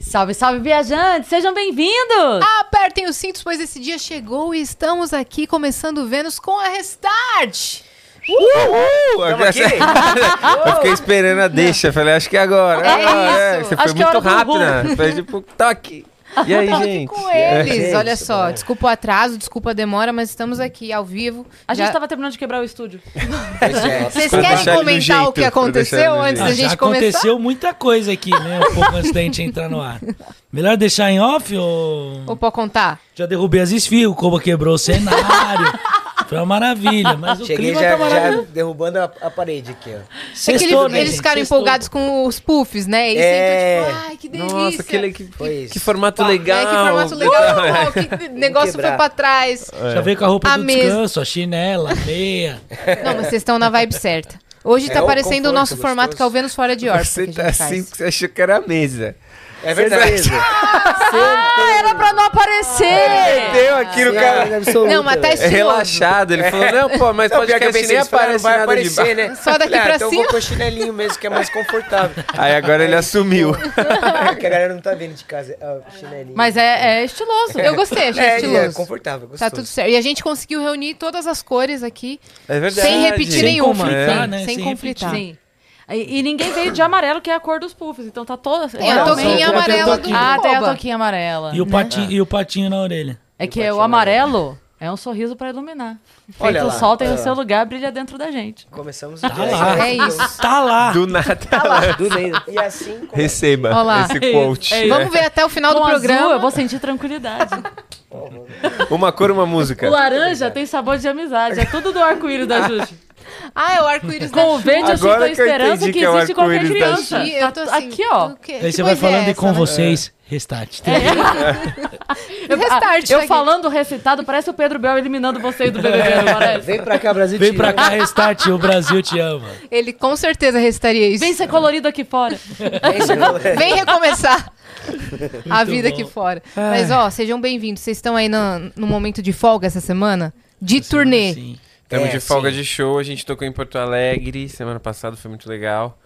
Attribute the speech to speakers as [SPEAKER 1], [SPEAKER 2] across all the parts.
[SPEAKER 1] Salve, salve, viajantes! Sejam bem-vindos!
[SPEAKER 2] Apertem os cintos, pois esse dia chegou e estamos aqui começando o Vênus com a Restart.
[SPEAKER 3] Uhul! Eu fiquei esperando a deixa. Falei, acho que é agora.
[SPEAKER 1] É
[SPEAKER 3] Ah,
[SPEAKER 1] isso.
[SPEAKER 3] Você
[SPEAKER 1] Acho
[SPEAKER 3] foi
[SPEAKER 1] que é
[SPEAKER 3] muito
[SPEAKER 1] hora do
[SPEAKER 3] rápida. Foi tipo, tá aqui. E aí, gente?
[SPEAKER 2] Com eles,
[SPEAKER 3] É.
[SPEAKER 2] olha só. Desculpa o atraso, desculpa a demora, mas estamos aqui ao vivo.
[SPEAKER 1] A gente
[SPEAKER 2] Já-
[SPEAKER 1] tava terminando de quebrar o estúdio.
[SPEAKER 2] Vocês
[SPEAKER 3] Pra
[SPEAKER 2] querem
[SPEAKER 3] deixar ele do
[SPEAKER 2] comentar
[SPEAKER 3] jeito,
[SPEAKER 2] o
[SPEAKER 3] pra
[SPEAKER 2] que
[SPEAKER 3] deixar
[SPEAKER 2] aconteceu
[SPEAKER 3] ele do
[SPEAKER 2] antes
[SPEAKER 3] jeito.
[SPEAKER 2] da
[SPEAKER 4] Ah, já
[SPEAKER 2] gente
[SPEAKER 4] aconteceu
[SPEAKER 2] começar?
[SPEAKER 4] muita coisa aqui, né? Um pouco antes da gente entrar no ar. Melhor deixar em off ou.
[SPEAKER 2] Ou pode contar?
[SPEAKER 4] Já derrubei as esfias, o Koba quebrou o cenário. Foi uma maravilha, mas o
[SPEAKER 5] Cheguei
[SPEAKER 4] clima
[SPEAKER 5] já,
[SPEAKER 4] tá maravilhoso.
[SPEAKER 5] já derrubando a, a parede aqui, ó.
[SPEAKER 2] É que
[SPEAKER 4] Sextou,
[SPEAKER 2] ele-
[SPEAKER 4] né,
[SPEAKER 2] eles
[SPEAKER 4] gente?
[SPEAKER 2] ficaram
[SPEAKER 4] Sextou.
[SPEAKER 2] empolgados com os puffs, né? E
[SPEAKER 5] É.
[SPEAKER 2] sempre, tipo, ai, que delícia.
[SPEAKER 3] Nossa, que, que,
[SPEAKER 5] Foi isso.
[SPEAKER 3] que formato legal. tá assim,
[SPEAKER 2] É, que formato legal, que negócio foi
[SPEAKER 5] quebrar.
[SPEAKER 2] pra trás.
[SPEAKER 4] Já veio com a roupa
[SPEAKER 2] A
[SPEAKER 4] do
[SPEAKER 2] mesa.
[SPEAKER 4] descanso, a chinela, a meia.
[SPEAKER 2] Não, mas vocês estão na vibe certa. Hoje tá
[SPEAKER 5] É o
[SPEAKER 2] aparecendo o nosso
[SPEAKER 5] conforto
[SPEAKER 2] formato que é o
[SPEAKER 5] gostoso.
[SPEAKER 2] Vênus fora de órbita.
[SPEAKER 3] Você
[SPEAKER 2] que a
[SPEAKER 3] tá
[SPEAKER 2] gente
[SPEAKER 3] assim
[SPEAKER 2] faz.
[SPEAKER 3] porque você achou que era a mesa.
[SPEAKER 5] É verdade.
[SPEAKER 1] Ah, era pra não aparecer!
[SPEAKER 3] Deu aqui no cara.
[SPEAKER 5] um
[SPEAKER 2] Não, mas tá
[SPEAKER 3] É
[SPEAKER 2] estiloso.
[SPEAKER 3] relaxado. Ele falou, não, pô, mas
[SPEAKER 5] Não, pior que eu
[SPEAKER 3] podcast
[SPEAKER 5] pensei,
[SPEAKER 3] nem
[SPEAKER 5] esse cara não
[SPEAKER 3] aparece
[SPEAKER 5] vai
[SPEAKER 3] nada de
[SPEAKER 5] aparecer,
[SPEAKER 3] baixo.
[SPEAKER 5] né?
[SPEAKER 2] Só daqui
[SPEAKER 5] Falei, ah,
[SPEAKER 2] pra
[SPEAKER 5] então
[SPEAKER 2] cima.
[SPEAKER 5] eu vou com chinelinho mesmo, que é mais confortável.
[SPEAKER 3] Aí agora ele assumiu.
[SPEAKER 5] É que a galera não tá vendo de casa. Ah, chinelinho.
[SPEAKER 1] Mas é, é estiloso.
[SPEAKER 2] Eu gostei, achei
[SPEAKER 5] é,
[SPEAKER 2] estiloso.
[SPEAKER 5] é confortável,
[SPEAKER 2] Tá
[SPEAKER 5] gostoso.
[SPEAKER 2] tudo certo. E a gente conseguiu reunir todas as cores aqui.
[SPEAKER 3] É verdade.
[SPEAKER 2] Sem repetir
[SPEAKER 4] Sem
[SPEAKER 2] nenhuma.
[SPEAKER 4] conflitar,
[SPEAKER 3] É.
[SPEAKER 4] né?
[SPEAKER 2] Sem conflitar.
[SPEAKER 1] Sim. E, e ninguém veio de amarelo, que é a cor dos puffs. Então tá toda.
[SPEAKER 2] Tem a toquinha
[SPEAKER 4] só-
[SPEAKER 2] amarela do
[SPEAKER 4] tem
[SPEAKER 1] Ah, tem a
[SPEAKER 2] Oba.
[SPEAKER 1] toquinha
[SPEAKER 2] Ah,
[SPEAKER 1] amarela.
[SPEAKER 2] né?
[SPEAKER 4] E o, patinho, e o patinho na orelha.
[SPEAKER 1] É que o amarelo é um sorriso pra iluminar.
[SPEAKER 5] Olha
[SPEAKER 1] Feito o
[SPEAKER 5] lá,
[SPEAKER 1] sol,
[SPEAKER 3] É.
[SPEAKER 1] tem o
[SPEAKER 5] olha
[SPEAKER 1] seu
[SPEAKER 5] lá.
[SPEAKER 1] lugar, brilha dentro da gente.
[SPEAKER 5] Começamos o
[SPEAKER 4] Tá lá.
[SPEAKER 2] É isso.
[SPEAKER 4] Tá lá.
[SPEAKER 3] Do nada.
[SPEAKER 5] Do meio. E assim, como...
[SPEAKER 3] Receba
[SPEAKER 2] Olha lá.
[SPEAKER 3] esse quote.
[SPEAKER 1] É isso.
[SPEAKER 2] Vamos ver até o final
[SPEAKER 1] Com
[SPEAKER 2] do
[SPEAKER 1] programa,
[SPEAKER 2] programa.
[SPEAKER 1] eu vou sentir tranquilidade.
[SPEAKER 3] É. Uma cor, uma
[SPEAKER 1] o
[SPEAKER 3] música.
[SPEAKER 1] laranja tem sabor de amizade. É tudo do arco-íris da Juju.
[SPEAKER 2] Ah, é o arco-íris da
[SPEAKER 1] Com o verde, eu sinto
[SPEAKER 3] Agora
[SPEAKER 1] a
[SPEAKER 3] que eu
[SPEAKER 1] esperança que,
[SPEAKER 3] entendi que é o
[SPEAKER 1] existe qualquer
[SPEAKER 3] arco-íris da
[SPEAKER 1] criança.
[SPEAKER 2] Xuxa. Eu tô
[SPEAKER 1] Tá
[SPEAKER 2] assim,
[SPEAKER 1] aqui, ó.
[SPEAKER 2] o quê?
[SPEAKER 4] Aí
[SPEAKER 2] Que
[SPEAKER 4] você vai
[SPEAKER 2] coisa é
[SPEAKER 4] falando e
[SPEAKER 2] essa,
[SPEAKER 4] com
[SPEAKER 2] né?
[SPEAKER 4] vocês, restate. Tem
[SPEAKER 1] Eu, ah,
[SPEAKER 2] Restart,
[SPEAKER 1] eu
[SPEAKER 2] segue.
[SPEAKER 1] falando recitado, parece o Pedro Bel eliminando vocês do BBB, não parece?
[SPEAKER 5] Vem pra cá, Brasil. né?
[SPEAKER 4] Vem
[SPEAKER 5] te
[SPEAKER 4] pra
[SPEAKER 5] ama.
[SPEAKER 4] cá, restate, o Brasil te ama.
[SPEAKER 2] Ele com certeza recitaria isso.
[SPEAKER 1] Vem ser colorido aqui fora.
[SPEAKER 5] Vem, Chinelinho.
[SPEAKER 2] Vem recomeçar a vida aqui
[SPEAKER 4] bom.
[SPEAKER 2] fora. Mas, ó, sejam bem-vindos. Vocês estão aí na- no, momento de folga essa semana? De turnê.
[SPEAKER 4] Sim.
[SPEAKER 3] Estamos
[SPEAKER 5] É,
[SPEAKER 3] de folga
[SPEAKER 5] sim.
[SPEAKER 3] de show, a gente tocou em Porto Alegre semana passada, foi muito legal.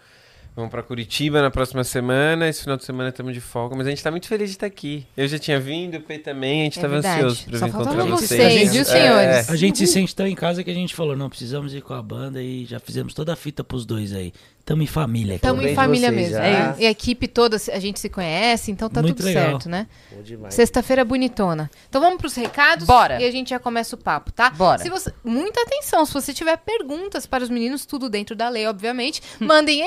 [SPEAKER 3] Vamos pra Curitiba na próxima semana, esse final de semana estamos de folga, mas a gente tá muito feliz de estar aqui. Eu já tinha vindo, o Pei também, a gente
[SPEAKER 2] É
[SPEAKER 3] tava
[SPEAKER 2] verdade.
[SPEAKER 3] ansioso pra
[SPEAKER 2] Só
[SPEAKER 3] vir encontrar
[SPEAKER 2] faltava
[SPEAKER 3] vocês. É,
[SPEAKER 2] vocês,
[SPEAKER 4] viu,
[SPEAKER 2] senhores?
[SPEAKER 4] A gente se sente tão em casa que a gente falou, não, precisamos ir com a banda e já fizemos toda a fita pros dois aí. Tamo em família. aqui.
[SPEAKER 2] Estamos
[SPEAKER 5] Bem
[SPEAKER 2] em
[SPEAKER 5] de
[SPEAKER 2] família
[SPEAKER 5] vocês,
[SPEAKER 2] mesmo.
[SPEAKER 5] já.
[SPEAKER 2] É isso. E a equipe toda, a gente se conhece, então tá
[SPEAKER 4] Muito
[SPEAKER 2] tudo
[SPEAKER 4] legal.
[SPEAKER 2] certo, né?
[SPEAKER 5] Bom demais.
[SPEAKER 2] Sexta-feira bonitona. Então vamos pros recados.
[SPEAKER 1] Bora.
[SPEAKER 2] E a gente já começa o papo, tá?
[SPEAKER 1] Bora.
[SPEAKER 2] Se você... Muita atenção. Se você tiver perguntas para os meninos, tudo dentro da lei, obviamente, mandem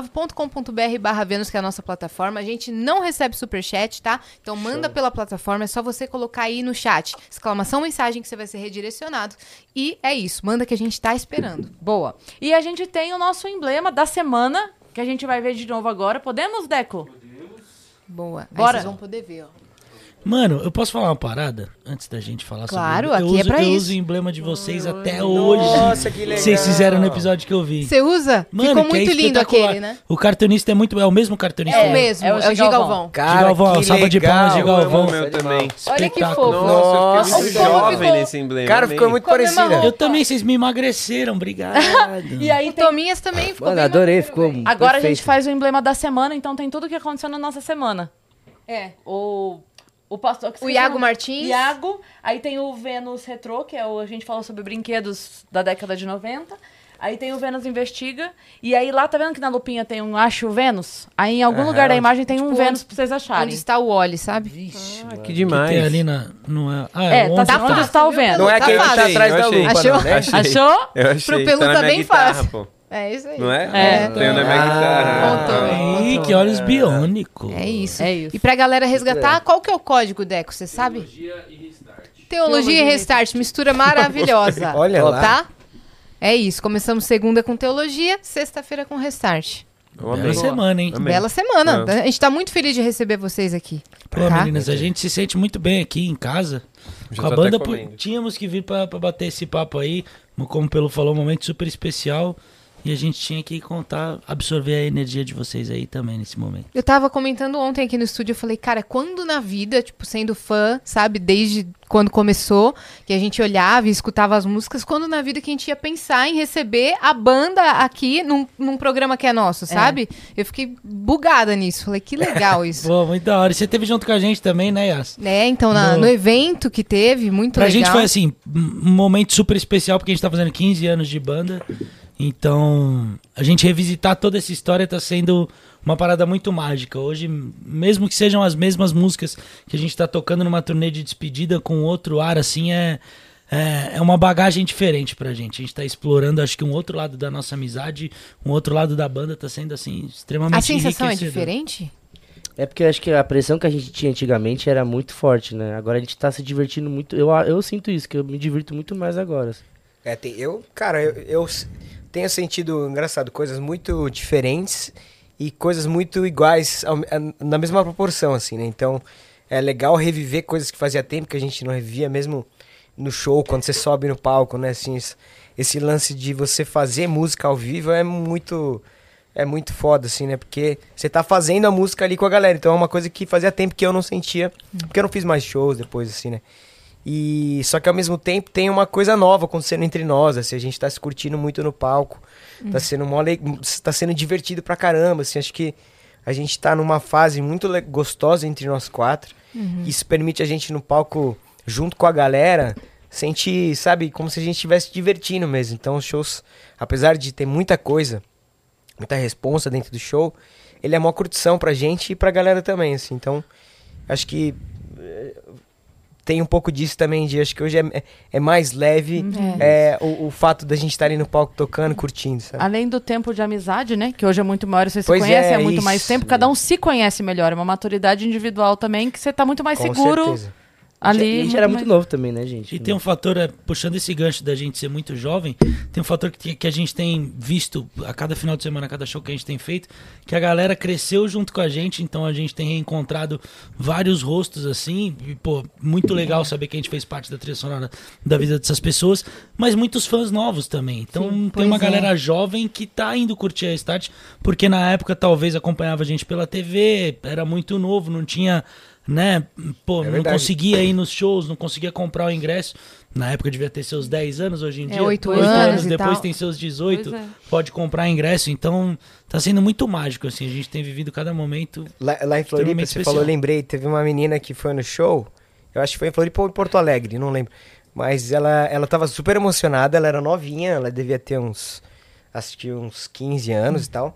[SPEAKER 2] nv99.com.br barra Vênus, que é a nossa plataforma. A gente não recebe superchat, tá? Então manda pela plataforma. É só você colocar aí no chat. Exclamação, mensagem, que você vai ser redirecionado. E é isso. Manda que a gente tá esperando.
[SPEAKER 1] Boa. E a gente tem o nosso emblema da semana, que a gente vai ver de novo agora. Podemos, Deco?
[SPEAKER 2] Boa. Aí
[SPEAKER 1] Bora.
[SPEAKER 2] vocês vão poder ver, ó.
[SPEAKER 4] Mano, eu posso falar uma parada antes da gente falar
[SPEAKER 2] Claro,
[SPEAKER 4] sobre
[SPEAKER 2] aqui
[SPEAKER 4] eu
[SPEAKER 2] é
[SPEAKER 4] uso,
[SPEAKER 2] pra
[SPEAKER 4] eu
[SPEAKER 2] isso.
[SPEAKER 4] uso o emblema de vocês até hoje.
[SPEAKER 5] Nossa, que legal.
[SPEAKER 4] Vocês fizeram no episódio que eu vi.
[SPEAKER 2] Você usa?
[SPEAKER 4] Mano,
[SPEAKER 2] Ficou
[SPEAKER 4] que é
[SPEAKER 2] muito lindo
[SPEAKER 4] espetacular.
[SPEAKER 2] aquele, né?
[SPEAKER 4] O cartunista é muito. É o mesmo cartunista.
[SPEAKER 2] É o mesmo. É o G. Galvão.
[SPEAKER 5] Cara,
[SPEAKER 4] Galvão,
[SPEAKER 5] que
[SPEAKER 4] salva de
[SPEAKER 5] legal.
[SPEAKER 4] palmas, G. Galvão.
[SPEAKER 3] O meu também.
[SPEAKER 1] Olha que
[SPEAKER 4] Espetáculo.
[SPEAKER 1] fofo.
[SPEAKER 3] Nossa, eu
[SPEAKER 5] Nossa,
[SPEAKER 3] fiquei muito
[SPEAKER 2] como
[SPEAKER 3] jovem
[SPEAKER 2] ficou-
[SPEAKER 3] nesse emblema. né?
[SPEAKER 5] Cara, ficou
[SPEAKER 3] amei.
[SPEAKER 5] muito parecida.
[SPEAKER 4] Eu também, vocês me emagreceram, obrigado.
[SPEAKER 1] E aí
[SPEAKER 2] O
[SPEAKER 1] tem...
[SPEAKER 2] Tominhas também ficou
[SPEAKER 5] Mano,
[SPEAKER 2] bem
[SPEAKER 5] adorei,
[SPEAKER 2] maneiro,
[SPEAKER 5] ficou
[SPEAKER 2] velho.
[SPEAKER 1] Agora a gente
[SPEAKER 5] perfeito.
[SPEAKER 1] faz o emblema da semana, então tem tudo o que aconteceu na nossa semana.
[SPEAKER 2] É.
[SPEAKER 1] O... O pastor que
[SPEAKER 2] O
[SPEAKER 1] esqueci
[SPEAKER 2] Iago
[SPEAKER 1] nome.
[SPEAKER 2] Martins.
[SPEAKER 1] Iago. Aí tem o Vênus Retrô, que é o. A gente falou sobre brinquedos da década de 90. Aí tem o Vênus Investiga. E aí lá, tá vendo que na lupinha tem um Acho Vênus? Aí em algum lugar da imagem tem um
[SPEAKER 2] Tipo,
[SPEAKER 1] Vênus pra vocês
[SPEAKER 2] Onde
[SPEAKER 1] acharem.
[SPEAKER 2] está o Oli, sabe?
[SPEAKER 3] Que
[SPEAKER 4] Tem
[SPEAKER 3] demais.
[SPEAKER 4] ali na. Não é. Ah,
[SPEAKER 1] É,
[SPEAKER 4] é,
[SPEAKER 1] tá,
[SPEAKER 4] onde
[SPEAKER 1] tá onde
[SPEAKER 4] tá.
[SPEAKER 1] está o Vênus.
[SPEAKER 5] Não é
[SPEAKER 2] Tá
[SPEAKER 5] aquele que
[SPEAKER 2] fácil.
[SPEAKER 5] tá atrás da
[SPEAKER 3] Eu
[SPEAKER 5] lupa,
[SPEAKER 2] achei.
[SPEAKER 5] não, né?
[SPEAKER 3] Achei.
[SPEAKER 1] Achou?
[SPEAKER 3] Eu achei.
[SPEAKER 2] Pro pelo
[SPEAKER 3] tá na
[SPEAKER 2] tá
[SPEAKER 3] minha
[SPEAKER 2] bem
[SPEAKER 3] guitarra,
[SPEAKER 2] fácil.
[SPEAKER 3] pô.
[SPEAKER 2] É isso aí.
[SPEAKER 3] Não é?
[SPEAKER 1] É.
[SPEAKER 3] Tenho na minha
[SPEAKER 5] Ah.
[SPEAKER 3] guitarra.
[SPEAKER 4] Ih, que olhos biônicos.
[SPEAKER 2] É isso.
[SPEAKER 1] É isso.
[SPEAKER 2] E pra galera resgatar, qual que é o código, Deco? Você sabe? Teologia e Restart. Teologia e Restart, mistura maravilhosa.
[SPEAKER 5] Olha lá.
[SPEAKER 2] Tá? É isso. Começamos segunda com teologia, sexta-feira com restart.
[SPEAKER 3] Eu
[SPEAKER 4] Bela
[SPEAKER 3] amei.
[SPEAKER 4] semana, hein?
[SPEAKER 3] Amei.
[SPEAKER 2] Bela semana.
[SPEAKER 3] É.
[SPEAKER 2] A gente tá muito feliz de receber vocês aqui.
[SPEAKER 4] Pô,
[SPEAKER 2] Tá?
[SPEAKER 4] meninas, a gente se sente muito bem aqui em casa.
[SPEAKER 3] Já
[SPEAKER 4] com a
[SPEAKER 3] tô
[SPEAKER 4] banda,
[SPEAKER 3] tá até
[SPEAKER 4] pô,
[SPEAKER 3] comendo.
[SPEAKER 4] tínhamos que vir pra, pra bater esse papo aí. Como o Pelo falou, um momento super especial. E a gente tinha que contar, absorver a energia de vocês aí também nesse momento.
[SPEAKER 2] Eu tava comentando ontem aqui no estúdio, eu falei, cara, quando na vida, tipo, sendo fã, sabe, desde quando começou, que a gente olhava e escutava as músicas, quando na vida que a gente ia pensar em receber a banda aqui num, num programa que é nosso, sabe? Eu fiquei bugada nisso, falei, que legal isso.
[SPEAKER 4] Pô, muito da hora. E você teve junto com a gente também, né, Yas?
[SPEAKER 2] né, então na-
[SPEAKER 4] No-
[SPEAKER 2] no evento que teve, muito
[SPEAKER 4] Pra
[SPEAKER 2] legal.
[SPEAKER 4] gente foi assim, um momento super especial, porque a gente tá fazendo 15 anos de banda. Então, a gente revisitar toda essa história tá sendo uma parada muito mágica. Hoje, mesmo que sejam as mesmas músicas que a gente tá tocando numa turnê de despedida com outro ar, assim, é, é, é uma bagagem diferente pra gente. A gente tá explorando, acho que um outro lado da nossa amizade, um outro lado da banda tá sendo, assim, extremamente
[SPEAKER 2] a sensação é
[SPEAKER 4] enriquecedor.
[SPEAKER 2] diferente?
[SPEAKER 6] É porque eu acho que a pressão que a gente tinha antigamente era muito forte, né? Agora a gente tá se divertindo muito. Eu, eu sinto isso, que eu me divirto muito mais agora. assim.
[SPEAKER 5] É, tem- eu, cara, eu, eu s- tenho sentido, engraçado, coisas muito diferentes e coisas muito iguais ao- a- na mesma proporção, assim, né? Então, é legal reviver coisas que fazia tempo que a gente não revia, mesmo no show, quando você sobe no palco, né? Assim, es- esse lance de você fazer música ao vivo é muito... É muito foda, assim, né? Porque você tá fazendo a música ali com a galera. Então é uma coisa que fazia tempo que eu não sentia. Porque eu não fiz mais shows depois, assim, né? E só que ao mesmo tempo tem uma coisa nova acontecendo entre nós, assim, a gente tá se curtindo muito no palco. Tá sendo mó le- tá sendo divertido pra caramba, assim, acho que a gente tá numa fase muito le- gostosa entre nós quatro.
[SPEAKER 1] Uhum.
[SPEAKER 5] Isso permite a gente no palco junto com a galera sentir, sabe, como se a gente estivesse divertindo mesmo. Então os shows, apesar de ter muita coisa, muita responsa dentro do show, ele é uma curtição pra gente e pra galera também, assim. Então, acho que eh, tem um pouco disso também, de acho que hoje é, é mais leve
[SPEAKER 1] Uhum.
[SPEAKER 5] é, o, o fato da gente estar ali no palco tocando, curtindo, sabe?
[SPEAKER 1] Além do tempo de amizade, né? Que hoje é muito maior, vocês
[SPEAKER 5] Pois
[SPEAKER 1] se conhecem
[SPEAKER 5] é,
[SPEAKER 1] há muito mais
[SPEAKER 5] isso.
[SPEAKER 1] tempo. Cada um se conhece melhor. É uma maturidade individual também, que você tá muito mais
[SPEAKER 5] Com
[SPEAKER 1] seguro
[SPEAKER 5] certeza.
[SPEAKER 1] ali.
[SPEAKER 6] a gente era
[SPEAKER 1] mais-
[SPEAKER 6] muito novo também, né, gente?
[SPEAKER 4] E tem um fator, é, puxando esse gancho da gente ser muito jovem, tem um fator que, que a gente tem visto a cada final de semana, a cada show que a gente tem feito, que a galera cresceu junto com a gente, então a gente tem reencontrado vários rostos assim, e, pô, muito legal saber que a gente fez parte da trilha sonora da vida dessas pessoas, mas muitos fãs novos também. Então tem
[SPEAKER 2] pois
[SPEAKER 4] uma
[SPEAKER 2] é.
[SPEAKER 4] galera jovem que tá indo curtir a Start, porque na época talvez acompanhava a gente pela TV, era muito novo, não tinha, né, pô, não
[SPEAKER 5] É verdade.
[SPEAKER 4] conseguia ir nos shows, não conseguia comprar o ingresso. Na época devia ter seus 10 anos, hoje em dia.
[SPEAKER 2] É, oito
[SPEAKER 4] oito
[SPEAKER 2] anos e
[SPEAKER 4] depois
[SPEAKER 2] tal.
[SPEAKER 4] tem seus 18,
[SPEAKER 1] Pois é.
[SPEAKER 4] pode comprar ingresso. Então, tá sendo muito mágico, assim. A gente tem vivido cada momento.
[SPEAKER 5] Lá, lá em Floripa, você
[SPEAKER 4] Extremamente
[SPEAKER 5] falou,
[SPEAKER 4] especial.
[SPEAKER 5] eu lembrei, teve uma menina que foi no show, eu acho que foi em Floripa ou em Porto Alegre, não lembro. Mas ela, ela tava super emocionada, ela era novinha, ela devia ter uns, acho que uns 15 anos e tal.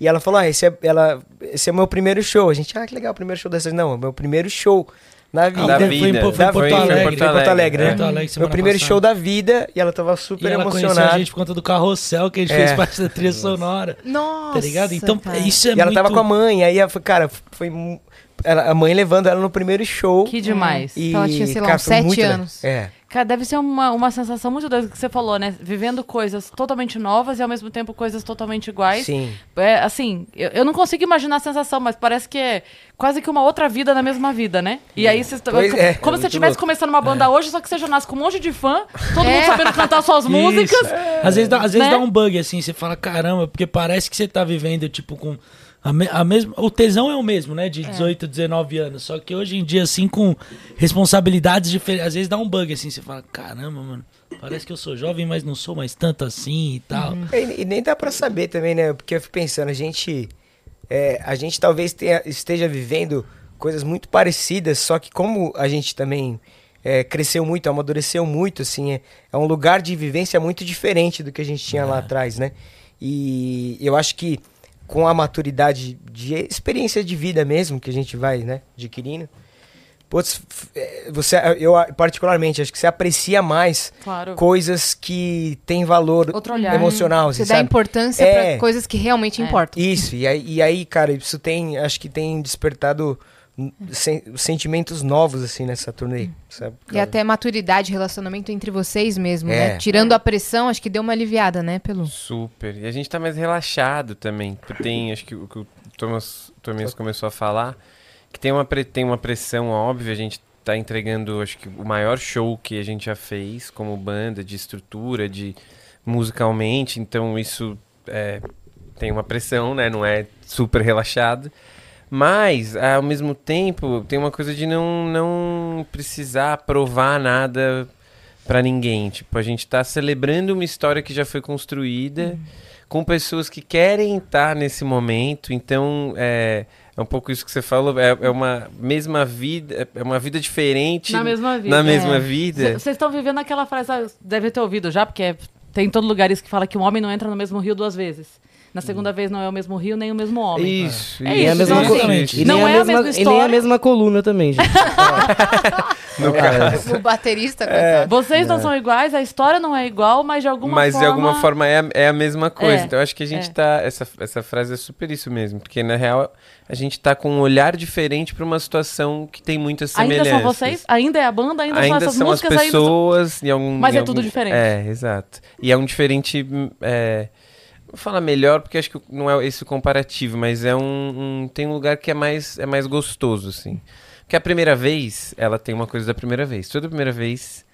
[SPEAKER 5] E ela falou, ah, esse é, ela, esse é o meu primeiro show. A gente, ah, que legal, o primeiro show dessas. Não, é o meu primeiro show na vida.
[SPEAKER 3] Da
[SPEAKER 4] Foi em-
[SPEAKER 3] vida.
[SPEAKER 4] Foi, em- Ah, foi
[SPEAKER 5] Da
[SPEAKER 4] em
[SPEAKER 5] vida,
[SPEAKER 4] Porto
[SPEAKER 3] foi em
[SPEAKER 4] Alegre.
[SPEAKER 5] Foi em Porto Alegre, né?
[SPEAKER 4] Porto Alegre,
[SPEAKER 5] meu
[SPEAKER 4] semana
[SPEAKER 5] primeiro
[SPEAKER 4] passada.
[SPEAKER 5] show da vida, e ela tava
[SPEAKER 4] E
[SPEAKER 5] super
[SPEAKER 4] ela conheceu
[SPEAKER 5] emocionada.
[SPEAKER 4] a gente por conta do carrossel que a gente fez
[SPEAKER 5] É.
[SPEAKER 4] parte da trilha sonora.
[SPEAKER 2] Nossa,
[SPEAKER 4] Tá ligado? Então,
[SPEAKER 2] cara.
[SPEAKER 4] isso é
[SPEAKER 5] e ela
[SPEAKER 4] muito...
[SPEAKER 5] tava com a mãe, aí, ela foi- cara, foi... mu- ela- a mãe levando ela no primeiro show.
[SPEAKER 1] Que demais.
[SPEAKER 5] É. E,
[SPEAKER 2] Então ela tinha, sei lá, uns
[SPEAKER 5] foi
[SPEAKER 2] sete
[SPEAKER 5] muito le-
[SPEAKER 2] anos.
[SPEAKER 5] É.
[SPEAKER 1] Cara, deve ser uma, uma sensação muito doida que você falou, né? Vivendo coisas totalmente novas e ao mesmo tempo coisas totalmente iguais.
[SPEAKER 5] Sim.
[SPEAKER 1] É, assim, eu, eu não consigo imaginar a sensação, mas parece que é quase que uma outra vida na mesma vida, né? E aí você.
[SPEAKER 5] Pois é, é
[SPEAKER 1] como se
[SPEAKER 5] muito
[SPEAKER 1] estivesse
[SPEAKER 5] louco. É.
[SPEAKER 1] começando uma banda hoje, só que você já nasce com um monte de fã, todo
[SPEAKER 2] É.
[SPEAKER 1] mundo sabendo cantar suas músicas.
[SPEAKER 4] Isso. Às vezes, dá, às vezes
[SPEAKER 1] né?
[SPEAKER 4] dá um bug, assim, você fala, caramba, porque parece que você tá vivendo, tipo, com. A, me- a mesma, o tesão é o mesmo, né? De 18, 19 anos. Só que hoje em dia, assim, com responsabilidades diferentes. Às vezes dá um bug, assim, você fala, caramba, mano, parece que eu sou jovem, mas não sou mais tanto assim e tal.
[SPEAKER 5] E, e nem dá pra saber também, né? Porque eu fico pensando, a gente. é, a gente talvez tenha- esteja vivendo coisas muito parecidas, só que como a gente também é, cresceu muito, amadureceu muito, assim, é, é um lugar de vivência muito diferente do que a gente tinha lá atrás, né? E eu acho que com a maturidade de experiência de vida mesmo que a gente vai, né, adquirindo. Putz, f- é, você, eu particularmente acho que você aprecia mais
[SPEAKER 1] Claro.
[SPEAKER 5] coisas que têm valor
[SPEAKER 1] Outro olhar.
[SPEAKER 5] emocional,
[SPEAKER 2] Você
[SPEAKER 5] assim,
[SPEAKER 2] dá
[SPEAKER 5] sabe?
[SPEAKER 2] importância
[SPEAKER 5] É.
[SPEAKER 4] É.
[SPEAKER 2] pra coisas que realmente importam.
[SPEAKER 5] Isso, e aí, e aí, cara, isso tem, acho que tem despertado n- sen- sentimentos novos, assim, nessa turnê, sabe?
[SPEAKER 2] E É até maturidade, relacionamento entre vocês mesmo,
[SPEAKER 5] É.
[SPEAKER 2] né? Tirando a pressão, acho que deu uma aliviada, né, Pelu?
[SPEAKER 3] Super. E a gente tá mais relaxado também. Tipo, Tem, acho que o que o Thomas, Thomas começou a falar, que tem uma, pre- tem uma pressão óbvia, a gente tá entregando, acho que o maior show que a gente já fez como banda, de estrutura, de musicalmente, então isso é, tem uma pressão, né? Não é super relaxado. Mas, ao mesmo tempo, tem uma coisa de não, não precisar provar nada pra ninguém. Tipo, a gente tá celebrando uma história que já foi construída com pessoas que querem estar nesse momento. Então, é, é um pouco isso que você falou. É, é uma mesma vida, é uma vida diferente
[SPEAKER 1] Na mesma vida.
[SPEAKER 3] na mesma
[SPEAKER 1] É.
[SPEAKER 3] vida.
[SPEAKER 1] Vocês estão vivendo aquela frase, ah, deve ter ouvido já, porque é- tem em todo lugar isso que fala que um homem não entra no mesmo rio duas vezes. Na
[SPEAKER 5] Hum.
[SPEAKER 1] segunda vez não é o mesmo rio, nem o mesmo homem.
[SPEAKER 3] Isso,
[SPEAKER 1] É
[SPEAKER 3] isso.
[SPEAKER 1] isso,
[SPEAKER 6] mesma
[SPEAKER 1] então,
[SPEAKER 6] co-
[SPEAKER 4] assim,
[SPEAKER 6] e nem
[SPEAKER 1] não é a mesma
[SPEAKER 6] E nem a
[SPEAKER 1] história.
[SPEAKER 6] mesma coluna também, gente.
[SPEAKER 3] No caso.
[SPEAKER 2] O baterista, coitado.
[SPEAKER 1] Vocês não são iguais, a história não é igual, mas de alguma
[SPEAKER 3] É. Mas
[SPEAKER 1] forma...
[SPEAKER 3] de alguma forma é, a- é a mesma coisa.
[SPEAKER 1] É,
[SPEAKER 3] então eu acho que a gente
[SPEAKER 1] é.
[SPEAKER 3] tá. Essa, essa frase é super isso mesmo. Porque na real a gente tá com um olhar diferente pra uma situação que tem muitas
[SPEAKER 1] Ainda
[SPEAKER 3] semelhanças.
[SPEAKER 1] são vocês? Ainda é a banda? Ainda, são
[SPEAKER 3] Ainda
[SPEAKER 1] essas
[SPEAKER 3] são as
[SPEAKER 1] músicas? Ainda são-
[SPEAKER 3] pessoas. em algum-
[SPEAKER 1] Mas
[SPEAKER 3] em
[SPEAKER 1] é tudo
[SPEAKER 3] algum-
[SPEAKER 1] diferente.
[SPEAKER 3] É, exato. E é um diferente. hum, É... Vou falar melhor, porque acho que não é esse o comparativo, mas é um. um- tem um lugar que é mais, é mais gostoso, assim. Porque a primeira vez, ela tem uma coisa da primeira vez. Toda primeira vez.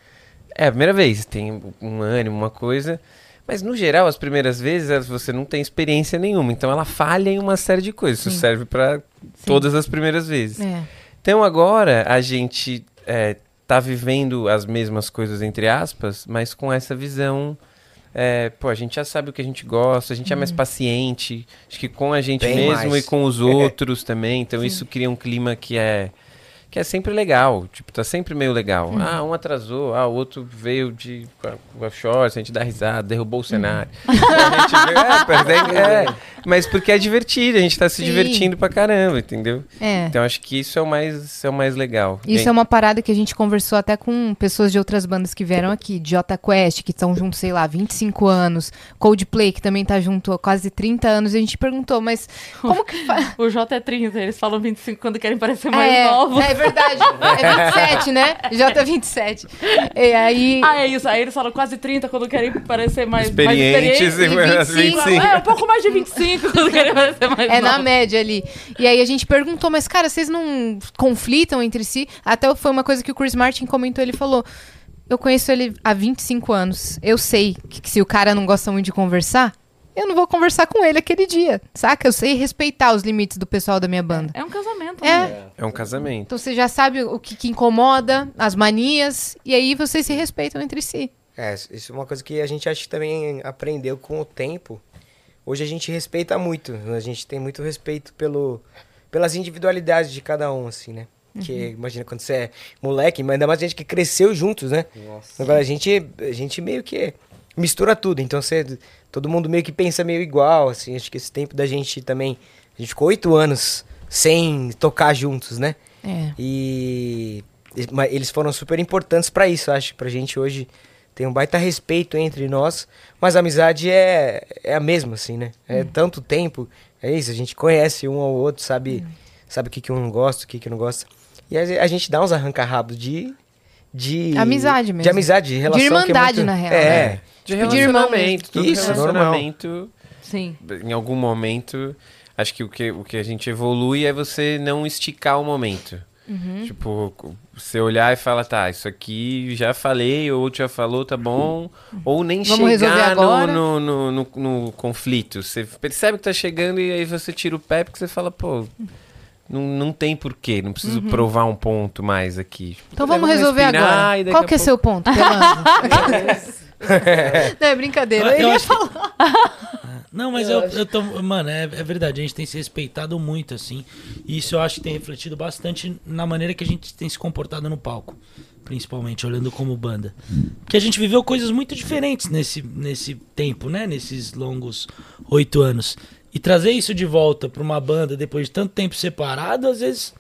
[SPEAKER 3] É a primeira vez, tem um ânimo, uma coisa. Mas no geral, as primeiras vezes elas- você não tem experiência nenhuma. Então ela falha em uma série de coisas. Isso serve pra todas as primeiras vezes.
[SPEAKER 2] É.
[SPEAKER 3] Então agora a gente é, tá vivendo as mesmas coisas, entre aspas, mas com essa visão. é, pô, a gente já sabe o que a gente gosta, a gente é mais paciente, acho que com a gente
[SPEAKER 5] Uhum. Bem
[SPEAKER 3] mesmo
[SPEAKER 5] mais. É,
[SPEAKER 3] e com os outros também. Então isso cria um clima que é que é sempre legal, tipo, tá sempre meio legal.
[SPEAKER 5] Uhum.
[SPEAKER 3] Ah, um atrasou, ah, o outro veio de com a- com a shorts, a gente dá risada, derrubou o
[SPEAKER 5] Uhum.
[SPEAKER 3] cenário. A gente veio- é, perdeu- é, mas porque é divertido, a gente tá se
[SPEAKER 2] Sim.
[SPEAKER 3] divertindo pra caramba, entendeu?
[SPEAKER 2] É.
[SPEAKER 3] Então acho que isso é o mais, isso é o mais legal.
[SPEAKER 2] Isso é uma parada que a gente conversou até com pessoas de outras bandas que vieram aqui, de Jota Quest, que estão juntos, sei lá, 25 anos, Coldplay, que também tá junto há quase 30 anos, e a gente perguntou, mas como que faz?
[SPEAKER 1] O J é 30, eles falam 25 quando querem parecer mais novos.
[SPEAKER 2] é verdade, é 27, né? Jota é 27. E aí...
[SPEAKER 1] Ah, é isso. Aí eles falam quase 30 quando querem parecer mais mais
[SPEAKER 3] Experientes
[SPEAKER 1] experientes.
[SPEAKER 3] e
[SPEAKER 2] e 25.
[SPEAKER 3] 25.
[SPEAKER 1] É, um pouco mais de 25 quando querem parecer mais
[SPEAKER 2] É na
[SPEAKER 1] novos.
[SPEAKER 2] média ali. E aí a gente perguntou, mas cara, vocês não conflitam entre si? Até foi uma coisa que o Chris Martin comentou, ele falou. Eu conheço ele há 25 anos. Eu sei que, que se o cara não gosta muito de conversar, eu não vou conversar com ele aquele dia, saca? Eu sei respeitar os limites do pessoal da minha banda.
[SPEAKER 1] É um casamento. né?
[SPEAKER 2] É.
[SPEAKER 3] É um casamento.
[SPEAKER 2] Então você já sabe o que, que incomoda, as manias, e aí vocês se respeitam entre si.
[SPEAKER 5] É, isso é uma coisa que a gente acha que também aprendeu com o tempo. Hoje a gente respeita muito, a gente tem muito respeito pelo, pelas individualidades de cada um, assim, né? Porque imagina quando você é moleque, mas ainda mais gente que cresceu juntos, né? Agora a gente, a gente meio que mistura tudo, então você, todo mundo meio que pensa meio igual, assim. Acho que esse tempo da gente também, a gente ficou oito anos sem tocar juntos, né?
[SPEAKER 2] É.
[SPEAKER 5] E e- mas eles foram super importantes pra isso, acho. Pra gente hoje tem um baita respeito entre nós, mas a amizade é, é a mesma, assim, né? É
[SPEAKER 2] Uhum.
[SPEAKER 5] tanto tempo, é isso, a gente conhece um ao outro, sabe,
[SPEAKER 2] Uhum.
[SPEAKER 5] sabe o que, que um gosta, o que, que não gosta. E a, ge- a gente dá uns arranca-rabos de, de.
[SPEAKER 2] Amizade
[SPEAKER 5] De
[SPEAKER 2] mesmo.
[SPEAKER 5] amizade, de relação. que é
[SPEAKER 2] irmandade,
[SPEAKER 5] muito-
[SPEAKER 2] na real,
[SPEAKER 5] É.
[SPEAKER 2] né?
[SPEAKER 3] De
[SPEAKER 2] Tipo, de irmão
[SPEAKER 3] relacionamento.
[SPEAKER 2] mesmo.
[SPEAKER 3] Todo
[SPEAKER 5] Isso, normal.
[SPEAKER 3] relacionamento,
[SPEAKER 1] Sim.
[SPEAKER 3] em algum momento, acho que o que, o que a gente evolui é você não esticar o momento.
[SPEAKER 2] Uhum.
[SPEAKER 3] Tipo, co- você olhar e falar, tá, isso aqui já falei, ou já falou, tá bom. Ou nem
[SPEAKER 2] Uhum. Vamos resolver
[SPEAKER 3] chegar no,
[SPEAKER 2] agora.
[SPEAKER 3] no, no, no- no conflito. Você percebe que tá chegando e aí você tira o pé porque você fala, pô, não, não tem porquê, não preciso provar um ponto mais aqui. Tipo,
[SPEAKER 2] Uhum. Então vamos
[SPEAKER 3] vamos
[SPEAKER 2] resolver
[SPEAKER 3] respirar e
[SPEAKER 2] agora.
[SPEAKER 3] daqui
[SPEAKER 2] Qual
[SPEAKER 3] a
[SPEAKER 2] que é
[SPEAKER 3] pouco-
[SPEAKER 2] seu ponto? Pelando? não, é brincadeira. Ele
[SPEAKER 4] Eu
[SPEAKER 2] ia
[SPEAKER 4] acho
[SPEAKER 2] falar.
[SPEAKER 4] Não, mas eu, eu tô. Mano, é, é verdade, a gente tem se respeitado muito, assim. E isso eu acho que tem refletido bastante na maneira que a gente tem se comportado no palco. Principalmente, olhando como banda. Porque a gente viveu coisas muito diferentes nesse, nesse tempo, né? Nesses longos oito anos. E trazer isso de volta pra uma banda depois de tanto tempo separado, às vezes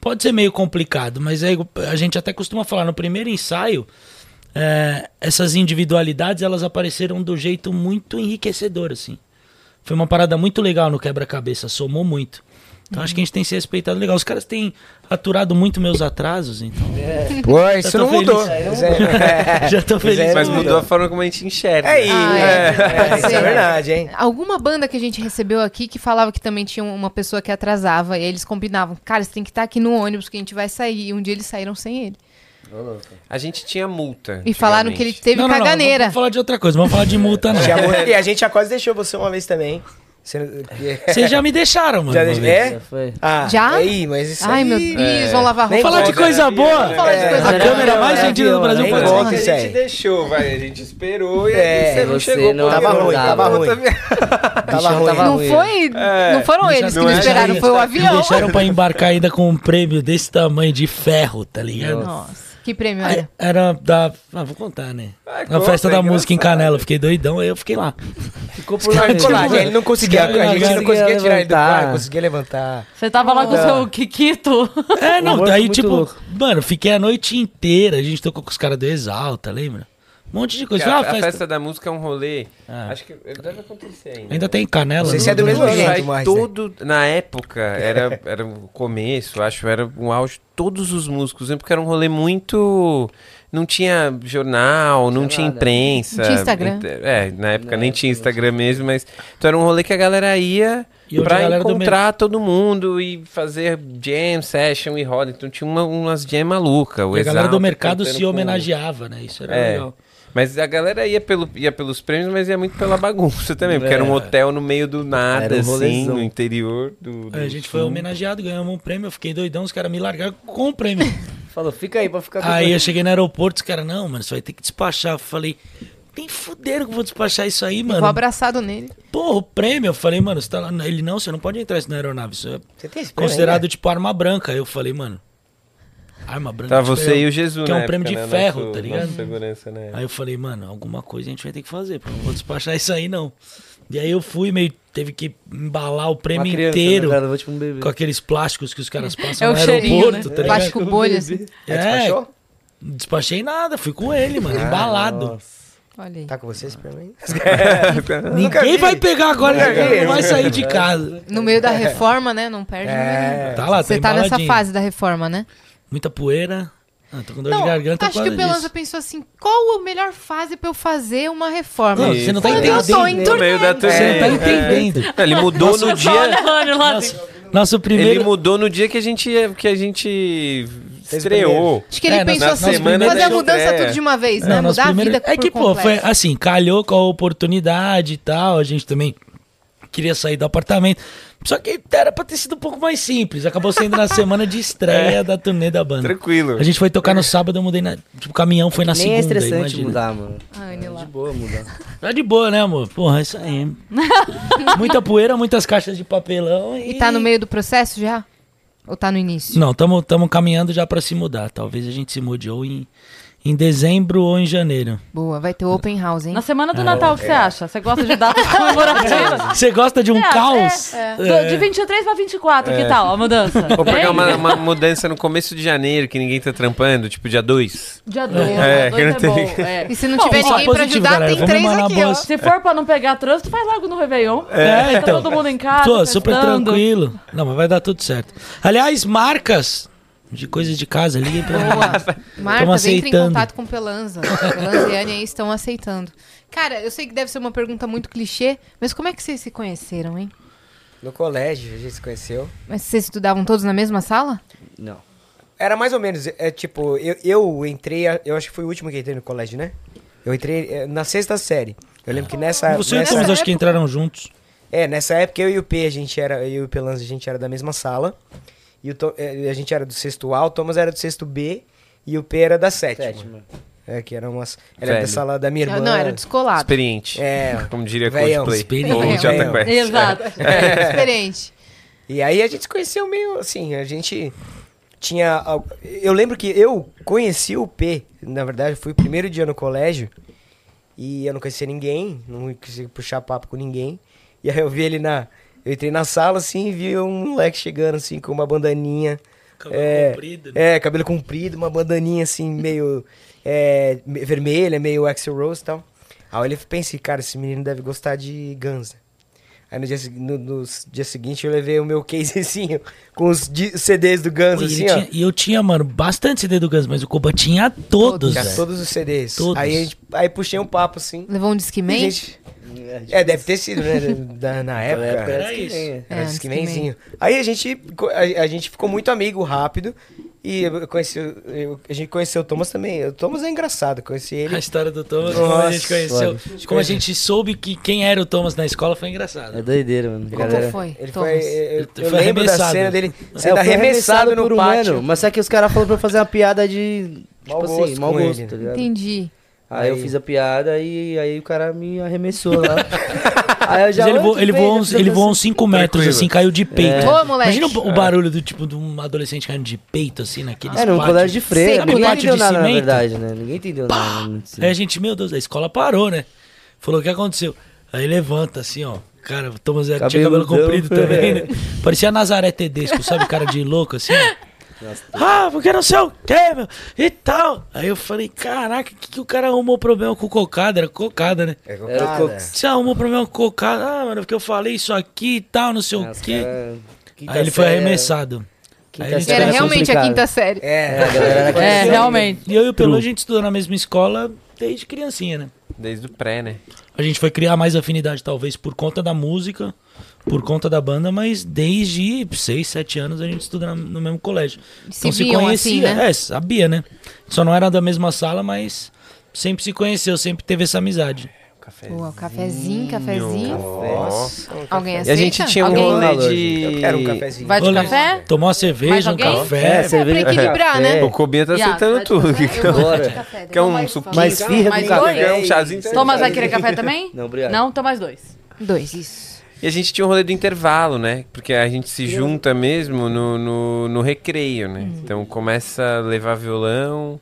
[SPEAKER 4] pode ser meio complicado, mas é, igu- a gente até costuma falar, no primeiro ensaio, é, essas individualidades elas apareceram do jeito muito enriquecedor, assim. Foi uma parada muito legal no quebra-cabeça, somou muito. Então acho que a gente tem se respeitado legal. Os caras têm aturado muito meus atrasos, então.
[SPEAKER 5] Pô, isso
[SPEAKER 4] tô
[SPEAKER 5] não
[SPEAKER 4] feliz. É,
[SPEAKER 5] mudou.
[SPEAKER 4] Já tô
[SPEAKER 5] Pois é,
[SPEAKER 4] feliz.
[SPEAKER 3] Mas
[SPEAKER 5] mudou.
[SPEAKER 3] mudou a forma como a gente enxerga. né?
[SPEAKER 5] É isso,
[SPEAKER 2] Ah, é.
[SPEAKER 5] é, é, isso é verdade, hein?
[SPEAKER 2] Alguma banda que a gente recebeu aqui que falava que também tinha uma pessoa que atrasava e eles combinavam, cara, você tem que estar aqui no ônibus que a gente vai sair. E um dia eles saíram sem ele.
[SPEAKER 3] A gente tinha multa.
[SPEAKER 2] E falaram que ele
[SPEAKER 3] antigamente.
[SPEAKER 2] teve caganeira.
[SPEAKER 4] vamos falar de outra coisa, vamos falar de multa, não.
[SPEAKER 5] Tinha muito- E a gente já quase deixou você uma vez também. hein? Você...
[SPEAKER 4] Vocês já me deixaram, mano.
[SPEAKER 5] Já
[SPEAKER 4] uma
[SPEAKER 5] deixou-
[SPEAKER 4] vez.
[SPEAKER 5] É?
[SPEAKER 6] Foi.
[SPEAKER 5] Ah,
[SPEAKER 2] Já?
[SPEAKER 5] Aí, mas isso
[SPEAKER 2] Ai,
[SPEAKER 5] aí...
[SPEAKER 2] meu Deus, vão lavar
[SPEAKER 5] Nem
[SPEAKER 2] roupa.
[SPEAKER 4] É. Falar de
[SPEAKER 5] volta, né?
[SPEAKER 4] coisa boa.
[SPEAKER 2] Falar de coisa
[SPEAKER 4] a
[SPEAKER 2] boa.
[SPEAKER 4] câmera mais
[SPEAKER 5] É,
[SPEAKER 4] vendida do
[SPEAKER 5] avião,
[SPEAKER 4] Brasil assim.
[SPEAKER 5] nem
[SPEAKER 4] pode
[SPEAKER 5] volta.
[SPEAKER 4] ser.
[SPEAKER 3] Volta,
[SPEAKER 5] isso
[SPEAKER 3] a
[SPEAKER 5] aí.
[SPEAKER 3] gente deixou, vai. A gente esperou e
[SPEAKER 5] É,
[SPEAKER 3] aí você não
[SPEAKER 6] você
[SPEAKER 3] chegou.
[SPEAKER 6] não
[SPEAKER 3] porque
[SPEAKER 5] Tava
[SPEAKER 3] não
[SPEAKER 5] ruim,
[SPEAKER 3] dava.
[SPEAKER 5] tava ruim. Tava
[SPEAKER 6] Bichão
[SPEAKER 5] ruim.
[SPEAKER 6] tava
[SPEAKER 2] Não
[SPEAKER 6] ruim.
[SPEAKER 2] foi, não foram eles que
[SPEAKER 4] Não
[SPEAKER 2] não
[SPEAKER 4] é,
[SPEAKER 2] esperaram,
[SPEAKER 4] gente.
[SPEAKER 2] foi o
[SPEAKER 4] Me
[SPEAKER 2] avião.
[SPEAKER 4] deixaram pra embarcar ainda com um prêmio desse tamanho de ferro, tá ligado?
[SPEAKER 2] Nossa, que prêmio
[SPEAKER 4] Aí
[SPEAKER 2] era?
[SPEAKER 4] Era da. Ah, vou contar, né?
[SPEAKER 3] Vai,
[SPEAKER 4] Na
[SPEAKER 3] conta,
[SPEAKER 4] festa
[SPEAKER 3] é
[SPEAKER 4] da música em
[SPEAKER 3] engraçado.
[SPEAKER 4] Canela, eu fiquei doidão, aí eu fiquei lá.
[SPEAKER 6] Ficou por lá. né?
[SPEAKER 5] Ficou lá, ele não conseguia,
[SPEAKER 4] Os caras
[SPEAKER 5] a gente não
[SPEAKER 6] conseguiam
[SPEAKER 5] conseguia tirar ele do
[SPEAKER 6] levantar.
[SPEAKER 5] quarto, conseguia levantar.
[SPEAKER 1] Você tava lá com o seu Kikito.
[SPEAKER 4] É, não,
[SPEAKER 6] humor
[SPEAKER 4] daí
[SPEAKER 6] muito
[SPEAKER 4] tipo,
[SPEAKER 6] louco.
[SPEAKER 4] mano, fiquei a noite inteira, a gente tocou com os caras do Exalta, lembra? Um monte de coisa.
[SPEAKER 3] Porque A,
[SPEAKER 4] Ah,
[SPEAKER 3] a festa...
[SPEAKER 4] festa.
[SPEAKER 3] da música é um rolê.
[SPEAKER 4] Ah.
[SPEAKER 3] Acho que deve acontecer ainda.
[SPEAKER 4] Ainda tem canela.
[SPEAKER 5] Não sei
[SPEAKER 4] no-
[SPEAKER 5] se é do
[SPEAKER 4] no-
[SPEAKER 5] mesmo
[SPEAKER 3] Pô,
[SPEAKER 5] jeito.
[SPEAKER 3] sai
[SPEAKER 5] mais, né?
[SPEAKER 3] todo, Na época, era, era o começo, acho, era um auge, todos os músicos, né? porque era um rolê muito... Não tinha jornal, não tinha
[SPEAKER 4] né?
[SPEAKER 6] nada.
[SPEAKER 3] imprensa.
[SPEAKER 2] Não tinha Instagram.
[SPEAKER 3] inte- É, na época nem tinha Instagram mesmo, mas... Então era um rolê que a galera ia
[SPEAKER 4] E onde a
[SPEAKER 3] pra
[SPEAKER 4] galera do
[SPEAKER 3] encontrar todo mundo e fazer jam, session e roda. Então tinha uma, umas jam maluca. O
[SPEAKER 4] E a galera
[SPEAKER 3] Exalta
[SPEAKER 4] do mercado
[SPEAKER 3] cantando
[SPEAKER 4] se
[SPEAKER 3] com-
[SPEAKER 4] homenageava, né? Isso era
[SPEAKER 3] É.
[SPEAKER 4] legal.
[SPEAKER 3] Mas a galera ia, pelo, ia pelos prêmios, mas ia muito pela bagunça também, porque era um
[SPEAKER 4] É.
[SPEAKER 3] hotel no meio do nada,
[SPEAKER 6] Era um
[SPEAKER 3] assim,
[SPEAKER 6] rolezão.
[SPEAKER 3] no interior do. do
[SPEAKER 4] Aí É, a gente foi
[SPEAKER 3] sul.
[SPEAKER 4] homenageado, ganhamos um prêmio, eu fiquei doidão, os caras me largaram com o prêmio.
[SPEAKER 6] Falou, fica aí pra ficar com
[SPEAKER 4] aí é
[SPEAKER 6] você.
[SPEAKER 4] eu cheguei no aeroporto, os caras, não, mano, você vai ter que despachar. Eu falei, tem fudeiro que eu vou despachar isso aí,
[SPEAKER 2] Ficou
[SPEAKER 4] mano.
[SPEAKER 2] abraçado nele.
[SPEAKER 4] Porra, o prêmio. Eu falei, mano, você tá lá. Ele, não, você não pode entrar isso na aeronave. Isso é
[SPEAKER 5] Você tem esse prêmio
[SPEAKER 4] considerado,
[SPEAKER 6] né?
[SPEAKER 5] ainda?
[SPEAKER 4] tipo, arma branca. Aí eu falei, mano, arma branca.
[SPEAKER 3] Tá
[SPEAKER 4] tipo,
[SPEAKER 3] você
[SPEAKER 4] eu-
[SPEAKER 3] e o Jesus,
[SPEAKER 4] Que é um
[SPEAKER 3] na época,
[SPEAKER 4] prêmio de
[SPEAKER 3] né?
[SPEAKER 4] ferro,
[SPEAKER 3] Nosso-
[SPEAKER 4] tá ligado?
[SPEAKER 3] nosso segurança, né?
[SPEAKER 4] Aí eu falei, mano, alguma coisa a gente vai ter que fazer, porque eu não vou despachar isso aí, não. E aí eu fui, meio. Teve que embalar o
[SPEAKER 6] Uma
[SPEAKER 4] prêmio
[SPEAKER 6] criança,
[SPEAKER 4] inteiro.
[SPEAKER 6] né, cara? Eu vou, tipo, um bebê.
[SPEAKER 4] Com aqueles plásticos que os caras passam
[SPEAKER 1] É o
[SPEAKER 4] no
[SPEAKER 1] cheirinho,
[SPEAKER 4] aeroporto,
[SPEAKER 1] né?
[SPEAKER 4] tá ligado?
[SPEAKER 2] Plástico bolha, assim.
[SPEAKER 5] Aí
[SPEAKER 4] É,
[SPEAKER 5] despachou?
[SPEAKER 4] não despachei nada, fui com ele, mano, embalado.
[SPEAKER 2] Olha aí.
[SPEAKER 5] Tá com você esse prêmio aí? Nunca
[SPEAKER 4] Ninguém
[SPEAKER 5] vi.
[SPEAKER 4] vai pegar agora,
[SPEAKER 5] Nunca vi.
[SPEAKER 4] não vai sair de casa.
[SPEAKER 2] No meio
[SPEAKER 4] É.
[SPEAKER 2] da reforma, né? Não perde ninguém.
[SPEAKER 5] É.
[SPEAKER 4] Tá lá,
[SPEAKER 2] Você tá
[SPEAKER 4] tá
[SPEAKER 2] nessa
[SPEAKER 4] embaladinho.
[SPEAKER 2] fase da reforma, né?
[SPEAKER 4] Muita poeira. Ah, tô com dor
[SPEAKER 2] Não,
[SPEAKER 4] de garganta
[SPEAKER 2] acho
[SPEAKER 4] por
[SPEAKER 2] que o
[SPEAKER 4] causa
[SPEAKER 2] Pelanza
[SPEAKER 4] disso.
[SPEAKER 2] pensou assim, qual a melhor fase pra eu fazer uma reforma?
[SPEAKER 4] Não, você não tá
[SPEAKER 2] Quando
[SPEAKER 4] entendendo.
[SPEAKER 2] eu tô em
[SPEAKER 3] No meio da
[SPEAKER 4] Você não tá
[SPEAKER 3] turnê.
[SPEAKER 4] entendendo.
[SPEAKER 3] É. Ele mudou no dia.
[SPEAKER 1] Olha lá. assim.
[SPEAKER 4] Nosso
[SPEAKER 3] Ele
[SPEAKER 4] primeiro.
[SPEAKER 3] mudou no dia que a gente, que a gente estreou.
[SPEAKER 2] Acho que ele
[SPEAKER 4] É, na-
[SPEAKER 2] pensou
[SPEAKER 3] na
[SPEAKER 2] assim,
[SPEAKER 3] semana
[SPEAKER 2] fazer a
[SPEAKER 3] deixou-
[SPEAKER 2] mudança
[SPEAKER 3] é.
[SPEAKER 2] tudo de uma vez,
[SPEAKER 4] Não,
[SPEAKER 2] né?
[SPEAKER 4] nosso
[SPEAKER 2] Mudar
[SPEAKER 4] primeiro-
[SPEAKER 2] a vida
[SPEAKER 4] É que,
[SPEAKER 2] por
[SPEAKER 4] pô,
[SPEAKER 2] completo.
[SPEAKER 4] foi assim, calhou com a oportunidade e tal. A gente também queria sair do apartamento. Só que era pra ter sido um pouco mais simples. Acabou sendo na semana de estreia da turnê da banda.
[SPEAKER 3] Tranquilo.
[SPEAKER 4] A gente foi tocar no sábado, eu mudei na. Tipo, o caminhão foi na
[SPEAKER 6] Nem
[SPEAKER 4] segunda.
[SPEAKER 6] é estressante
[SPEAKER 4] imagina.
[SPEAKER 6] mudar, mano.
[SPEAKER 2] Ai, Nila.
[SPEAKER 6] É, De boa mudar.
[SPEAKER 4] Tá de boa, né, amor? Porra, isso aí. Muita poeira, muitas caixas de papelão e.
[SPEAKER 2] E tá no meio do processo já? Ou tá no início?
[SPEAKER 4] Não, estamos tamo caminhando já pra se mudar. Talvez a gente se mude ou em, em dezembro ou em janeiro.
[SPEAKER 2] Boa, vai ter open house, hein?
[SPEAKER 1] Na semana do Natal, o que você
[SPEAKER 3] É.
[SPEAKER 1] acha? Você gosta de datas comemorativas?
[SPEAKER 4] Você gosta de um
[SPEAKER 1] É,
[SPEAKER 4] caos?
[SPEAKER 1] Do- De 23 pra 24, que tal a mudança?
[SPEAKER 3] Vou
[SPEAKER 1] Vem?
[SPEAKER 3] pegar uma, uma mudança no começo de janeiro que ninguém tá trampando, tipo dia 2.
[SPEAKER 1] Dia 2.
[SPEAKER 3] É,
[SPEAKER 1] dois
[SPEAKER 3] que
[SPEAKER 1] é
[SPEAKER 3] não tem
[SPEAKER 1] bom,
[SPEAKER 3] ninguém.
[SPEAKER 1] é.
[SPEAKER 2] E se não
[SPEAKER 1] Bom,
[SPEAKER 2] tiver
[SPEAKER 4] só
[SPEAKER 2] ninguém pra
[SPEAKER 4] positivo,
[SPEAKER 2] ajudar,
[SPEAKER 4] galera.
[SPEAKER 2] tem
[SPEAKER 4] Vamos
[SPEAKER 2] três
[SPEAKER 4] mandar
[SPEAKER 2] aqui,
[SPEAKER 4] boa
[SPEAKER 2] ó.
[SPEAKER 4] sorte.
[SPEAKER 1] Se for pra não pegar trânsito, faz logo no Réveillon.
[SPEAKER 4] É,
[SPEAKER 1] Fica
[SPEAKER 4] então.
[SPEAKER 1] todo mundo em casa.
[SPEAKER 4] Tô super
[SPEAKER 1] festando.
[SPEAKER 4] tranquilo. Não, mas vai dar tudo certo. Aliás, marcas de coisas de casa, liguem pra mim.
[SPEAKER 2] Boa. Marcas, entre em
[SPEAKER 4] aceitando.
[SPEAKER 2] contato com Pelanza. Pelanza e Anne aí estão aceitando. Cara, eu sei que deve ser uma pergunta muito clichê, mas como é que vocês se conheceram, hein?
[SPEAKER 5] No colégio, a gente se conheceu.
[SPEAKER 2] Mas vocês estudavam todos na mesma sala?
[SPEAKER 6] Não.
[SPEAKER 5] Era mais ou menos, é tipo, eu, eu entrei, a- eu acho que fui o último que entrei no colégio, né? Eu entrei é, na sexta série. Eu lembro que nessa,
[SPEAKER 4] Você e o
[SPEAKER 5] É, nessa
[SPEAKER 4] Thomas acho que entraram juntos.
[SPEAKER 5] É, nessa época eu e o P, a gente era, eu e o Pelanza, a gente era da mesma sala. E o To- eh, a gente era do sexto A, o Thomas era do sexto B e o P era da sétima.
[SPEAKER 6] Sétima.
[SPEAKER 5] É, que era umas. Era da
[SPEAKER 3] Velho.
[SPEAKER 5] sala da minha irmã.
[SPEAKER 2] Eu- Ah, não, era descolado.
[SPEAKER 3] Experiente.
[SPEAKER 5] É.
[SPEAKER 3] Como diria
[SPEAKER 5] Velhão.
[SPEAKER 3] Coldplay.
[SPEAKER 4] Experiente.
[SPEAKER 3] Ou Jota
[SPEAKER 5] Velhão.
[SPEAKER 3] Quest.
[SPEAKER 1] Exato.
[SPEAKER 3] É,
[SPEAKER 2] Diferente.
[SPEAKER 5] E aí a gente se conheceu meio assim, a gente tinha. al- Eu lembro que eu conheci o P, na verdade, eu fui o primeiro dia no colégio e eu não conhecia ninguém, não conseguia puxar papo com ninguém. E aí eu vi ele na. Eu entrei na sala assim e vi um moleque chegando assim com uma bandaninha.
[SPEAKER 4] Cabelo
[SPEAKER 5] é,
[SPEAKER 4] comprido, né?
[SPEAKER 5] É, cabelo comprido, uma bandaninha assim meio é, me- vermelha, meio Axl Rose e tal. Aí eu olhei e pensei, cara, esse menino deve gostar de Guns. né? Aí no dia, se- no, no s- dia seguinte eu levei o meu casezinho com os di- CDs do Guns,
[SPEAKER 4] Pô, e, ele
[SPEAKER 5] assim,
[SPEAKER 4] tinha-
[SPEAKER 5] ó.
[SPEAKER 4] e eu tinha, mano, bastante CD do Guns, mas o Cuba tinha todos,
[SPEAKER 5] Tinha
[SPEAKER 4] velho.
[SPEAKER 5] todos os CDs.
[SPEAKER 4] Todos.
[SPEAKER 5] Aí, a gente- aí puxei um papo, assim.
[SPEAKER 2] Levou um disquiman?
[SPEAKER 5] E, gente, é, deve ter sido, né? da- na época.
[SPEAKER 6] época
[SPEAKER 4] Era isso.
[SPEAKER 6] né?
[SPEAKER 5] Era um
[SPEAKER 2] É, um
[SPEAKER 5] Discmanzinho. Aí a gente, co- a, a gente ficou muito amigo rápido. E eu conheci, o- eu- a gente conheceu o Thomas também. O Thomas é engraçado, conheci
[SPEAKER 4] A
[SPEAKER 5] ele.
[SPEAKER 4] história do Thomas, como a gente
[SPEAKER 5] Nossa,
[SPEAKER 4] conheceu.
[SPEAKER 5] olha.
[SPEAKER 4] Como a gente soube que quem era o Thomas na escola foi engraçado. né?
[SPEAKER 6] É doideira, mano.
[SPEAKER 2] Como
[SPEAKER 6] Galera-
[SPEAKER 2] foi,
[SPEAKER 5] é. Ele
[SPEAKER 2] Thomas?
[SPEAKER 5] foi, eu,
[SPEAKER 4] Ele
[SPEAKER 5] eu
[SPEAKER 4] foi
[SPEAKER 5] lembro da
[SPEAKER 4] arremessado.
[SPEAKER 5] cena dele
[SPEAKER 6] É, eu
[SPEAKER 5] sendo
[SPEAKER 6] fui
[SPEAKER 5] tá arremessado no
[SPEAKER 6] um
[SPEAKER 5] pátio.
[SPEAKER 6] mas só que os caras falaram pra eu fazer uma piada de.
[SPEAKER 5] Mau
[SPEAKER 6] Tipo assim,
[SPEAKER 5] gosto
[SPEAKER 6] mau
[SPEAKER 5] com
[SPEAKER 6] gosto,
[SPEAKER 5] ele.
[SPEAKER 6] tá ligado?
[SPEAKER 2] Entendi.
[SPEAKER 6] Aí eu
[SPEAKER 5] Aí-
[SPEAKER 6] fiz a piada e aí o cara me arremessou lá. aí eu
[SPEAKER 4] Mas ele,
[SPEAKER 6] "Oi,
[SPEAKER 4] voou,
[SPEAKER 6] tudo
[SPEAKER 4] ele,
[SPEAKER 6] bem?"
[SPEAKER 4] voou uns, ele voou uns 5 metros,
[SPEAKER 3] Tranquilo.
[SPEAKER 4] assim, caiu de
[SPEAKER 6] É.
[SPEAKER 4] peito.
[SPEAKER 2] Ô, moleque.
[SPEAKER 4] Imagina o, o barulho do tipo de um adolescente caindo de peito, assim, naquele
[SPEAKER 6] Era um colégio de freio,
[SPEAKER 2] Sem
[SPEAKER 6] ninguém
[SPEAKER 4] colete
[SPEAKER 6] entendeu
[SPEAKER 4] de
[SPEAKER 6] nada, na
[SPEAKER 4] cimento. é
[SPEAKER 6] verdade, né? Ninguém entendeu nada. né?
[SPEAKER 4] Aí a gente, meu Deus, a escola parou, né? Falou, o que aconteceu? Aí levanta, assim, ó. Cara, o Thomas Zé tinha cabelo
[SPEAKER 6] Cabeludão,
[SPEAKER 4] comprido
[SPEAKER 6] é.
[SPEAKER 4] também, né? Parecia Nazaré Tedesco, sabe? Cara de louco, assim. ó. Ah, porque não sei o que, meu, e tal. Aí eu falei, caraca, o que, que o cara arrumou problema com cocada? Era cocada, né?
[SPEAKER 5] É
[SPEAKER 6] Era o
[SPEAKER 5] complicado.
[SPEAKER 6] Cox.
[SPEAKER 4] Você arrumou problema com cocada? Ah, mano, porque eu falei isso aqui e tal, não sei o
[SPEAKER 6] Os
[SPEAKER 4] quê.
[SPEAKER 6] cara- quinta
[SPEAKER 4] Aí ele foi
[SPEAKER 6] série,
[SPEAKER 4] arremessado.
[SPEAKER 6] quinta
[SPEAKER 4] Aí ele-
[SPEAKER 6] série
[SPEAKER 2] Era é realmente a
[SPEAKER 6] complicado.
[SPEAKER 2] quinta série.
[SPEAKER 5] É, a
[SPEAKER 6] galera era
[SPEAKER 1] É, realmente.
[SPEAKER 4] E eu e o Pelô, a gente estudou na mesma escola desde criancinha, né?
[SPEAKER 3] Desde o pré, né?
[SPEAKER 4] A gente foi criar mais afinidade, talvez, por conta da música, por conta da banda, mas desde 6, 7 anos a gente estuda na- no mesmo colégio. Então
[SPEAKER 2] Se viam assim, né?
[SPEAKER 4] É, sabia, né? Só não era da mesma sala, mas sempre se conheceu, sempre teve essa amizade.
[SPEAKER 3] O café.
[SPEAKER 2] Pô, cafezinho, cafezinho.
[SPEAKER 3] Nossa.
[SPEAKER 2] Alguém
[SPEAKER 3] Hum, E
[SPEAKER 2] aceita?
[SPEAKER 3] a gente tinha um
[SPEAKER 2] Alguém?
[SPEAKER 6] Alguém?
[SPEAKER 3] rolê de.
[SPEAKER 5] Eu quero um cafezinho.
[SPEAKER 1] Vai de
[SPEAKER 4] Ô, Luiz.
[SPEAKER 1] café?
[SPEAKER 4] Tomar uma
[SPEAKER 1] Mais
[SPEAKER 4] cerveja, um
[SPEAKER 1] alguém?
[SPEAKER 6] É,
[SPEAKER 4] café.
[SPEAKER 6] cerveja
[SPEAKER 2] pra equilibrar,
[SPEAKER 6] com
[SPEAKER 2] né?
[SPEAKER 6] café.
[SPEAKER 3] O Cobinha tá
[SPEAKER 1] Yeah,
[SPEAKER 3] aceitando tudo. então.
[SPEAKER 2] Eu vou de café,
[SPEAKER 3] Quer
[SPEAKER 2] depois
[SPEAKER 3] um
[SPEAKER 2] eu
[SPEAKER 3] suquinho?
[SPEAKER 6] Mais firra
[SPEAKER 1] Mais
[SPEAKER 6] com café.
[SPEAKER 3] Quer um chazinho?
[SPEAKER 1] Thomas vai querer café também?
[SPEAKER 6] Não, obrigado.
[SPEAKER 1] Não, então mais dois.
[SPEAKER 2] falo. Dois, isso.
[SPEAKER 3] E a gente tinha um rolê do intervalo, né? Porque a gente se junta mesmo no, no, no recreio, né? Então começa a levar violão.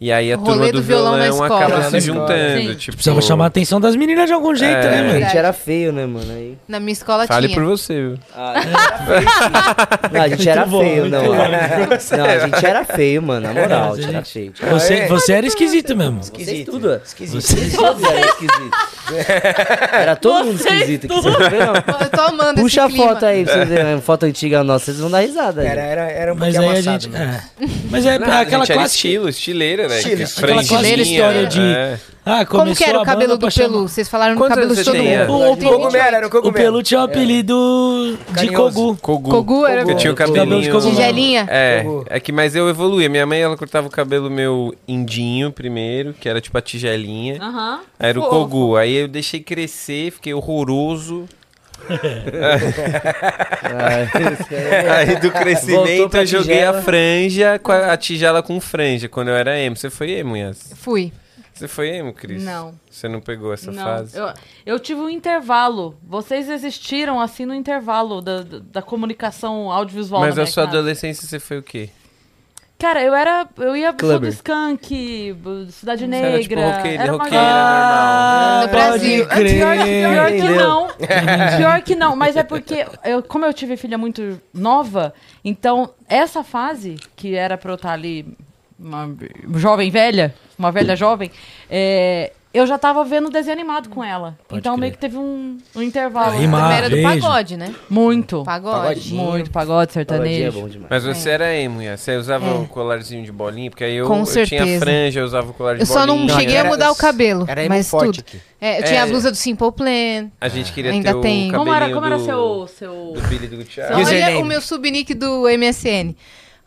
[SPEAKER 3] E aí a
[SPEAKER 2] O
[SPEAKER 3] turma
[SPEAKER 2] rolê
[SPEAKER 3] do,
[SPEAKER 2] do violão na
[SPEAKER 3] violão,
[SPEAKER 2] escola.
[SPEAKER 3] acaba
[SPEAKER 5] Violão
[SPEAKER 3] se
[SPEAKER 5] na escola.
[SPEAKER 3] juntando.
[SPEAKER 1] Sim.
[SPEAKER 3] Tipo,
[SPEAKER 4] Precisava chamar a atenção das meninas de algum jeito,
[SPEAKER 3] É.
[SPEAKER 4] né,
[SPEAKER 6] A
[SPEAKER 4] mano?
[SPEAKER 6] gente era feio, né, mano? Aí...
[SPEAKER 2] Na minha escola
[SPEAKER 3] Fale
[SPEAKER 2] tinha.
[SPEAKER 3] por você, viu?
[SPEAKER 6] Não, a gente era
[SPEAKER 4] Muito bom,
[SPEAKER 6] feio,
[SPEAKER 4] muito
[SPEAKER 6] não.
[SPEAKER 4] bom.
[SPEAKER 6] Não, a gente era feio, mano. Na moral, a gente era
[SPEAKER 4] gente-
[SPEAKER 6] feio.
[SPEAKER 5] é,
[SPEAKER 3] é.
[SPEAKER 4] Você, você era esquisito mesmo.
[SPEAKER 6] Vocês tudo.
[SPEAKER 5] Esquisito.
[SPEAKER 4] Vocês-
[SPEAKER 6] Todos eram esquisitos. Era todo mundo esquisito. aqui, sabe?
[SPEAKER 2] Eu tô amando
[SPEAKER 6] Puxa a
[SPEAKER 2] esse clima.
[SPEAKER 6] foto aí pra vocês verem. uma Foto antiga nossa, vocês vão dar risada.
[SPEAKER 5] Era,
[SPEAKER 6] Aí.
[SPEAKER 5] era, era um
[SPEAKER 4] Mas aí
[SPEAKER 5] pouquinho
[SPEAKER 4] a
[SPEAKER 5] amassado,
[SPEAKER 4] gente.
[SPEAKER 5] né?
[SPEAKER 4] é. Mas é
[SPEAKER 3] Não,
[SPEAKER 4] aquela
[SPEAKER 3] gente, era
[SPEAKER 4] classe.
[SPEAKER 3] estilo, estileira, né?
[SPEAKER 5] Estilo,
[SPEAKER 3] Que-
[SPEAKER 5] estilo.
[SPEAKER 4] Aquela clássica
[SPEAKER 3] franjinha,
[SPEAKER 4] história de.
[SPEAKER 3] é.
[SPEAKER 4] Ah,
[SPEAKER 2] Como que
[SPEAKER 4] começou
[SPEAKER 2] era
[SPEAKER 4] a
[SPEAKER 2] o cabelo
[SPEAKER 4] banda
[SPEAKER 2] do
[SPEAKER 4] pra
[SPEAKER 2] Pelu?
[SPEAKER 4] chamar-
[SPEAKER 2] Vocês falaram no
[SPEAKER 3] Quantos
[SPEAKER 2] cabelo
[SPEAKER 3] anos
[SPEAKER 2] de
[SPEAKER 3] você
[SPEAKER 2] todo
[SPEAKER 3] tem,
[SPEAKER 2] mundo.
[SPEAKER 3] Ana?
[SPEAKER 4] O, o,
[SPEAKER 5] Cogumelo, era um o
[SPEAKER 4] o
[SPEAKER 5] cogumelo.
[SPEAKER 4] Pelu
[SPEAKER 3] É.
[SPEAKER 4] tinha o apelido de
[SPEAKER 5] Carinhoso.
[SPEAKER 4] Kogu.
[SPEAKER 3] Cogu.
[SPEAKER 2] Cogu era
[SPEAKER 3] Porque
[SPEAKER 2] o-
[SPEAKER 3] tinha o
[SPEAKER 4] Cogu. Cabelo de
[SPEAKER 3] cabelinho.
[SPEAKER 4] cogu.
[SPEAKER 2] Tigelinha?
[SPEAKER 3] É,
[SPEAKER 5] Cogu.
[SPEAKER 3] é que mas eu evoluí. A Minha mãe ela cortava o cabelo meu indinho primeiro, que era tipo a tigelinha.
[SPEAKER 1] Aham.
[SPEAKER 3] Aí Era o
[SPEAKER 1] Ah, Fofo.
[SPEAKER 3] Kogu. Aí eu deixei crescer, fiquei horroroso.
[SPEAKER 6] Ah, é
[SPEAKER 3] Aí do
[SPEAKER 6] Voltou
[SPEAKER 3] crescimento
[SPEAKER 6] pra
[SPEAKER 3] eu joguei
[SPEAKER 6] tigela.
[SPEAKER 3] a franja, com a, a tigela com franja, quando eu era emo. Você foi emo, Yas?
[SPEAKER 2] Fui.
[SPEAKER 3] Você foi emo, Cris?
[SPEAKER 2] Não.
[SPEAKER 3] Você não pegou essa
[SPEAKER 1] Não,
[SPEAKER 3] fase?
[SPEAKER 1] eu, eu tive um intervalo. Vocês existiram assim no intervalo da, da, da comunicação audiovisual.
[SPEAKER 3] Mas
[SPEAKER 1] na
[SPEAKER 3] na
[SPEAKER 1] minha
[SPEAKER 3] sua
[SPEAKER 1] casa.
[SPEAKER 3] adolescência você foi o quê?
[SPEAKER 1] Cara, eu era. Eu ia pro show do
[SPEAKER 6] Clubber.
[SPEAKER 1] Skunk, b- Cidade
[SPEAKER 3] Você era tipo
[SPEAKER 1] Negra.
[SPEAKER 3] roqueira,
[SPEAKER 1] era uma-
[SPEAKER 3] roqueira normal.
[SPEAKER 2] No Brasil.
[SPEAKER 1] É pior, pior que
[SPEAKER 6] Entendeu?
[SPEAKER 1] não. Pior que não, mas é porque, eu, como eu tive filha muito nova, então essa fase, que era pra eu estar ali, uma jovem velha, uma velha jovem, é, eu já tava vendo desenho animado com ela.
[SPEAKER 4] Pode
[SPEAKER 1] então
[SPEAKER 4] crer.
[SPEAKER 1] meio que teve um, um intervalo.
[SPEAKER 4] Aí,
[SPEAKER 2] Também
[SPEAKER 4] Ah,
[SPEAKER 2] era do
[SPEAKER 4] beijo.
[SPEAKER 2] pagode, né?
[SPEAKER 1] Muito.
[SPEAKER 2] Pagode.
[SPEAKER 1] Muito, pagode,
[SPEAKER 6] Pagodinho é
[SPEAKER 1] sertanejo.
[SPEAKER 6] bom demais.
[SPEAKER 3] Mas você era emo, Yas? Você usava
[SPEAKER 2] É.
[SPEAKER 3] o colarzinho de bolinha? Porque aí eu,
[SPEAKER 2] Com
[SPEAKER 3] eu
[SPEAKER 2] certeza.
[SPEAKER 3] tinha franja, eu usava o colar de
[SPEAKER 2] Eu só
[SPEAKER 3] bolinha.
[SPEAKER 2] não cheguei a
[SPEAKER 5] Era-
[SPEAKER 2] mudar o cabelo.
[SPEAKER 5] era emo
[SPEAKER 2] Mas
[SPEAKER 5] forte
[SPEAKER 2] tudo.
[SPEAKER 5] aqui.
[SPEAKER 2] É, eu tinha a
[SPEAKER 3] É.
[SPEAKER 2] blusa do Simple Plan.
[SPEAKER 3] A gente queria
[SPEAKER 2] Ainda
[SPEAKER 3] ter o
[SPEAKER 2] tem.
[SPEAKER 3] cabelinho
[SPEAKER 1] Como era, como era
[SPEAKER 3] do-
[SPEAKER 1] seu. seu...
[SPEAKER 3] Do Billy do Thiago.
[SPEAKER 5] User-
[SPEAKER 2] Olha
[SPEAKER 5] Username.
[SPEAKER 2] o meu subnick do MSN.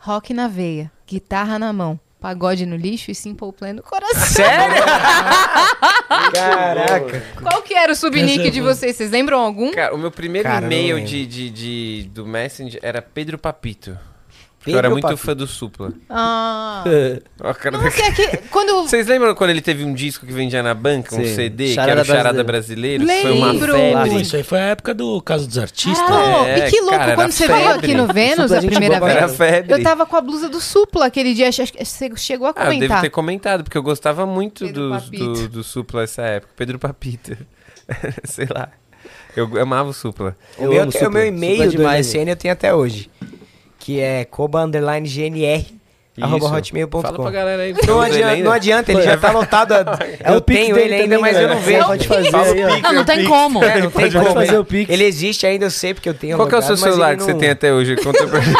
[SPEAKER 2] Rock na veia, guitarra na mão, pagode no lixo e Simple Plan no coração.
[SPEAKER 5] Sério? Caraca.
[SPEAKER 2] Qual que era o subnick
[SPEAKER 4] Essa é
[SPEAKER 2] de
[SPEAKER 4] boa.
[SPEAKER 2] vocês? Vocês lembram algum?
[SPEAKER 3] Cara, o meu primeiro
[SPEAKER 5] Cara, eu não
[SPEAKER 3] e-mail
[SPEAKER 5] lembro.
[SPEAKER 3] de, de, de- do Messenger era Pedro Papito. Porque
[SPEAKER 5] Pedro
[SPEAKER 3] eu era muito
[SPEAKER 5] Papito.
[SPEAKER 3] fã do Supla.
[SPEAKER 2] Ah.
[SPEAKER 3] Ó, a cara
[SPEAKER 2] Nossa,
[SPEAKER 3] da-
[SPEAKER 2] é que quando...
[SPEAKER 3] Vocês lembram quando ele teve um disco que vendia na banca, um
[SPEAKER 6] Sim.
[SPEAKER 3] CD, que
[SPEAKER 6] Charada
[SPEAKER 3] era o Charada
[SPEAKER 2] brasileiro.
[SPEAKER 3] Brasileiro? que Foi uma
[SPEAKER 2] Lembro.
[SPEAKER 4] Pô,
[SPEAKER 3] febre.
[SPEAKER 4] isso aí foi a época do caso dos artistas.
[SPEAKER 2] Pô,
[SPEAKER 3] É,
[SPEAKER 2] e que louco,
[SPEAKER 3] cara,
[SPEAKER 2] quando
[SPEAKER 3] era
[SPEAKER 2] você veio
[SPEAKER 3] febre.
[SPEAKER 2] aqui no Vênus
[SPEAKER 6] Supla,
[SPEAKER 2] a
[SPEAKER 6] gente
[SPEAKER 2] primeira
[SPEAKER 6] boa
[SPEAKER 2] vez,
[SPEAKER 6] pra
[SPEAKER 3] Era febre.
[SPEAKER 2] eu tava com a blusa do Supla aquele dia, acho acho que você chegou a
[SPEAKER 3] Ah, eu devo
[SPEAKER 2] comentar.
[SPEAKER 3] ter comentado, porque eu gostava muito
[SPEAKER 2] Pedro
[SPEAKER 3] do,
[SPEAKER 2] Papito.
[SPEAKER 3] do, do Supla nessa época. Pedro Papito. Sei lá. Eu amava o Supla.
[SPEAKER 5] O meu,
[SPEAKER 6] amo
[SPEAKER 5] o
[SPEAKER 6] Supla.
[SPEAKER 5] meu
[SPEAKER 6] Supla é
[SPEAKER 5] e-mail do
[SPEAKER 6] demais,
[SPEAKER 5] MSN eu tenho até hoje. Que é coba__gnr arroba
[SPEAKER 3] Isso.
[SPEAKER 5] hotmail.com.
[SPEAKER 3] Fala pra galera aí.
[SPEAKER 5] Não
[SPEAKER 3] usa ele
[SPEAKER 5] adianta,
[SPEAKER 3] ainda.
[SPEAKER 5] não adianta, ele já tá lotado. a-
[SPEAKER 6] É
[SPEAKER 5] eu
[SPEAKER 6] o Pix
[SPEAKER 5] tenho
[SPEAKER 6] dele
[SPEAKER 5] ele ainda,
[SPEAKER 6] também,
[SPEAKER 5] mas eu
[SPEAKER 6] galera.
[SPEAKER 5] não vejo.
[SPEAKER 6] Pode fazer aí, ó.
[SPEAKER 2] Ah, Não, não tem como.
[SPEAKER 5] É, não tem
[SPEAKER 6] Pode
[SPEAKER 5] como.
[SPEAKER 6] fazer
[SPEAKER 5] né?
[SPEAKER 6] o Pix.
[SPEAKER 5] Ele existe ainda, eu sei porque eu tenho.
[SPEAKER 3] Qual que é o seu
[SPEAKER 5] alugado, mas
[SPEAKER 3] celular
[SPEAKER 5] ele
[SPEAKER 3] que você
[SPEAKER 5] não-
[SPEAKER 3] tem até hoje? Conta pra gente.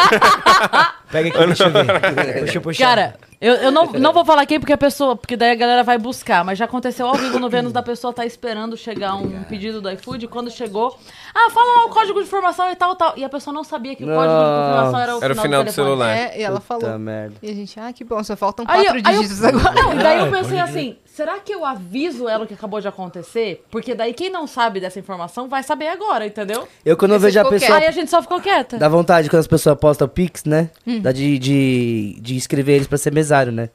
[SPEAKER 5] Pega aqui, deixa eu ver. Deixa eu puxar.
[SPEAKER 1] Cara, eu, eu não, não vou falar quem, porque a pessoa. Porque daí a galera vai buscar. Mas já aconteceu ao vivo no Vênus da pessoa tá esperando chegar um pedido do iFood. Quando chegou. Ah, fala lá o código de formação e tal, tal. E a pessoa não sabia que o código de formação era o
[SPEAKER 3] Era o final do
[SPEAKER 1] telefone.
[SPEAKER 3] celular.
[SPEAKER 2] É, e ela
[SPEAKER 6] Puta
[SPEAKER 2] falou.
[SPEAKER 6] merda.
[SPEAKER 2] E a gente, ah, que bom, só faltam
[SPEAKER 1] Aí eu-
[SPEAKER 2] quatro
[SPEAKER 1] aí eu-
[SPEAKER 2] dígitos agora.
[SPEAKER 1] Não, daí eu pensei assim, será que eu aviso ela o que acabou de acontecer? Porque daí quem não sabe dessa informação vai saber agora, entendeu?
[SPEAKER 6] Eu quando eu
[SPEAKER 2] Esse
[SPEAKER 6] vejo a
[SPEAKER 2] ficou
[SPEAKER 6] pessoa
[SPEAKER 2] quieto.
[SPEAKER 1] Aí a gente só ficou quieta.
[SPEAKER 6] É. Dá vontade quando as pessoas postam Pix, né?
[SPEAKER 2] Hum.
[SPEAKER 6] Dá de, de, de inscrever eles pra ser mesário, né?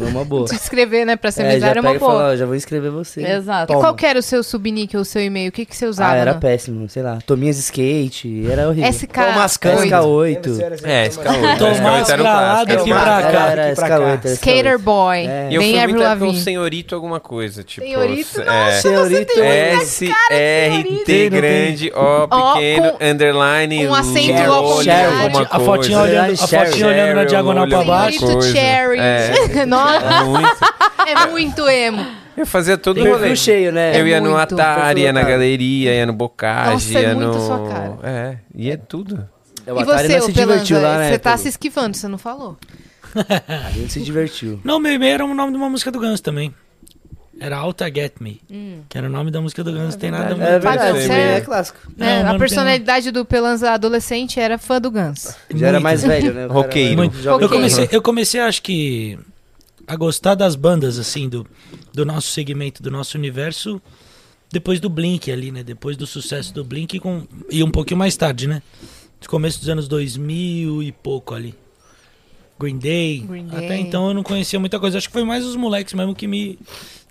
[SPEAKER 6] É uma boa.
[SPEAKER 2] Se inscrever, né, pra ser
[SPEAKER 6] é, já
[SPEAKER 2] mesário é
[SPEAKER 3] tá
[SPEAKER 6] pega
[SPEAKER 2] uma
[SPEAKER 6] e fala,
[SPEAKER 2] boa.
[SPEAKER 6] ó, já vou inscrever você.
[SPEAKER 1] Exato.
[SPEAKER 2] E
[SPEAKER 6] Toma.
[SPEAKER 2] qual que era o seu subnick ou o seu e-mail? O que, que você usava?
[SPEAKER 6] Ah, era
[SPEAKER 2] né?
[SPEAKER 6] péssimo, sei lá. Tominhas Skate, era horrível.
[SPEAKER 2] SK.
[SPEAKER 6] SK8.
[SPEAKER 5] um
[SPEAKER 3] É, escalou.
[SPEAKER 4] Tomás
[SPEAKER 3] um
[SPEAKER 4] Galado aqui
[SPEAKER 5] Tomás
[SPEAKER 4] pra cá.
[SPEAKER 5] Galado.
[SPEAKER 6] Era
[SPEAKER 5] aqui pra
[SPEAKER 6] SK8,
[SPEAKER 5] cá.
[SPEAKER 6] era
[SPEAKER 2] Skater
[SPEAKER 6] SK8.
[SPEAKER 2] Boy.
[SPEAKER 6] É.
[SPEAKER 3] E É eu
[SPEAKER 2] Bem
[SPEAKER 3] fui
[SPEAKER 2] Avril
[SPEAKER 3] muito época um
[SPEAKER 2] Lavigne.
[SPEAKER 3] senhorito alguma coisa. Tipo,
[SPEAKER 2] Senhorito,
[SPEAKER 3] é,
[SPEAKER 2] nossa, você
[SPEAKER 6] Senhorito,
[SPEAKER 2] tem muita
[SPEAKER 3] S-R-T
[SPEAKER 6] senhorito.
[SPEAKER 3] grande, O
[SPEAKER 2] Ó,
[SPEAKER 3] pequeno,
[SPEAKER 2] com
[SPEAKER 3] underline,
[SPEAKER 2] um acento
[SPEAKER 3] Cheryl,
[SPEAKER 2] ao contrário.
[SPEAKER 3] alguma
[SPEAKER 4] A fotinha
[SPEAKER 3] coisa.
[SPEAKER 4] olhando, a
[SPEAKER 6] Cheryl,
[SPEAKER 4] fotinha olhando na
[SPEAKER 3] Cheryl,
[SPEAKER 4] diagonal pra
[SPEAKER 3] olhando
[SPEAKER 4] baixo.
[SPEAKER 2] Senhorito
[SPEAKER 3] coisa.
[SPEAKER 2] Cherry.
[SPEAKER 3] É.
[SPEAKER 2] Nossa,
[SPEAKER 3] Muito.
[SPEAKER 2] é muito emo.
[SPEAKER 3] Eu fazia todo o
[SPEAKER 6] Perfil
[SPEAKER 3] rolê.
[SPEAKER 6] cheio, né?
[SPEAKER 3] Eu ia no
[SPEAKER 2] muito.
[SPEAKER 3] Atari, ia na
[SPEAKER 6] Perfil Atari.
[SPEAKER 3] galeria, ia no Bocage,
[SPEAKER 2] Nossa, é
[SPEAKER 3] ia
[SPEAKER 2] muito
[SPEAKER 3] no...
[SPEAKER 2] sua cara.
[SPEAKER 3] É, ia tudo.
[SPEAKER 6] É, O
[SPEAKER 2] e
[SPEAKER 6] Atari
[SPEAKER 2] você,
[SPEAKER 6] não
[SPEAKER 2] ô
[SPEAKER 6] se divertiu
[SPEAKER 2] Pelanza,
[SPEAKER 6] lá, né?
[SPEAKER 2] você tá
[SPEAKER 6] Pedro?
[SPEAKER 2] se esquivando, você não falou.
[SPEAKER 6] A gente se divertiu.
[SPEAKER 4] Não, meu e-mail era o nome de uma música do Guns também. Era Alta Get Me.
[SPEAKER 2] Hum.
[SPEAKER 4] Que era o nome da música do Guns. não tem nada
[SPEAKER 6] É
[SPEAKER 4] muito.
[SPEAKER 6] verdade,
[SPEAKER 2] Sim,
[SPEAKER 6] esse e-mail
[SPEAKER 2] né?
[SPEAKER 6] é clássico.
[SPEAKER 4] Não,
[SPEAKER 2] É,
[SPEAKER 4] mas não
[SPEAKER 2] a
[SPEAKER 4] tem
[SPEAKER 2] personalidade do Pelanza adolescente era fã do Guns.
[SPEAKER 6] Já era
[SPEAKER 4] Muito.
[SPEAKER 6] mais velho, né? O cara era
[SPEAKER 3] Roqueiro.
[SPEAKER 6] um
[SPEAKER 4] Muito.
[SPEAKER 6] jovem
[SPEAKER 4] Eu comecei, eu comecei, acho que, a gostar das bandas, assim, do, do nosso segmento, do nosso universo, depois do Blink ali, né? Depois do sucesso do Blink com, e um pouquinho mais tarde, né? No começo dos anos 2000 e pouco ali. Green Day.
[SPEAKER 2] Green
[SPEAKER 4] até
[SPEAKER 2] Day.
[SPEAKER 4] então eu não conhecia muita coisa. Acho que foi mais os moleques mesmo que me,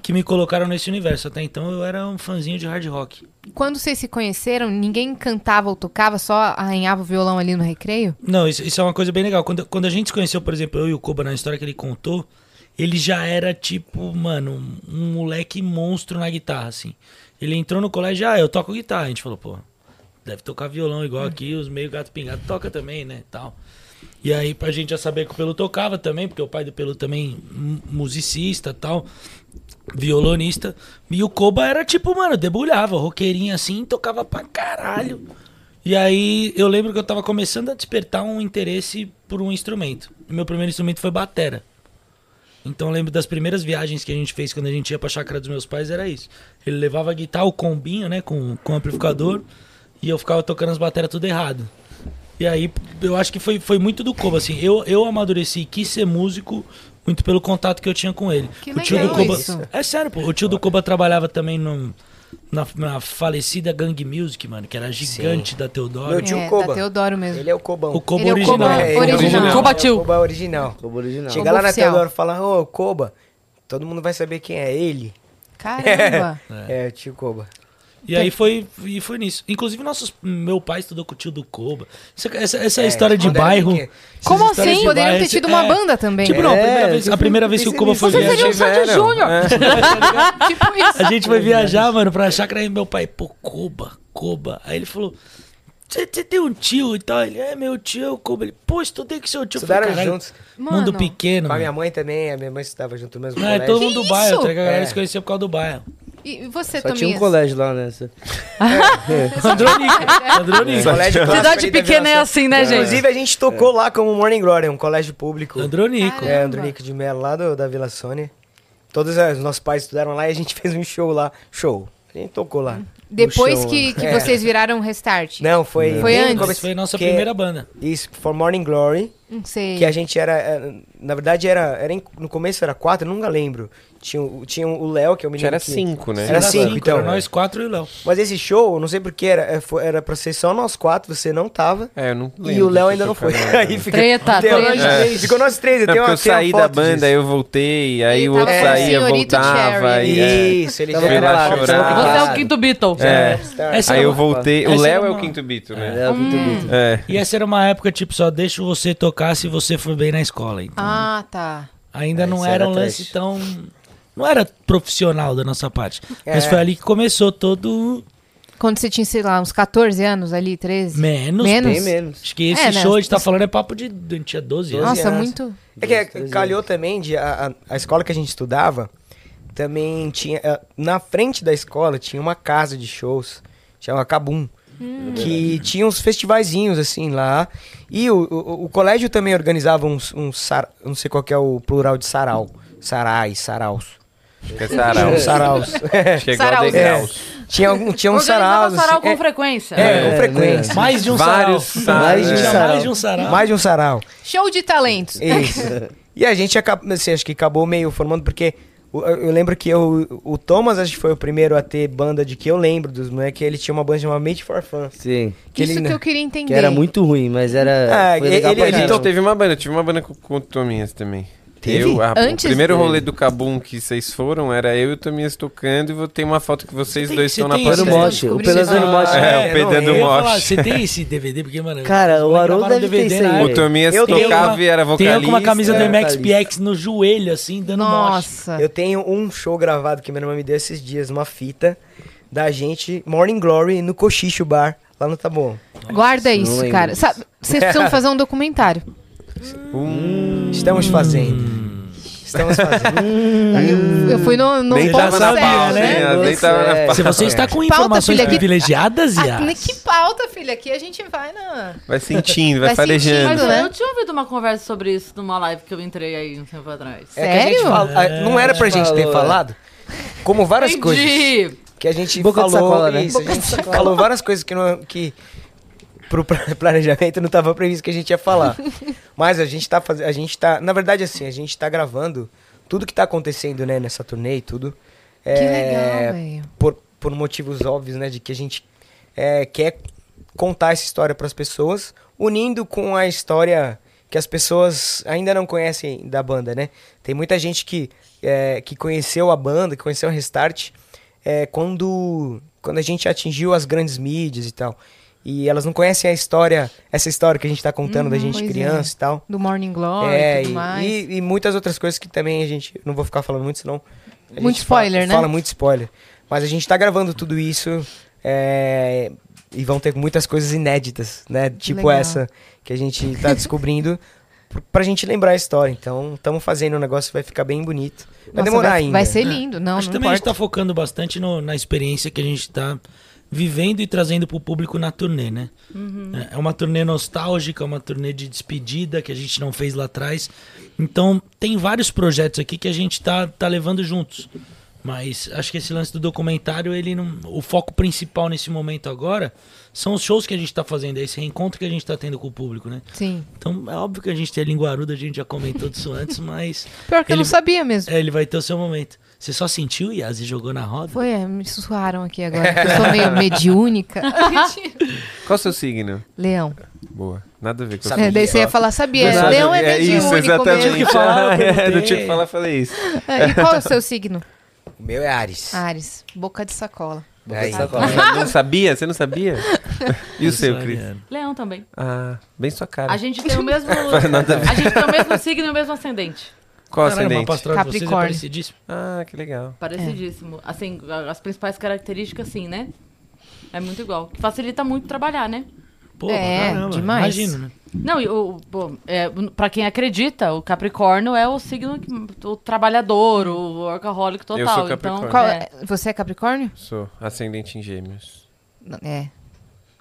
[SPEAKER 4] que me colocaram nesse universo. Até então eu era um fãzinho de hard rock.
[SPEAKER 2] Quando vocês se conheceram, ninguém cantava ou tocava, só arranhava o violão ali no recreio?
[SPEAKER 4] Não, isso, isso é uma coisa bem legal. Quando, quando a gente se conheceu, por exemplo, eu e o Koba, na história que ele contou, ele já era tipo, mano, um- um moleque monstro na guitarra, assim. Ele entrou no colégio, ah, eu toco guitarra. A gente falou, pô, deve tocar violão igual aqui, os meio gato pingado toca também, né, tal. E aí pra gente já saber que o Pelu tocava também, porque o pai do Pelu também mu- musicista, tal, violonista. E o Koba era tipo, mano, debulhava, roqueirinho assim, tocava pra caralho. E aí eu lembro que eu tava começando a despertar um interesse por um instrumento. E meu primeiro instrumento foi batera. Então eu lembro das primeiras viagens que a gente fez quando a gente ia pra chácara dos meus pais, era isso. Ele levava a guitarra, o combinho, né, com, com o amplificador, e eu ficava tocando as bateras tudo errado. E aí eu acho que foi, foi muito do Koba, assim. Eu, eu amadureci e quis ser músico muito pelo contato que eu tinha com ele.
[SPEAKER 2] Que
[SPEAKER 4] o tio do
[SPEAKER 2] legal
[SPEAKER 4] Koba.
[SPEAKER 2] isso.
[SPEAKER 4] É sério, pô. O tio do Koba trabalhava também num- na, na falecida Gang Music, mano, que era gigante da Teodoro.
[SPEAKER 5] Meu tio
[SPEAKER 3] um
[SPEAKER 2] é,
[SPEAKER 5] Koba.
[SPEAKER 2] da Teodoro mesmo.
[SPEAKER 5] Ele é o Cobão.
[SPEAKER 4] O Koba
[SPEAKER 2] Ele é o
[SPEAKER 4] original.
[SPEAKER 2] Koba
[SPEAKER 5] É, ele é
[SPEAKER 2] original.
[SPEAKER 5] Ele é
[SPEAKER 1] Koba
[SPEAKER 5] o
[SPEAKER 1] tio.
[SPEAKER 5] Koba original.
[SPEAKER 6] Como original.
[SPEAKER 5] Chegar lá na
[SPEAKER 2] oficial.
[SPEAKER 5] Teodoro e falar, ô, Koba, todo mundo vai saber quem é ele.
[SPEAKER 2] Caramba.
[SPEAKER 5] É, o tio Koba.
[SPEAKER 4] E aí foi, e foi nisso. Inclusive, nossos, meu pai estudou com o tio do Koba. Essa, essa, essa história de
[SPEAKER 5] É, quando era
[SPEAKER 4] bairro.
[SPEAKER 5] pequeno.
[SPEAKER 4] essas
[SPEAKER 2] Como
[SPEAKER 4] histórias
[SPEAKER 2] assim?
[SPEAKER 4] de
[SPEAKER 2] Poderiam
[SPEAKER 4] bairro,
[SPEAKER 2] ter tido
[SPEAKER 4] é,
[SPEAKER 2] uma banda também.
[SPEAKER 4] Tipo, não, a primeira
[SPEAKER 5] É,
[SPEAKER 4] vez,
[SPEAKER 5] eu
[SPEAKER 4] a primeira vez que o
[SPEAKER 5] pensei
[SPEAKER 4] Koba
[SPEAKER 5] nisso.
[SPEAKER 4] foi
[SPEAKER 5] Vocês
[SPEAKER 4] viajar.
[SPEAKER 1] seriam
[SPEAKER 3] Tiveram.
[SPEAKER 1] um Sandy Júnior.
[SPEAKER 4] É.
[SPEAKER 2] tipo isso.
[SPEAKER 4] A gente foi viajar, mano, pra chácara e meu pai, pô, Koba, Koba. Aí ele falou. Você tem um tio e tal? Ele, é, meu tio, é o Koba. Ele, pô, estudei com seu tio. Eu falei,
[SPEAKER 5] Estudaram
[SPEAKER 4] "Caralho,
[SPEAKER 5] juntos.
[SPEAKER 4] Mundo
[SPEAKER 2] Mano.
[SPEAKER 4] pequeno.
[SPEAKER 5] Com a
[SPEAKER 4] mano."
[SPEAKER 5] minha mãe também, a minha mãe estudava junto no mesmo
[SPEAKER 4] Não, é
[SPEAKER 5] colégio.
[SPEAKER 4] todo mundo do
[SPEAKER 2] Que
[SPEAKER 4] bairro,
[SPEAKER 2] isso?
[SPEAKER 4] tá ligado? a galera
[SPEAKER 5] É.
[SPEAKER 4] se conhecia por causa do bairro.
[SPEAKER 2] E você,
[SPEAKER 6] Só tinha um
[SPEAKER 2] Tominhas?
[SPEAKER 6] colégio lá nessa.
[SPEAKER 4] Andrônica, Andrônica.
[SPEAKER 5] Colégio
[SPEAKER 1] Cidade
[SPEAKER 5] clássico ali da
[SPEAKER 1] pequena é
[SPEAKER 5] Vila
[SPEAKER 1] assim, né,
[SPEAKER 5] Santa.
[SPEAKER 1] gente?
[SPEAKER 5] Inclusive, a gente tocou lá como Morning Glory, um colégio público.
[SPEAKER 4] Andrônico.
[SPEAKER 5] É, Andronico de Mello, lá do- da Vila Sônia. Todos eh, os nossos pais estudaram lá e a gente fez um show lá. Show. A gente tocou lá.
[SPEAKER 2] Hum. Depois
[SPEAKER 6] show,
[SPEAKER 2] que, que
[SPEAKER 5] É. Né?
[SPEAKER 2] vocês viraram um Restart.
[SPEAKER 5] Não, foi...
[SPEAKER 2] Foi
[SPEAKER 5] bem no
[SPEAKER 2] antes?
[SPEAKER 4] Mas
[SPEAKER 5] começo,
[SPEAKER 4] foi a nossa
[SPEAKER 5] que- é
[SPEAKER 4] primeira banda.
[SPEAKER 5] Isso, For Morning Glory.
[SPEAKER 2] Não sei.
[SPEAKER 5] Que a gente era... é, Na verdade, era, era em- no começo era quatro, eu nunca lembro. Tinha, o- tinha o Léo, que é o menino
[SPEAKER 3] Já era
[SPEAKER 5] que-
[SPEAKER 3] cinco, né?
[SPEAKER 5] Era cinco, então.
[SPEAKER 4] Era nós quatro e o Léo.
[SPEAKER 5] Mas esse show, eu não sei porquê, era, é, foi- era pra ser só nós quatro, você não tava.
[SPEAKER 3] É, eu não lembro.
[SPEAKER 5] E o Léo ainda
[SPEAKER 3] disso,
[SPEAKER 5] não foi.
[SPEAKER 3] cara.
[SPEAKER 5] Aí fica,
[SPEAKER 1] Treta,
[SPEAKER 5] tem-
[SPEAKER 1] treta.
[SPEAKER 5] É. Ficou nós três, eu
[SPEAKER 3] Não,
[SPEAKER 5] tenho
[SPEAKER 3] É, porque
[SPEAKER 5] uma
[SPEAKER 3] eu saí
[SPEAKER 5] tenho uma
[SPEAKER 3] da
[SPEAKER 5] foto
[SPEAKER 3] banda,
[SPEAKER 5] disso.
[SPEAKER 3] eu voltei, aí
[SPEAKER 2] Ele
[SPEAKER 3] o
[SPEAKER 2] tava
[SPEAKER 3] outro
[SPEAKER 2] com
[SPEAKER 3] saía,
[SPEAKER 2] senhorito Cherry.
[SPEAKER 3] voltava. Aí, é.
[SPEAKER 5] Isso, ele
[SPEAKER 6] Tava
[SPEAKER 5] já
[SPEAKER 3] com
[SPEAKER 5] era
[SPEAKER 3] ela
[SPEAKER 5] lá,
[SPEAKER 3] chorar.
[SPEAKER 1] Você é
[SPEAKER 3] Claro.
[SPEAKER 1] o quinto Beatle.
[SPEAKER 3] É.
[SPEAKER 4] Essa
[SPEAKER 3] Aí
[SPEAKER 4] era
[SPEAKER 3] eu
[SPEAKER 4] uma-
[SPEAKER 3] voltei. O
[SPEAKER 4] Essa era
[SPEAKER 3] Léo é
[SPEAKER 4] uma-
[SPEAKER 3] o quinto Beatle, né?
[SPEAKER 6] É, o Vitor Vitor.
[SPEAKER 3] É.
[SPEAKER 4] E essa era uma época, tipo, só deixo você tocar se você for bem na escola. Então,
[SPEAKER 2] Ah, tá.
[SPEAKER 4] ainda não
[SPEAKER 6] isso
[SPEAKER 4] era
[SPEAKER 6] era
[SPEAKER 4] um lance
[SPEAKER 6] trash.
[SPEAKER 4] tão. Não era profissional da nossa parte. Mas
[SPEAKER 5] É.
[SPEAKER 4] foi ali que começou todo
[SPEAKER 2] Quando você tinha, sei lá, uns 14 anos ali, 13?
[SPEAKER 4] Menos.
[SPEAKER 2] Menos?
[SPEAKER 6] Bem menos.
[SPEAKER 4] Acho que esse
[SPEAKER 2] É, né?
[SPEAKER 4] show a gente tá falando é papo de. A gente tinha 12 anos.
[SPEAKER 2] Nossa,
[SPEAKER 5] anos.
[SPEAKER 2] muito.
[SPEAKER 5] É que
[SPEAKER 6] Dois, três
[SPEAKER 5] calhou também de a, a, a escola que a gente estudava também tinha eh, na frente da escola tinha uma casa de shows chama Cabum
[SPEAKER 6] Hum.
[SPEAKER 5] que tinha uns festivaizinhos assim lá e o, o, o colégio também organizava uns, uns sar- não sei qual que é o plural de sarau sarais saraus
[SPEAKER 3] Acho que é sarau.
[SPEAKER 5] Uns saraus
[SPEAKER 3] Acho que é igual a
[SPEAKER 2] Sarauzinho.
[SPEAKER 3] degraus.
[SPEAKER 5] tinha algum tinha uns
[SPEAKER 1] Organizava
[SPEAKER 5] saraus
[SPEAKER 1] sarau
[SPEAKER 5] assim,
[SPEAKER 1] com frequência.
[SPEAKER 5] é, é,
[SPEAKER 6] É,
[SPEAKER 5] com frequência
[SPEAKER 4] Mais de um
[SPEAKER 3] Vários
[SPEAKER 4] sarau.
[SPEAKER 3] sarau.
[SPEAKER 6] Mais de um
[SPEAKER 4] Tinha
[SPEAKER 6] sarau.
[SPEAKER 4] Mais de um sarau.
[SPEAKER 5] mais de um sarau
[SPEAKER 2] Show de talentos.
[SPEAKER 5] Isso. e a gente acabou, assim, acho que acabou meio formando, porque o- eu, eu lembro que eu, o Thomas, acho que foi o primeiro a ter banda de que eu lembro dos moleques, ele tinha uma banda chamada Made for Fun.
[SPEAKER 6] Sim.
[SPEAKER 5] Que
[SPEAKER 2] Isso
[SPEAKER 5] ele,
[SPEAKER 2] que eu queria entender.
[SPEAKER 6] Que era muito ruim, mas era.
[SPEAKER 5] Ah,
[SPEAKER 6] foi
[SPEAKER 5] ele- ele
[SPEAKER 6] legal pra
[SPEAKER 3] A
[SPEAKER 6] caramba.
[SPEAKER 3] gente
[SPEAKER 5] então-
[SPEAKER 3] teve uma banda, eu tive uma banda com, com o Tominhas também.
[SPEAKER 5] Teve?
[SPEAKER 3] Eu, ah,
[SPEAKER 2] Antes
[SPEAKER 3] o primeiro
[SPEAKER 6] dele.
[SPEAKER 3] rolê do Cabum que vocês foram era eu e o Tominhas tocando e vo- tem uma foto que vocês
[SPEAKER 4] Tem-
[SPEAKER 3] dois
[SPEAKER 4] você
[SPEAKER 3] estão na
[SPEAKER 4] tem
[SPEAKER 6] Foi no
[SPEAKER 4] Vocês
[SPEAKER 6] mote.
[SPEAKER 2] não
[SPEAKER 6] O Pelas no
[SPEAKER 2] descobriram.
[SPEAKER 6] mote.
[SPEAKER 3] É, o
[SPEAKER 4] Ah, não,
[SPEAKER 3] pedra do
[SPEAKER 4] eu ia falar,
[SPEAKER 3] mote.
[SPEAKER 4] Você tem esse DVD? Porque, mano.
[SPEAKER 6] Cara,
[SPEAKER 4] os
[SPEAKER 6] o
[SPEAKER 4] moleques
[SPEAKER 6] Haroldo
[SPEAKER 4] gravaram
[SPEAKER 6] deve ter
[SPEAKER 4] DVD
[SPEAKER 6] isso
[SPEAKER 4] na
[SPEAKER 6] aí.
[SPEAKER 3] O
[SPEAKER 4] época.
[SPEAKER 3] Tominhas
[SPEAKER 5] Eu tenho
[SPEAKER 3] tocava
[SPEAKER 4] uma-
[SPEAKER 3] e era vocalista.
[SPEAKER 4] né? Tem com uma camisa do
[SPEAKER 6] era
[SPEAKER 4] MXPX no joelho, assim, dando mote.
[SPEAKER 2] Nossa.
[SPEAKER 5] eu tenho um show gravado que minha irmã me deu esses dias, uma fita da gente, Morning Glory, no Cochicho Bar, lá no Taboão.
[SPEAKER 2] Guarda
[SPEAKER 6] não
[SPEAKER 2] isso,
[SPEAKER 6] lembro
[SPEAKER 2] cara.
[SPEAKER 6] disso.
[SPEAKER 2] Sabe, vocês precisam fazer um documentário.
[SPEAKER 3] Hum,
[SPEAKER 5] Estamos fazendo. Estamos fazendo.
[SPEAKER 2] Eu fui no, no
[SPEAKER 3] Nem
[SPEAKER 2] ponto
[SPEAKER 3] tava na
[SPEAKER 2] certo,
[SPEAKER 3] pauta,
[SPEAKER 2] né?
[SPEAKER 3] né? Nem
[SPEAKER 6] Nossa,
[SPEAKER 3] tava na
[SPEAKER 6] é.
[SPEAKER 3] pauta.
[SPEAKER 4] Se você está com
[SPEAKER 2] Pauta,
[SPEAKER 4] informações
[SPEAKER 2] filha, que-
[SPEAKER 4] privilegiadas,
[SPEAKER 2] Ah,
[SPEAKER 4] Yas.
[SPEAKER 2] que pauta, filha. Aqui a gente vai na...
[SPEAKER 3] Vai sentindo, vai,
[SPEAKER 2] Vai
[SPEAKER 3] farejando.
[SPEAKER 2] sentindo.
[SPEAKER 1] Mas
[SPEAKER 2] né?
[SPEAKER 1] eu tinha ouvido uma conversa sobre isso numa live que eu entrei aí um tempo atrás.
[SPEAKER 5] É que a gente
[SPEAKER 2] Sério?
[SPEAKER 5] fala- ah, não era pra gente ter
[SPEAKER 6] Falou, é.
[SPEAKER 5] falado? Como várias coisas.
[SPEAKER 1] Entendi.
[SPEAKER 5] que a gente
[SPEAKER 6] Boca de
[SPEAKER 5] falou
[SPEAKER 6] sacola, né?
[SPEAKER 5] isso,
[SPEAKER 6] Boca
[SPEAKER 5] a gente falou várias coisas que não que pro pla- planejamento não estava previsto que a gente ia falar. Mas a gente tá fazendo, a gente tá, na verdade assim, a gente tá gravando tudo que tá acontecendo, né, nessa turnê e tudo. É,
[SPEAKER 2] Que legal, velho.
[SPEAKER 5] por, por motivos óbvios, né? De que a gente é, quer contar essa história para as pessoas, unindo com a história que as pessoas ainda não conhecem da banda, né? Tem muita gente que, é, que conheceu a banda, que conheceu a Restart é, quando, quando a gente atingiu as grandes mídias e tal. E elas não conhecem a história, essa história que a gente tá contando da gente
[SPEAKER 2] pois
[SPEAKER 5] criança
[SPEAKER 2] é.
[SPEAKER 5] e tal.
[SPEAKER 2] Do Morning Glory
[SPEAKER 5] É,
[SPEAKER 2] e tudo
[SPEAKER 5] e-
[SPEAKER 2] mais.
[SPEAKER 5] e, e muitas outras coisas que também a gente. Não vou ficar falando muito, senão. a
[SPEAKER 2] Muito
[SPEAKER 5] gente fala-
[SPEAKER 2] spoiler, né?
[SPEAKER 5] Fala muito spoiler. Mas a gente tá gravando tudo isso. é, e vão ter muitas coisas inéditas, né? Tipo
[SPEAKER 2] Legal.
[SPEAKER 5] essa que a gente tá descobrindo. pr- Pra gente lembrar a história. Então, estamos fazendo um negócio, vai ficar bem bonito. Vai
[SPEAKER 2] Nossa,
[SPEAKER 5] demorar ainda.
[SPEAKER 2] Vai ser lindo. Não,
[SPEAKER 4] Acho que
[SPEAKER 2] não
[SPEAKER 4] também a gente
[SPEAKER 2] importa.
[SPEAKER 4] tá focando bastante no- na experiência que a gente tá vivendo e trazendo pro público na turnê, né?
[SPEAKER 2] Uhum.
[SPEAKER 4] É- É uma turnê nostálgica, é uma turnê de despedida que a gente não fez lá atrás. Então, tem vários projetos aqui que a gente tá, tá levando juntos. Mas acho que esse lance do documentário, ele não, o foco principal nesse momento agora são os shows que a gente tá fazendo, é esse reencontro que a gente tá tendo com o público, né?
[SPEAKER 2] Sim.
[SPEAKER 4] Então, é óbvio que a gente tem a linguaruda, a gente já comentou disso antes, mas
[SPEAKER 2] Pior que eu
[SPEAKER 4] Ele-
[SPEAKER 2] não sabia mesmo.
[SPEAKER 4] é, ele vai ter o seu momento. Você só sentiu, Yas, e jogou na roda?
[SPEAKER 2] Foi, é, me sussurraram aqui agora. que Eu sou meio mediúnica.
[SPEAKER 3] Qual o seu signo?
[SPEAKER 2] Leão.
[SPEAKER 3] Boa. Nada a ver com
[SPEAKER 2] É, daí você ia falar, sabia? Leão é mediúnico
[SPEAKER 3] isso, exatamente.
[SPEAKER 2] mesmo.
[SPEAKER 4] falar, eu
[SPEAKER 3] É, não
[SPEAKER 4] perguntei.
[SPEAKER 3] tinha que falar, falei isso.
[SPEAKER 2] É, E qual é o seu signo?
[SPEAKER 5] O meu é Ares. tá
[SPEAKER 2] Ares. Boca de sacola.
[SPEAKER 5] Aí.
[SPEAKER 3] Não sabia? Você não sabia? E o seu, Cris?
[SPEAKER 4] Ariano.
[SPEAKER 1] Leão também.
[SPEAKER 3] Ah, bem sua cara.
[SPEAKER 1] A gente tem o mesmo.
[SPEAKER 3] Nada a
[SPEAKER 1] a gente tem o mesmo signo e o mesmo ascendente.
[SPEAKER 3] Qual
[SPEAKER 4] Caralho, o mapa
[SPEAKER 3] ascendente?
[SPEAKER 4] astral de vocês é
[SPEAKER 2] Capricórnio.
[SPEAKER 4] parecidíssimo.
[SPEAKER 3] Ah, que legal.
[SPEAKER 1] Parecidíssimo.
[SPEAKER 5] É.
[SPEAKER 1] Assim, a- as principais características, sim, né? É muito igual. Que facilita muito trabalhar, né?
[SPEAKER 4] Pô,
[SPEAKER 2] É,
[SPEAKER 4] caramba,
[SPEAKER 2] demais.
[SPEAKER 4] Imagino, né?
[SPEAKER 1] Não, e o, bom, é, pra quem acredita, o Capricórnio é o signo, que- o trabalhador, o workaholic total.
[SPEAKER 3] Eu sou
[SPEAKER 1] Então,
[SPEAKER 3] Capricórnio.
[SPEAKER 2] Qual-
[SPEAKER 1] é.
[SPEAKER 2] Você é Capricórnio?
[SPEAKER 3] Sou ascendente em gêmeos.
[SPEAKER 2] Não, É.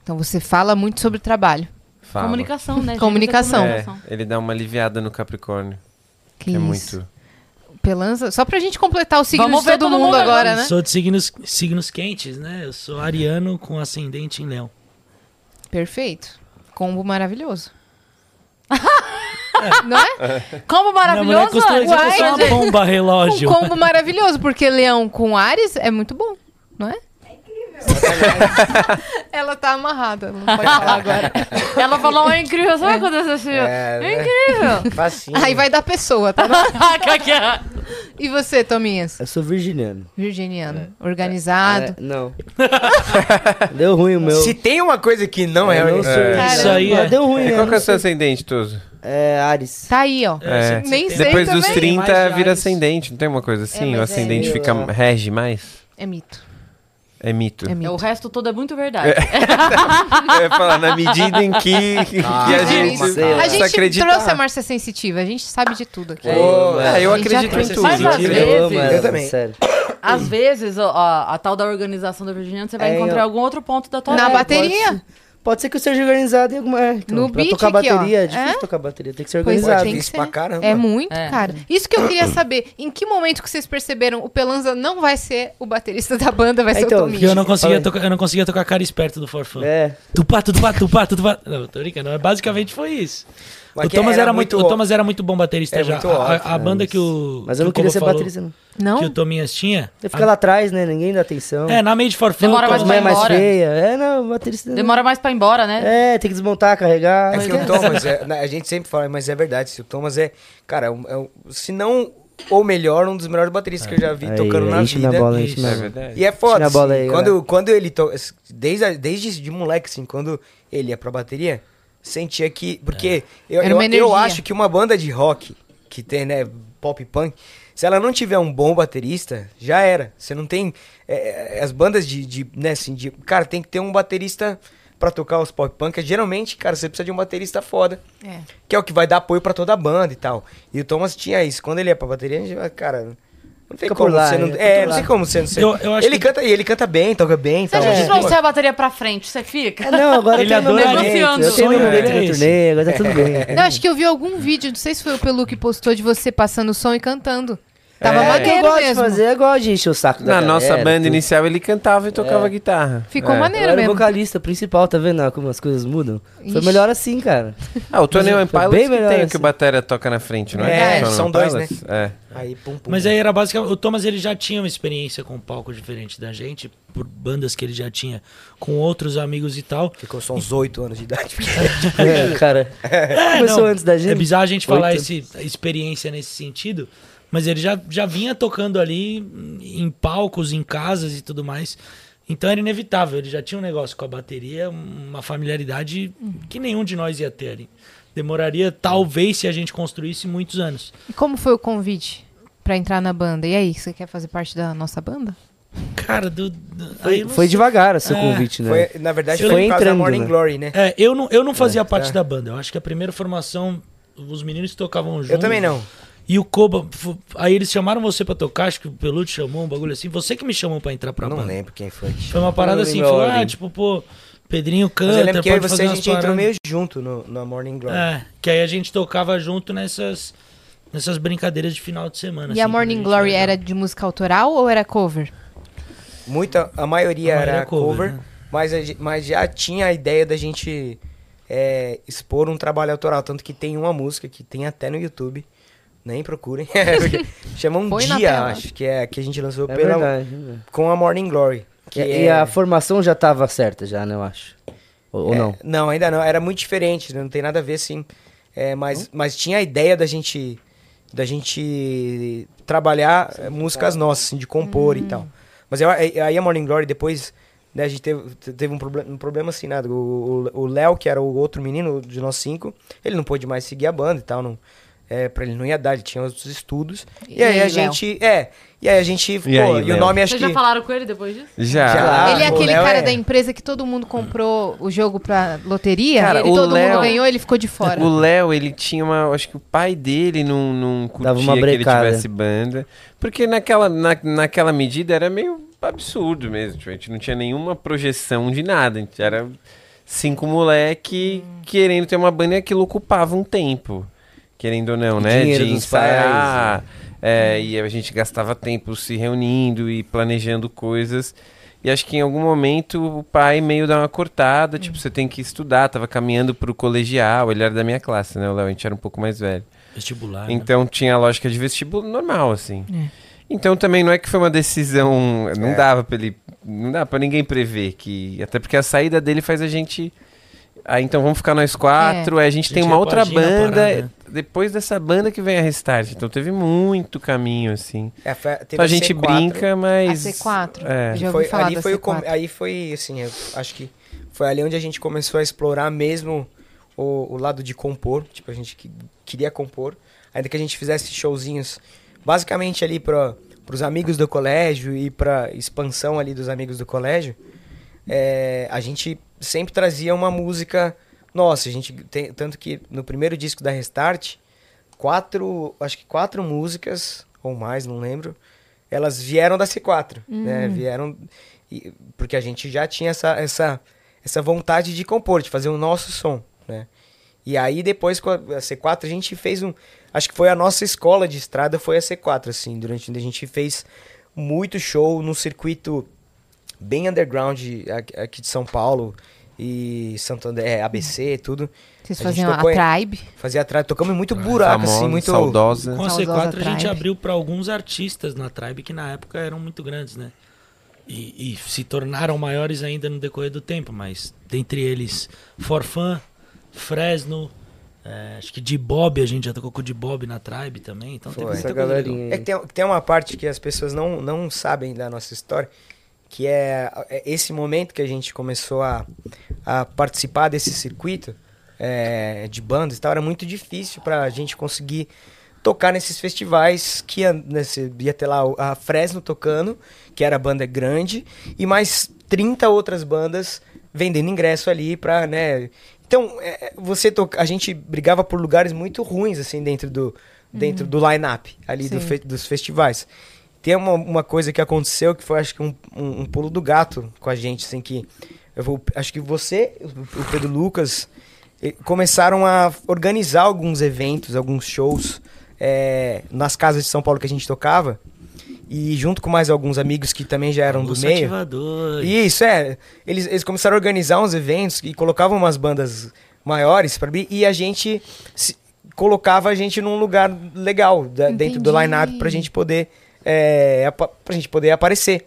[SPEAKER 2] Então você fala muito sobre trabalho.
[SPEAKER 3] Fala.
[SPEAKER 1] Comunicação, né? gente?
[SPEAKER 2] Comunicação.
[SPEAKER 3] É, ele dá uma aliviada no Capricórnio. Que
[SPEAKER 2] Que
[SPEAKER 3] é
[SPEAKER 2] isso.
[SPEAKER 3] muito.
[SPEAKER 2] Pelanza. Só pra gente completar o signo
[SPEAKER 1] Vamos
[SPEAKER 2] de
[SPEAKER 1] ver
[SPEAKER 2] todo,
[SPEAKER 1] todo
[SPEAKER 2] mundo,
[SPEAKER 1] mundo
[SPEAKER 2] agora, né?
[SPEAKER 4] Sou de signos, signos quentes, né? Eu sou ariano com ascendente em leão.
[SPEAKER 2] Perfeito. Combo maravilhoso. Não é?
[SPEAKER 1] Como
[SPEAKER 4] não, mas
[SPEAKER 1] maravilhoso,
[SPEAKER 4] custou
[SPEAKER 1] olha,
[SPEAKER 4] dizer que eu
[SPEAKER 1] uai,
[SPEAKER 4] sou uma
[SPEAKER 1] gente.
[SPEAKER 4] bomba
[SPEAKER 2] Um
[SPEAKER 4] relógio.
[SPEAKER 2] combo maravilhoso, porque leão com Ares é muito bom, não é? Ela tá amarrada, não pode falar agora.
[SPEAKER 1] Ela falou, é incrível, sabe quando você assistiu?
[SPEAKER 5] É,
[SPEAKER 1] É,
[SPEAKER 5] né?
[SPEAKER 1] incrível.
[SPEAKER 5] Facinho.
[SPEAKER 2] Aí vai da pessoa, tá?
[SPEAKER 1] Ah, é.
[SPEAKER 2] E você, Tominhas?
[SPEAKER 6] Eu sou virginiano.
[SPEAKER 2] Virginiano. Organizado.
[SPEAKER 6] É, não. Deu ruim o meu.
[SPEAKER 5] Se tem uma coisa que não é,
[SPEAKER 6] eu não sou-
[SPEAKER 2] Caramba.
[SPEAKER 4] Isso aí é.
[SPEAKER 6] Mas Deu ruim,
[SPEAKER 3] E
[SPEAKER 6] né?
[SPEAKER 3] qual que é o
[SPEAKER 6] Não
[SPEAKER 3] seu
[SPEAKER 6] sei.
[SPEAKER 3] ascendente, Toso?
[SPEAKER 6] É, Ares.
[SPEAKER 2] Tá aí, ó.
[SPEAKER 3] É.
[SPEAKER 2] Nem sei
[SPEAKER 3] Depois
[SPEAKER 2] também.
[SPEAKER 3] dos
[SPEAKER 4] Tem
[SPEAKER 3] 30
[SPEAKER 4] mais
[SPEAKER 3] vira
[SPEAKER 4] Ares.
[SPEAKER 3] ascendente, não tem uma coisa assim?
[SPEAKER 2] É, mas
[SPEAKER 3] o
[SPEAKER 2] é
[SPEAKER 3] ascendente
[SPEAKER 6] meio,
[SPEAKER 3] fica
[SPEAKER 6] é.
[SPEAKER 3] rege mais?
[SPEAKER 2] É mito.
[SPEAKER 3] É mito.
[SPEAKER 2] É
[SPEAKER 1] É,
[SPEAKER 2] mito.
[SPEAKER 1] o resto todo é muito verdade.
[SPEAKER 3] Eu ia falar, na medida em que, que
[SPEAKER 2] Ah,
[SPEAKER 3] a gente,
[SPEAKER 6] sei lá.
[SPEAKER 2] A gente
[SPEAKER 3] acredita.
[SPEAKER 2] trouxe a Márcia Sensitiva, a gente sabe de tudo aqui.
[SPEAKER 3] É, eu- é, eu
[SPEAKER 2] A gente já
[SPEAKER 3] acredito em
[SPEAKER 2] trouxe.
[SPEAKER 3] tudo.
[SPEAKER 1] Mas às
[SPEAKER 3] acredito.
[SPEAKER 1] vezes-
[SPEAKER 6] Eu amo ela,
[SPEAKER 5] Eu também.
[SPEAKER 6] Sério.
[SPEAKER 1] Às vezes, ó, a, a tal da organização da Virginiana, você vai
[SPEAKER 6] É,
[SPEAKER 1] encontrar
[SPEAKER 6] eu-
[SPEAKER 1] algum outro ponto da tua
[SPEAKER 2] Na
[SPEAKER 1] vida.
[SPEAKER 2] bateria?
[SPEAKER 6] Pode ser que eu seja organizado em alguma. É, então,
[SPEAKER 2] No
[SPEAKER 6] pra
[SPEAKER 2] beat
[SPEAKER 6] tocar
[SPEAKER 2] aqui, ó.
[SPEAKER 6] bateria, é difícil
[SPEAKER 2] É?
[SPEAKER 6] tocar bateria, tem que ser
[SPEAKER 2] Pois
[SPEAKER 6] organizado.
[SPEAKER 2] é,
[SPEAKER 5] Tem
[SPEAKER 2] tem que
[SPEAKER 5] isso pra
[SPEAKER 2] ser.
[SPEAKER 5] caramba.
[SPEAKER 2] É muito,
[SPEAKER 1] É.
[SPEAKER 2] cara. Isso que eu queria saber. Em que momento que vocês perceberam o Pelanza não vai ser o baterista da banda, vai
[SPEAKER 6] É,
[SPEAKER 2] ser
[SPEAKER 6] então,
[SPEAKER 2] o
[SPEAKER 4] Porque
[SPEAKER 2] Tominho?
[SPEAKER 4] eu não conseguia,
[SPEAKER 6] Fala
[SPEAKER 4] tocar, eu não conseguia tocar a cara esperto do Forfã.
[SPEAKER 6] É,
[SPEAKER 4] Tupá, tupá, tupá, tupá. Não, tô brincando. mas Basicamente foi isso.
[SPEAKER 5] Mas
[SPEAKER 4] o
[SPEAKER 5] que
[SPEAKER 4] Thomas era, muito, o
[SPEAKER 5] ó-
[SPEAKER 4] Thomas era muito bom baterista
[SPEAKER 5] É
[SPEAKER 4] já.
[SPEAKER 5] muito
[SPEAKER 4] a, a-
[SPEAKER 5] ótimo,
[SPEAKER 4] a banda que o
[SPEAKER 6] mas eu não
[SPEAKER 4] que o
[SPEAKER 6] queria
[SPEAKER 4] Colo
[SPEAKER 6] ser
[SPEAKER 4] falou,
[SPEAKER 6] baterista, não.
[SPEAKER 4] que
[SPEAKER 2] Não?
[SPEAKER 4] o Tominhas tinha.
[SPEAKER 6] Eu ficar lá atrás, né? Ninguém dá atenção.
[SPEAKER 4] É, na meio de forfã.
[SPEAKER 1] Demora
[SPEAKER 4] o
[SPEAKER 1] mais
[SPEAKER 6] As
[SPEAKER 4] Thomas-
[SPEAKER 1] pra
[SPEAKER 6] mulheres mais
[SPEAKER 1] embora.
[SPEAKER 6] feia. É, não, baterista.
[SPEAKER 1] Demora mais pra ir embora, né?
[SPEAKER 6] É, tem que desmontar, carregar.
[SPEAKER 5] É que o Thomas, é- na- a gente sempre fala, mas é verdade, se o Thomas é, cara, é um- é um- se não ou melhor, um dos melhores bateristas que eu já vi
[SPEAKER 6] Aí,
[SPEAKER 5] tocando na
[SPEAKER 6] enche
[SPEAKER 5] vida.
[SPEAKER 6] na é bola,
[SPEAKER 4] Isso,
[SPEAKER 6] enche na
[SPEAKER 3] É
[SPEAKER 6] bola.
[SPEAKER 3] verdade.
[SPEAKER 5] E é foda,
[SPEAKER 6] Tira a bola
[SPEAKER 5] assim,
[SPEAKER 6] aí,
[SPEAKER 5] quando, quando ele toca, desde, a- desde de moleque, assim, quando ele ia pra bateria, sentia que, porque
[SPEAKER 6] É.
[SPEAKER 5] eu,
[SPEAKER 2] Era
[SPEAKER 5] eu,
[SPEAKER 2] uma
[SPEAKER 5] eu
[SPEAKER 2] energia.
[SPEAKER 5] acho que uma banda de rock, que tem, né, pop punk, se ela não tiver um bom baterista, já era, você não tem, é, é, as bandas de, de, né, assim, de, cara, tem que ter um baterista pra tocar os pop punk, É, geralmente, cara, você precisa de um baterista foda,
[SPEAKER 2] É.
[SPEAKER 5] que é o que vai dar apoio pra toda a banda e tal. E o Thomas tinha isso. Quando ele ia pra bateria, a gente, vai, cara, não tem
[SPEAKER 6] Fica
[SPEAKER 5] como
[SPEAKER 6] por lá,
[SPEAKER 5] você não.
[SPEAKER 6] né? Fica
[SPEAKER 5] É,
[SPEAKER 6] por
[SPEAKER 5] não
[SPEAKER 6] lá.
[SPEAKER 5] tem como você não ser.
[SPEAKER 4] Eu- eu acho
[SPEAKER 5] ele
[SPEAKER 4] que-
[SPEAKER 5] canta e ele canta bem, toga bem e
[SPEAKER 1] Se a
[SPEAKER 5] tal.
[SPEAKER 1] gente
[SPEAKER 5] É.
[SPEAKER 1] trouxer a bateria pra frente, você fica?
[SPEAKER 6] É, não, agora
[SPEAKER 4] Ele
[SPEAKER 6] tem meu
[SPEAKER 4] adora
[SPEAKER 6] momento.
[SPEAKER 1] isso.
[SPEAKER 6] Eu tenho
[SPEAKER 4] Sonho
[SPEAKER 6] meu momento
[SPEAKER 4] dele é
[SPEAKER 6] na
[SPEAKER 4] esse.
[SPEAKER 6] turnê, agora tá tudo bem.
[SPEAKER 2] Não, acho que eu vi algum vídeo, não sei se foi o Pelu que postou, de você passando o som e cantando. Tava
[SPEAKER 3] É.
[SPEAKER 6] que eu
[SPEAKER 2] maneiro
[SPEAKER 6] gosto de
[SPEAKER 2] mesmo.
[SPEAKER 6] fazer, eu gosto de encher o saco
[SPEAKER 3] Na
[SPEAKER 6] da
[SPEAKER 3] nossa
[SPEAKER 6] galera,
[SPEAKER 3] banda
[SPEAKER 6] tudo.
[SPEAKER 3] inicial ele cantava e tocava guitarra.
[SPEAKER 2] Ficou
[SPEAKER 3] É.
[SPEAKER 6] Eu
[SPEAKER 2] maneiro
[SPEAKER 6] era o
[SPEAKER 2] mesmo.
[SPEAKER 6] vocalista principal, tá vendo ó, como as coisas mudam? Foi
[SPEAKER 2] Ixi.
[SPEAKER 6] melhor assim, cara.
[SPEAKER 3] Ah, o Tony
[SPEAKER 6] Foi
[SPEAKER 3] One
[SPEAKER 6] bem
[SPEAKER 3] Pilots que
[SPEAKER 6] melhor
[SPEAKER 3] tem o que
[SPEAKER 6] assim.
[SPEAKER 3] o Batera toca na frente, não
[SPEAKER 5] É,
[SPEAKER 3] é? Tony
[SPEAKER 5] são
[SPEAKER 3] One
[SPEAKER 5] dois,
[SPEAKER 3] Pilots? É.
[SPEAKER 5] Aí, pum, pum.
[SPEAKER 4] Mas aí era basicamente. O Thomas ele já tinha uma experiência com um palco diferente da gente, por bandas que ele já tinha com outros amigos e tal.
[SPEAKER 5] Ficou só uns oito anos de idade.
[SPEAKER 6] É, cara. Começou
[SPEAKER 4] não,
[SPEAKER 6] antes da
[SPEAKER 4] É
[SPEAKER 6] gente.
[SPEAKER 4] bizarro a gente falar
[SPEAKER 6] Oito.
[SPEAKER 4] esse, experiência nesse sentido, mas ele já, já vinha tocando ali em palcos, em casas e tudo mais. Então era inevitável, ele já tinha um negócio com a bateria, uma familiaridade que nenhum de nós ia ter ali. Demoraria, talvez, se a gente construísse muitos anos.
[SPEAKER 2] E como foi o convite pra entrar na banda? E aí, você quer fazer parte da nossa banda?
[SPEAKER 4] Cara, do. do- aí eu
[SPEAKER 6] Foi,
[SPEAKER 4] não
[SPEAKER 6] foi
[SPEAKER 4] sei.
[SPEAKER 6] devagar o seu
[SPEAKER 4] É,
[SPEAKER 6] convite, né?
[SPEAKER 5] Foi, na verdade,
[SPEAKER 6] Foi
[SPEAKER 5] foi, por causa da
[SPEAKER 6] entrando,
[SPEAKER 5] Morning
[SPEAKER 6] né?
[SPEAKER 5] Glory, né?
[SPEAKER 4] É, eu não, eu não fazia parte
[SPEAKER 5] tá.
[SPEAKER 4] da banda. Eu acho que a primeira formação, os meninos tocavam juntos.
[SPEAKER 5] Eu também não.
[SPEAKER 4] E o Koba, fu- aí eles chamaram você pra tocar, acho que o Pelute chamou, um bagulho assim. Você que me chamou pra entrar pra
[SPEAKER 5] não
[SPEAKER 4] banda.
[SPEAKER 5] lembro quem foi.
[SPEAKER 4] Foi uma
[SPEAKER 6] Eu
[SPEAKER 4] parada
[SPEAKER 6] não
[SPEAKER 4] assim,
[SPEAKER 6] lembro a
[SPEAKER 4] falou, ah,
[SPEAKER 6] ordem.
[SPEAKER 4] tipo, pô, Pedrinho
[SPEAKER 5] Mas eu
[SPEAKER 4] canta,
[SPEAKER 5] lembro que eu e você
[SPEAKER 4] pode fazer
[SPEAKER 5] a
[SPEAKER 4] umas
[SPEAKER 5] gente entrou
[SPEAKER 4] paradas.
[SPEAKER 5] meio junto no, na Morning Glory.
[SPEAKER 4] É, que aí a gente tocava junto nessas, nessas brincadeiras de final de semana. assim,
[SPEAKER 2] E a Morning Glory era de música autoral ou era cover?
[SPEAKER 5] Muita, a maioria
[SPEAKER 4] A maioria
[SPEAKER 5] era
[SPEAKER 4] é cover,
[SPEAKER 5] cover,
[SPEAKER 4] né?
[SPEAKER 5] mas, a ge- mas já tinha a ideia da gente é, expor um trabalho autoral. Tanto que tem uma música que tem até no YouTube. Nem procurem. é, porque Chama um
[SPEAKER 2] Põe na
[SPEAKER 5] dia,
[SPEAKER 2] tela.
[SPEAKER 5] acho, que é que a gente lançou
[SPEAKER 6] É
[SPEAKER 5] pela-
[SPEAKER 6] verdade. né?
[SPEAKER 5] com a Morning Glory. Que
[SPEAKER 6] E,
[SPEAKER 5] é-
[SPEAKER 6] e a formação já tava certa, já, né? Eu acho. Ou, ou
[SPEAKER 5] é,
[SPEAKER 6] não?
[SPEAKER 5] Não, ainda não. Era muito diferente, né, não tem nada a ver, sim. É, mas, mas tinha a ideia da gente da gente trabalhar eh,
[SPEAKER 3] tá.
[SPEAKER 5] músicas nossas, assim, de compor
[SPEAKER 2] Hum.
[SPEAKER 5] e tal. Mas eu- aí aí a Morning Glory depois, né, a gente teve, teve um, problema, um problema assim, nada. O o- o Léo, que era o outro menino de nós cinco, ele não pôde mais seguir a banda e tal, não... É, pra ele não ia dar, ele tinha outros estudos. E,
[SPEAKER 2] E
[SPEAKER 5] aí,
[SPEAKER 2] aí,
[SPEAKER 5] a
[SPEAKER 2] Léo?
[SPEAKER 5] gente. É. E aí a gente. pô,
[SPEAKER 3] aí,
[SPEAKER 5] e o
[SPEAKER 3] Léo?
[SPEAKER 5] nome acho
[SPEAKER 1] Vocês
[SPEAKER 5] que.
[SPEAKER 1] já falaram com ele depois disso?
[SPEAKER 3] Já.
[SPEAKER 5] Já. Ah,
[SPEAKER 2] ele é
[SPEAKER 5] o
[SPEAKER 2] aquele
[SPEAKER 5] Léo
[SPEAKER 2] cara
[SPEAKER 5] é.
[SPEAKER 2] da empresa que todo mundo comprou o jogo pra loteria,
[SPEAKER 3] Cara,
[SPEAKER 2] ele,
[SPEAKER 3] o
[SPEAKER 2] todo
[SPEAKER 3] Léo-
[SPEAKER 2] mundo ganhou ele ficou de fora.
[SPEAKER 3] O Léo, ele tinha uma. Acho que o pai dele não, não curtia
[SPEAKER 6] Dava uma
[SPEAKER 3] que ele
[SPEAKER 6] brecada.
[SPEAKER 3] tivesse banda. Porque naquela, na, naquela medida era meio absurdo mesmo. tipo, a gente não tinha nenhuma projeção de nada. A gente era cinco moleque querendo ter uma banda e aquilo ocupava um tempo. Querendo ou não, né?
[SPEAKER 6] Dinheiro
[SPEAKER 3] de
[SPEAKER 6] dos pais, né?
[SPEAKER 3] ensaiar. é, E a gente gastava tempo se reunindo e planejando coisas. E acho que em algum momento o pai meio dá uma cortada, tipo, você tem que estudar. Tava caminhando pro colegial, ele era da minha classe, né, o Léo? A gente era um pouco mais velho.
[SPEAKER 4] Vestibular. né?
[SPEAKER 3] Então tinha a lógica de vestíbulo normal, assim. Então também não é que foi uma decisão.
[SPEAKER 4] É.
[SPEAKER 3] Não dava pra ele. Não dava pra ninguém prever que. Até porque a saída dele faz a gente. Ah, então vamos ficar nós quatro. aí a gente
[SPEAKER 4] A
[SPEAKER 3] tem
[SPEAKER 4] gente
[SPEAKER 3] uma outra
[SPEAKER 4] imagina a
[SPEAKER 3] banda.
[SPEAKER 4] parada.
[SPEAKER 3] Depois dessa banda que vem a restart. Então teve muito caminho, assim.
[SPEAKER 5] É, foi- teve
[SPEAKER 3] Então a gente
[SPEAKER 5] C4.
[SPEAKER 3] brinca, mas.
[SPEAKER 2] A C4.
[SPEAKER 3] É.
[SPEAKER 2] Eu já ouvi
[SPEAKER 5] Foi-
[SPEAKER 2] falar da
[SPEAKER 5] ali foi o
[SPEAKER 2] C4.
[SPEAKER 5] come- aí foi assim eu acho que foi ali onde a gente começou a explorar mesmo o, o lado de compor tipo a gente que- queria compor ainda que a gente fizesse showzinhos basicamente ali para pros amigos do colégio e pra expansão ali dos amigos do colégio, é, a gente sempre trazia uma música nossa. A gente tem, tanto que no primeiro disco da Restart, quatro, acho que quatro músicas ou mais, não lembro, elas vieram da C4, né? Vieram e- porque a gente já tinha essa, essa essa vontade de compor, de fazer o nosso som, né? E aí depois com a a C4 a gente fez um, acho que foi a nossa escola de estrada foi a C4 assim, durante a gente fez muito show no circuito bem underground aqui- aqui de São Paulo e Santo André, é, ABC, tudo.
[SPEAKER 2] Vocês
[SPEAKER 5] A gente
[SPEAKER 2] faziam a
[SPEAKER 5] tocou em-
[SPEAKER 2] Tribe.
[SPEAKER 5] Fazia atrás, tocamos em muito buraco,
[SPEAKER 3] Famosa,
[SPEAKER 5] assim, muito.
[SPEAKER 3] saudosa.
[SPEAKER 4] Com a
[SPEAKER 2] Saudosa
[SPEAKER 4] C4 a gente
[SPEAKER 2] Tribe.
[SPEAKER 4] abriu pra alguns artistas na Tribe que na época eram muito grandes, né? E, e se tornaram maiores ainda no decorrer do tempo, mas dentre eles Forfan, Fresno, eh, acho que de Bob, a gente já tocou com o de Bob na Tribe também, então
[SPEAKER 5] Foi.
[SPEAKER 4] teve
[SPEAKER 5] Essa
[SPEAKER 4] muita
[SPEAKER 6] Essa
[SPEAKER 4] coisa legal.
[SPEAKER 6] galerinha.
[SPEAKER 5] É que tem, que tem uma parte que as pessoas não, não sabem da nossa história, que é é esse momento que a gente começou a, a participar desse circuito é, de bandas e tal, era muito difícil pra gente conseguir tocar nesses festivais que ia, nesse, ia ter lá o- a Fresno tocando, que era a banda grande, e mais 30 outras bandas vendendo ingresso ali pra, né... Então, é, é, você toca, a gente brigava por lugares muito ruins, assim, dentro do, dentro do line-up ali do
[SPEAKER 2] Sim.
[SPEAKER 5] fe- dos festivais. Tem uma, uma coisa que aconteceu que foi, acho que, um, um, um pulo do gato com a gente, assim, que... Eu vou, acho que você, o o Pedro Lucas, eh, começaram a organizar alguns eventos, alguns shows eh, nas casas de São Paulo que a gente tocava. E junto com mais alguns amigos que também já eram do
[SPEAKER 4] Almoço
[SPEAKER 5] meio.
[SPEAKER 4] ativador.
[SPEAKER 5] Isso, é. Eles, eles começaram a organizar uns eventos e colocavam umas bandas maiores pra mim e a gente se- colocava a gente num lugar legal da- dentro do
[SPEAKER 2] Entendi.
[SPEAKER 5] line-up pra gente poder é, apa- pra gente poder aparecer.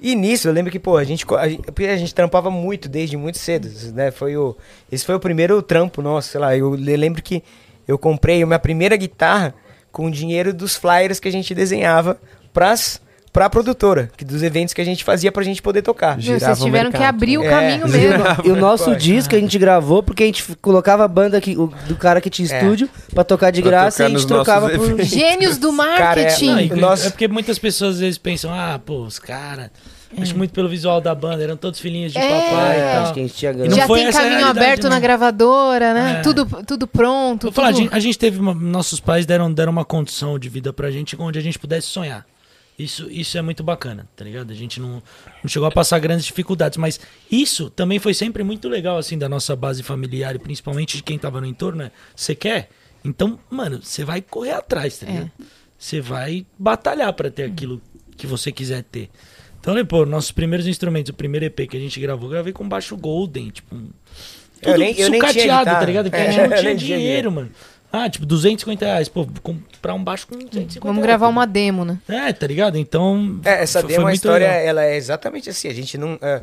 [SPEAKER 5] E nisso eu lembro que, pô, a gente, co- a gente, porque a gente trampava muito desde muito cedo, né? Foi o, esse foi o primeiro trampo nosso, sei lá. Eu le- lembro que eu comprei a minha primeira guitarra com o dinheiro dos flyers que a gente desenhava pras, pra produtora, que dos eventos que a gente fazia pra gente poder tocar.
[SPEAKER 2] Meu, vocês
[SPEAKER 3] Girava o
[SPEAKER 2] tiveram que
[SPEAKER 3] mercado.
[SPEAKER 2] abrir o
[SPEAKER 5] É.
[SPEAKER 2] caminho mesmo.
[SPEAKER 6] E o nosso
[SPEAKER 5] Pode.
[SPEAKER 6] disco a gente gravou porque a gente f- colocava a banda que, o- do cara que tinha
[SPEAKER 5] É.
[SPEAKER 6] estúdio pra tocar de
[SPEAKER 3] Pra
[SPEAKER 6] graça
[SPEAKER 3] tocar
[SPEAKER 6] e a
[SPEAKER 3] nos
[SPEAKER 6] gente trocava
[SPEAKER 3] nossos
[SPEAKER 6] por.
[SPEAKER 3] eventos.
[SPEAKER 2] Gênios do
[SPEAKER 5] Cara, é-
[SPEAKER 2] marketing.
[SPEAKER 4] Não, e-
[SPEAKER 5] O nosso-
[SPEAKER 4] É porque muitas pessoas às vezes pensam, ah, pô, os caras, acho muito pelo visual da banda, eram todos filhinhos de
[SPEAKER 2] É.
[SPEAKER 4] papai e tal.
[SPEAKER 6] Acho que a gente tinha
[SPEAKER 4] não
[SPEAKER 2] Já
[SPEAKER 6] grana.
[SPEAKER 4] foi
[SPEAKER 2] tem
[SPEAKER 4] essa a
[SPEAKER 2] caminho
[SPEAKER 4] realidade,
[SPEAKER 2] aberto
[SPEAKER 4] né?
[SPEAKER 2] na gravadora, né?
[SPEAKER 4] É.
[SPEAKER 2] Tudo, tudo pronto.
[SPEAKER 4] Vou falar, a
[SPEAKER 2] tudo-
[SPEAKER 4] gente, a gente teve uma- nossos pais deram, deram uma condição de vida pra gente onde a gente pudesse sonhar. Isso, isso é muito bacana, tá ligado? A gente não, não chegou a passar grandes dificuldades, mas isso também foi sempre muito legal, assim, da nossa base familiar e principalmente de quem tava no entorno. é, Você quer? Então, mano, você vai correr atrás, tá ligado? Você vai batalhar pra ter aquilo que você quiser ter. Então, né, pô, nossos primeiros instrumentos, o primeiro EP que a gente gravou, eu gravei com baixo golden, tipo, um-
[SPEAKER 5] Eu
[SPEAKER 4] tudo
[SPEAKER 5] nem- eu nem tinha
[SPEAKER 4] sucateado, tá
[SPEAKER 5] guitarra.
[SPEAKER 4] ligado? Porque a
[SPEAKER 5] É,
[SPEAKER 4] gente não
[SPEAKER 5] eu
[SPEAKER 4] tinha
[SPEAKER 5] nem tinha
[SPEAKER 4] dinheiro, mano. Ah, tipo, 250 reais. Pô, comprar um baixo com 250
[SPEAKER 2] Vamos
[SPEAKER 4] reais,
[SPEAKER 2] gravar
[SPEAKER 4] pô.
[SPEAKER 2] uma demo, né?
[SPEAKER 4] É, tá ligado? Então.
[SPEAKER 5] É, essa
[SPEAKER 4] foi-
[SPEAKER 5] demo,
[SPEAKER 4] foi
[SPEAKER 5] a
[SPEAKER 4] muito
[SPEAKER 5] história,
[SPEAKER 4] legal.
[SPEAKER 5] ela é exatamente assim. A gente não, é,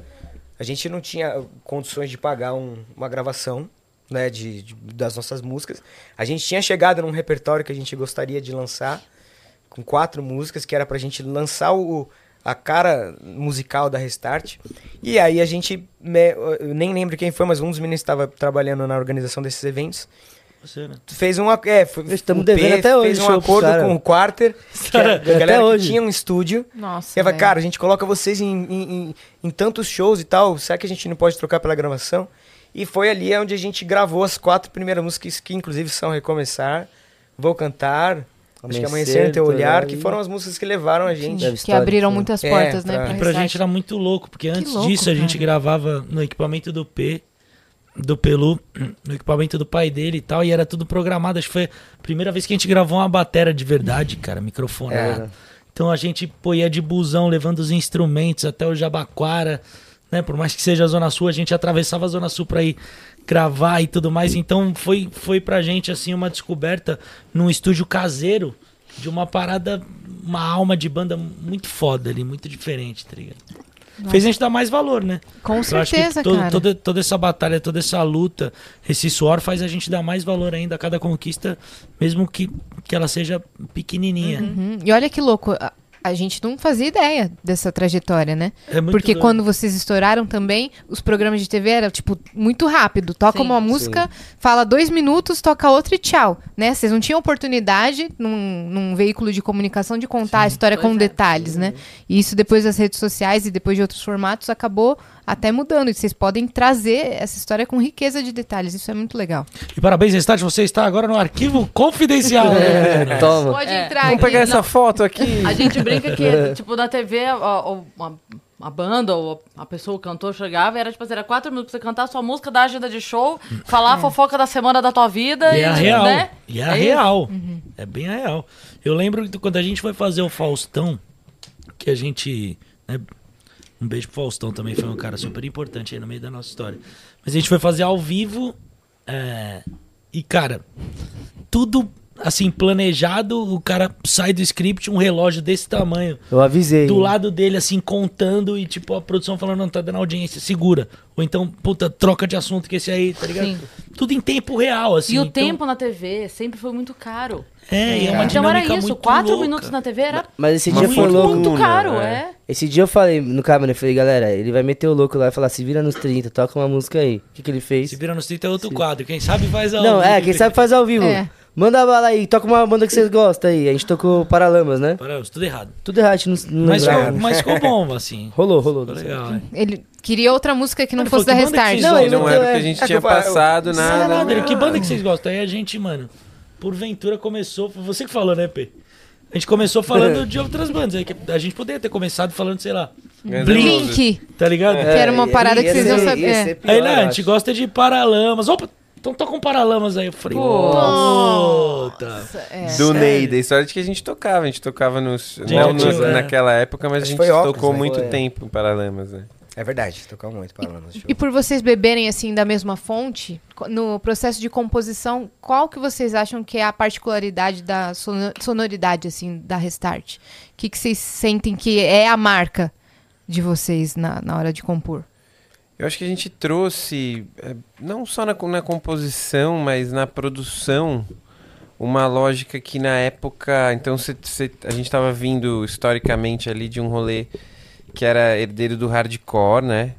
[SPEAKER 5] a gente não tinha condições de pagar um- uma gravação, né, de, de- das nossas músicas. A gente tinha chegado num repertório que a gente gostaria de lançar, com quatro músicas, que era pra gente lançar o, a cara musical da Restart. E aí a gente, né, eu nem lembro quem foi, mas um dos meninos estava trabalhando na organização desses eventos,
[SPEAKER 4] Você, né?
[SPEAKER 5] fez um ac- é, foi,
[SPEAKER 6] Estamos
[SPEAKER 5] o P
[SPEAKER 6] devendo até hoje
[SPEAKER 5] fez um
[SPEAKER 6] show pro
[SPEAKER 5] acordo
[SPEAKER 6] cara.
[SPEAKER 5] com o Quarter, que era, a
[SPEAKER 6] Até
[SPEAKER 5] galera que
[SPEAKER 6] hoje.
[SPEAKER 5] tinha um estúdio.
[SPEAKER 2] Nossa.
[SPEAKER 5] E ela,
[SPEAKER 2] velho.
[SPEAKER 5] cara, a gente coloca vocês em, em- em- em tantos shows e tal, será que a gente não pode trocar pela gravação? E foi ali onde a gente gravou as quatro primeiras músicas, que inclusive são Recomeçar, Vou Cantar, acho que
[SPEAKER 6] Amanhecer,
[SPEAKER 5] Amanhecer no Teu
[SPEAKER 6] Tô
[SPEAKER 5] Olhar,
[SPEAKER 6] Aí.
[SPEAKER 5] que foram as músicas que levaram a gente.
[SPEAKER 6] Deve
[SPEAKER 2] que
[SPEAKER 6] histórico,
[SPEAKER 2] abriram
[SPEAKER 6] né?
[SPEAKER 2] muitas
[SPEAKER 5] É,
[SPEAKER 2] portas, né?
[SPEAKER 5] pra-
[SPEAKER 2] pra
[SPEAKER 4] E pra
[SPEAKER 2] restart.
[SPEAKER 4] gente era muito louco, porque antes
[SPEAKER 2] louco,
[SPEAKER 4] disso a
[SPEAKER 2] cara.
[SPEAKER 4] gente gravava no equipamento do P, do Pelu, no equipamento do pai dele e tal, e era tudo programado. Acho que foi a primeira vez que a gente gravou uma batera de verdade, cara, microfonada. Então a gente pô, ia de busão levando os instrumentos até o Jabaquara, né? Por mais que seja a Zona Sul, a gente atravessava a Zona Sul pra ir gravar e tudo mais. Então foi, foi pra gente, assim, uma descoberta num estúdio caseiro de uma parada, uma alma de banda muito foda ali, muito diferente, tá ligado? Fez a gente dar mais valor, né?
[SPEAKER 2] Com
[SPEAKER 4] Eu acho que
[SPEAKER 2] certeza,
[SPEAKER 4] todo-
[SPEAKER 2] cara.
[SPEAKER 4] Toda, toda essa batalha, toda essa luta, esse suor faz a gente dar mais valor ainda a cada conquista, mesmo que, que ela seja pequenininha.
[SPEAKER 2] Uhum. E Hum, olha que louco. a- a gente não fazia ideia dessa trajetória, né?
[SPEAKER 4] É muito
[SPEAKER 2] Porque
[SPEAKER 4] doido.
[SPEAKER 2] quando vocês estouraram também, os programas de TV eram, tipo, muito rápido. Toca
[SPEAKER 7] Sim.
[SPEAKER 2] uma música, fala dois minutos, toca outra e tchau. Né? Vocês não tinham oportunidade num, num veículo de comunicação de contar a história com
[SPEAKER 7] Pois é.
[SPEAKER 2] detalhes, né? E isso depois das redes sociais e depois de outros formatos acabou até mudando. E vocês podem trazer essa história com riqueza de detalhes. Isso é muito legal.
[SPEAKER 4] E parabéns, Restart, você está agora no arquivo confidencial. Né?
[SPEAKER 6] É, toma.
[SPEAKER 2] Pode
[SPEAKER 7] É.
[SPEAKER 2] entrar
[SPEAKER 3] Vamos pegar essa foto aqui.
[SPEAKER 1] A gente brinca que, tipo, na TV, a, a- uma- a banda ou a pessoa, o cantor chegava e era, tipo, assim, era quatro minutos pra você cantar a sua música, dar a agenda de show, falar a fofoca da semana da tua vida.
[SPEAKER 4] E é a
[SPEAKER 1] tipo,
[SPEAKER 4] real.
[SPEAKER 1] né?
[SPEAKER 4] E é a
[SPEAKER 1] É
[SPEAKER 4] real. É bem a real. Eu lembro que quando a gente foi fazer o Faustão, que a gente. né, um beijo pro Faustão também, foi um cara super importante aí no meio da nossa história. Mas a gente foi fazer ao vivo. é, e, cara, tudo assim, planejado, o cara sai do script, um relógio desse tamanho
[SPEAKER 6] Eu avisei.
[SPEAKER 4] do lado dele, assim, contando e, tipo, a produção falando, não, tá dando audiência, segura. Ou então, puta, troca de assunto que esse aí, tá ligado?
[SPEAKER 1] Sim.
[SPEAKER 4] Tudo em tempo real, assim.
[SPEAKER 1] E o
[SPEAKER 4] então-
[SPEAKER 1] tempo na TV sempre foi muito caro.
[SPEAKER 4] É, e é uma
[SPEAKER 1] então era
[SPEAKER 4] dinâmica
[SPEAKER 1] isso,
[SPEAKER 4] muito
[SPEAKER 1] quatro
[SPEAKER 4] louca.
[SPEAKER 1] minutos na TV era
[SPEAKER 6] Mas esse
[SPEAKER 3] Mas
[SPEAKER 6] dia
[SPEAKER 3] foi
[SPEAKER 6] foi louco.
[SPEAKER 3] muito
[SPEAKER 1] muito caro,
[SPEAKER 3] Una,
[SPEAKER 1] é.
[SPEAKER 6] Esse dia eu falei no câmera, eu falei, galera, ele vai meter o louco lá e falar, se vira nos 30, toca uma música aí. O que, que ele fez?
[SPEAKER 4] Se vira nos 30 é outro quadro, quem sabe faz a
[SPEAKER 6] Não, é, quem sabe faz ao vivo.
[SPEAKER 2] É.
[SPEAKER 6] Manda a bala aí, toca uma banda que vocês gostam aí. A gente tocou Paralamas, né?
[SPEAKER 4] Paramos, tudo errado.
[SPEAKER 6] Tudo errado, a gente não, não
[SPEAKER 4] Mas,
[SPEAKER 6] lembrava.
[SPEAKER 4] ficou, mas ficou bom, assim.
[SPEAKER 6] Rolou, rolou.
[SPEAKER 4] Ficou legal, é.
[SPEAKER 2] Ele queria outra música que não
[SPEAKER 4] Ele
[SPEAKER 2] fosse da
[SPEAKER 4] falou, que banda que vocês
[SPEAKER 2] Restart.
[SPEAKER 6] Não,
[SPEAKER 3] E
[SPEAKER 6] ele
[SPEAKER 3] não era porque a
[SPEAKER 6] é-
[SPEAKER 3] gente
[SPEAKER 5] é
[SPEAKER 3] tinha
[SPEAKER 5] culpa-
[SPEAKER 3] passado
[SPEAKER 4] Não,
[SPEAKER 3] nada.
[SPEAKER 4] Adri, que banda que vocês gostam? Aí a gente, mano, porventura começou. Foi você que falou, né, P? A gente começou falando de outras bandas. aí que A gente poderia ter começado falando, sei lá,
[SPEAKER 3] Guns N' Roses.
[SPEAKER 2] Blink.
[SPEAKER 4] tá ligado?
[SPEAKER 6] É,
[SPEAKER 2] era uma
[SPEAKER 6] ia-
[SPEAKER 2] parada que
[SPEAKER 6] ia
[SPEAKER 2] vocês
[SPEAKER 6] ser-
[SPEAKER 2] não sabiam.
[SPEAKER 6] ia ser pior,
[SPEAKER 4] Aí, né,
[SPEAKER 6] eu
[SPEAKER 4] a gente
[SPEAKER 6] acho.
[SPEAKER 4] gosta de paralamas. Opa, então toca um paralamas aí. Eu falei, puta.
[SPEAKER 3] Do Neida. A história de que a gente tocava. A gente tocava nos,
[SPEAKER 4] Gente,
[SPEAKER 3] não nos-
[SPEAKER 4] é.
[SPEAKER 3] naquela época, mas a
[SPEAKER 5] Acho
[SPEAKER 3] gente
[SPEAKER 5] que foi óculos,
[SPEAKER 3] tocou
[SPEAKER 5] né?
[SPEAKER 3] muito
[SPEAKER 6] Foi.
[SPEAKER 3] tempo em Paralamas, né?
[SPEAKER 5] É verdade, tocar muito Paralamas. show.
[SPEAKER 2] E por vocês beberem assim da mesma fonte, co- no processo de composição, qual que vocês acham que é a particularidade da sono- sonoridade assim da Restart? O que, que vocês sentem que é a marca de vocês na, na hora de compor?
[SPEAKER 3] Eu acho que a gente trouxe, eh, não só na, co- na composição, mas na produção, uma lógica que na época. Então cê- cê- a gente estava vindo historicamente ali de um rolê que era herdeiro do hardcore, né?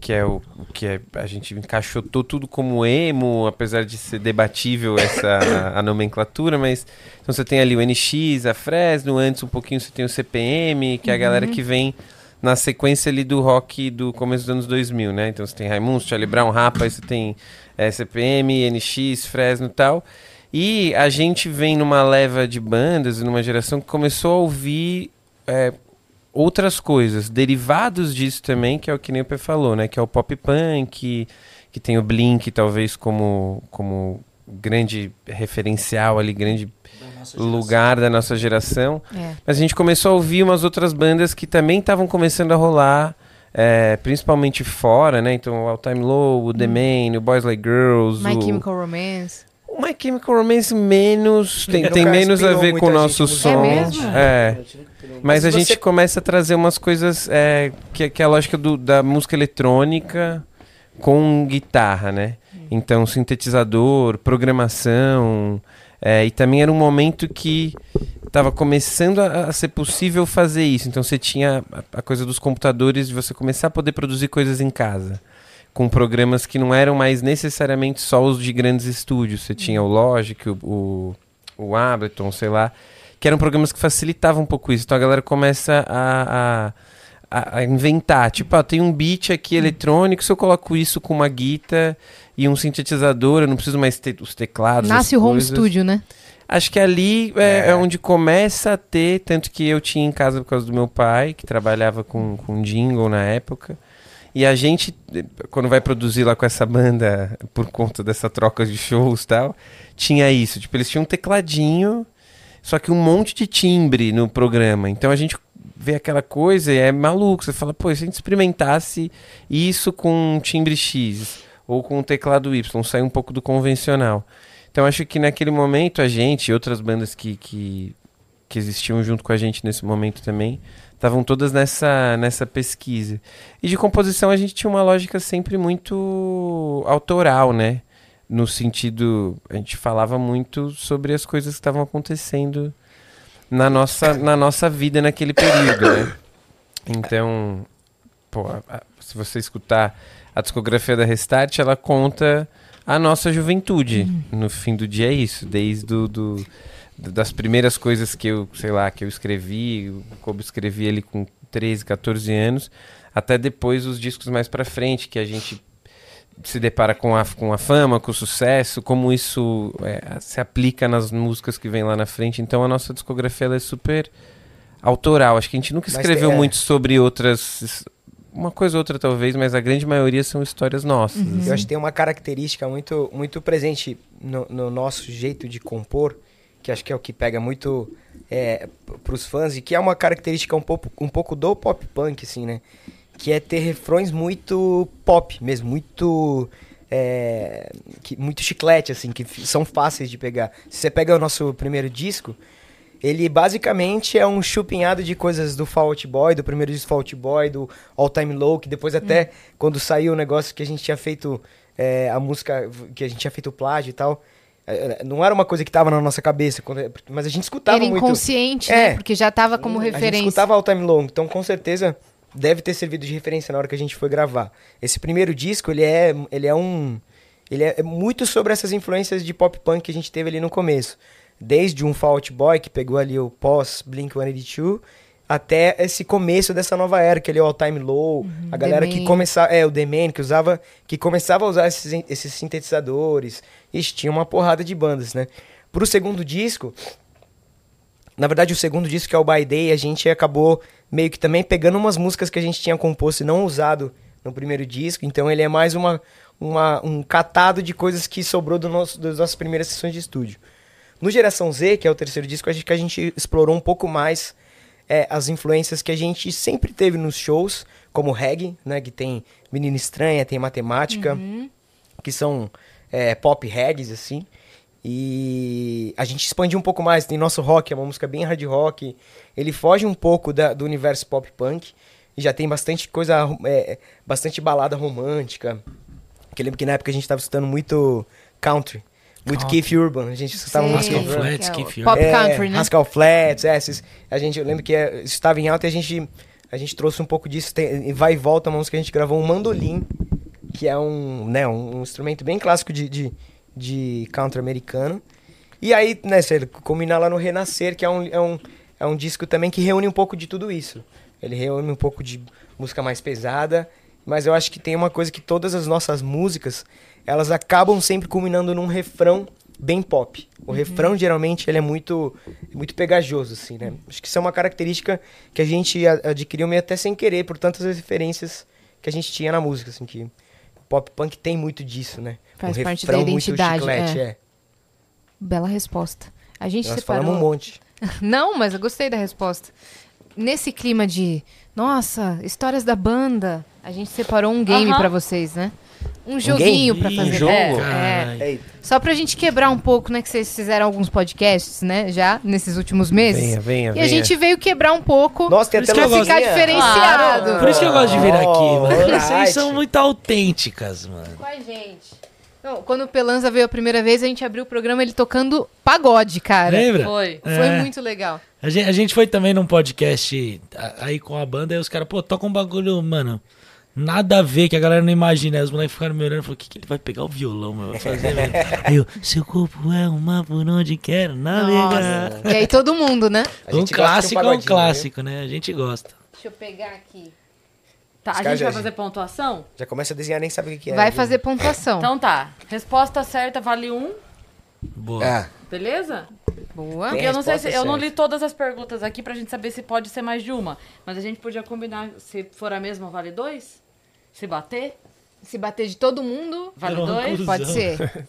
[SPEAKER 3] Que é o o que é- a gente encaixotou tudo como emo, apesar de ser debatível essa a, a nomenclatura, mas então você tem ali o NX, a Fresno, antes um pouquinho você tem o CPM, que é a galera que vem na sequência ali do rock do começo dos anos 2000, né? Então você tem Raimundo, Charlie Brown, Rapa, aí você tem eh, CPM, NX, Fresno e tal. E a gente vem numa leva de bandas, numa geração que começou a ouvir eh, outras coisas, derivados disso também, que é o que nem o P falou, né? Que é o pop punk, que, que tem o Blink, talvez, como, como grande referencial ali, grande lugar da nossa geração.
[SPEAKER 2] É.
[SPEAKER 3] Mas a gente começou a ouvir umas outras bandas que também estavam começando a rolar, é, principalmente fora, né? Então, o All Time Low, o The Man, o Boys Like Girls,
[SPEAKER 2] My
[SPEAKER 3] o...
[SPEAKER 2] Chemical Romance.
[SPEAKER 3] O My é Chemical Romance menos. Tem,
[SPEAKER 5] Nunca
[SPEAKER 3] É, tem menos a
[SPEAKER 5] inspirou
[SPEAKER 3] ver com o
[SPEAKER 5] muita
[SPEAKER 3] nosso
[SPEAKER 5] gente
[SPEAKER 3] som.
[SPEAKER 2] musicalmente. É mesmo?
[SPEAKER 3] É. Mas
[SPEAKER 5] Mas
[SPEAKER 3] a
[SPEAKER 5] você-
[SPEAKER 3] gente começa a trazer umas coisas é, que, que é a lógica do- da música eletrônica com guitarra, né? Então, sintetizador, programação. é, e também era um momento que estava começando a, a ser possível fazer isso. Então, você tinha a, a coisa dos computadores, de você começar a poder produzir coisas em casa. Com programas que não eram mais necessariamente só os de grandes estúdios. Você tinha o
[SPEAKER 2] Uhum.
[SPEAKER 3] Logic, o, o, o Ableton, sei lá que eram programas que facilitavam um pouco isso. Então a galera começa a, a- a- a inventar. Tipo, ah, tem um beat aqui
[SPEAKER 2] Uhum.
[SPEAKER 3] eletrônico, se eu coloco isso com uma guita e um sintetizador, eu não preciso mais ter os teclados.
[SPEAKER 2] Nasce
[SPEAKER 3] as
[SPEAKER 2] o home
[SPEAKER 3] coisas.
[SPEAKER 2] studio, né?
[SPEAKER 3] Acho que ali é, é onde começa a ter, tanto que eu tinha em casa por causa do meu pai, que trabalhava com, com jingle na época. E a gente, eh, quando vai produzir lá com essa banda, por conta dessa troca de shows e tal, tinha isso. Tipo, eles tinham um tecladinho, só que um monte de timbre no programa. Então a gente vê aquela coisa e é maluco. Você fala, pô, e se a gente experimentasse isso com um timbre X ou com um teclado Y, sai um pouco do convencional. Então acho que naquele momento a gente e outras bandas que, que, que existiam junto com a gente nesse momento também estavam todas nessa, nessa pesquisa. E de composição a gente tinha uma lógica sempre muito autoral, né? No sentido, a gente falava muito sobre as coisas que estavam acontecendo na nossa, na nossa vida naquele período, né? Então, pô, a- a- se você escutar a discografia da Restart, ela conta a nossa juventude.
[SPEAKER 5] Uhum.
[SPEAKER 3] No fim do dia é isso, desde do, do- do- das primeiras coisas que eu, sei lá, que eu escrevi, como escrevi ele com 13, 14 anos, até depois os discos mais pra frente que a gente se depara com a, com a fama, com o sucesso, como isso é, se aplica nas músicas que vem lá na frente. Então a nossa discografia ela é super autoral. Acho que a gente nunca
[SPEAKER 5] Mas
[SPEAKER 3] escreveu
[SPEAKER 5] tem- é.
[SPEAKER 3] muito sobre outras. es- Uma coisa ou outra, talvez, mas a grande maioria são histórias nossas.
[SPEAKER 2] Uhum.
[SPEAKER 5] Eu acho que tem uma característica muito, muito presente no, no nosso jeito de compor, que acho que é o que pega muito é, para os fãs, e que é uma característica um pouco, um pouco do pop punk, assim, né? Que é ter refrões muito pop mesmo, muito. é, que- muito chiclete, assim, que f- são fáceis de pegar. Se você pega o nosso primeiro disco, ele basicamente é um chupinhado de coisas do Fall Out Boy, do primeiro disco Fall Out Boy, do All Time Low, que depois até quando saiu o negócio que a gente tinha feito é, a música, v- que a gente tinha feito o plágio e tal, é, é, não era uma coisa que tava na nossa cabeça, quando- é, mas a gente escutava
[SPEAKER 2] Era
[SPEAKER 5] muito.
[SPEAKER 2] inconsciente,
[SPEAKER 5] É.
[SPEAKER 2] né? Porque já tava como
[SPEAKER 5] A gente
[SPEAKER 2] referência.
[SPEAKER 5] escutava All Time Low, então com certeza deve ter servido de referência na hora que a gente foi gravar. Esse primeiro disco, ele é, ele é um... Ele é é muito sobre essas influências de pop punk que a gente teve ali no começo. Desde um Fall Out Boy, que pegou ali o pós-Blink-182, até esse começo dessa nova era, que ele é o All Time Low, a galera
[SPEAKER 2] The
[SPEAKER 5] que
[SPEAKER 2] Man.
[SPEAKER 5] começava... É, o The Man, que usava... Que começava a usar esses, esses sintetizadores. Ixi, tinha uma porrada de bandas, né? Pro segundo disco, na verdade, o segundo disco, que é o By Day, a gente acabou meio que também pegando umas músicas que a gente tinha composto e não usado no primeiro disco. Então, ele é mais uma, uma- um catado de coisas que sobrou do nosso, das nossas primeiras sessões de estúdio. No Geração Z, que é o terceiro disco, acho que a gente explorou um pouco mais é, as influências que a gente sempre teve nos shows, como reggae, né? Que tem Menina Estranha, tem Matemática que são é, pop reggae, assim. E a gente expandiu um pouco mais. Tem nosso rock, é uma música bem hard rock. Ele foge um pouco da- do universo pop punk. E já tem bastante coisa, ro- é, bastante balada romântica. Que eu lembro que na época a gente tava escutando muito country. Muito Keith Urban. A gente escutava
[SPEAKER 2] Sei,
[SPEAKER 5] música
[SPEAKER 4] Rascal Flats,
[SPEAKER 2] que é
[SPEAKER 4] que
[SPEAKER 2] o
[SPEAKER 4] filme.
[SPEAKER 2] Pop
[SPEAKER 5] é,
[SPEAKER 2] Country, né?
[SPEAKER 5] Rascal Flats, é, esses- a gente, eu lembro que é, isso estava em alta e a gente, a gente trouxe um pouco disso, tem, e vai e volta, uma música que a gente gravou, um mandolim, que é um, né, um, um instrumento bem clássico de, de, de country americano. E aí, né, se ele combinar lá no Renascer, que é um, é, um, é um disco também que reúne um pouco de tudo isso. Ele reúne um pouco de música mais pesada, mas eu acho que tem uma coisa que todas as nossas músicas, elas acabam sempre culminando num refrão bem pop.
[SPEAKER 2] Uhum.
[SPEAKER 5] O refrão, geralmente, ele é muito, muito pegajoso, assim, né? Acho que isso é uma característica que a gente a- adquiriu meio até sem querer, por tantas referências que a gente tinha na música, assim, que o pop punk tem muito disso, né?
[SPEAKER 2] Faz
[SPEAKER 5] um
[SPEAKER 2] parte da
[SPEAKER 5] refrão muito
[SPEAKER 2] identidade,
[SPEAKER 5] chiclete,
[SPEAKER 2] é.
[SPEAKER 5] é.
[SPEAKER 2] Bela resposta. A gente
[SPEAKER 5] Nós
[SPEAKER 2] separou.
[SPEAKER 5] falamos um monte.
[SPEAKER 2] Não, mas eu gostei da resposta. Nesse clima de, nossa, histórias da banda, a gente separou um game
[SPEAKER 1] Aham.
[SPEAKER 2] pra vocês, né? Um joguinho pra fazer.
[SPEAKER 4] Um
[SPEAKER 3] jogo?
[SPEAKER 2] É, é. Só pra gente quebrar um pouco, né? Que vocês fizeram alguns podcasts, né? Já nesses últimos meses.
[SPEAKER 3] Venha, venha,
[SPEAKER 2] e
[SPEAKER 3] venha.
[SPEAKER 2] a gente veio quebrar um pouco
[SPEAKER 5] Nossa, tem
[SPEAKER 4] Por isso
[SPEAKER 5] até
[SPEAKER 4] que
[SPEAKER 2] pra
[SPEAKER 4] eu gosto.
[SPEAKER 2] ficar
[SPEAKER 5] luzinha.
[SPEAKER 2] diferenciado.
[SPEAKER 4] Por isso que eu gosto de vir aqui,
[SPEAKER 5] Oh,
[SPEAKER 4] mano. Vocês
[SPEAKER 5] alright.
[SPEAKER 4] são muito autênticas, mano.
[SPEAKER 2] com a gente. Então, quando o Pelanza veio a primeira vez, a gente abriu o programa ele tocando pagode, cara.
[SPEAKER 4] Lembra?
[SPEAKER 1] Foi.
[SPEAKER 2] Foi
[SPEAKER 4] É.
[SPEAKER 2] muito legal.
[SPEAKER 4] A gen- a gente, foi também num podcast a- aí com a banda, aí os caras, pô, toca um bagulho, mano, nada a ver, que a galera não imagina. Aí os moleques ficaram me olhando e falaram, o que, que ele vai pegar o violão, meu? Vai fazer, velho?" aí eu, seu corpo é um mapa por onde quero navegar.
[SPEAKER 2] E aí todo mundo, né?
[SPEAKER 5] A
[SPEAKER 4] Um
[SPEAKER 5] gente gosta de um
[SPEAKER 4] clássico é um
[SPEAKER 5] pagodinho,
[SPEAKER 4] clássico, né? A gente gosta.
[SPEAKER 2] Deixa eu pegar aqui.
[SPEAKER 1] Tá,
[SPEAKER 5] Os
[SPEAKER 1] a
[SPEAKER 5] caras
[SPEAKER 1] gente
[SPEAKER 5] já-
[SPEAKER 1] vai fazer pontuação?
[SPEAKER 5] Já começa a desenhar, nem sabe o que que é.
[SPEAKER 2] Vai
[SPEAKER 5] viu?
[SPEAKER 2] fazer pontuação.
[SPEAKER 1] Então tá. Resposta certa vale um,
[SPEAKER 4] Boa.
[SPEAKER 5] Ah,
[SPEAKER 1] beleza?
[SPEAKER 2] Boa.
[SPEAKER 5] Tem
[SPEAKER 1] Porque eu não sei se,
[SPEAKER 5] resposta
[SPEAKER 1] eu não
[SPEAKER 5] certa.
[SPEAKER 1] li todas as perguntas aqui pra gente saber se pode ser mais de uma. Mas a gente podia combinar, se for a mesma, vale dois? Se bater,
[SPEAKER 2] Se bater de todo mundo,
[SPEAKER 1] vale
[SPEAKER 4] Era uma
[SPEAKER 1] dois?
[SPEAKER 4] coisa.
[SPEAKER 2] pode
[SPEAKER 4] Cusão.
[SPEAKER 2] ser.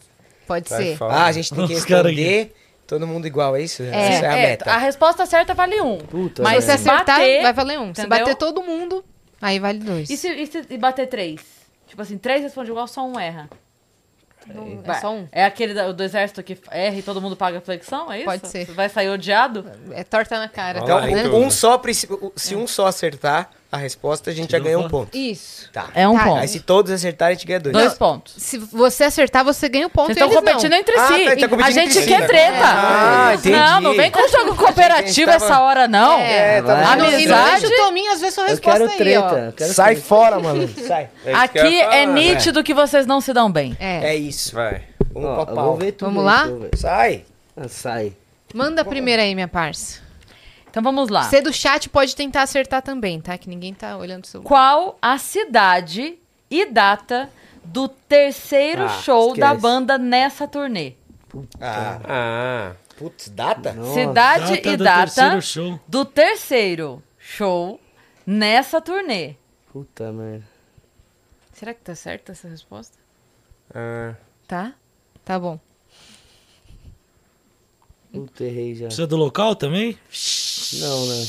[SPEAKER 2] Pode ser.
[SPEAKER 5] ah, a gente tem que
[SPEAKER 4] Os caras aqui.
[SPEAKER 5] responder todo mundo igual, é isso?
[SPEAKER 2] É.
[SPEAKER 5] Essa é a
[SPEAKER 1] É,
[SPEAKER 5] meta.
[SPEAKER 1] a resposta certa vale um.
[SPEAKER 6] Puta,
[SPEAKER 2] Se
[SPEAKER 1] mas
[SPEAKER 2] você
[SPEAKER 1] se
[SPEAKER 2] acertar,
[SPEAKER 1] bater,
[SPEAKER 2] vai valer um. Se
[SPEAKER 1] entendeu?
[SPEAKER 2] bater todo mundo, aí vale dois.
[SPEAKER 1] E se, e se e bater três? Tipo assim, três responde igual, só um erra.
[SPEAKER 2] Não- é
[SPEAKER 1] Vai.
[SPEAKER 2] só um.
[SPEAKER 1] É aquele da- do exército que erra e todo mundo paga flexão? É isso?
[SPEAKER 2] Pode ser.
[SPEAKER 1] Vai sair odiado?
[SPEAKER 2] É torta na cara.
[SPEAKER 3] Olha
[SPEAKER 5] Então,
[SPEAKER 3] lá,
[SPEAKER 2] né?
[SPEAKER 3] então.
[SPEAKER 5] um, um só, preci- o- se um só acertar, a resposta, a gente
[SPEAKER 4] Te
[SPEAKER 5] já
[SPEAKER 4] dou
[SPEAKER 5] ganhou
[SPEAKER 4] uma-
[SPEAKER 5] um ponto.
[SPEAKER 2] Isso.
[SPEAKER 5] Tá.
[SPEAKER 1] É um
[SPEAKER 2] Tá,
[SPEAKER 1] ponto.
[SPEAKER 5] Aí se todos acertarem, a gente ganha dois.
[SPEAKER 1] Dois pontos.
[SPEAKER 2] Se você acertar, você ganha um ponto.
[SPEAKER 1] Vocês
[SPEAKER 2] e
[SPEAKER 1] estão
[SPEAKER 2] eles
[SPEAKER 1] competindo
[SPEAKER 2] não.
[SPEAKER 1] entre
[SPEAKER 5] Ah,
[SPEAKER 1] si.
[SPEAKER 5] tá, tá competindo
[SPEAKER 1] a gente
[SPEAKER 5] entre si.
[SPEAKER 1] quer treta.
[SPEAKER 5] Ah, entendi.
[SPEAKER 1] Não, não vem com jogo cooperativo
[SPEAKER 5] A gente tava-
[SPEAKER 1] essa hora, não.
[SPEAKER 2] É,
[SPEAKER 6] tá
[SPEAKER 2] tá no,
[SPEAKER 6] bom.
[SPEAKER 2] e não
[SPEAKER 1] Amizade?
[SPEAKER 2] deixa o Tominho, às vezes, sua
[SPEAKER 6] Eu
[SPEAKER 2] resposta
[SPEAKER 6] quero
[SPEAKER 2] aí,
[SPEAKER 6] treta.
[SPEAKER 2] ó.
[SPEAKER 6] eu quero
[SPEAKER 5] Sai
[SPEAKER 6] treta.
[SPEAKER 5] fora, mano. Sai.
[SPEAKER 3] É isso que eu
[SPEAKER 1] Aqui
[SPEAKER 3] ia
[SPEAKER 1] é
[SPEAKER 3] falar.
[SPEAKER 1] nítido que vocês não se dão bem.
[SPEAKER 2] É.
[SPEAKER 5] É
[SPEAKER 6] Ah,
[SPEAKER 5] isso.
[SPEAKER 3] Vai.
[SPEAKER 5] Um
[SPEAKER 6] Ó, eu
[SPEAKER 5] papau.
[SPEAKER 6] vou ver tudo
[SPEAKER 2] Vamos
[SPEAKER 6] isso,
[SPEAKER 2] lá?
[SPEAKER 6] eu vou ver.
[SPEAKER 5] Sai.
[SPEAKER 6] Ah, sai.
[SPEAKER 2] Manda a primeira aí, minha parça.
[SPEAKER 1] Então vamos lá.
[SPEAKER 2] Você do chat pode tentar acertar também, tá? Que ninguém tá olhando o seu...
[SPEAKER 1] Qual a cidade e data do terceiro
[SPEAKER 6] Ah,
[SPEAKER 1] show da
[SPEAKER 6] esquece.
[SPEAKER 1] banda nessa turnê?
[SPEAKER 5] Ah,
[SPEAKER 3] Ah,
[SPEAKER 5] putz, data?
[SPEAKER 1] Cidade
[SPEAKER 4] Data
[SPEAKER 1] e
[SPEAKER 4] do
[SPEAKER 1] data
[SPEAKER 4] terceiro show.
[SPEAKER 1] do terceiro show nessa turnê.
[SPEAKER 6] Puta merda.
[SPEAKER 2] Será que tá certa essa resposta?
[SPEAKER 3] ah,
[SPEAKER 2] Tá? Tá bom.
[SPEAKER 6] Puta, errei já.
[SPEAKER 4] Precisa do local também?
[SPEAKER 6] Não, né?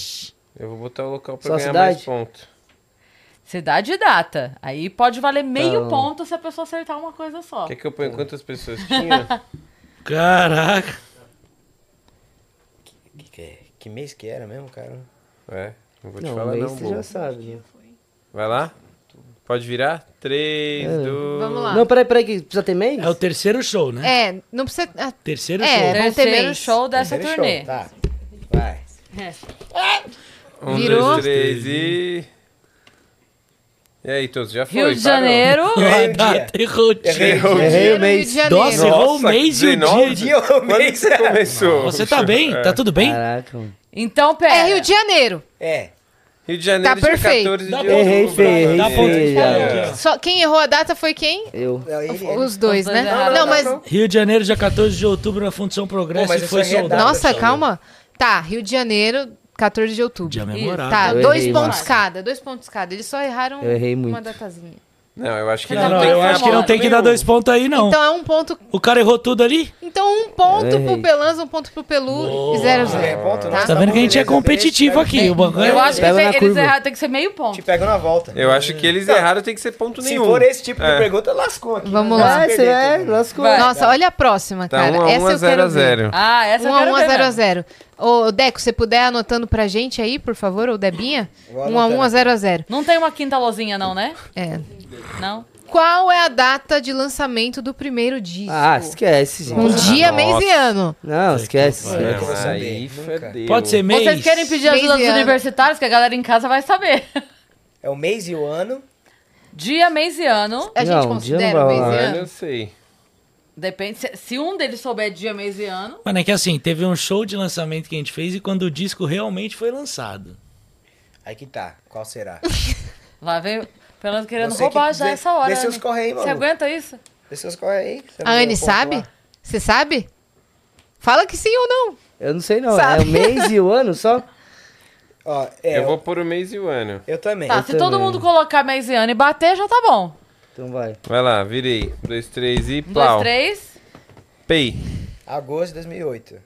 [SPEAKER 3] eu vou botar o local pra
[SPEAKER 6] Só
[SPEAKER 3] ganhar
[SPEAKER 6] cidade?
[SPEAKER 3] mais ponto.
[SPEAKER 1] Cidade e data. Aí pode valer meio
[SPEAKER 6] Então.
[SPEAKER 1] ponto se a pessoa acertar uma coisa só.
[SPEAKER 3] Quer que eu
[SPEAKER 6] Hum.
[SPEAKER 3] ponha quantas pessoas tinha?
[SPEAKER 4] Caraca.
[SPEAKER 5] Que,
[SPEAKER 6] é?
[SPEAKER 5] que- que mês que era mesmo, cara?
[SPEAKER 3] É, não vou te
[SPEAKER 6] Não,
[SPEAKER 3] falar
[SPEAKER 6] mas
[SPEAKER 3] não,
[SPEAKER 6] você
[SPEAKER 3] bobo.
[SPEAKER 6] já sabe, né?
[SPEAKER 3] Vai lá? Pode virar? 3,
[SPEAKER 6] É.
[SPEAKER 3] 2...
[SPEAKER 2] Vamos lá.
[SPEAKER 6] Não, peraí, peraí, que precisa ter mês?
[SPEAKER 4] É o terceiro show, né?
[SPEAKER 2] É, não precisa... ah,
[SPEAKER 4] Terceiro
[SPEAKER 2] É,
[SPEAKER 4] show.
[SPEAKER 2] vão ter
[SPEAKER 1] Terceiro
[SPEAKER 2] mês.
[SPEAKER 1] show dessa
[SPEAKER 5] Primeiro
[SPEAKER 1] turnê.
[SPEAKER 5] show, Tá. Vai.
[SPEAKER 3] 1,
[SPEAKER 2] Virou.
[SPEAKER 3] 2, 3 um, e... E aí, todos, já foi?
[SPEAKER 1] Rio de
[SPEAKER 3] parou.
[SPEAKER 1] Janeiro.
[SPEAKER 4] Ah,
[SPEAKER 5] Errei o
[SPEAKER 4] dá,
[SPEAKER 5] dia.
[SPEAKER 4] errou o dia.
[SPEAKER 3] Errou o dia.
[SPEAKER 6] Errei o
[SPEAKER 2] Rio
[SPEAKER 6] mês.
[SPEAKER 2] de Janeiro.
[SPEAKER 4] Nossa, errou o
[SPEAKER 3] Nossa,
[SPEAKER 4] mês e o
[SPEAKER 3] 19
[SPEAKER 6] é
[SPEAKER 4] dia.
[SPEAKER 5] Dia ou
[SPEAKER 3] Quando
[SPEAKER 5] mês?
[SPEAKER 3] você começou?
[SPEAKER 4] Você tá bem? Tá tudo bem?
[SPEAKER 6] Caraca, mano.
[SPEAKER 1] Então, pera.
[SPEAKER 2] É Rio de Janeiro.
[SPEAKER 5] É.
[SPEAKER 3] Rio de Janeiro,
[SPEAKER 2] Tá
[SPEAKER 3] dia
[SPEAKER 2] perfeito.
[SPEAKER 3] 14 de
[SPEAKER 4] Dá
[SPEAKER 3] outubro.
[SPEAKER 4] ponto.
[SPEAKER 6] Errei feio, errei
[SPEAKER 4] Dá ponto
[SPEAKER 6] feio
[SPEAKER 4] de
[SPEAKER 6] já.
[SPEAKER 4] aqui, ó.
[SPEAKER 2] Só quem errou a data foi quem?
[SPEAKER 6] Eu.
[SPEAKER 5] Não, ele- ele-
[SPEAKER 2] Os dois,
[SPEAKER 1] Os dois
[SPEAKER 2] né?
[SPEAKER 1] erraram
[SPEAKER 2] Não,
[SPEAKER 1] a
[SPEAKER 2] mas...
[SPEAKER 4] Rio de Janeiro, dia 14 de outubro, na Fundação Progresso
[SPEAKER 5] Pô, mas
[SPEAKER 4] e
[SPEAKER 5] isso
[SPEAKER 4] foi
[SPEAKER 5] aí é
[SPEAKER 4] soldado.
[SPEAKER 5] data.
[SPEAKER 2] Nossa,
[SPEAKER 5] Alexandre.
[SPEAKER 2] calma. Tá, Rio de Janeiro, 14 de outubro.
[SPEAKER 4] Dia memorável.
[SPEAKER 2] Tá,
[SPEAKER 6] Eu
[SPEAKER 2] dois
[SPEAKER 6] errei,
[SPEAKER 2] pontos
[SPEAKER 6] mano.
[SPEAKER 2] cada, dois pontos cada. Eles só erraram
[SPEAKER 6] Eu errei
[SPEAKER 2] uma
[SPEAKER 6] muito.
[SPEAKER 2] datazinha.
[SPEAKER 3] Não, eu acho que
[SPEAKER 6] Tá
[SPEAKER 1] Não,
[SPEAKER 3] não,
[SPEAKER 4] Não,
[SPEAKER 3] tem
[SPEAKER 4] eu
[SPEAKER 3] que dar
[SPEAKER 4] acho que não
[SPEAKER 3] ponto
[SPEAKER 4] tem que dar
[SPEAKER 3] nenhum.
[SPEAKER 4] dois pontos aí, não.
[SPEAKER 2] Então é um ponto.
[SPEAKER 4] O cara errou tudo ali? Tá
[SPEAKER 2] Então, um ponto
[SPEAKER 6] Eu
[SPEAKER 2] pro
[SPEAKER 6] errei.
[SPEAKER 2] Pelanza, um ponto pro Pelu e zero
[SPEAKER 5] É
[SPEAKER 2] zero.
[SPEAKER 5] ponto, né?
[SPEAKER 4] Tá vendo que a gente
[SPEAKER 5] beleza.
[SPEAKER 4] é competitivo aqui. O bagulho é-
[SPEAKER 1] Eu acho que
[SPEAKER 6] Pega
[SPEAKER 1] se-
[SPEAKER 6] na
[SPEAKER 1] eles
[SPEAKER 6] curva.
[SPEAKER 1] erraram, tem que ser meio ponto.
[SPEAKER 5] Te pego na volta.
[SPEAKER 3] Eu acho que eles
[SPEAKER 5] Não.
[SPEAKER 3] erraram, tem que ser ponto
[SPEAKER 5] Então, Se
[SPEAKER 3] nenhum.
[SPEAKER 5] for esse tipo de
[SPEAKER 3] É.
[SPEAKER 5] pergunta, lascou aqui.
[SPEAKER 2] Vamos
[SPEAKER 5] Não,
[SPEAKER 2] lá.
[SPEAKER 5] se
[SPEAKER 6] Ah, você
[SPEAKER 5] perder
[SPEAKER 6] é,
[SPEAKER 5] tudo.
[SPEAKER 6] lascou.
[SPEAKER 1] Vai.
[SPEAKER 2] Nossa, olha a próxima,
[SPEAKER 3] Tá
[SPEAKER 6] um
[SPEAKER 2] cara.
[SPEAKER 3] 1
[SPEAKER 2] Essa
[SPEAKER 3] a 1 a
[SPEAKER 2] eu
[SPEAKER 3] 0
[SPEAKER 2] quero
[SPEAKER 3] a 0.
[SPEAKER 1] Ah,
[SPEAKER 2] ver.
[SPEAKER 1] essa
[SPEAKER 2] 1
[SPEAKER 1] eu quero
[SPEAKER 2] a 1 a
[SPEAKER 1] ver
[SPEAKER 2] 0 a
[SPEAKER 1] mesmo.
[SPEAKER 2] 0. Ô, Deco, você puder anotando pra gente aí, por favor, ou Debinha?
[SPEAKER 5] Vou
[SPEAKER 2] 1 a 1 a
[SPEAKER 5] anotar.
[SPEAKER 2] 0 a 0.
[SPEAKER 1] Não tem uma quinta lozinha, não, né?
[SPEAKER 2] É.
[SPEAKER 1] Não?
[SPEAKER 2] Qual é a data de lançamento do primeiro disco?
[SPEAKER 6] Ah, esquece, gente.
[SPEAKER 2] um dia, mês e
[SPEAKER 3] nossa.
[SPEAKER 2] ano.
[SPEAKER 6] Não, esquece.
[SPEAKER 3] Não,
[SPEAKER 6] esquece.
[SPEAKER 5] você
[SPEAKER 3] aí
[SPEAKER 5] saber,
[SPEAKER 3] fodeu.
[SPEAKER 4] Pode ser mês.
[SPEAKER 1] Vocês querem pedir ajuda dos
[SPEAKER 2] Meisiano.
[SPEAKER 1] universitários, que a galera em casa vai saber.
[SPEAKER 5] É o mês e o ano.
[SPEAKER 1] Dia, mês e ano.
[SPEAKER 2] A gente
[SPEAKER 6] Não, um dia não
[SPEAKER 2] considera o
[SPEAKER 6] vai
[SPEAKER 2] mês e
[SPEAKER 6] rolar.
[SPEAKER 3] Ah, não
[SPEAKER 2] ano?
[SPEAKER 3] sei.
[SPEAKER 1] Depende. Se, se um deles souber dia, mês e ano.
[SPEAKER 4] Mano, é que assim, teve um show de lançamento que a gente fez e quando o disco realmente foi lançado.
[SPEAKER 5] Aí que tá. Qual será?
[SPEAKER 1] Lá vem. Pelo menos querendo
[SPEAKER 5] Você
[SPEAKER 1] roubar
[SPEAKER 5] que-
[SPEAKER 1] já
[SPEAKER 5] vê-
[SPEAKER 1] essa hora. né?
[SPEAKER 5] vê seus
[SPEAKER 1] Anne.
[SPEAKER 5] correios,
[SPEAKER 1] Você
[SPEAKER 5] maluco.
[SPEAKER 1] aguenta isso?
[SPEAKER 5] Deixa eu escolher aí. você não
[SPEAKER 2] A Anne
[SPEAKER 5] deu ponto
[SPEAKER 2] sabe?
[SPEAKER 5] lá.
[SPEAKER 2] Você sabe? Fala que sim ou não.
[SPEAKER 6] Eu não sei não.
[SPEAKER 2] Sabe?
[SPEAKER 6] É o mês e o ano só?
[SPEAKER 5] Ó, é,
[SPEAKER 3] eu vou pôr o mês e o ano.
[SPEAKER 5] Eu também.
[SPEAKER 1] Tá,
[SPEAKER 6] Eu
[SPEAKER 1] se todo
[SPEAKER 6] também.
[SPEAKER 1] mundo colocar mês e ano e bater, já tá bom.
[SPEAKER 6] Então vai.
[SPEAKER 3] Vai lá, virei. 1, 2, 3 e
[SPEAKER 1] Um, dois,
[SPEAKER 3] plau.
[SPEAKER 1] três.
[SPEAKER 3] Pei.
[SPEAKER 5] Agosto de 2008.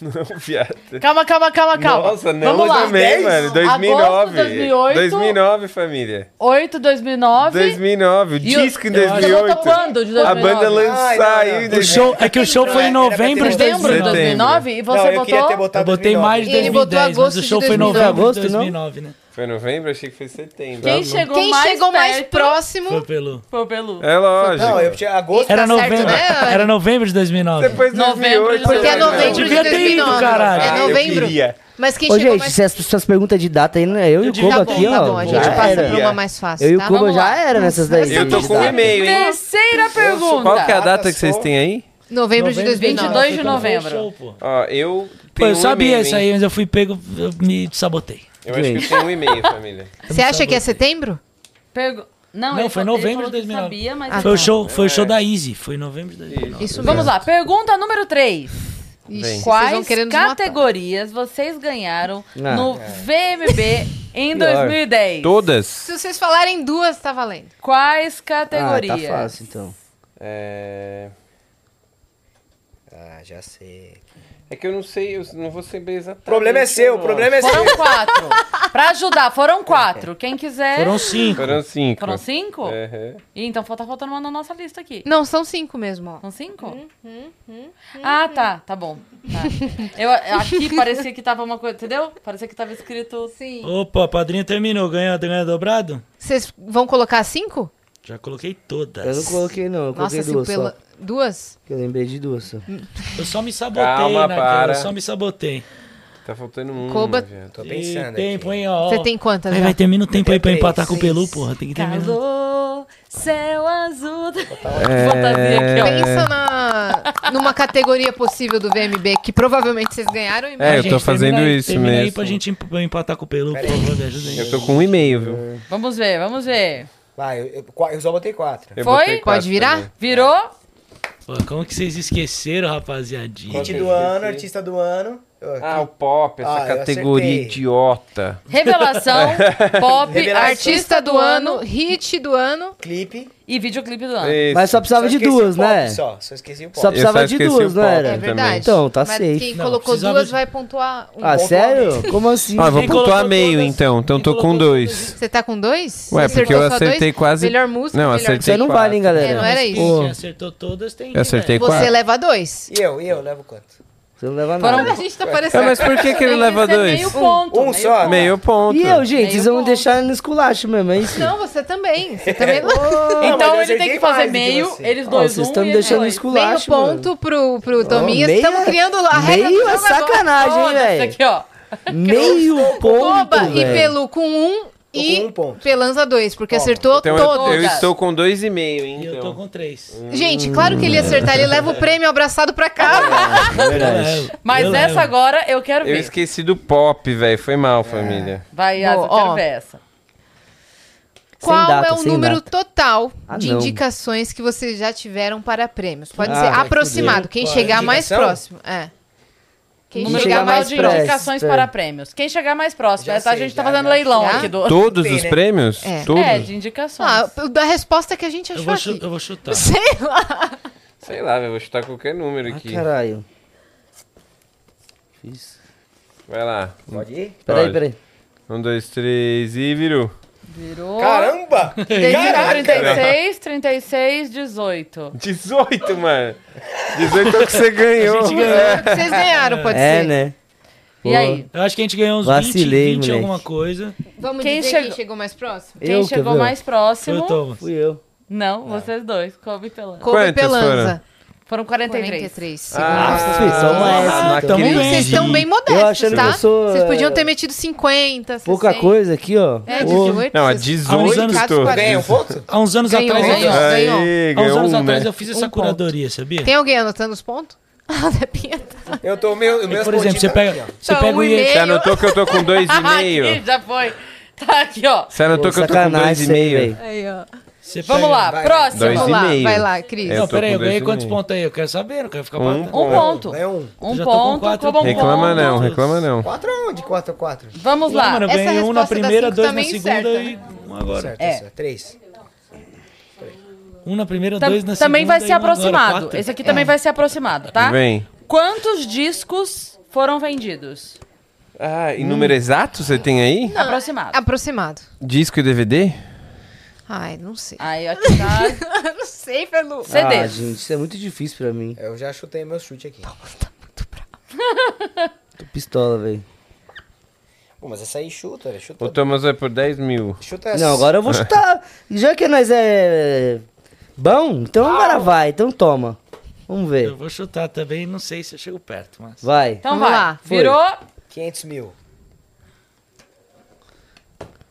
[SPEAKER 3] Não, viado.
[SPEAKER 1] Calma, calma, calma, calma.
[SPEAKER 3] Nossa, não
[SPEAKER 1] Vamos lá.
[SPEAKER 3] também,
[SPEAKER 5] Dez?
[SPEAKER 3] mano. 2009.
[SPEAKER 1] Agosto, 2008.
[SPEAKER 3] 2009, família.
[SPEAKER 1] 8, 2009.
[SPEAKER 3] 2009. O
[SPEAKER 1] E o-
[SPEAKER 3] disco em
[SPEAKER 4] Eu acho-
[SPEAKER 1] Você botou
[SPEAKER 3] 2008.
[SPEAKER 1] quando de
[SPEAKER 3] A
[SPEAKER 1] 2009?
[SPEAKER 3] banda
[SPEAKER 5] Ai,
[SPEAKER 3] lançou
[SPEAKER 5] não,
[SPEAKER 3] aí.
[SPEAKER 5] não.
[SPEAKER 3] em
[SPEAKER 4] O show, é que o show foi em novembro de
[SPEAKER 1] Setembro de
[SPEAKER 4] 2009.
[SPEAKER 1] 2009? E
[SPEAKER 5] não,
[SPEAKER 1] você
[SPEAKER 5] eu queria ter
[SPEAKER 1] botou?
[SPEAKER 4] Eu
[SPEAKER 5] botado
[SPEAKER 4] botei mais de
[SPEAKER 2] Ele
[SPEAKER 4] 2010,
[SPEAKER 2] botou
[SPEAKER 4] mas
[SPEAKER 2] agosto
[SPEAKER 4] o
[SPEAKER 2] de
[SPEAKER 4] show foi em novembro de
[SPEAKER 6] Agosto, não?
[SPEAKER 4] 2009, né?
[SPEAKER 3] Foi em novembro? Achei que foi em setembro. É
[SPEAKER 1] Quem chegou
[SPEAKER 2] Quem
[SPEAKER 1] mais
[SPEAKER 2] chegou mais
[SPEAKER 1] perto
[SPEAKER 4] Foi
[SPEAKER 2] próximo?
[SPEAKER 4] pelo...
[SPEAKER 1] Foi o Belu.
[SPEAKER 3] É lógico.
[SPEAKER 5] Não, eu tinha agosto.
[SPEAKER 4] Era
[SPEAKER 2] certo,
[SPEAKER 4] novembro.
[SPEAKER 2] né, Ana?
[SPEAKER 4] Era novembro de 2009.
[SPEAKER 3] Depois de
[SPEAKER 1] Novembro,
[SPEAKER 3] 2008.
[SPEAKER 2] Porque é
[SPEAKER 3] eu lembro.
[SPEAKER 2] novembro de
[SPEAKER 4] Devia ter ido,
[SPEAKER 2] 2009.
[SPEAKER 4] caralho.
[SPEAKER 2] É
[SPEAKER 3] Ah, eu
[SPEAKER 2] novembro.
[SPEAKER 3] queria.
[SPEAKER 2] Mas quem
[SPEAKER 6] Ô,
[SPEAKER 2] chegou
[SPEAKER 6] gente,
[SPEAKER 2] mais
[SPEAKER 6] se as suas perguntas de data aí, né, eu e o
[SPEAKER 4] Tá
[SPEAKER 6] Cuba
[SPEAKER 2] Tá bom,
[SPEAKER 6] aqui,
[SPEAKER 2] tá
[SPEAKER 6] ó.
[SPEAKER 2] bom. A gente
[SPEAKER 6] já
[SPEAKER 2] passa
[SPEAKER 6] era.
[SPEAKER 2] pra uma mais fácil,
[SPEAKER 6] Eu e
[SPEAKER 2] tá?
[SPEAKER 6] o Cuba
[SPEAKER 2] Vamos
[SPEAKER 6] já
[SPEAKER 2] lá.
[SPEAKER 6] era nessas daí.
[SPEAKER 3] Eu tô com um e-mail, hein?
[SPEAKER 1] Terceira
[SPEAKER 3] Qual que é a
[SPEAKER 1] pergunta.
[SPEAKER 3] data que vocês têm aí?
[SPEAKER 2] Novembro de 2009.
[SPEAKER 1] 22 de novembro.
[SPEAKER 4] Show, pô.
[SPEAKER 3] Ó, eu
[SPEAKER 4] Pô,
[SPEAKER 3] tenho
[SPEAKER 4] eu
[SPEAKER 3] um
[SPEAKER 4] sabia
[SPEAKER 3] e-mail,
[SPEAKER 4] isso
[SPEAKER 3] hein?
[SPEAKER 4] aí, mas eu fui pego, eu me sabotei.
[SPEAKER 3] Eu acho que eu tenho um e-mail, família.
[SPEAKER 2] Você acha que é setembro?
[SPEAKER 1] Pergu- Não,
[SPEAKER 4] Não,
[SPEAKER 1] ele
[SPEAKER 4] foi
[SPEAKER 1] falou-
[SPEAKER 4] novembro
[SPEAKER 1] ele
[SPEAKER 4] de
[SPEAKER 1] falou que
[SPEAKER 4] 2009.
[SPEAKER 1] Sabia, mas
[SPEAKER 2] Ah,
[SPEAKER 4] Foi o
[SPEAKER 2] tá.
[SPEAKER 4] show, foi o
[SPEAKER 6] É.
[SPEAKER 4] show da Easy, foi em novembro de 2009.
[SPEAKER 2] Isso mesmo.
[SPEAKER 1] Vamos lá, pergunta número 3.
[SPEAKER 3] Vem.
[SPEAKER 2] Ixi, vocês vão
[SPEAKER 1] Quais
[SPEAKER 2] querer nos matar.
[SPEAKER 1] categorias vocês ganharam
[SPEAKER 6] Ah.
[SPEAKER 1] no VMB em
[SPEAKER 6] Pior.
[SPEAKER 1] 2010?
[SPEAKER 3] Todas?
[SPEAKER 2] Se vocês falarem duas, tá valendo.
[SPEAKER 1] Quais
[SPEAKER 6] Ah, tá
[SPEAKER 1] categorias?
[SPEAKER 6] fácil, então.
[SPEAKER 3] É...
[SPEAKER 5] Ah, já sei.
[SPEAKER 3] é que eu não sei, eu não vou saber exatamente.
[SPEAKER 5] O problema é seu, o problema é seu.
[SPEAKER 1] Foram quatro. Pra ajudar, foram quatro. Quem
[SPEAKER 2] é?
[SPEAKER 1] quiser.
[SPEAKER 4] Foram cinco.
[SPEAKER 3] Foram cinco.
[SPEAKER 1] Foram cinco?
[SPEAKER 3] Uhum.
[SPEAKER 1] Ih, então tá faltando uma na nossa lista aqui.
[SPEAKER 2] Não, são cinco mesmo, ó.
[SPEAKER 1] São cinco?
[SPEAKER 2] Hum,
[SPEAKER 1] ah, tá. Tá bom. Tá. Eu, aqui parecia que tava uma coisa, entendeu? Parecia que tava escrito.
[SPEAKER 2] Sim.
[SPEAKER 4] Opa, padrinho terminou. Ganha, ganha dobrado?
[SPEAKER 2] Vocês vão colocar cinco?
[SPEAKER 4] Já coloquei
[SPEAKER 6] Eu não
[SPEAKER 4] todas.
[SPEAKER 6] coloquei, não. Eu coloquei
[SPEAKER 2] Nossa,
[SPEAKER 6] duas
[SPEAKER 2] cinco pela...
[SPEAKER 6] só.
[SPEAKER 2] Duas?
[SPEAKER 6] Eu lembrei de duas só.
[SPEAKER 4] Eu só me sabotei,
[SPEAKER 3] Calma,
[SPEAKER 4] né, cara?
[SPEAKER 3] para.
[SPEAKER 4] Eu só me sabotei.
[SPEAKER 3] Tá faltando um.
[SPEAKER 2] Coba-
[SPEAKER 3] viado.
[SPEAKER 5] Tô
[SPEAKER 4] E
[SPEAKER 5] pensando
[SPEAKER 4] tempo,
[SPEAKER 5] aqui.
[SPEAKER 4] hein, ó.
[SPEAKER 2] Você tem quantas?
[SPEAKER 4] Aí
[SPEAKER 2] já?
[SPEAKER 4] vai terminar o tempo aí pra
[SPEAKER 5] três,
[SPEAKER 4] empatar com o
[SPEAKER 5] seis.
[SPEAKER 4] Pelu, porra. Tem que terminar.
[SPEAKER 1] Calor, céu azul. Fantasia aqui, ó.
[SPEAKER 3] É.
[SPEAKER 2] Pensa na, numa categoria possível do VMB, que provavelmente vocês ganharam e
[SPEAKER 3] É, eu
[SPEAKER 4] Gente,
[SPEAKER 3] tô fazendo
[SPEAKER 4] termina aí-
[SPEAKER 3] isso
[SPEAKER 4] termina aí
[SPEAKER 3] mesmo.
[SPEAKER 4] pra gente emp- empatar com o Pelu, por favor, me ajuda aí.
[SPEAKER 3] Eu tô com um e-mail, viu?
[SPEAKER 1] Vamos ver, vamos ver.
[SPEAKER 5] Vai, eu, eu- qua- eu só botei quatro.
[SPEAKER 3] Eu
[SPEAKER 1] Foi?
[SPEAKER 3] botei quatro
[SPEAKER 2] Pode virar?
[SPEAKER 3] também.
[SPEAKER 1] Virou?
[SPEAKER 4] Pô, como que vocês esqueceram, rapaziadinha?
[SPEAKER 5] Hit do ano, artista do ano.
[SPEAKER 3] Ah, o pop, essa
[SPEAKER 5] Ah, eu
[SPEAKER 3] categoria
[SPEAKER 5] acertei.
[SPEAKER 3] idiota.
[SPEAKER 1] Revelação, pop,
[SPEAKER 5] Revelação.
[SPEAKER 1] artista do ano
[SPEAKER 2] hit do ano.
[SPEAKER 5] Clipe.
[SPEAKER 1] e videoclipe do ano.
[SPEAKER 3] Esse.
[SPEAKER 6] Mas só
[SPEAKER 5] Só
[SPEAKER 6] precisava
[SPEAKER 5] Ah.
[SPEAKER 6] de
[SPEAKER 5] esqueci
[SPEAKER 6] duas,
[SPEAKER 5] o pop
[SPEAKER 6] né?
[SPEAKER 5] Só, só esqueci o pop.
[SPEAKER 6] Só
[SPEAKER 3] Eu só
[SPEAKER 6] precisava de
[SPEAKER 3] esqueci
[SPEAKER 6] duas,
[SPEAKER 3] o
[SPEAKER 6] não
[SPEAKER 3] pop
[SPEAKER 6] era?
[SPEAKER 2] É verdade.
[SPEAKER 6] Então, tá
[SPEAKER 2] Mas
[SPEAKER 6] safe.
[SPEAKER 2] quem
[SPEAKER 4] Não,
[SPEAKER 2] colocou
[SPEAKER 4] precisava
[SPEAKER 2] duas
[SPEAKER 4] de-
[SPEAKER 2] vai pontuar um.
[SPEAKER 6] Ah,
[SPEAKER 5] Pontuou
[SPEAKER 6] sério?
[SPEAKER 5] alguém.
[SPEAKER 6] Como assim?
[SPEAKER 3] Ó, eu vou
[SPEAKER 4] Quem colocou
[SPEAKER 3] pontuar meio,
[SPEAKER 4] todas?
[SPEAKER 3] então. Então
[SPEAKER 4] Quem
[SPEAKER 3] tô
[SPEAKER 4] colocou
[SPEAKER 3] com dois.
[SPEAKER 2] Você tá com dois?
[SPEAKER 3] Ué,
[SPEAKER 2] Você
[SPEAKER 3] porque eu
[SPEAKER 2] acertou só
[SPEAKER 3] acertei
[SPEAKER 2] dois?
[SPEAKER 3] quase-
[SPEAKER 2] Melhor música,
[SPEAKER 3] Não,
[SPEAKER 2] melhor
[SPEAKER 3] acertei.
[SPEAKER 6] Isso aí não vale, hein, galera?
[SPEAKER 2] É, não era isso.
[SPEAKER 6] Pô,
[SPEAKER 4] Quem acertou todas tem.
[SPEAKER 3] Eu acertei
[SPEAKER 2] Você
[SPEAKER 3] quatro.
[SPEAKER 2] leva dois.
[SPEAKER 5] E eu, e eu levo quanto?
[SPEAKER 6] você não leva
[SPEAKER 1] Foram-
[SPEAKER 6] nada.
[SPEAKER 2] A gente tá
[SPEAKER 3] Ah,
[SPEAKER 2] parecendo...
[SPEAKER 3] mas por que, que ele
[SPEAKER 1] Tem
[SPEAKER 3] leva
[SPEAKER 1] que ser
[SPEAKER 3] dois?
[SPEAKER 1] é Meio ponto.
[SPEAKER 5] Um
[SPEAKER 1] meio
[SPEAKER 5] só?
[SPEAKER 1] ponto.
[SPEAKER 3] Meio ponto.
[SPEAKER 6] E eu, gente? Vocês
[SPEAKER 2] Meio
[SPEAKER 6] vão
[SPEAKER 2] ponto.
[SPEAKER 6] deixar no esculacho mesmo, é isso?
[SPEAKER 2] Não, você também. Você
[SPEAKER 6] É,
[SPEAKER 2] também...
[SPEAKER 5] Ah, mas eu
[SPEAKER 1] Então ele tem
[SPEAKER 5] acertei
[SPEAKER 1] que fazer
[SPEAKER 5] mais do que
[SPEAKER 1] meio,
[SPEAKER 5] você.
[SPEAKER 1] eles
[SPEAKER 6] Ó,
[SPEAKER 1] dois um
[SPEAKER 6] vocês estão me
[SPEAKER 1] e eles
[SPEAKER 6] deixando no
[SPEAKER 1] dois.
[SPEAKER 2] Meio
[SPEAKER 6] esculacho, mano.
[SPEAKER 2] ponto pro, pro Tominhas.
[SPEAKER 6] meia-
[SPEAKER 2] Estamos criando a regra do
[SPEAKER 6] meio é
[SPEAKER 2] jogo
[SPEAKER 6] sacanagem,
[SPEAKER 1] Foda-se
[SPEAKER 6] velho.
[SPEAKER 1] aqui, ó.
[SPEAKER 6] Meio
[SPEAKER 2] agora.
[SPEAKER 6] ponto,
[SPEAKER 2] Toba e
[SPEAKER 6] velho.
[SPEAKER 2] Pelu com um e
[SPEAKER 5] com um ponto.
[SPEAKER 2] Pelanza dois, porque acertou
[SPEAKER 3] Então eu,
[SPEAKER 2] todos.
[SPEAKER 3] eu estou com dois e meio, hein?
[SPEAKER 4] E eu tô
[SPEAKER 3] Então.
[SPEAKER 4] com três.
[SPEAKER 2] Gente, claro que ele ia
[SPEAKER 6] Hum.
[SPEAKER 2] acertar. Ele leva o prêmio abraçado pra cá.
[SPEAKER 6] Verdade.
[SPEAKER 1] Mas
[SPEAKER 4] eu
[SPEAKER 1] essa
[SPEAKER 4] levo.
[SPEAKER 1] agora eu quero
[SPEAKER 3] Eu
[SPEAKER 1] ver.
[SPEAKER 3] esqueci do pop, velho. Foi
[SPEAKER 4] É.
[SPEAKER 3] mal, família.
[SPEAKER 1] Vai,
[SPEAKER 2] Bom,
[SPEAKER 1] Yas, eu quero
[SPEAKER 2] ó.
[SPEAKER 1] ver essa.
[SPEAKER 2] Qual
[SPEAKER 6] data,
[SPEAKER 2] é o
[SPEAKER 6] sem
[SPEAKER 2] número
[SPEAKER 6] data.
[SPEAKER 2] total
[SPEAKER 6] Ah,
[SPEAKER 2] de
[SPEAKER 6] não.
[SPEAKER 2] indicações que vocês já tiveram para prêmios? Pode
[SPEAKER 6] Ah,
[SPEAKER 2] ser
[SPEAKER 6] vai fuder.
[SPEAKER 2] aproximado, quem
[SPEAKER 5] Qual é?
[SPEAKER 2] chegar mais
[SPEAKER 5] Indicação?
[SPEAKER 2] próximo. É. Quem
[SPEAKER 1] Número
[SPEAKER 2] chegar
[SPEAKER 1] total
[SPEAKER 2] mais
[SPEAKER 1] de
[SPEAKER 6] próximo.
[SPEAKER 1] indicações para prêmios. Quem chegar mais próximo,
[SPEAKER 5] Já
[SPEAKER 1] é, tá? a
[SPEAKER 5] sei,
[SPEAKER 1] gente tá
[SPEAKER 5] já,
[SPEAKER 1] fazendo
[SPEAKER 5] já.
[SPEAKER 1] leilão
[SPEAKER 2] Já?
[SPEAKER 1] aqui do...
[SPEAKER 3] Todos
[SPEAKER 5] Tem,
[SPEAKER 3] os
[SPEAKER 5] né?
[SPEAKER 3] prêmios?
[SPEAKER 2] É.
[SPEAKER 3] Todos?
[SPEAKER 1] É, de indicações.
[SPEAKER 2] Ah, o da resposta que a gente
[SPEAKER 4] Eu
[SPEAKER 2] achou
[SPEAKER 4] vou, chu-
[SPEAKER 2] aqui.
[SPEAKER 4] eu vou chutar.
[SPEAKER 2] Sei lá.
[SPEAKER 3] Sei lá, velho. Vou chutar qualquer número
[SPEAKER 6] Ah,
[SPEAKER 3] aqui.
[SPEAKER 6] caralho. Fiz.
[SPEAKER 3] Vai lá.
[SPEAKER 5] Pode ir?
[SPEAKER 6] Peraí,
[SPEAKER 3] Olha.
[SPEAKER 6] peraí.
[SPEAKER 3] Um, dois, três e virou.
[SPEAKER 1] Virou.
[SPEAKER 5] Caramba! Caraca, velho.
[SPEAKER 1] 36, 36, 18.
[SPEAKER 3] 18, mano. 18 é o que você ganhou. É.
[SPEAKER 2] O que Vocês ganharam, pode
[SPEAKER 6] É,
[SPEAKER 2] ser.
[SPEAKER 6] né?
[SPEAKER 1] E aí?
[SPEAKER 4] Eu acho que a gente ganhou uns 20, 20
[SPEAKER 6] Vacilei, moleque.
[SPEAKER 4] alguma coisa.
[SPEAKER 2] Vamos
[SPEAKER 1] Quem
[SPEAKER 2] dizer
[SPEAKER 1] chegou-
[SPEAKER 2] quem chegou mais próximo?
[SPEAKER 1] Quem
[SPEAKER 6] Eu, quer
[SPEAKER 1] chegou
[SPEAKER 6] ver?
[SPEAKER 1] mais
[SPEAKER 4] Foi o
[SPEAKER 1] próximo?
[SPEAKER 4] Thomas.
[SPEAKER 6] Fui eu.
[SPEAKER 1] Não, vocês dois. Kobe pela.
[SPEAKER 2] Kobe e
[SPEAKER 3] Quantas
[SPEAKER 2] Pelanza.
[SPEAKER 1] Foram 43.
[SPEAKER 2] 43. segundo.
[SPEAKER 3] Ah,
[SPEAKER 6] Fui, só uma S.
[SPEAKER 4] Ah,
[SPEAKER 6] então.
[SPEAKER 4] tamo
[SPEAKER 2] Viu?
[SPEAKER 4] bem.
[SPEAKER 2] Vocês estão bem modestos,
[SPEAKER 6] Eu achando
[SPEAKER 2] tá?
[SPEAKER 6] que eu sou,
[SPEAKER 2] Vocês
[SPEAKER 6] é,
[SPEAKER 2] podiam ter metido 50, 60.
[SPEAKER 6] Pouca coisa aqui, ó.
[SPEAKER 2] É,
[SPEAKER 6] Ô,
[SPEAKER 2] 18.
[SPEAKER 3] Não, a
[SPEAKER 2] vocês-
[SPEAKER 3] 18.
[SPEAKER 4] anos
[SPEAKER 3] tô.
[SPEAKER 2] todos.
[SPEAKER 5] Ganhei um ponto?
[SPEAKER 4] Há uns anos
[SPEAKER 2] Ganhou,
[SPEAKER 4] atrás, eu-
[SPEAKER 2] ganhou.
[SPEAKER 3] Aê,
[SPEAKER 4] há uns
[SPEAKER 3] ganhou
[SPEAKER 4] anos
[SPEAKER 3] um,
[SPEAKER 4] atrás
[SPEAKER 3] né?
[SPEAKER 4] eu fiz essa
[SPEAKER 2] ponto.
[SPEAKER 4] curadoria, sabia?
[SPEAKER 2] Tem alguém anotando os pontos? Ah, Até pinta.
[SPEAKER 5] Eu tô meio. Meus
[SPEAKER 4] Por exemplo,
[SPEAKER 5] pontinhos
[SPEAKER 4] você
[SPEAKER 5] tá
[SPEAKER 4] pega,
[SPEAKER 5] aqui, ó.
[SPEAKER 4] você
[SPEAKER 2] Tá,
[SPEAKER 4] pega
[SPEAKER 2] um
[SPEAKER 4] o
[SPEAKER 2] e-mail.
[SPEAKER 4] IE.
[SPEAKER 3] Você anotou que eu tô com dois e
[SPEAKER 1] Aqui,
[SPEAKER 3] meio?
[SPEAKER 1] Ah, já foi. Tá aqui, ó.
[SPEAKER 3] Você anotou que eu tô com um
[SPEAKER 6] sacanagem
[SPEAKER 3] dois e
[SPEAKER 6] isso aí,
[SPEAKER 3] meio?
[SPEAKER 6] velho.
[SPEAKER 2] Aí, ó.
[SPEAKER 4] você
[SPEAKER 1] Vamos
[SPEAKER 4] pega-
[SPEAKER 1] lá,
[SPEAKER 5] Vai,
[SPEAKER 1] próximo.
[SPEAKER 3] Dois
[SPEAKER 2] Vamos
[SPEAKER 3] e
[SPEAKER 2] lá,
[SPEAKER 3] meio.
[SPEAKER 2] vai lá, Cris.
[SPEAKER 3] É, eu
[SPEAKER 4] Não,
[SPEAKER 3] tô
[SPEAKER 4] peraí,
[SPEAKER 3] com
[SPEAKER 4] eu ganhei
[SPEAKER 3] dois e
[SPEAKER 4] quantos
[SPEAKER 3] meio.
[SPEAKER 4] pontos aí? Eu quero saber, não quero ficar
[SPEAKER 3] Um
[SPEAKER 4] batendo.
[SPEAKER 1] Um ponto.
[SPEAKER 5] Ganhei um.
[SPEAKER 1] Um
[SPEAKER 4] já tô com
[SPEAKER 1] ponto,
[SPEAKER 4] quatro
[SPEAKER 1] Kobe um
[SPEAKER 4] pontos.
[SPEAKER 3] Reclama
[SPEAKER 1] ponto.
[SPEAKER 3] não, reclama não.
[SPEAKER 5] Quatro aonde? Quatro, quatro.
[SPEAKER 1] Vamos lá.
[SPEAKER 4] Mano, eu
[SPEAKER 2] Essa
[SPEAKER 4] ganhei um na
[SPEAKER 2] resposta das
[SPEAKER 4] primeira,
[SPEAKER 2] cinco
[SPEAKER 4] dois na
[SPEAKER 2] também
[SPEAKER 4] segunda
[SPEAKER 2] certa.
[SPEAKER 4] e um agora.
[SPEAKER 5] Certo,
[SPEAKER 1] É.
[SPEAKER 5] certo. Três.
[SPEAKER 4] Um na primeira,
[SPEAKER 1] Tam-
[SPEAKER 4] dois na segunda.
[SPEAKER 1] também vai
[SPEAKER 4] e
[SPEAKER 1] ser
[SPEAKER 4] um agora,
[SPEAKER 1] aproximado.
[SPEAKER 4] quatro. É.
[SPEAKER 1] Esse aqui também vai ser aproximado, tá?
[SPEAKER 3] Vem.
[SPEAKER 1] Quantos discos foram vendidos?
[SPEAKER 3] Ah, e número exato você tem aí?
[SPEAKER 2] Ah,
[SPEAKER 1] Aproximado.
[SPEAKER 2] Aproximado.
[SPEAKER 3] Disco e DVD?
[SPEAKER 2] Ai, não sei.
[SPEAKER 1] Aí aqui tá Então
[SPEAKER 2] não sei, Pelu.
[SPEAKER 1] CD.
[SPEAKER 6] Ah, gente, isso é muito difícil pra mim.
[SPEAKER 5] Eu já chutei meu chute aqui.
[SPEAKER 6] Tô pistola, velho.
[SPEAKER 5] Pô, mas essa aí chuta, né? chuta.
[SPEAKER 3] O Thomas vai por 10 mil.
[SPEAKER 5] Chuta essa.
[SPEAKER 6] Não, agora eu vou chutar. Já que nós é bom, então agora vai. Então toma. Vamos
[SPEAKER 4] Eu
[SPEAKER 6] ver.
[SPEAKER 4] vou chutar também, não sei se eu chego perto, mas...
[SPEAKER 6] Vai.
[SPEAKER 1] Então
[SPEAKER 2] Vamos
[SPEAKER 1] vai.
[SPEAKER 2] lá.
[SPEAKER 6] Foi.
[SPEAKER 1] Virou.
[SPEAKER 5] 500 mil.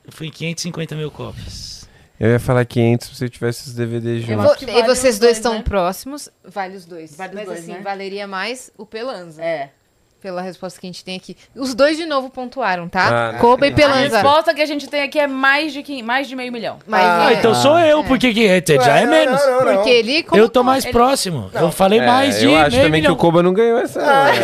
[SPEAKER 4] Eu fui em 550 mil cópias.
[SPEAKER 3] Eu ia falar 500 se eu tivesse os DVDs
[SPEAKER 1] Eu
[SPEAKER 3] juntos.
[SPEAKER 1] acho que
[SPEAKER 2] E
[SPEAKER 1] vale
[SPEAKER 2] vocês
[SPEAKER 1] os
[SPEAKER 2] dois
[SPEAKER 1] dois,
[SPEAKER 2] estão
[SPEAKER 1] né?
[SPEAKER 2] próximos. Vale os dois.
[SPEAKER 1] Vale os
[SPEAKER 2] Mas
[SPEAKER 1] dois,
[SPEAKER 2] assim,
[SPEAKER 1] né?
[SPEAKER 2] valeria mais o Pelanza.
[SPEAKER 1] É.
[SPEAKER 2] Pela resposta que a gente tem aqui. Os dois de novo pontuaram, tá?
[SPEAKER 3] Ah,
[SPEAKER 2] Kobe e
[SPEAKER 1] A
[SPEAKER 2] Pelanza.
[SPEAKER 1] resposta que a gente tem aqui é mais de, quin- mais de meio milhão.
[SPEAKER 2] Mas
[SPEAKER 4] Ah,
[SPEAKER 2] é,
[SPEAKER 4] então sou eu, porque que, já é
[SPEAKER 5] Ah, Não,
[SPEAKER 4] menos.
[SPEAKER 5] Não, não, não.
[SPEAKER 2] porque ele
[SPEAKER 4] Eu tô
[SPEAKER 2] colocou-
[SPEAKER 4] mais próximo. Eu falei mais de
[SPEAKER 3] É, eu acho
[SPEAKER 4] meio
[SPEAKER 3] também
[SPEAKER 4] milhão.
[SPEAKER 3] que o Koba não ganhou essa. não, né?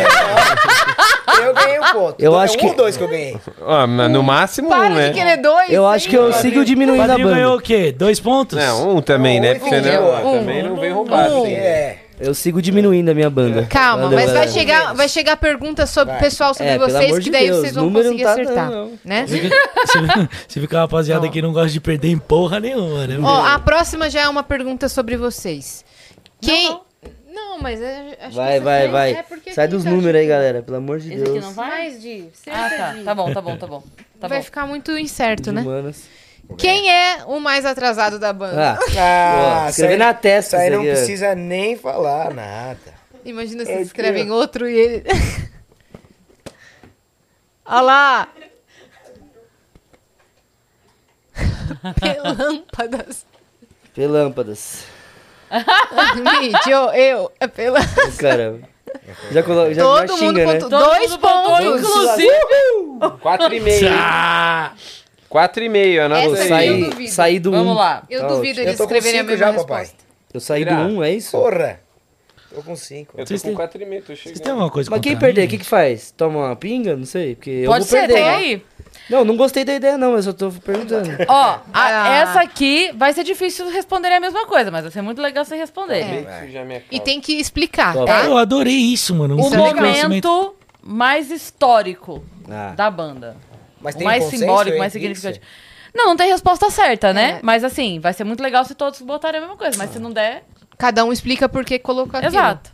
[SPEAKER 5] Eu ganhei um ponto.
[SPEAKER 6] Eu
[SPEAKER 5] Então,
[SPEAKER 6] acho
[SPEAKER 5] é um
[SPEAKER 6] que-
[SPEAKER 5] ou dois que eu ganhei.
[SPEAKER 3] Ah, mas no máximo
[SPEAKER 2] Para
[SPEAKER 3] um, né?
[SPEAKER 2] de querer dois.
[SPEAKER 6] Eu acho
[SPEAKER 2] hein?
[SPEAKER 6] que eu sigo
[SPEAKER 4] O
[SPEAKER 6] diminuindo a
[SPEAKER 4] Padrinho
[SPEAKER 6] banda.
[SPEAKER 4] ganhou o quê? Dois pontos?
[SPEAKER 3] Não, um também, né?
[SPEAKER 5] Um,
[SPEAKER 3] Porque você
[SPEAKER 5] um,
[SPEAKER 3] não,
[SPEAKER 5] um,
[SPEAKER 3] também não vem
[SPEAKER 4] um,
[SPEAKER 3] roubar.
[SPEAKER 2] um.
[SPEAKER 3] assim.
[SPEAKER 5] É.
[SPEAKER 6] Eu sigo diminuindo a minha banda.
[SPEAKER 2] Calma,
[SPEAKER 6] Banda,
[SPEAKER 2] mas vai
[SPEAKER 6] galera.
[SPEAKER 2] chegar, vai chegar pergunta sobre o
[SPEAKER 5] Vai.
[SPEAKER 2] pessoal sobre
[SPEAKER 6] É, pelo amor
[SPEAKER 2] vocês, que
[SPEAKER 6] de
[SPEAKER 2] daí
[SPEAKER 6] Deus,
[SPEAKER 2] vocês vão
[SPEAKER 6] número
[SPEAKER 2] conseguir
[SPEAKER 6] não tá dando,
[SPEAKER 2] acertar.
[SPEAKER 6] não.
[SPEAKER 2] Né?
[SPEAKER 4] Você fica- você fica uma rapaziada
[SPEAKER 2] Ó.
[SPEAKER 4] que não gosta de perder em porra nenhuma, né?
[SPEAKER 2] Ó, a próxima já é uma pergunta sobre vocês. Quem. Não, mas é, acho que
[SPEAKER 6] Vai,
[SPEAKER 2] essa
[SPEAKER 6] vai,
[SPEAKER 2] aqui
[SPEAKER 6] vai.
[SPEAKER 2] é porque
[SPEAKER 6] Sai
[SPEAKER 2] aqui
[SPEAKER 6] dos
[SPEAKER 2] tá-
[SPEAKER 6] números aí, galera, pelo amor de
[SPEAKER 1] Esse
[SPEAKER 6] Deus.
[SPEAKER 1] aqui não é vai?
[SPEAKER 2] Mais de.
[SPEAKER 1] Ah, tá. Tá bom, tá bom, tá bom. Tá
[SPEAKER 2] vai
[SPEAKER 1] bom.
[SPEAKER 2] ficar muito incerto,
[SPEAKER 6] De
[SPEAKER 2] né?
[SPEAKER 6] humanas.
[SPEAKER 2] Quem é o mais atrasado da banda?
[SPEAKER 6] Ah,
[SPEAKER 5] Ah,
[SPEAKER 6] Ó, escrever na testa
[SPEAKER 5] Isso aí
[SPEAKER 6] isso
[SPEAKER 5] não
[SPEAKER 6] aqui, ó.
[SPEAKER 5] precisa nem falar nada.
[SPEAKER 2] Imagina
[SPEAKER 5] É
[SPEAKER 2] se
[SPEAKER 5] que-
[SPEAKER 2] escrevem outro e ele. Olha lá! Pelâmpadas.
[SPEAKER 6] Pelâmpadas.
[SPEAKER 2] Mídia, eu, eu. É pela...
[SPEAKER 6] Caramba. Já, colo... já, já
[SPEAKER 2] Todo mundo
[SPEAKER 6] xinga, né?
[SPEAKER 2] pontu- Dois
[SPEAKER 1] mundo pontuou,
[SPEAKER 2] pontos.
[SPEAKER 1] Inclusive,
[SPEAKER 3] 4,5. 4,5,
[SPEAKER 2] Essa
[SPEAKER 3] anota
[SPEAKER 6] é
[SPEAKER 2] aqui eu
[SPEAKER 3] aí.
[SPEAKER 2] duvido.
[SPEAKER 6] Saí, saí do
[SPEAKER 1] vamos
[SPEAKER 6] um.
[SPEAKER 1] lá.
[SPEAKER 2] Eu
[SPEAKER 6] Tá
[SPEAKER 2] duvido
[SPEAKER 6] ótimo.
[SPEAKER 2] eles
[SPEAKER 5] Eu tô com
[SPEAKER 2] escreverem a
[SPEAKER 5] cinco
[SPEAKER 2] mesma
[SPEAKER 5] já,
[SPEAKER 2] resposta.
[SPEAKER 5] papai.
[SPEAKER 6] Eu saí do
[SPEAKER 3] Irá.
[SPEAKER 6] 1, um, é isso?
[SPEAKER 5] Porra! Tô com cinco.
[SPEAKER 3] Eu tô
[SPEAKER 4] Vocês
[SPEAKER 3] com
[SPEAKER 4] têm-
[SPEAKER 3] 4,5, tô
[SPEAKER 4] Vocês têm
[SPEAKER 3] chegando.
[SPEAKER 4] alguma coisa
[SPEAKER 6] Mas
[SPEAKER 4] contra
[SPEAKER 6] quem
[SPEAKER 4] mim?
[SPEAKER 6] perder, o que, que faz? Toma uma pinga? Não sei, porque eu
[SPEAKER 1] Pode
[SPEAKER 6] vou
[SPEAKER 1] ser,
[SPEAKER 6] perder.
[SPEAKER 1] tem
[SPEAKER 6] né?
[SPEAKER 1] aí.
[SPEAKER 6] Não, não gostei da ideia não, mas eu tô perguntando.
[SPEAKER 1] Ó, a-
[SPEAKER 2] Ah.
[SPEAKER 1] essa aqui vai ser difícil responder a mesma coisa, mas vai ser muito legal você responder.
[SPEAKER 5] É.
[SPEAKER 3] Isso já me
[SPEAKER 2] E tem que explicar,
[SPEAKER 6] Top.
[SPEAKER 2] tá?
[SPEAKER 4] Eu adorei isso, mano.
[SPEAKER 1] O
[SPEAKER 4] Isso é um conhecimento-
[SPEAKER 1] momento mais histórico
[SPEAKER 6] Ah.
[SPEAKER 1] da banda.
[SPEAKER 5] Mas
[SPEAKER 1] O
[SPEAKER 5] tem
[SPEAKER 1] mais
[SPEAKER 5] consenso
[SPEAKER 1] simbólico, mais
[SPEAKER 5] entre isso?
[SPEAKER 1] significante. Não, não tem resposta certa, né?
[SPEAKER 2] É.
[SPEAKER 1] Mas assim, vai ser muito legal se todos botarem a mesma coisa.
[SPEAKER 5] Ah.
[SPEAKER 1] Mas se não der,
[SPEAKER 2] Cada um explica por que colocou aquilo.
[SPEAKER 1] exato.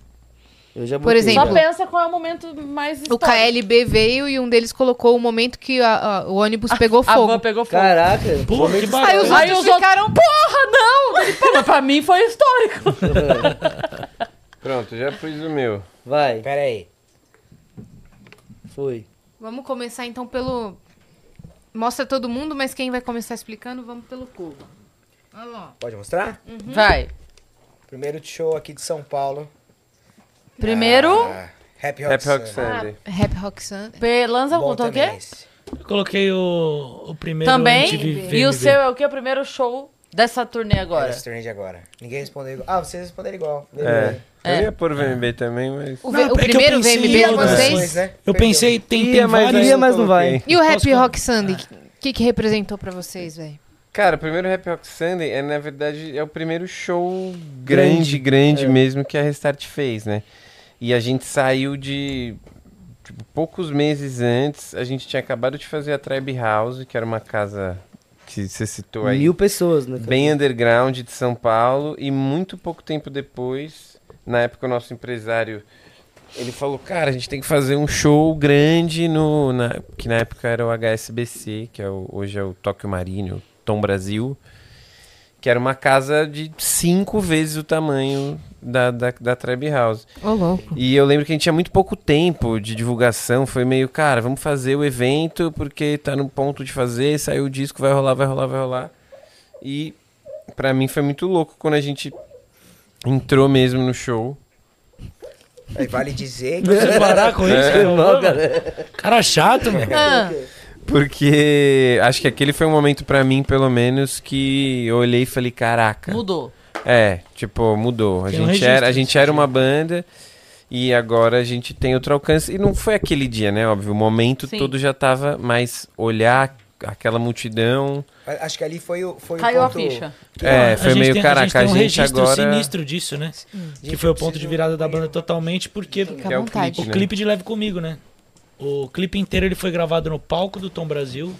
[SPEAKER 6] Eu já
[SPEAKER 2] Por
[SPEAKER 6] botei,
[SPEAKER 2] exemplo,
[SPEAKER 1] Só
[SPEAKER 6] já.
[SPEAKER 1] pensa qual é o momento mais
[SPEAKER 2] O
[SPEAKER 1] histórico.
[SPEAKER 2] KLB veio e um deles colocou o momento que a- a- o ônibus
[SPEAKER 4] Ah,
[SPEAKER 2] pegou
[SPEAKER 1] A van
[SPEAKER 2] fogo.
[SPEAKER 1] pegou fogo.
[SPEAKER 6] Caraca.
[SPEAKER 4] Pô, que
[SPEAKER 2] Aí os
[SPEAKER 4] barato.
[SPEAKER 1] Aí
[SPEAKER 2] outros
[SPEAKER 1] os outros-
[SPEAKER 2] ficaram...
[SPEAKER 1] Porra, não! Ele, "Pô, mas pra mim foi histórico.
[SPEAKER 3] Pronto, já pus o meu.
[SPEAKER 6] Vai,
[SPEAKER 5] Pera aí.
[SPEAKER 6] foi.
[SPEAKER 2] Vamos começar então pelo... Mostra todo mundo, mas quem vai começar explicando, vamos pelo Cuba. Olha lá.
[SPEAKER 5] Pode mostrar?
[SPEAKER 1] Vai.
[SPEAKER 5] Primeiro show aqui de São Paulo.
[SPEAKER 1] Primeiro,
[SPEAKER 5] Ah, Happy Rock
[SPEAKER 3] Happy Rock
[SPEAKER 5] Sun.
[SPEAKER 3] Sunday.
[SPEAKER 2] Rap Rock Sun.
[SPEAKER 1] pe- lança
[SPEAKER 5] Bom
[SPEAKER 1] o Tá o
[SPEAKER 5] também
[SPEAKER 1] quê?
[SPEAKER 5] esse.
[SPEAKER 4] Eu coloquei o, o primeiro
[SPEAKER 1] Também.
[SPEAKER 4] MTV,
[SPEAKER 1] E
[SPEAKER 4] VMV.
[SPEAKER 1] o seu é o que? O primeiro show dessa turnê
[SPEAKER 5] Era
[SPEAKER 1] agora.
[SPEAKER 5] Strange agora. Ninguém respondeu igual. Ah, vocês responderam igual.
[SPEAKER 3] É.
[SPEAKER 5] Beleza.
[SPEAKER 3] Eu ia pôr o VMB também, mas.
[SPEAKER 2] O,
[SPEAKER 4] Não,
[SPEAKER 2] ve-
[SPEAKER 4] é que
[SPEAKER 2] o
[SPEAKER 4] eu
[SPEAKER 2] primeiro
[SPEAKER 4] pensei
[SPEAKER 2] VMB
[SPEAKER 4] em
[SPEAKER 2] é
[SPEAKER 4] outras
[SPEAKER 2] vocês.
[SPEAKER 5] coisas, né?
[SPEAKER 4] Eu pensei, tem, tem
[SPEAKER 3] Ia, um mas
[SPEAKER 4] vários...
[SPEAKER 3] aí
[SPEAKER 6] Ia,
[SPEAKER 3] eu
[SPEAKER 6] mas não
[SPEAKER 3] coloquei.
[SPEAKER 6] vai.
[SPEAKER 2] E o
[SPEAKER 4] Posso Ah.
[SPEAKER 2] Rap
[SPEAKER 4] colocar?
[SPEAKER 2] Rock Sunday? O que, que representou pra vocês, velho?
[SPEAKER 3] Cara, o primeiro Happy Rock Sunday é, na verdade, é o primeiro show grande, grande, mesmo que a Restart fez, né? E a gente saiu de. Tipo, poucos meses antes, a gente tinha acabado de fazer a Tribe House, que era uma casa que você citou aí.
[SPEAKER 6] Mil pessoas, né?
[SPEAKER 3] bem underground de São Paulo e muito pouco tempo depois, na época o nosso empresário ele falou, cara, a gente tem que fazer um show grande no na- que na época era o HSBC, que é o- hoje é o Tóquio Marinho, Tom Brasil, que era uma casa de cinco vezes o tamanho da da, da Tribe House.
[SPEAKER 2] Ô, louco.
[SPEAKER 3] E eu lembro que a gente tinha muito pouco tempo de divulgação, foi meio, cara, vamos fazer o evento porque tá no ponto de fazer, saiu o disco, vai rolar, vai rolar, vai rolar. E pra mim foi muito louco quando a gente entrou mesmo no show.
[SPEAKER 5] Aí vale dizer
[SPEAKER 4] Você
[SPEAKER 5] que.
[SPEAKER 4] parar com
[SPEAKER 3] É,
[SPEAKER 4] isso,
[SPEAKER 6] Foi
[SPEAKER 4] cara,
[SPEAKER 6] mal, galera.
[SPEAKER 4] cara chato,
[SPEAKER 1] É,
[SPEAKER 4] mano.
[SPEAKER 1] Ah,
[SPEAKER 3] Porque acho que aquele foi um momento pra mim, pelo menos, que eu olhei e falei, caraca.
[SPEAKER 1] Mudou.
[SPEAKER 3] É, tipo, mudou. A
[SPEAKER 4] Tem um
[SPEAKER 3] gente,
[SPEAKER 4] registro
[SPEAKER 3] era, a
[SPEAKER 4] desse
[SPEAKER 3] gente era uma banda e agora a gente tem outro alcance. E não foi aquele dia, né? Óbvio, o momento
[SPEAKER 1] Sim.
[SPEAKER 3] todo já tava, mas olhar aquela multidão.
[SPEAKER 5] Acho que ali foi o. Foi
[SPEAKER 1] Caiu
[SPEAKER 5] o
[SPEAKER 1] a
[SPEAKER 5] ponto...
[SPEAKER 1] ficha.
[SPEAKER 3] é, foi meio,
[SPEAKER 4] tem-
[SPEAKER 3] caraca, a
[SPEAKER 4] tem um
[SPEAKER 3] gente
[SPEAKER 4] registro
[SPEAKER 3] agora.
[SPEAKER 4] sinistro disso, né? Que foi o ponto de virada da banda totalmente, porque
[SPEAKER 2] Fica à
[SPEAKER 3] é o
[SPEAKER 2] vontade.
[SPEAKER 3] clipe,
[SPEAKER 4] o
[SPEAKER 3] né?
[SPEAKER 4] clipe de Leve Comigo, né? O clipe inteiro ele foi gravado no palco do Tom Brasil,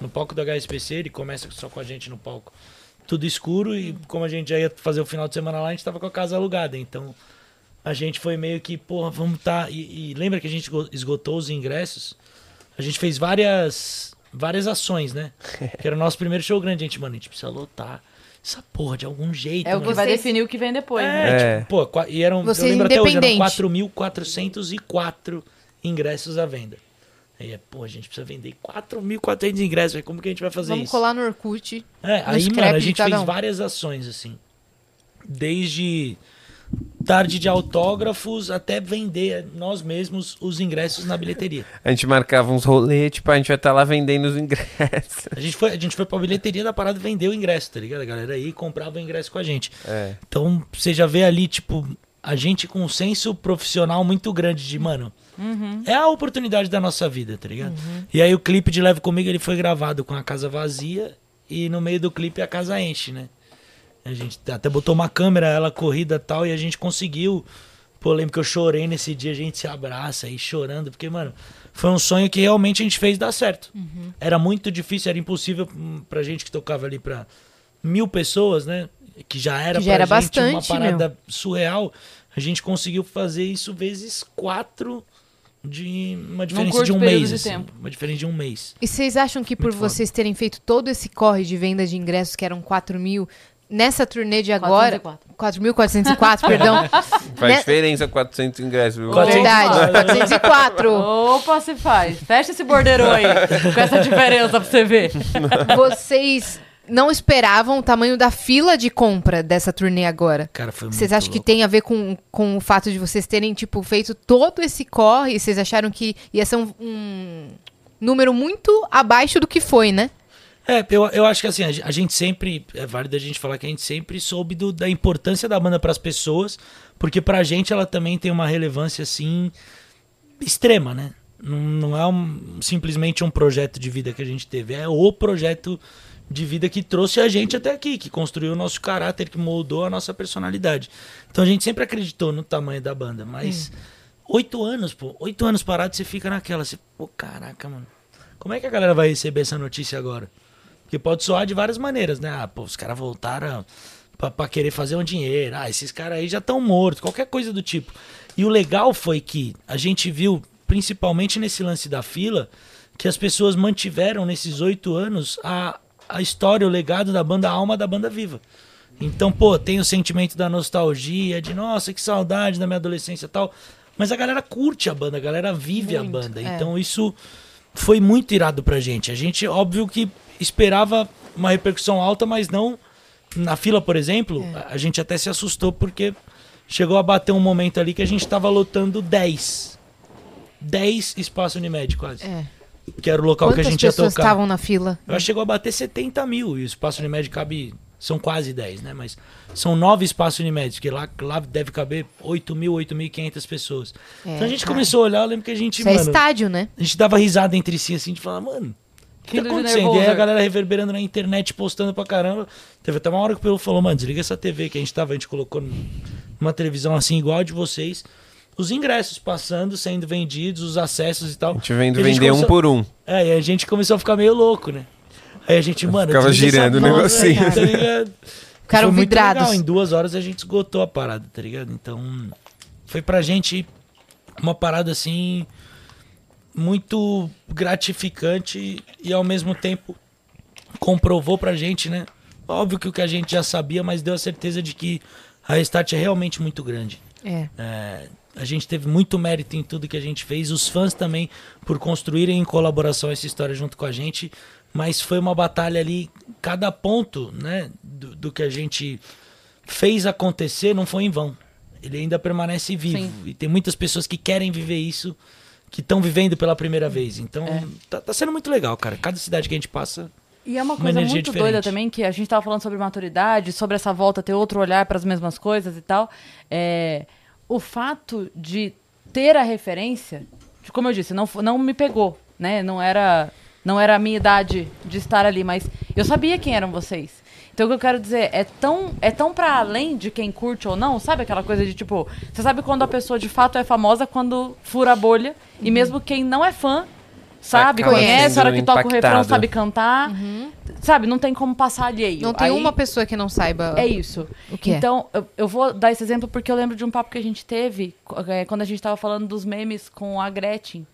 [SPEAKER 4] no palco do HSPC, ele começa só com a gente no palco. Tudo escuro e como a gente já ia fazer o final de semana lá, a gente tava com a casa alugada, então a gente foi meio que, porra, vamos tá... E, e lembra que a gente go- esgotou os ingressos? A gente fez várias várias ações, né? Que era o nosso primeiro show grande, a gente, mano, a gente precisa lotar essa porra de algum jeito.
[SPEAKER 1] É o que
[SPEAKER 4] mano.
[SPEAKER 1] vai
[SPEAKER 2] Vocês-
[SPEAKER 1] definir o que vem depois, né?
[SPEAKER 4] É,
[SPEAKER 3] É.
[SPEAKER 4] tipo, pô, qua- e eram,
[SPEAKER 2] Você
[SPEAKER 4] eu lembro até hoje, eram
[SPEAKER 2] independente.
[SPEAKER 4] 4.404 ingressos à venda. Aí, é, pô, a gente precisa vender 4.400 ingressos, velho, como que a gente vai fazer
[SPEAKER 2] Vamos
[SPEAKER 4] isso?
[SPEAKER 2] colar no Orkut.
[SPEAKER 4] É,
[SPEAKER 2] no
[SPEAKER 4] aí,
[SPEAKER 2] scrap
[SPEAKER 4] mano, a
[SPEAKER 2] de
[SPEAKER 4] gente
[SPEAKER 2] cada
[SPEAKER 4] fez
[SPEAKER 2] um.
[SPEAKER 4] várias ações, assim. Desde tarde de autógrafos até vender nós mesmos os ingressos na bilheteria.
[SPEAKER 3] A gente marcava uns rolês, tipo, a gente vai estar lá vendendo os ingressos.
[SPEAKER 4] A gente foi, a gente foi pra bilheteria da parada e vendeu o ingresso, tá ligado? A galera aí comprava o ingresso com a gente.
[SPEAKER 3] É.
[SPEAKER 4] Então, você já vê ali, tipo, a gente com um senso profissional muito grande de, mano, é a oportunidade da nossa vida, tá ligado? E aí o clipe de Leve Comigo, ele foi gravado com a casa vazia e no meio do clipe a casa enche, né? A gente até botou uma câmera, ela corrida e tal, e a gente conseguiu. Pô, eu lembro que eu chorei nesse dia, a gente se abraça aí chorando, porque, mano, foi um sonho que realmente a gente fez dar certo. Era muito difícil, era impossível hum, pra gente que tocava ali pra mil pessoas, né? Que já era,
[SPEAKER 2] Que já
[SPEAKER 4] pra
[SPEAKER 2] era
[SPEAKER 4] gente uma
[SPEAKER 2] bastante,
[SPEAKER 4] parada surreal. A gente conseguiu fazer isso vezes quatro de uma diferença
[SPEAKER 1] curto
[SPEAKER 4] de um
[SPEAKER 1] período
[SPEAKER 4] mês.
[SPEAKER 1] de
[SPEAKER 4] assim,
[SPEAKER 1] tempo.
[SPEAKER 4] Uma diferença de um mês.
[SPEAKER 2] E vocês acham que por
[SPEAKER 4] Muito foda.
[SPEAKER 2] vocês terem feito todo esse corre de venda de ingressos, que eram 4 mil, nessa turnê de agora... 4.404, perdão.
[SPEAKER 3] Faz
[SPEAKER 2] Né?
[SPEAKER 3] diferença 400 ingressos. viu?
[SPEAKER 4] Quatro-
[SPEAKER 2] Verdade, 404.
[SPEAKER 1] Opa, se faz. Fecha esse bordeiro aí, com essa diferença pra você ver.
[SPEAKER 2] Vocês não esperavam o tamanho da fila de compra dessa turnê agora?
[SPEAKER 4] Cara, foi muito
[SPEAKER 2] Vocês acham que
[SPEAKER 4] louco.
[SPEAKER 2] tem a ver com, com o fato de vocês terem, tipo, feito todo esse corre e vocês acharam que ia ser um, um número muito abaixo do que foi, né?
[SPEAKER 4] É, eu, eu acho que assim, a gen- a gente sempre. É válido a gente falar que a gente sempre soube do- da importância da banda pras pessoas, porque pra gente ela também tem uma relevância assim. extrema, né? Não, não é um- simplesmente um projeto de vida que a gente teve, é o projeto de vida que trouxe a gente até aqui, que construiu o nosso caráter, que moldou a nossa personalidade. Então a gente sempre acreditou no tamanho da banda, mas oito anos, pô, oito anos parado, você fica naquela, você, pô, caraca, mano, como é que a galera vai receber essa notícia agora? Porque pode soar de várias maneiras, né? Ah, pô, os caras voltaram pra, pra querer fazer um dinheiro. Ah, esses caras aí já estão mortos, qualquer coisa do tipo. E o legal foi que a gente viu, principalmente nesse lance da fila, que as pessoas mantiveram nesses oito anos a, a história, o legado da banda, a alma da banda viva. Então, pô, tem o sentimento da nostalgia, de nossa, que saudade da minha adolescência e tal. Mas a galera curte a banda, a galera vive a banda.
[SPEAKER 2] é.
[SPEAKER 4] Então, isso foi muito irado pra gente. A gente, óbvio que esperava uma repercussão alta, mas não na fila, por exemplo,
[SPEAKER 2] É.
[SPEAKER 4] a- a gente até se assustou porque chegou a bater um momento ali que a gente tava lotando 10. 10 espaço Unimed quase.
[SPEAKER 2] É.
[SPEAKER 4] Que era o local
[SPEAKER 2] Quantas
[SPEAKER 4] que a gente ia
[SPEAKER 2] pessoas
[SPEAKER 4] tocar.
[SPEAKER 2] estavam na fila?
[SPEAKER 4] Eu acho que chegou a bater 70 mil. E o espaço Unimed cabe. São quase 10, né? Mas são nove espaços Unimed, porque lá, lá deve caber 8 mil, 8.500 pessoas.
[SPEAKER 2] É,
[SPEAKER 4] então a gente
[SPEAKER 2] cara.
[SPEAKER 4] começou a olhar, eu lembro que a gente.
[SPEAKER 2] Isso é
[SPEAKER 4] mano,
[SPEAKER 2] estádio, né?
[SPEAKER 4] a gente dava risada entre si, assim, de falar, mano, o que
[SPEAKER 1] Que
[SPEAKER 4] tá
[SPEAKER 1] do
[SPEAKER 4] acontecendo? E
[SPEAKER 1] nervoso.
[SPEAKER 4] aí a galera reverberando na internet, postando pra caramba. Teve até uma hora que o Pelo falou, mano, desliga essa TV que a gente tava, a gente colocou numa televisão assim, igual a de vocês. Os ingressos passando, sendo vendidos, os acessos e tal.
[SPEAKER 3] A gente vendo
[SPEAKER 4] E a gente
[SPEAKER 3] vender um
[SPEAKER 4] começou-
[SPEAKER 3] por um.
[SPEAKER 4] É, e a gente começou a ficar meio louco, né? Aí a gente, mano...
[SPEAKER 3] Ficava
[SPEAKER 4] desliga essa
[SPEAKER 3] girando o
[SPEAKER 4] porra,
[SPEAKER 3] negocinho.
[SPEAKER 4] tá ligado?
[SPEAKER 2] Ficaram
[SPEAKER 4] Foi muito
[SPEAKER 2] vidrados.
[SPEAKER 4] legal, Em duas horas a gente esgotou a parada, tá ligado? Então, foi pra gente uma parada assim muito gratificante e ao mesmo tempo comprovou pra gente, né? Óbvio que o que a gente já sabia, mas deu a certeza de que a Restart é realmente muito grande.
[SPEAKER 2] É.
[SPEAKER 4] É, a gente teve muito mérito em tudo que a gente fez, os fãs também por construírem em colaboração essa história junto com a gente, mas foi uma batalha ali, cada ponto né, do, do que a gente fez acontecer não foi em vão. Ele ainda permanece vivo. E tem muitas pessoas que querem viver isso, que estão vivendo pela primeira vez. Então,
[SPEAKER 1] É.
[SPEAKER 4] tá, tá sendo muito legal, cara. Cada cidade que a gente passa.
[SPEAKER 1] E é uma
[SPEAKER 4] Uma
[SPEAKER 1] coisa
[SPEAKER 4] energia
[SPEAKER 1] muito
[SPEAKER 4] diferente.
[SPEAKER 1] doida também, que a gente tava falando sobre maturidade, sobre essa volta a ter outro olhar para as mesmas coisas e tal. É, o fato de ter a referência, de- como eu disse, não, fo- não me pegou, né? Não era, não era a minha idade de estar ali, mas eu sabia quem eram vocês. Então o que eu quero dizer é tão, é tão pra além de quem curte ou não, sabe aquela coisa de tipo, você sabe quando a pessoa de fato é famosa quando fura a bolha, e mesmo quem não é fã, sabe,
[SPEAKER 3] Acaba
[SPEAKER 1] conhece, a hora
[SPEAKER 3] sendo
[SPEAKER 1] que toca o refrão,
[SPEAKER 3] impactado.
[SPEAKER 1] sabe cantar. Sabe, não tem como passar alheio.
[SPEAKER 2] Não tem
[SPEAKER 1] Aí,
[SPEAKER 2] uma pessoa que não saiba.
[SPEAKER 1] É isso.
[SPEAKER 2] O que é?
[SPEAKER 1] Então, eu, eu vou dar esse exemplo porque eu lembro de um papo que a gente teve co- é, quando a gente tava falando dos memes com a Gretchen.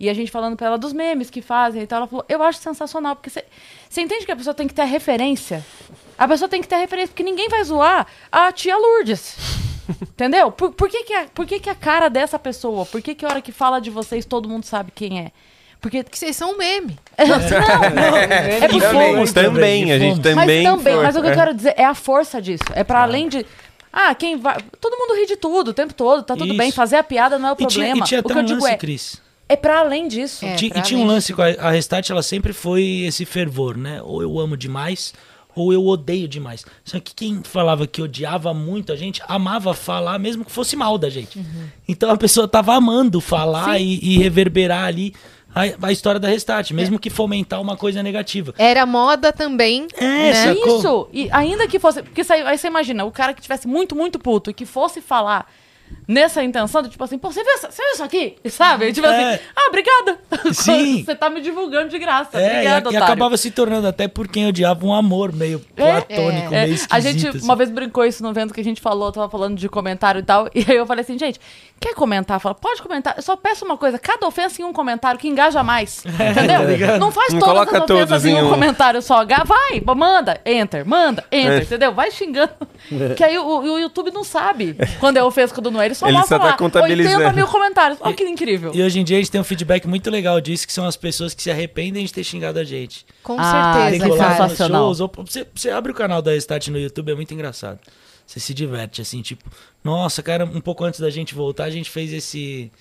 [SPEAKER 1] E a gente falando pra ela dos memes que fazem e tal. Ela falou, eu acho sensacional, porque você você entende que a pessoa tem que ter a referência? A pessoa tem que ter a referência, porque ninguém vai zoar a tia Lourdes. Entendeu? Por, por, que, que, a, por que, que a cara dessa pessoa? Por que, que a hora que fala de vocês todo mundo sabe quem é? Porque.
[SPEAKER 2] Porque vocês são um meme.
[SPEAKER 1] É porque
[SPEAKER 3] Também, também, a gente
[SPEAKER 1] Mas
[SPEAKER 3] também.
[SPEAKER 1] também,
[SPEAKER 3] foi.
[SPEAKER 1] mas o que eu
[SPEAKER 3] É.
[SPEAKER 1] quero dizer é a força disso. É pra além de. Ah, quem vai. Todo mundo ri de tudo o tempo todo, tá tudo
[SPEAKER 4] Isso.
[SPEAKER 1] bem. Fazer a piada não é o
[SPEAKER 4] E tinha,
[SPEAKER 1] problema.
[SPEAKER 4] e tinha
[SPEAKER 1] o
[SPEAKER 4] até
[SPEAKER 1] que
[SPEAKER 4] um
[SPEAKER 1] eu digo
[SPEAKER 4] lance,
[SPEAKER 1] é.
[SPEAKER 4] Cris.
[SPEAKER 1] É pra além disso.
[SPEAKER 2] É,
[SPEAKER 4] Ti- e
[SPEAKER 2] pra
[SPEAKER 4] tinha um
[SPEAKER 2] além
[SPEAKER 4] lance com a, a Restart, ela sempre foi esse fervor, né? Ou eu amo demais, ou eu odeio demais. Só que quem falava que odiava muito a gente, amava falar,
[SPEAKER 1] Uhum.
[SPEAKER 4] mesmo que fosse mal da gente. Então a pessoa tava amando falar e, e reverberar ali a, a história da
[SPEAKER 1] É.
[SPEAKER 4] Restart, mesmo que fomentar uma coisa negativa.
[SPEAKER 2] Era moda também.
[SPEAKER 4] É,
[SPEAKER 2] né?
[SPEAKER 4] sacou?
[SPEAKER 1] Isso! E ainda que fosse. Porque isso aí, aí você imagina, o cara que tivesse muito, muito puto e que fosse falar nessa intenção, de tipo assim, pô, você viu, essa- você viu isso aqui? Sabe? Tipo
[SPEAKER 4] É.
[SPEAKER 1] assim, ah, obrigada!
[SPEAKER 4] Sim.
[SPEAKER 1] você tá me divulgando de graça.
[SPEAKER 4] É, e a-
[SPEAKER 1] Obrigada,
[SPEAKER 4] e,
[SPEAKER 1] otário.
[SPEAKER 4] acabava se tornando até por quem odiava um amor meio platônico,
[SPEAKER 1] É,
[SPEAKER 4] meio
[SPEAKER 1] a
[SPEAKER 4] esquisito.
[SPEAKER 1] gente
[SPEAKER 4] assim.
[SPEAKER 1] uma vez brincou isso no evento que a gente falou, tava falando de comentário e tal. E aí eu falei assim, gente, quer comentar? Fala, pode comentar. Eu só peço uma coisa, cada ofensa em um comentário que engaja mais.
[SPEAKER 4] É, tá
[SPEAKER 1] Entendeu? não faz
[SPEAKER 3] Não
[SPEAKER 1] todas
[SPEAKER 3] coloca
[SPEAKER 1] as ofensas
[SPEAKER 3] todas
[SPEAKER 1] em
[SPEAKER 3] em
[SPEAKER 1] um,
[SPEAKER 3] um.
[SPEAKER 1] comentário só. Ga- Vai, manda, enter, manda, enter,
[SPEAKER 3] É.
[SPEAKER 1] entendeu? Vai xingando.
[SPEAKER 4] É.
[SPEAKER 1] que aí o, o YouTube não sabe quando é ofensa quando não é. Ele só
[SPEAKER 3] Ele
[SPEAKER 1] mostra
[SPEAKER 3] só tá
[SPEAKER 1] lá,
[SPEAKER 3] contabilizando.
[SPEAKER 1] 80 mil comentários. Olha que incrível.
[SPEAKER 4] E hoje em dia a gente tem um feedback muito legal disso, que são as pessoas que se arrependem de ter xingado a gente.
[SPEAKER 2] Com
[SPEAKER 1] Ah,
[SPEAKER 4] Tem
[SPEAKER 2] certeza,
[SPEAKER 4] que
[SPEAKER 2] cara.
[SPEAKER 4] lá nos
[SPEAKER 1] sensacional.
[SPEAKER 4] shows, ou- você, você abre o canal da Restart no YouTube, é muito engraçado. Você se diverte, assim, tipo, nossa, cara, um pouco antes da gente voltar, a gente fez esse.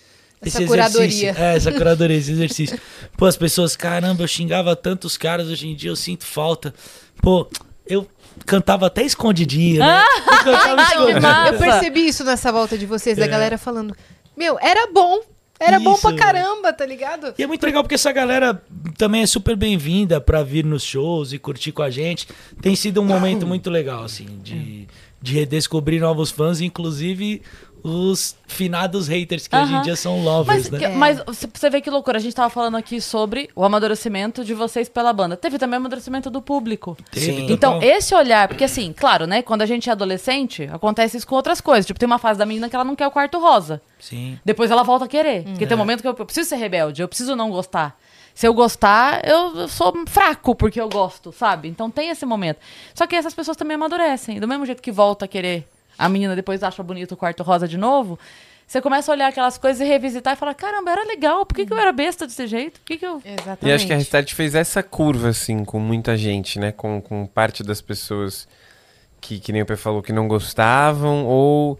[SPEAKER 2] Essa
[SPEAKER 4] esse
[SPEAKER 2] curadoria.
[SPEAKER 4] exercício. É, essa curadoria, esse exercício. Pô, as pessoas, caramba, eu xingava tantos caras, hoje em dia eu sinto falta. Pô, eu cantava até escondidinho, né? Eu cantava
[SPEAKER 1] que
[SPEAKER 4] escondidinho.
[SPEAKER 1] massa.
[SPEAKER 2] Eu percebi isso nessa volta de vocês, da
[SPEAKER 4] É.
[SPEAKER 2] galera falando. Meu, era bom. Era bom
[SPEAKER 4] Isso,
[SPEAKER 2] pra
[SPEAKER 4] velho.
[SPEAKER 2] caramba, tá ligado?
[SPEAKER 4] E é muito legal porque essa galera também é super bem-vinda pra vir nos shows e curtir com a gente. Tem sido um momento muito legal, assim, de, de redescobrir novos fãs, inclusive os finados haters, que hoje em
[SPEAKER 1] Aham.
[SPEAKER 4] dia são lovers,
[SPEAKER 1] Mas,
[SPEAKER 4] né?
[SPEAKER 1] que- mas você- você vê que loucura, a gente tava falando aqui sobre o amadurecimento de vocês pela banda. Teve também o amadurecimento do público.
[SPEAKER 4] Teve,
[SPEAKER 1] Então,
[SPEAKER 4] total.
[SPEAKER 1] esse olhar, porque assim, claro, né? Quando a gente é adolescente, acontece isso com outras coisas. Tipo, tem uma fase da menina que ela não quer o quarto rosa.
[SPEAKER 4] Sim.
[SPEAKER 1] Depois ela volta a querer. Porque tem um momento que eu, eu preciso ser rebelde, eu preciso não gostar. Se eu gostar, eu, eu sou fraco porque eu gosto, sabe? Então tem esse momento. Só que essas pessoas também amadurecem. Do mesmo jeito que volta a querer, a menina depois acha bonito o quarto rosa de novo. Você começa a olhar aquelas coisas e revisitar e falar: caramba, era legal, por que, que eu era besta desse jeito? Por que, que eu.
[SPEAKER 2] Exatamente.
[SPEAKER 3] E acho que a Restart fez essa curva, assim, com muita gente, né? Com, com parte das pessoas que, que nem o Pé falou, que não gostavam, ou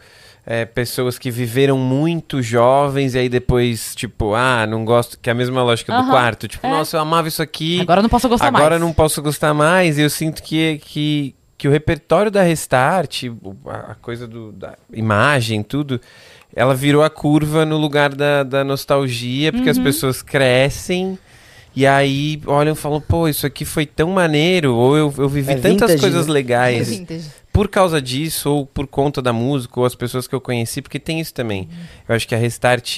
[SPEAKER 3] é, pessoas que viveram muito jovens e aí depois, tipo, ah, não gosto, que é a mesma lógica do
[SPEAKER 1] Aham,
[SPEAKER 3] quarto. Tipo,
[SPEAKER 1] é.
[SPEAKER 3] nossa, eu amava isso aqui.
[SPEAKER 1] Agora eu não posso gostar
[SPEAKER 3] Agora
[SPEAKER 1] mais.
[SPEAKER 3] não posso gostar mais. E eu sinto que, que, que o repertório da Restart, o- a a coisa do, da imagem, tudo, ela virou a curva no lugar da, da nostalgia, porque
[SPEAKER 1] Uhum.
[SPEAKER 3] as pessoas crescem. E aí olham e falam, pô, isso aqui foi tão maneiro, ou eu, eu vivi
[SPEAKER 6] É
[SPEAKER 3] tantas
[SPEAKER 6] vintage,
[SPEAKER 3] coisas
[SPEAKER 6] né?
[SPEAKER 3] legais
[SPEAKER 2] Vintage.
[SPEAKER 3] por causa disso, ou por conta da música, ou as pessoas que eu conheci, porque tem isso também. Eu acho que a Restart,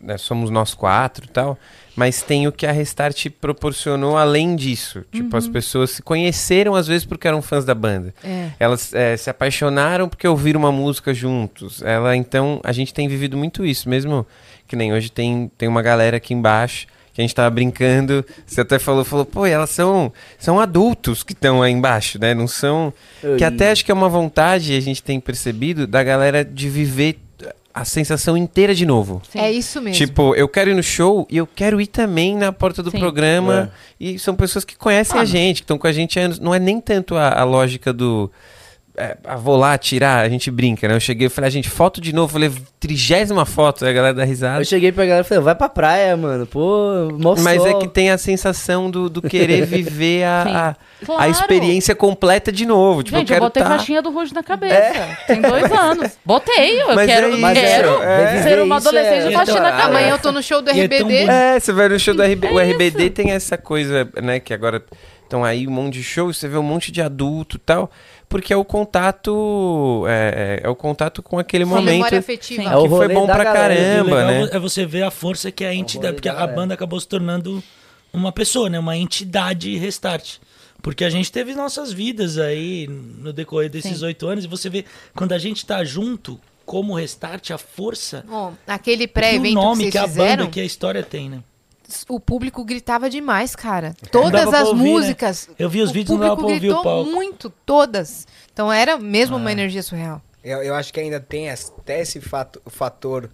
[SPEAKER 3] né, somos nós quatro e tal, mas tem o que a Restart proporcionou além disso. Tipo, as pessoas se conheceram às vezes porque eram fãs da banda. Elas eh, se apaixonaram porque ouviram uma música juntos. Ela, então, a gente tem vivido muito isso, mesmo que nem hoje tem, tem uma galera aqui embaixo que a gente tava brincando, você até falou, falou, pô, e elas são, são adultos que estão aí embaixo, né? Não são. Que até acho que é uma vontade, a gente tem percebido, da galera de viver a sensação inteira de novo.
[SPEAKER 2] É isso mesmo.
[SPEAKER 3] Tipo, eu quero ir no show e eu quero ir também na porta do
[SPEAKER 1] Sim. Ah.
[SPEAKER 3] programa. E são pessoas que conhecem a gente, que estão com a gente há anos. Não é nem tanto a, a lógica do. É, ah, vou lá tirar, a gente brinca, né? Eu cheguei e falei, a gente, foto de novo, falei, trigésima foto, aí a galera dá risada.
[SPEAKER 6] Eu cheguei pra galera e falei, vai pra praia, mano. Pô, mó
[SPEAKER 3] Mas é
[SPEAKER 6] sol.
[SPEAKER 3] que tem a sensação do, do querer viver a, a, a
[SPEAKER 1] Claro.
[SPEAKER 3] experiência completa de novo. Tipo,
[SPEAKER 1] Gente,
[SPEAKER 3] eu
[SPEAKER 1] eu,
[SPEAKER 3] quero
[SPEAKER 1] botei
[SPEAKER 3] tá- É.
[SPEAKER 1] caixinha do Ruge na cabeça. Tem dois anos. Botei, eu
[SPEAKER 3] Mas
[SPEAKER 1] quero,
[SPEAKER 3] é isso,
[SPEAKER 1] quero
[SPEAKER 3] é.
[SPEAKER 1] ser uma
[SPEAKER 6] Isso é-
[SPEAKER 1] adolescente
[SPEAKER 4] é
[SPEAKER 1] é, faxina na
[SPEAKER 3] adorável.
[SPEAKER 2] Amanhã
[SPEAKER 1] cabeça.
[SPEAKER 2] eu tô no show
[SPEAKER 4] E
[SPEAKER 2] do
[SPEAKER 4] é tão
[SPEAKER 2] RBD.
[SPEAKER 4] bonito.
[SPEAKER 3] É, você vai no show do RBD. o RBD tem essa coisa, né? Que agora estão aí um monte de shows, você vê um monte de adulto e tal. Porque é o contato. É, é o contato com aquele
[SPEAKER 2] Uma memória
[SPEAKER 3] momento.
[SPEAKER 2] afetiva.
[SPEAKER 3] que
[SPEAKER 6] É o
[SPEAKER 3] foi
[SPEAKER 6] rolê
[SPEAKER 3] bom
[SPEAKER 6] da
[SPEAKER 3] pra
[SPEAKER 6] galera,
[SPEAKER 4] E o
[SPEAKER 3] caramba,
[SPEAKER 4] legal
[SPEAKER 3] né?
[SPEAKER 4] é você ver a força que é a entidade. Porque a
[SPEAKER 6] galera.
[SPEAKER 4] banda acabou se tornando uma pessoa, né? Uma entidade restart. Porque a gente teve nossas vidas aí no decorrer desses oito anos. E você vê, quando a gente tá junto, como restart, a força.
[SPEAKER 2] Bom, aquele
[SPEAKER 4] e o
[SPEAKER 2] pré-evento que
[SPEAKER 4] um nome
[SPEAKER 2] vocês
[SPEAKER 4] que a
[SPEAKER 2] fizeram,
[SPEAKER 4] banda, que a história tem, né?
[SPEAKER 2] o público gritava demais, cara.
[SPEAKER 4] Não
[SPEAKER 2] Todas
[SPEAKER 4] dava pra
[SPEAKER 2] as
[SPEAKER 4] ouvir, né?
[SPEAKER 2] músicas.
[SPEAKER 4] Eu vi os
[SPEAKER 2] o
[SPEAKER 4] vídeos, não
[SPEAKER 2] público
[SPEAKER 4] dava pra ouvir o
[SPEAKER 2] gritou
[SPEAKER 4] palco. Ah.
[SPEAKER 2] muito, todas. Então era mesmo uma energia surreal.
[SPEAKER 5] Eu, eu acho que ainda tem as- até esse fato, o fator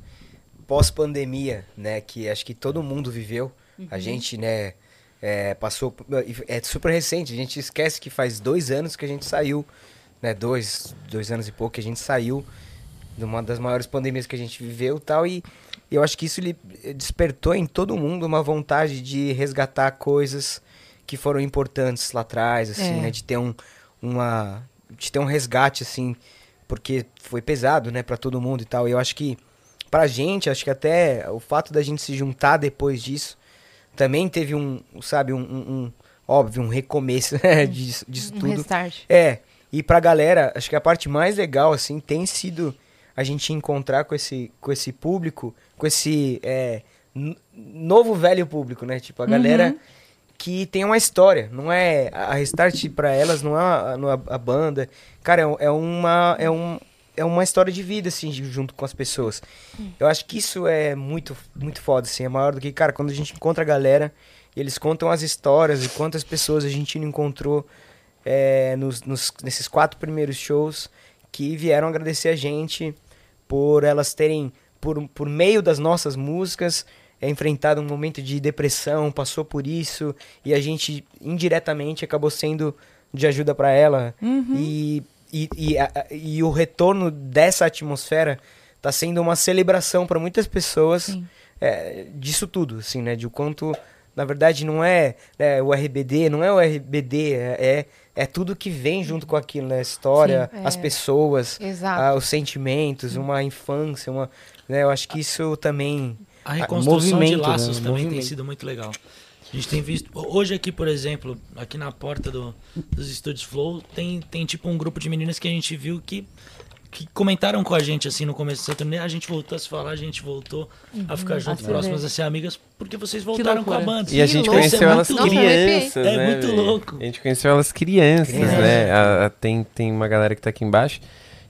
[SPEAKER 5] pós-pandemia, né? Que acho que todo mundo viveu. A gente, né, é, passou. por- É super recente, a gente esquece que faz dois anos que a gente saiu, né? Dois, dois anos e pouco que a gente saiu de uma das maiores pandemias que a gente viveu e tal. E eu acho que isso lhe- despertou em todo mundo uma vontade de resgatar coisas que foram importantes lá atrás, assim,
[SPEAKER 2] É.
[SPEAKER 5] né? De ter um, uma, de ter um resgate, assim, porque foi pesado, né, para todo mundo e tal. E eu acho que pra gente, acho que até o fato da gente se juntar depois disso também teve um, sabe, um, um- um- óbvio, um recomeço né, disso, disso
[SPEAKER 2] Um
[SPEAKER 5] tudo.
[SPEAKER 2] restart.
[SPEAKER 5] É, e pra galera, acho que a parte mais legal, assim, tem sido a gente encontrar com esse, com esse público, com esse é, n- novo velho público, né? Tipo, a galera que tem uma história, não é... A Restart pra elas não é, a- não é a banda. Cara, é, um- é uma... É um, é uma história de vida, assim, de- junto com as pessoas. Eu acho que isso é muito, muito foda, assim. É maior do que, cara, quando a gente encontra a galera e eles contam as histórias e quantas pessoas a gente não encontrou é, nos, nos- nesses quatro primeiros shows que vieram agradecer a gente por elas terem, por, por meio das nossas músicas, é, enfrentado um momento de depressão, passou por isso, e a gente indiretamente acabou sendo de ajuda para ela.
[SPEAKER 2] Uhum.
[SPEAKER 5] E, e, e, a- a- e o retorno dessa atmosfera tá sendo uma celebração para muitas pessoas é, disso tudo, assim, né? De o quanto, na verdade, não é, né, o RBD, não é o RBD, é, é, é tudo que vem junto com aquilo, né? A história,
[SPEAKER 2] Sim, é.
[SPEAKER 5] as pessoas,
[SPEAKER 2] Exato.
[SPEAKER 5] ah, os sentimentos, uma infância, uma. né, eu acho que isso também.
[SPEAKER 3] Ah,
[SPEAKER 4] A reconstrução de
[SPEAKER 6] movimento, né?
[SPEAKER 4] laços também tem
[SPEAKER 6] Movimento.
[SPEAKER 4] sido muito legal. A gente tem visto. Hoje aqui, por exemplo, aqui na porta do- dos estúdios Flow, tem, tem tipo um grupo de meninas que a gente viu que, que comentaram com a gente assim no começo dessa turnê. A gente voltou a se falar, a gente voltou
[SPEAKER 2] Uhum,
[SPEAKER 4] a ficar junto, próximas a ser amigas, porque vocês voltaram com a
[SPEAKER 1] loucura.
[SPEAKER 4] banda.
[SPEAKER 3] E a gente
[SPEAKER 2] louco,
[SPEAKER 4] Isso é
[SPEAKER 3] conheceu elas
[SPEAKER 4] muito louco.
[SPEAKER 2] cri-
[SPEAKER 3] crianças,
[SPEAKER 4] É
[SPEAKER 3] né?
[SPEAKER 4] muito
[SPEAKER 3] velho?
[SPEAKER 4] louco.
[SPEAKER 3] A gente conheceu elas crianças, né? A- a- tem, tem uma galera que tá aqui embaixo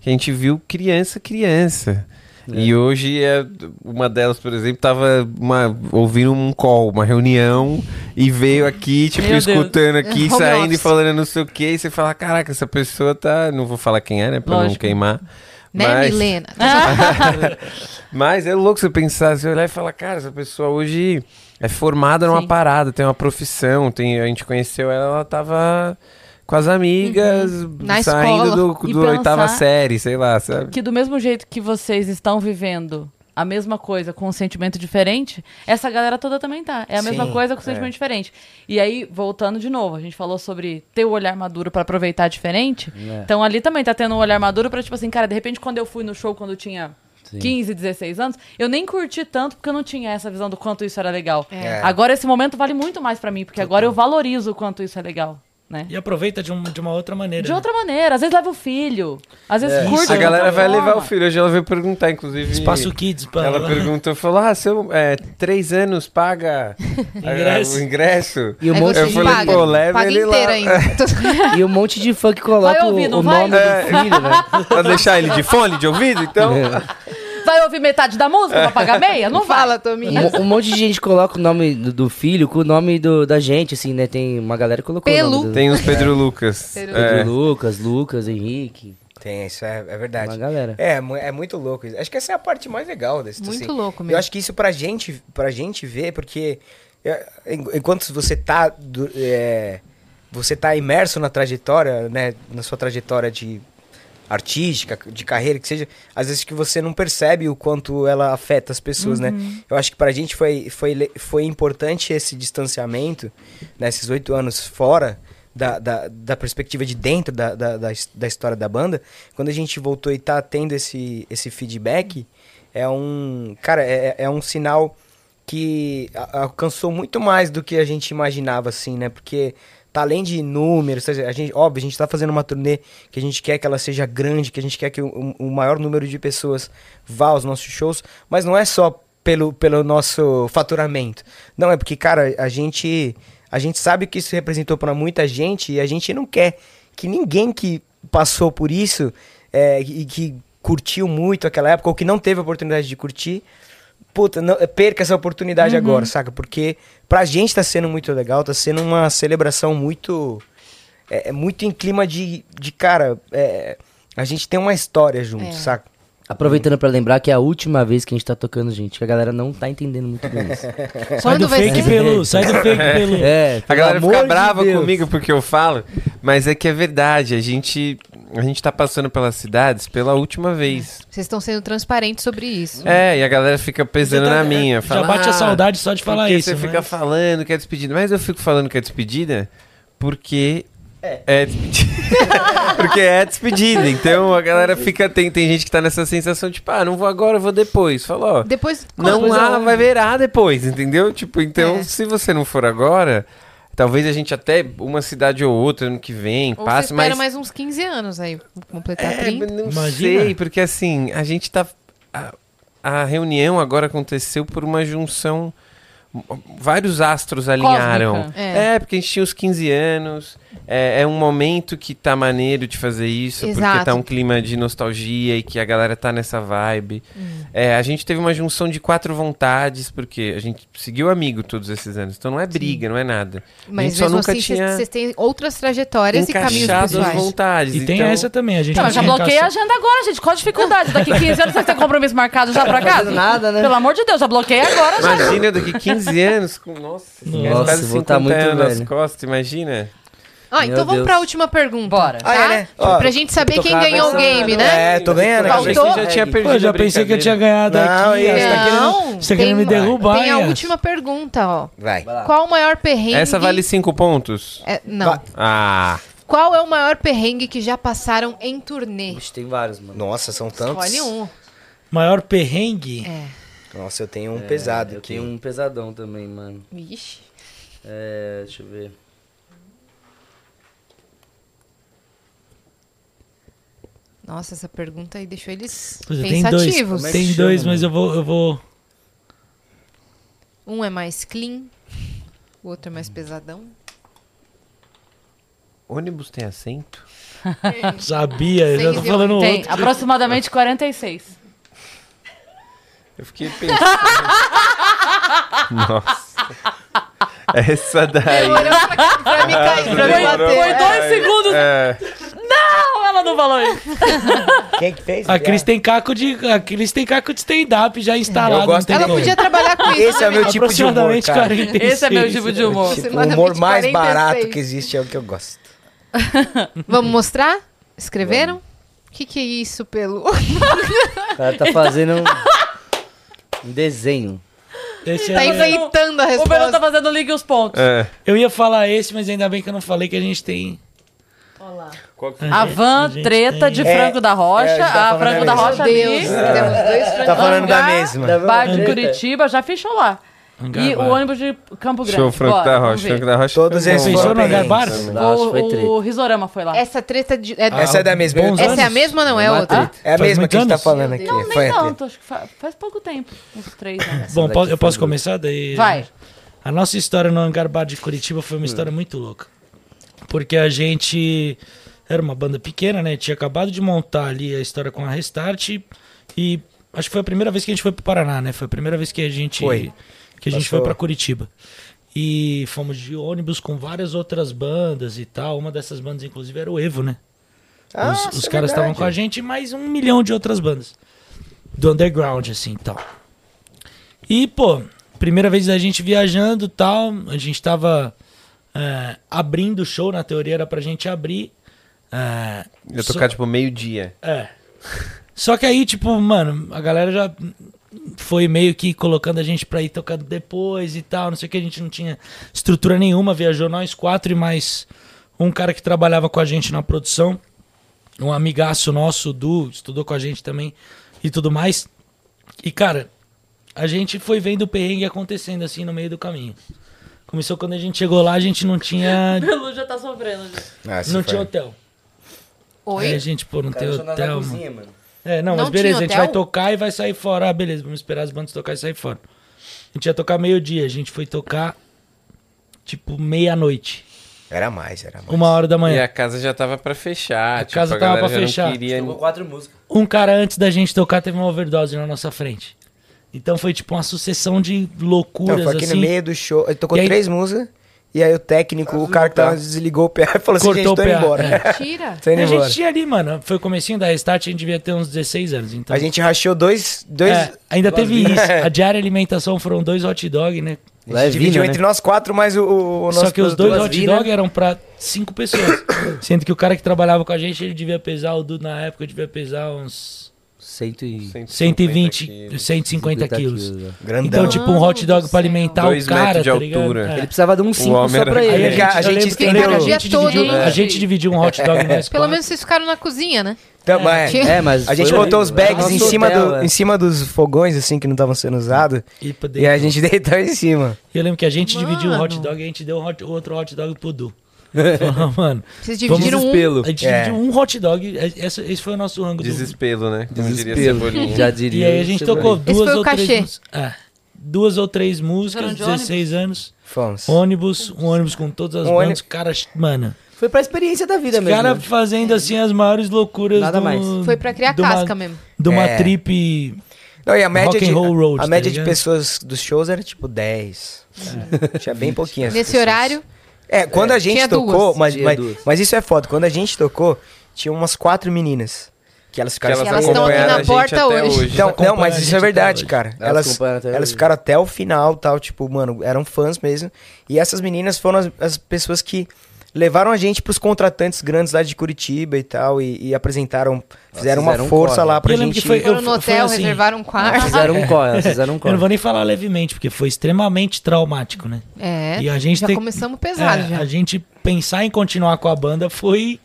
[SPEAKER 3] que a gente viu criança, criança. E hoje é, uma delas, por exemplo, tava uma- ouvindo um call, uma reunião, e veio aqui, tipo,
[SPEAKER 1] Meu Deus.
[SPEAKER 3] escutando aqui,
[SPEAKER 2] Home
[SPEAKER 3] saindo e
[SPEAKER 2] office.
[SPEAKER 3] falando não sei o que, e você fala, caraca, essa pessoa tá. Não vou falar quem é, né? Pra não
[SPEAKER 1] Lógico.
[SPEAKER 3] queimar.
[SPEAKER 2] Né,
[SPEAKER 3] mas-
[SPEAKER 2] Milena?
[SPEAKER 3] mas é louco você pensar, você olhar e falar, cara, essa pessoa hoje é formada numa parada, tem uma profissão, tem, a gente conheceu ela, ela tava com as amigas,
[SPEAKER 2] Na
[SPEAKER 3] saindo
[SPEAKER 2] escola.
[SPEAKER 3] do,
[SPEAKER 1] E
[SPEAKER 3] do oitava
[SPEAKER 1] pensar-
[SPEAKER 3] série, sei lá, sabe?
[SPEAKER 1] que do mesmo jeito que vocês estão vivendo a mesma coisa com um sentimento diferente, essa galera toda também tá. É a mesma
[SPEAKER 5] Sim,
[SPEAKER 1] coisa com um
[SPEAKER 3] é.
[SPEAKER 1] sentimento diferente. E aí, voltando de novo, a gente falou sobre ter o olhar maduro pra aproveitar diferente.
[SPEAKER 3] É.
[SPEAKER 1] Então ali também tá tendo um olhar maduro pra tipo assim, cara, de repente quando eu fui no show quando eu tinha 15, 16 anos, eu nem curti tanto porque eu não tinha essa visão do quanto isso era legal.
[SPEAKER 5] É.
[SPEAKER 1] Agora esse momento vale muito mais pra mim, porque agora eu valorizo o quanto isso é legal, né?
[SPEAKER 4] E aproveita de, um- de uma outra maneira.
[SPEAKER 1] De
[SPEAKER 4] né?
[SPEAKER 1] outra maneira, às vezes leva o filho, às vezes curte.
[SPEAKER 4] Isso,
[SPEAKER 3] É. A
[SPEAKER 1] de
[SPEAKER 3] galera
[SPEAKER 1] outra
[SPEAKER 3] vai levar o
[SPEAKER 1] forma.
[SPEAKER 3] filho, hoje ela veio perguntar, inclusive.
[SPEAKER 4] Espaço né? Kids, pra
[SPEAKER 3] Ela perguntou, falou: Ah, seu é, três anos paga a-
[SPEAKER 4] Ingresso.
[SPEAKER 3] o ingresso.
[SPEAKER 6] E um,
[SPEAKER 2] Aí
[SPEAKER 6] monte,
[SPEAKER 2] você
[SPEAKER 3] Eu falei,
[SPEAKER 2] paga.
[SPEAKER 3] pô, leva
[SPEAKER 2] paga
[SPEAKER 3] ele lá.
[SPEAKER 2] inteira ainda.
[SPEAKER 6] e um monte de fã que coloca
[SPEAKER 1] Vai ouvir,
[SPEAKER 6] o,
[SPEAKER 1] não
[SPEAKER 6] o
[SPEAKER 1] vai?
[SPEAKER 6] nome
[SPEAKER 3] É.
[SPEAKER 6] do filho, né?
[SPEAKER 3] Pra deixar ele de fone, de ouvido, então.
[SPEAKER 1] Vai ouvir metade da música pra pagar meia? Não fala.
[SPEAKER 2] Fala, Tominha.
[SPEAKER 5] É.
[SPEAKER 6] Um, um monte de gente coloca o nome do, do filho com o nome do- da gente, assim, né? Tem uma galera que colocou
[SPEAKER 2] Pelu.
[SPEAKER 6] o nome do
[SPEAKER 3] Tem os Pedro Lucas.
[SPEAKER 2] Pedro
[SPEAKER 6] Pedro
[SPEAKER 3] é.
[SPEAKER 6] Lucas, Lucas, Henrique,
[SPEAKER 5] Tem, isso é, é
[SPEAKER 6] uma
[SPEAKER 5] verdade.
[SPEAKER 6] galera.
[SPEAKER 5] É, mu- é muito louco. isso. Acho que essa é a parte mais legal desse
[SPEAKER 2] Muito
[SPEAKER 5] assim.
[SPEAKER 2] louco
[SPEAKER 5] Eu
[SPEAKER 2] mesmo.
[SPEAKER 5] acho que isso pra gente, pra gente ver, porque é, en- enquanto você tá. du- é, você tá imerso na trajetória, né? Na sua trajetória de artística, de carreira, que seja, às vezes que você não percebe o quanto ela afeta as pessoas, né? Eu acho que pra gente foi, foi, le- foi importante esse distanciamento, né? Esses oito anos fora da, da, da perspectiva de dentro da, da, da, his- da história da banda. Quando a gente voltou e tá tendo esse, esse feedback, é um... Cara, é, é um sinal que a- alcançou muito mais do que a gente imaginava, assim, né? Porque tá além de números, quer dizer, a gente, óbvio, a gente tá fazendo uma turnê que a gente quer que ela seja grande, que a gente quer que o, o- o maior número de pessoas vá aos nossos shows, mas não é só pelo, pelo nosso faturamento. Não, é porque, cara, a gente, a gente sabe que isso representou para muita gente e a gente não quer que ninguém que passou por isso é, e que curtiu muito aquela época ou que não teve a oportunidade de curtir Puta, não- é, perca essa oportunidade agora, saca? Porque pra gente tá sendo muito legal, tá sendo uma celebração muito. É, é muito em clima de, de cara, é, a gente tem uma história junto,
[SPEAKER 2] É.
[SPEAKER 5] saca?
[SPEAKER 6] Aproveitando pra lembrar que é a última vez que a gente tá tocando, gente, que a galera não tá entendendo muito bem isso.
[SPEAKER 4] É. Sai do
[SPEAKER 2] Quando vai
[SPEAKER 4] fake
[SPEAKER 2] ser?
[SPEAKER 4] pelu, sai do fake pelu.
[SPEAKER 6] É,
[SPEAKER 3] A
[SPEAKER 6] pelo
[SPEAKER 3] galera
[SPEAKER 6] amor
[SPEAKER 3] fica
[SPEAKER 6] de
[SPEAKER 3] brava
[SPEAKER 6] Deus.
[SPEAKER 3] comigo porque eu falo, mas é que é verdade. A gente, a gente tá passando pelas cidades pela última vez.
[SPEAKER 2] Vocês estão sendo transparentes sobre isso.
[SPEAKER 3] É, e a galera fica pesando na minha.
[SPEAKER 4] Hum. Já
[SPEAKER 3] fala,
[SPEAKER 4] bate a
[SPEAKER 3] "Ah,
[SPEAKER 4] saudade só de falar
[SPEAKER 3] porque
[SPEAKER 4] isso.
[SPEAKER 3] Você
[SPEAKER 4] mas-
[SPEAKER 3] fica falando que é despedida. Mas eu fico falando que é despedida porque é, despedida. Porque é a despedida. Então a galera fica. Tem, tem gente que tá nessa sensação, tipo, ah, não vou agora, eu vou depois. Falou, ó.
[SPEAKER 2] Depois.
[SPEAKER 3] Não
[SPEAKER 2] Depois
[SPEAKER 3] há,
[SPEAKER 2] eu-
[SPEAKER 3] vai ver há depois, entendeu? Tipo, então,
[SPEAKER 2] É.
[SPEAKER 3] se você não for agora, talvez a gente até uma cidade ou outra ano que vem
[SPEAKER 2] Ou
[SPEAKER 3] passe,
[SPEAKER 2] você espera
[SPEAKER 3] mas.
[SPEAKER 2] mais uns 15 anos aí, completar
[SPEAKER 3] É,
[SPEAKER 2] 30.
[SPEAKER 3] mas não
[SPEAKER 4] Imagina.
[SPEAKER 3] sei, porque assim, a gente tá. A, a reunião agora aconteceu por uma junção. Vários astros alinharam.
[SPEAKER 2] É.
[SPEAKER 3] É. porque a gente tinha os 15 anos. É, é um momento que tá maneiro de fazer isso,
[SPEAKER 2] Exato.
[SPEAKER 3] porque tá um clima de nostalgia e que a galera tá nessa vibe.
[SPEAKER 2] Hum.
[SPEAKER 3] É, a gente teve uma junção de quatro vontades, porque a gente seguiu amigo todos esses anos. Então não é briga, não é nada. a
[SPEAKER 2] Mas
[SPEAKER 3] gente só
[SPEAKER 2] mesmo
[SPEAKER 3] nunca
[SPEAKER 2] assim, vocês
[SPEAKER 3] tinha
[SPEAKER 2] vocês têm outras trajetórias e caminhos
[SPEAKER 3] encaixado as
[SPEAKER 2] pessoais.
[SPEAKER 3] vontades.
[SPEAKER 4] E tem
[SPEAKER 3] então-
[SPEAKER 4] essa também, a gente
[SPEAKER 1] Então,
[SPEAKER 4] não
[SPEAKER 1] já
[SPEAKER 4] tinha
[SPEAKER 1] bloqueei a
[SPEAKER 4] caça-
[SPEAKER 1] agenda agora, gente. Qual a dificuldade? Daqui 15 anos você tem compromisso marcado já
[SPEAKER 2] tá
[SPEAKER 1] pra casa?
[SPEAKER 6] nada, né?
[SPEAKER 1] Pelo amor de Deus, já bloqueei agora. Já.
[SPEAKER 3] Imagina daqui 15 anos com. Nossa,
[SPEAKER 4] Nossa,
[SPEAKER 3] quase
[SPEAKER 6] vou tá
[SPEAKER 3] 50
[SPEAKER 6] muito
[SPEAKER 3] anos nas
[SPEAKER 6] velho.
[SPEAKER 3] costas, imagina.
[SPEAKER 2] Ó, então
[SPEAKER 6] Meu
[SPEAKER 2] vamos
[SPEAKER 6] Deus.
[SPEAKER 2] pra última pergunta.
[SPEAKER 1] Bora.
[SPEAKER 2] Tá?
[SPEAKER 5] Ah, é, né? Ó,
[SPEAKER 2] pra gente saber
[SPEAKER 6] eu tô
[SPEAKER 2] quem ganhou o
[SPEAKER 6] cabeçando,
[SPEAKER 2] game, né?
[SPEAKER 5] É, tô ganhando.
[SPEAKER 3] Eu achei que
[SPEAKER 2] Faltou?
[SPEAKER 3] você já tinha perdido.
[SPEAKER 4] Pô, já
[SPEAKER 3] a
[SPEAKER 4] pensei que eu tinha
[SPEAKER 3] é brincadeira.
[SPEAKER 4] ganhado
[SPEAKER 5] Não,
[SPEAKER 4] aqui.
[SPEAKER 5] e-
[SPEAKER 4] ó, você tá querendo-
[SPEAKER 2] Não,
[SPEAKER 4] você tá querendo me derrubar,
[SPEAKER 2] Tem a
[SPEAKER 4] Yas.
[SPEAKER 2] última pergunta, ó.
[SPEAKER 5] Vai.
[SPEAKER 2] Qual o maior perrengue...
[SPEAKER 3] Essa vale 5 pontos?
[SPEAKER 2] É, não.
[SPEAKER 5] Vai.
[SPEAKER 3] Ah,
[SPEAKER 2] Qual é o maior perrengue que já passaram em turnê?
[SPEAKER 6] Ixi, tem vários, mano.
[SPEAKER 5] Nossa, são tantos.
[SPEAKER 2] Escolhe um.
[SPEAKER 4] Maior perrengue?
[SPEAKER 2] É.
[SPEAKER 5] Nossa, eu tenho
[SPEAKER 4] É,
[SPEAKER 5] um pesado
[SPEAKER 6] Eu
[SPEAKER 5] aqui.
[SPEAKER 6] tenho um pesadão também, mano.
[SPEAKER 2] Vixe.
[SPEAKER 6] É, deixa eu ver.
[SPEAKER 2] Nossa, essa pergunta aí deixou eles
[SPEAKER 4] Puxa, tem dois,
[SPEAKER 2] pensativos.
[SPEAKER 6] Como é que
[SPEAKER 4] tem
[SPEAKER 6] chama,
[SPEAKER 4] dois,
[SPEAKER 6] mano?
[SPEAKER 4] mas eu vou, eu vou.
[SPEAKER 2] Um é mais clean, o outro é mais pesadão.
[SPEAKER 3] ônibus tem assento?
[SPEAKER 4] Sabia, eu já
[SPEAKER 2] Seis
[SPEAKER 4] tô
[SPEAKER 2] e
[SPEAKER 4] falando
[SPEAKER 2] um.
[SPEAKER 1] Tem
[SPEAKER 4] outro.
[SPEAKER 1] aproximadamente 46.
[SPEAKER 3] Eu fiquei pensando. Nossa. Essa daí.
[SPEAKER 2] pra me cair, pra me
[SPEAKER 3] Demorou.
[SPEAKER 2] bater.
[SPEAKER 1] Foi dois segundos.
[SPEAKER 3] É,
[SPEAKER 1] Não, ela não falou isso.
[SPEAKER 5] Quem que fez?
[SPEAKER 4] A Cris tem caco de, a Cris tem caco de stand-up já instalado.
[SPEAKER 5] Eu gosto
[SPEAKER 4] no
[SPEAKER 2] Ela
[SPEAKER 5] dele.
[SPEAKER 4] corpo.
[SPEAKER 2] podia trabalhar com isso.
[SPEAKER 5] Esse é
[SPEAKER 2] né,
[SPEAKER 5] meu
[SPEAKER 2] menina?
[SPEAKER 5] tipo de humor,
[SPEAKER 4] Aproximadamente
[SPEAKER 5] cara.
[SPEAKER 4] 46.
[SPEAKER 1] Esse é meu tipo de humor.
[SPEAKER 5] Tipo, o
[SPEAKER 2] Semanalmente
[SPEAKER 5] humor mais
[SPEAKER 2] 46.
[SPEAKER 5] barato que existe é o que eu gosto.
[SPEAKER 2] Vamos mostrar? Escreveram? O que, que é isso, pelo?
[SPEAKER 6] O cara tá fazendo um, um desenho.
[SPEAKER 4] Esse
[SPEAKER 2] tá
[SPEAKER 4] é-
[SPEAKER 2] inventando a
[SPEAKER 1] O Belo tá
[SPEAKER 2] resposta.
[SPEAKER 1] fazendo ligue os pontos.
[SPEAKER 3] é.
[SPEAKER 4] Eu ia falar esse, mas ainda bem que eu não falei que a gente tem.
[SPEAKER 3] É,
[SPEAKER 1] A van
[SPEAKER 4] gente
[SPEAKER 1] treta
[SPEAKER 4] tem-
[SPEAKER 1] de
[SPEAKER 5] É,
[SPEAKER 1] Franco da Rocha.
[SPEAKER 5] é, a gente tá
[SPEAKER 1] a
[SPEAKER 5] falando
[SPEAKER 1] Franco da
[SPEAKER 5] da mesma.
[SPEAKER 1] Rocha
[SPEAKER 2] Meu Deus,
[SPEAKER 1] ali.
[SPEAKER 2] temos dois
[SPEAKER 5] Tá falando da
[SPEAKER 1] Hangar,
[SPEAKER 5] mesma.
[SPEAKER 6] né?
[SPEAKER 1] Bar de
[SPEAKER 6] Treta.
[SPEAKER 1] Curitiba, já fechou lá. E o
[SPEAKER 4] Bar.
[SPEAKER 1] ônibus de Campo Grande.
[SPEAKER 3] Show Franco
[SPEAKER 1] Bora,
[SPEAKER 3] da
[SPEAKER 1] vamos
[SPEAKER 3] Rocha.
[SPEAKER 1] ver.
[SPEAKER 3] Franco da Rocha.
[SPEAKER 5] Todos
[SPEAKER 3] foi bom.
[SPEAKER 5] esses
[SPEAKER 4] Vocês foram no
[SPEAKER 5] perrengues.
[SPEAKER 4] H-Bar?
[SPEAKER 6] Nossa, foi
[SPEAKER 1] O, o
[SPEAKER 6] treta.
[SPEAKER 1] Risorama foi lá.
[SPEAKER 2] Essa treta de. é-
[SPEAKER 5] Essa é da mesma.
[SPEAKER 4] Ah, Bons
[SPEAKER 2] essa é a
[SPEAKER 4] anos.
[SPEAKER 2] mesma, não? É
[SPEAKER 6] Uma
[SPEAKER 2] outra?
[SPEAKER 6] treta.
[SPEAKER 5] É a
[SPEAKER 4] Faz
[SPEAKER 5] mesma que a gente tá
[SPEAKER 4] muitos
[SPEAKER 5] falando aqui.
[SPEAKER 1] Não,
[SPEAKER 5] Foi
[SPEAKER 1] nem
[SPEAKER 5] a treta.
[SPEAKER 1] tanto. Acho que fa- faz pouco tempo. Uns três anos.
[SPEAKER 4] Bom,
[SPEAKER 6] daqui
[SPEAKER 4] posso- eu
[SPEAKER 6] foi
[SPEAKER 4] posso
[SPEAKER 6] boa.
[SPEAKER 4] começar daí?
[SPEAKER 1] Vai.
[SPEAKER 4] A nossa história no Hangar Bar de Curitiba
[SPEAKER 5] Hum.
[SPEAKER 4] foi uma história muito louca. Porque a gente era uma banda pequena, né? Tinha acabado de montar ali a história com a Restart e acho que foi a primeira vez que a gente foi pro Paraná, né? Foi a primeira vez que a gente
[SPEAKER 5] Foi.
[SPEAKER 4] que a gente
[SPEAKER 5] Passou.
[SPEAKER 4] foi pra Curitiba. E fomos de ônibus com várias outras bandas e tal. Uma dessas bandas inclusive era o Evo, né?
[SPEAKER 5] Ah,
[SPEAKER 4] os,
[SPEAKER 5] isso
[SPEAKER 4] os
[SPEAKER 5] é
[SPEAKER 4] caras estavam
[SPEAKER 5] verdade.
[SPEAKER 4] com a gente e mais um milhão de outras bandas. Do underground, assim, tal. E, pô, primeira vez a gente viajando tal, a gente tava é, abrindo o show, na teoria era pra gente abrir. é,
[SPEAKER 3] Ia
[SPEAKER 4] só-
[SPEAKER 3] tocar tipo meio-dia.
[SPEAKER 4] é. Só que aí, tipo, mano, a galera já foi meio que colocando a gente pra ir tocando depois e tal, não sei o que, a gente não tinha estrutura nenhuma, viajou nós quatro e mais um cara que trabalhava com a gente na produção, um amigaço nosso, o Du, estudou com a gente também e tudo mais. E, cara, a gente foi vendo o perrengue acontecendo assim no meio do caminho. Começou quando a gente chegou lá, a gente não tinha,
[SPEAKER 1] Belu já tá sofrendo. gente.
[SPEAKER 5] Ah, isso
[SPEAKER 4] não
[SPEAKER 5] foi.
[SPEAKER 4] tinha hotel. Aí a
[SPEAKER 2] Oi?
[SPEAKER 4] gente, pô, não tem
[SPEAKER 6] Cara, eu sou na
[SPEAKER 4] hotel, mano.
[SPEAKER 6] cozinha, mano.
[SPEAKER 4] É, não, mas
[SPEAKER 2] Não
[SPEAKER 4] beleza,
[SPEAKER 2] tinha
[SPEAKER 4] a gente
[SPEAKER 2] hotel?
[SPEAKER 4] vai tocar e vai sair fora. Ah, beleza, vamos esperar as bandas tocar e sair fora. A gente ia tocar meio-dia, a gente foi tocar tipo meia-noite,
[SPEAKER 5] Era mais, era mais.
[SPEAKER 4] uma hora da
[SPEAKER 3] E
[SPEAKER 4] manhã.
[SPEAKER 3] a casa já tava pra fechar.
[SPEAKER 4] A
[SPEAKER 3] tipo,
[SPEAKER 4] casa
[SPEAKER 3] a
[SPEAKER 4] tava
[SPEAKER 3] galera
[SPEAKER 4] pra
[SPEAKER 3] já
[SPEAKER 4] fechar.
[SPEAKER 3] Não
[SPEAKER 1] Tá
[SPEAKER 3] queria...
[SPEAKER 6] Tocou quatro músicas.
[SPEAKER 4] Um cara antes da gente tocar teve uma overdose na nossa frente. Então foi tipo uma sucessão de loucuras
[SPEAKER 5] Não, foi aqui
[SPEAKER 4] assim.
[SPEAKER 5] no meio do show. Ele tocou
[SPEAKER 4] E aí-
[SPEAKER 5] três músicas. E aí o técnico, o cara que tava, desligou o PA e falou assim,
[SPEAKER 4] Cortou
[SPEAKER 5] gente, tô
[SPEAKER 4] o
[SPEAKER 5] indo
[SPEAKER 4] PA,
[SPEAKER 5] embora.
[SPEAKER 4] é.
[SPEAKER 2] Tira.
[SPEAKER 5] tô indo
[SPEAKER 4] E a
[SPEAKER 5] embora.
[SPEAKER 4] gente tinha ali, mano, foi o comecinho da Restart, a gente devia ter uns 16 anos, então.
[SPEAKER 5] A gente rachou dois... dois...
[SPEAKER 4] É, ainda teve isso. A diária alimentação foram dois hot dog, né?
[SPEAKER 6] é
[SPEAKER 5] A gente dividiu entre nós quatro, mas o, o nosso...
[SPEAKER 4] Só que os dois
[SPEAKER 5] produtor-
[SPEAKER 4] hot dog eram pra cinco pessoas. Sendo que o cara que trabalhava com a gente, ele devia pesar, o Dudu na época devia pesar uns
[SPEAKER 6] cento e...
[SPEAKER 4] 120, 150 quilos. Então, tipo, um hot dog pra alimentar
[SPEAKER 3] Dois
[SPEAKER 4] o cara,
[SPEAKER 3] metros de
[SPEAKER 4] tá ligado?
[SPEAKER 3] altura.
[SPEAKER 4] É.
[SPEAKER 6] Ele precisava de um
[SPEAKER 3] homem
[SPEAKER 6] 5 só
[SPEAKER 3] era
[SPEAKER 6] pra
[SPEAKER 4] Aí
[SPEAKER 6] ele.
[SPEAKER 5] gigante.
[SPEAKER 4] gente-
[SPEAKER 5] a
[SPEAKER 4] eu
[SPEAKER 5] gente
[SPEAKER 4] lembro que
[SPEAKER 5] entendeu.
[SPEAKER 4] a
[SPEAKER 2] Dia
[SPEAKER 4] gente dividiu-
[SPEAKER 2] todo, né?
[SPEAKER 4] A gente dividiu um hot dog nós
[SPEAKER 2] Pelo
[SPEAKER 4] quatro.
[SPEAKER 2] menos vocês ficaram na cozinha, né?
[SPEAKER 5] Então, mas-
[SPEAKER 2] É.
[SPEAKER 6] É, mas
[SPEAKER 5] A gente
[SPEAKER 6] foi-
[SPEAKER 5] botou os
[SPEAKER 6] era
[SPEAKER 5] bags
[SPEAKER 6] nosso
[SPEAKER 5] em cima,
[SPEAKER 6] hotel,
[SPEAKER 5] do,
[SPEAKER 6] é.
[SPEAKER 5] em cima dos fogões, assim, que não estavam sendo usados.
[SPEAKER 4] E pra
[SPEAKER 5] E
[SPEAKER 4] dentro.
[SPEAKER 5] a gente deitou em cima.
[SPEAKER 4] Eu lembro que a gente
[SPEAKER 2] Mano.
[SPEAKER 4] dividiu um hot dog e a gente deu um hot- outro hot dog pro Du. Falou, mano,
[SPEAKER 2] Vocês
[SPEAKER 4] Vamos
[SPEAKER 2] dividiram um.
[SPEAKER 6] Desespero.
[SPEAKER 4] a gente
[SPEAKER 5] É.
[SPEAKER 4] dividiu um hot dog, essa- esse foi o nosso rango do
[SPEAKER 3] Desespero, né? Como diria
[SPEAKER 6] Desespero.
[SPEAKER 3] Cebolinha.
[SPEAKER 6] Já diria.
[SPEAKER 4] E aí a gente
[SPEAKER 6] Cebolinha.
[SPEAKER 4] tocou
[SPEAKER 2] Esse
[SPEAKER 4] duas
[SPEAKER 2] foi o
[SPEAKER 4] ou
[SPEAKER 2] cachê.
[SPEAKER 4] três mús- é, duas ou três músicas,
[SPEAKER 1] Foram de
[SPEAKER 4] 16 anos.
[SPEAKER 5] Fomos.
[SPEAKER 4] Ônibus, um ônibus com todas as
[SPEAKER 5] Um
[SPEAKER 4] bandas,
[SPEAKER 5] ônibus-
[SPEAKER 4] cara, mano.
[SPEAKER 6] Foi pra experiência da vida
[SPEAKER 4] Os
[SPEAKER 6] mesmo.
[SPEAKER 4] caras
[SPEAKER 6] né?
[SPEAKER 4] fazendo assim as maiores loucuras
[SPEAKER 6] Nada
[SPEAKER 4] do-
[SPEAKER 6] mais.
[SPEAKER 2] É. Foi pra criar
[SPEAKER 4] de uma-
[SPEAKER 2] casca mesmo.
[SPEAKER 4] De uma
[SPEAKER 5] É.
[SPEAKER 4] trip
[SPEAKER 5] Não, e a média,
[SPEAKER 4] Rock and
[SPEAKER 5] de,
[SPEAKER 4] Roll Road,
[SPEAKER 5] a
[SPEAKER 4] tá
[SPEAKER 5] média de
[SPEAKER 4] ligado? É.
[SPEAKER 5] pessoas dos shows era tipo 10. Tinha bem pouquinhas.
[SPEAKER 2] Nesse
[SPEAKER 3] assim.
[SPEAKER 5] pessoas.
[SPEAKER 2] horário,
[SPEAKER 5] É, quando a gente
[SPEAKER 2] Tinha
[SPEAKER 5] tocou,
[SPEAKER 2] duas.
[SPEAKER 5] mas,
[SPEAKER 6] Tinha
[SPEAKER 5] mas,
[SPEAKER 6] duas.
[SPEAKER 5] mas isso é foda. Quando a gente tocou, tinha umas quatro meninas. Que elas
[SPEAKER 3] Que
[SPEAKER 5] ficaram
[SPEAKER 3] elas
[SPEAKER 2] elas tão aqui
[SPEAKER 3] acompanharam
[SPEAKER 2] na
[SPEAKER 3] a gente
[SPEAKER 2] porta
[SPEAKER 3] até
[SPEAKER 2] hoje.
[SPEAKER 3] hoje.
[SPEAKER 5] Então,
[SPEAKER 4] acompanham
[SPEAKER 5] não, mas
[SPEAKER 4] a
[SPEAKER 5] isso
[SPEAKER 4] gente
[SPEAKER 5] é
[SPEAKER 4] até
[SPEAKER 5] verdade,
[SPEAKER 4] hoje.
[SPEAKER 5] cara.
[SPEAKER 6] Elas
[SPEAKER 5] Elas,
[SPEAKER 6] acompanham até
[SPEAKER 5] elas
[SPEAKER 6] hoje.
[SPEAKER 5] ficaram até o final, tal, tipo, mano, eram fãs mesmo. E essas meninas foram as, as pessoas que levaram a gente pros contratantes grandes lá de Curitiba e tal, e, e apresentaram, fizeram uma
[SPEAKER 6] fizeram um
[SPEAKER 5] força
[SPEAKER 6] corre.
[SPEAKER 5] lá pra
[SPEAKER 4] Eu lembro
[SPEAKER 5] gente.
[SPEAKER 4] que foi-
[SPEAKER 2] foram no
[SPEAKER 4] foi
[SPEAKER 2] hotel,
[SPEAKER 4] assim.
[SPEAKER 2] reservaram um
[SPEAKER 6] Elas
[SPEAKER 2] quarto.
[SPEAKER 6] fizeram um corre, elas fizeram
[SPEAKER 4] Eu
[SPEAKER 6] um
[SPEAKER 4] não
[SPEAKER 6] corre.
[SPEAKER 4] vou nem falar levemente, porque foi extremamente traumático, né?
[SPEAKER 2] É.
[SPEAKER 4] E a gente
[SPEAKER 2] já
[SPEAKER 4] tem-
[SPEAKER 2] começamos pesado
[SPEAKER 4] É,
[SPEAKER 2] já.
[SPEAKER 4] A gente pensar em continuar com a banda foi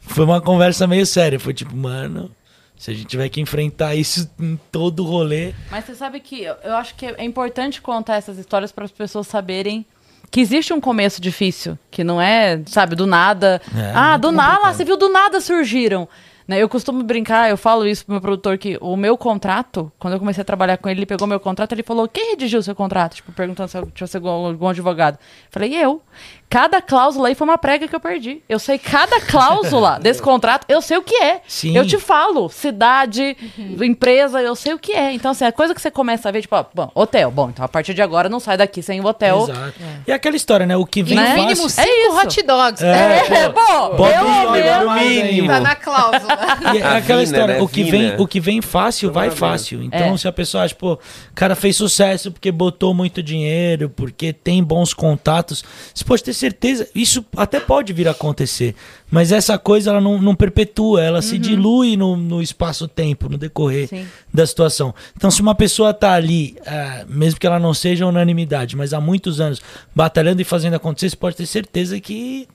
[SPEAKER 4] foi uma conversa meio séria. Foi tipo, mano, se a gente tiver que enfrentar isso em todo o rolê,
[SPEAKER 1] Mas você sabe que eu, eu acho que é importante contar essas histórias para as pessoas saberem que existe um começo difícil, que não é, sabe, do nada.
[SPEAKER 4] É,
[SPEAKER 1] ah,
[SPEAKER 4] muito
[SPEAKER 1] do nada, ah, você viu, do nada surgiram. Né, eu costumo brincar, eu falo isso pro meu produtor que o meu contrato, quando eu comecei a trabalhar com ele, ele pegou meu contrato, ele falou: "Quem redigiu o seu contrato?" Tipo, perguntando se eu tinha sido algum algum advogado. Falei: "Eu. Cada cláusula aí foi uma prega que eu perdi. Eu sei cada cláusula desse contrato, eu sei o que é.
[SPEAKER 4] Sim.
[SPEAKER 1] Eu te falo, cidade, empresa, eu sei o que é. Então, assim, a coisa que você começa a ver, tipo, ó, bom, hotel, bom, então a partir de agora não sai daqui sem o hotel.
[SPEAKER 4] Exato. E aquela história, né? O que vem
[SPEAKER 2] É E no
[SPEAKER 1] Né?
[SPEAKER 4] fácil.
[SPEAKER 2] mínimo
[SPEAKER 1] É
[SPEAKER 2] cinco
[SPEAKER 1] isso.
[SPEAKER 2] hot dogs.
[SPEAKER 4] É,
[SPEAKER 2] né?
[SPEAKER 1] É, bom,
[SPEAKER 4] Bota
[SPEAKER 1] eu
[SPEAKER 4] um jogo
[SPEAKER 1] mesmo-
[SPEAKER 4] mais aí.
[SPEAKER 3] mínimo.
[SPEAKER 2] Tá na cláusula.
[SPEAKER 4] E é
[SPEAKER 3] A
[SPEAKER 4] aquela
[SPEAKER 3] vina,
[SPEAKER 4] história,
[SPEAKER 3] né?
[SPEAKER 4] o, que
[SPEAKER 3] Vina.
[SPEAKER 4] vem, o que vem fácil, vai fácil. Então,
[SPEAKER 1] É.
[SPEAKER 4] se a pessoa acha, pô, o cara fez sucesso porque botou muito dinheiro, porque tem bons contatos, você pode ter certeza, isso até pode vir a acontecer. Mas essa coisa, ela não, não perpetua, ela se dilui no, no espaço-tempo, no decorrer
[SPEAKER 1] Uhum. Sim.
[SPEAKER 4] da situação. Então, se uma pessoa tá ali, ah, mesmo que ela não seja unanimidade, mas há muitos anos batalhando e fazendo acontecer, você pode ter certeza que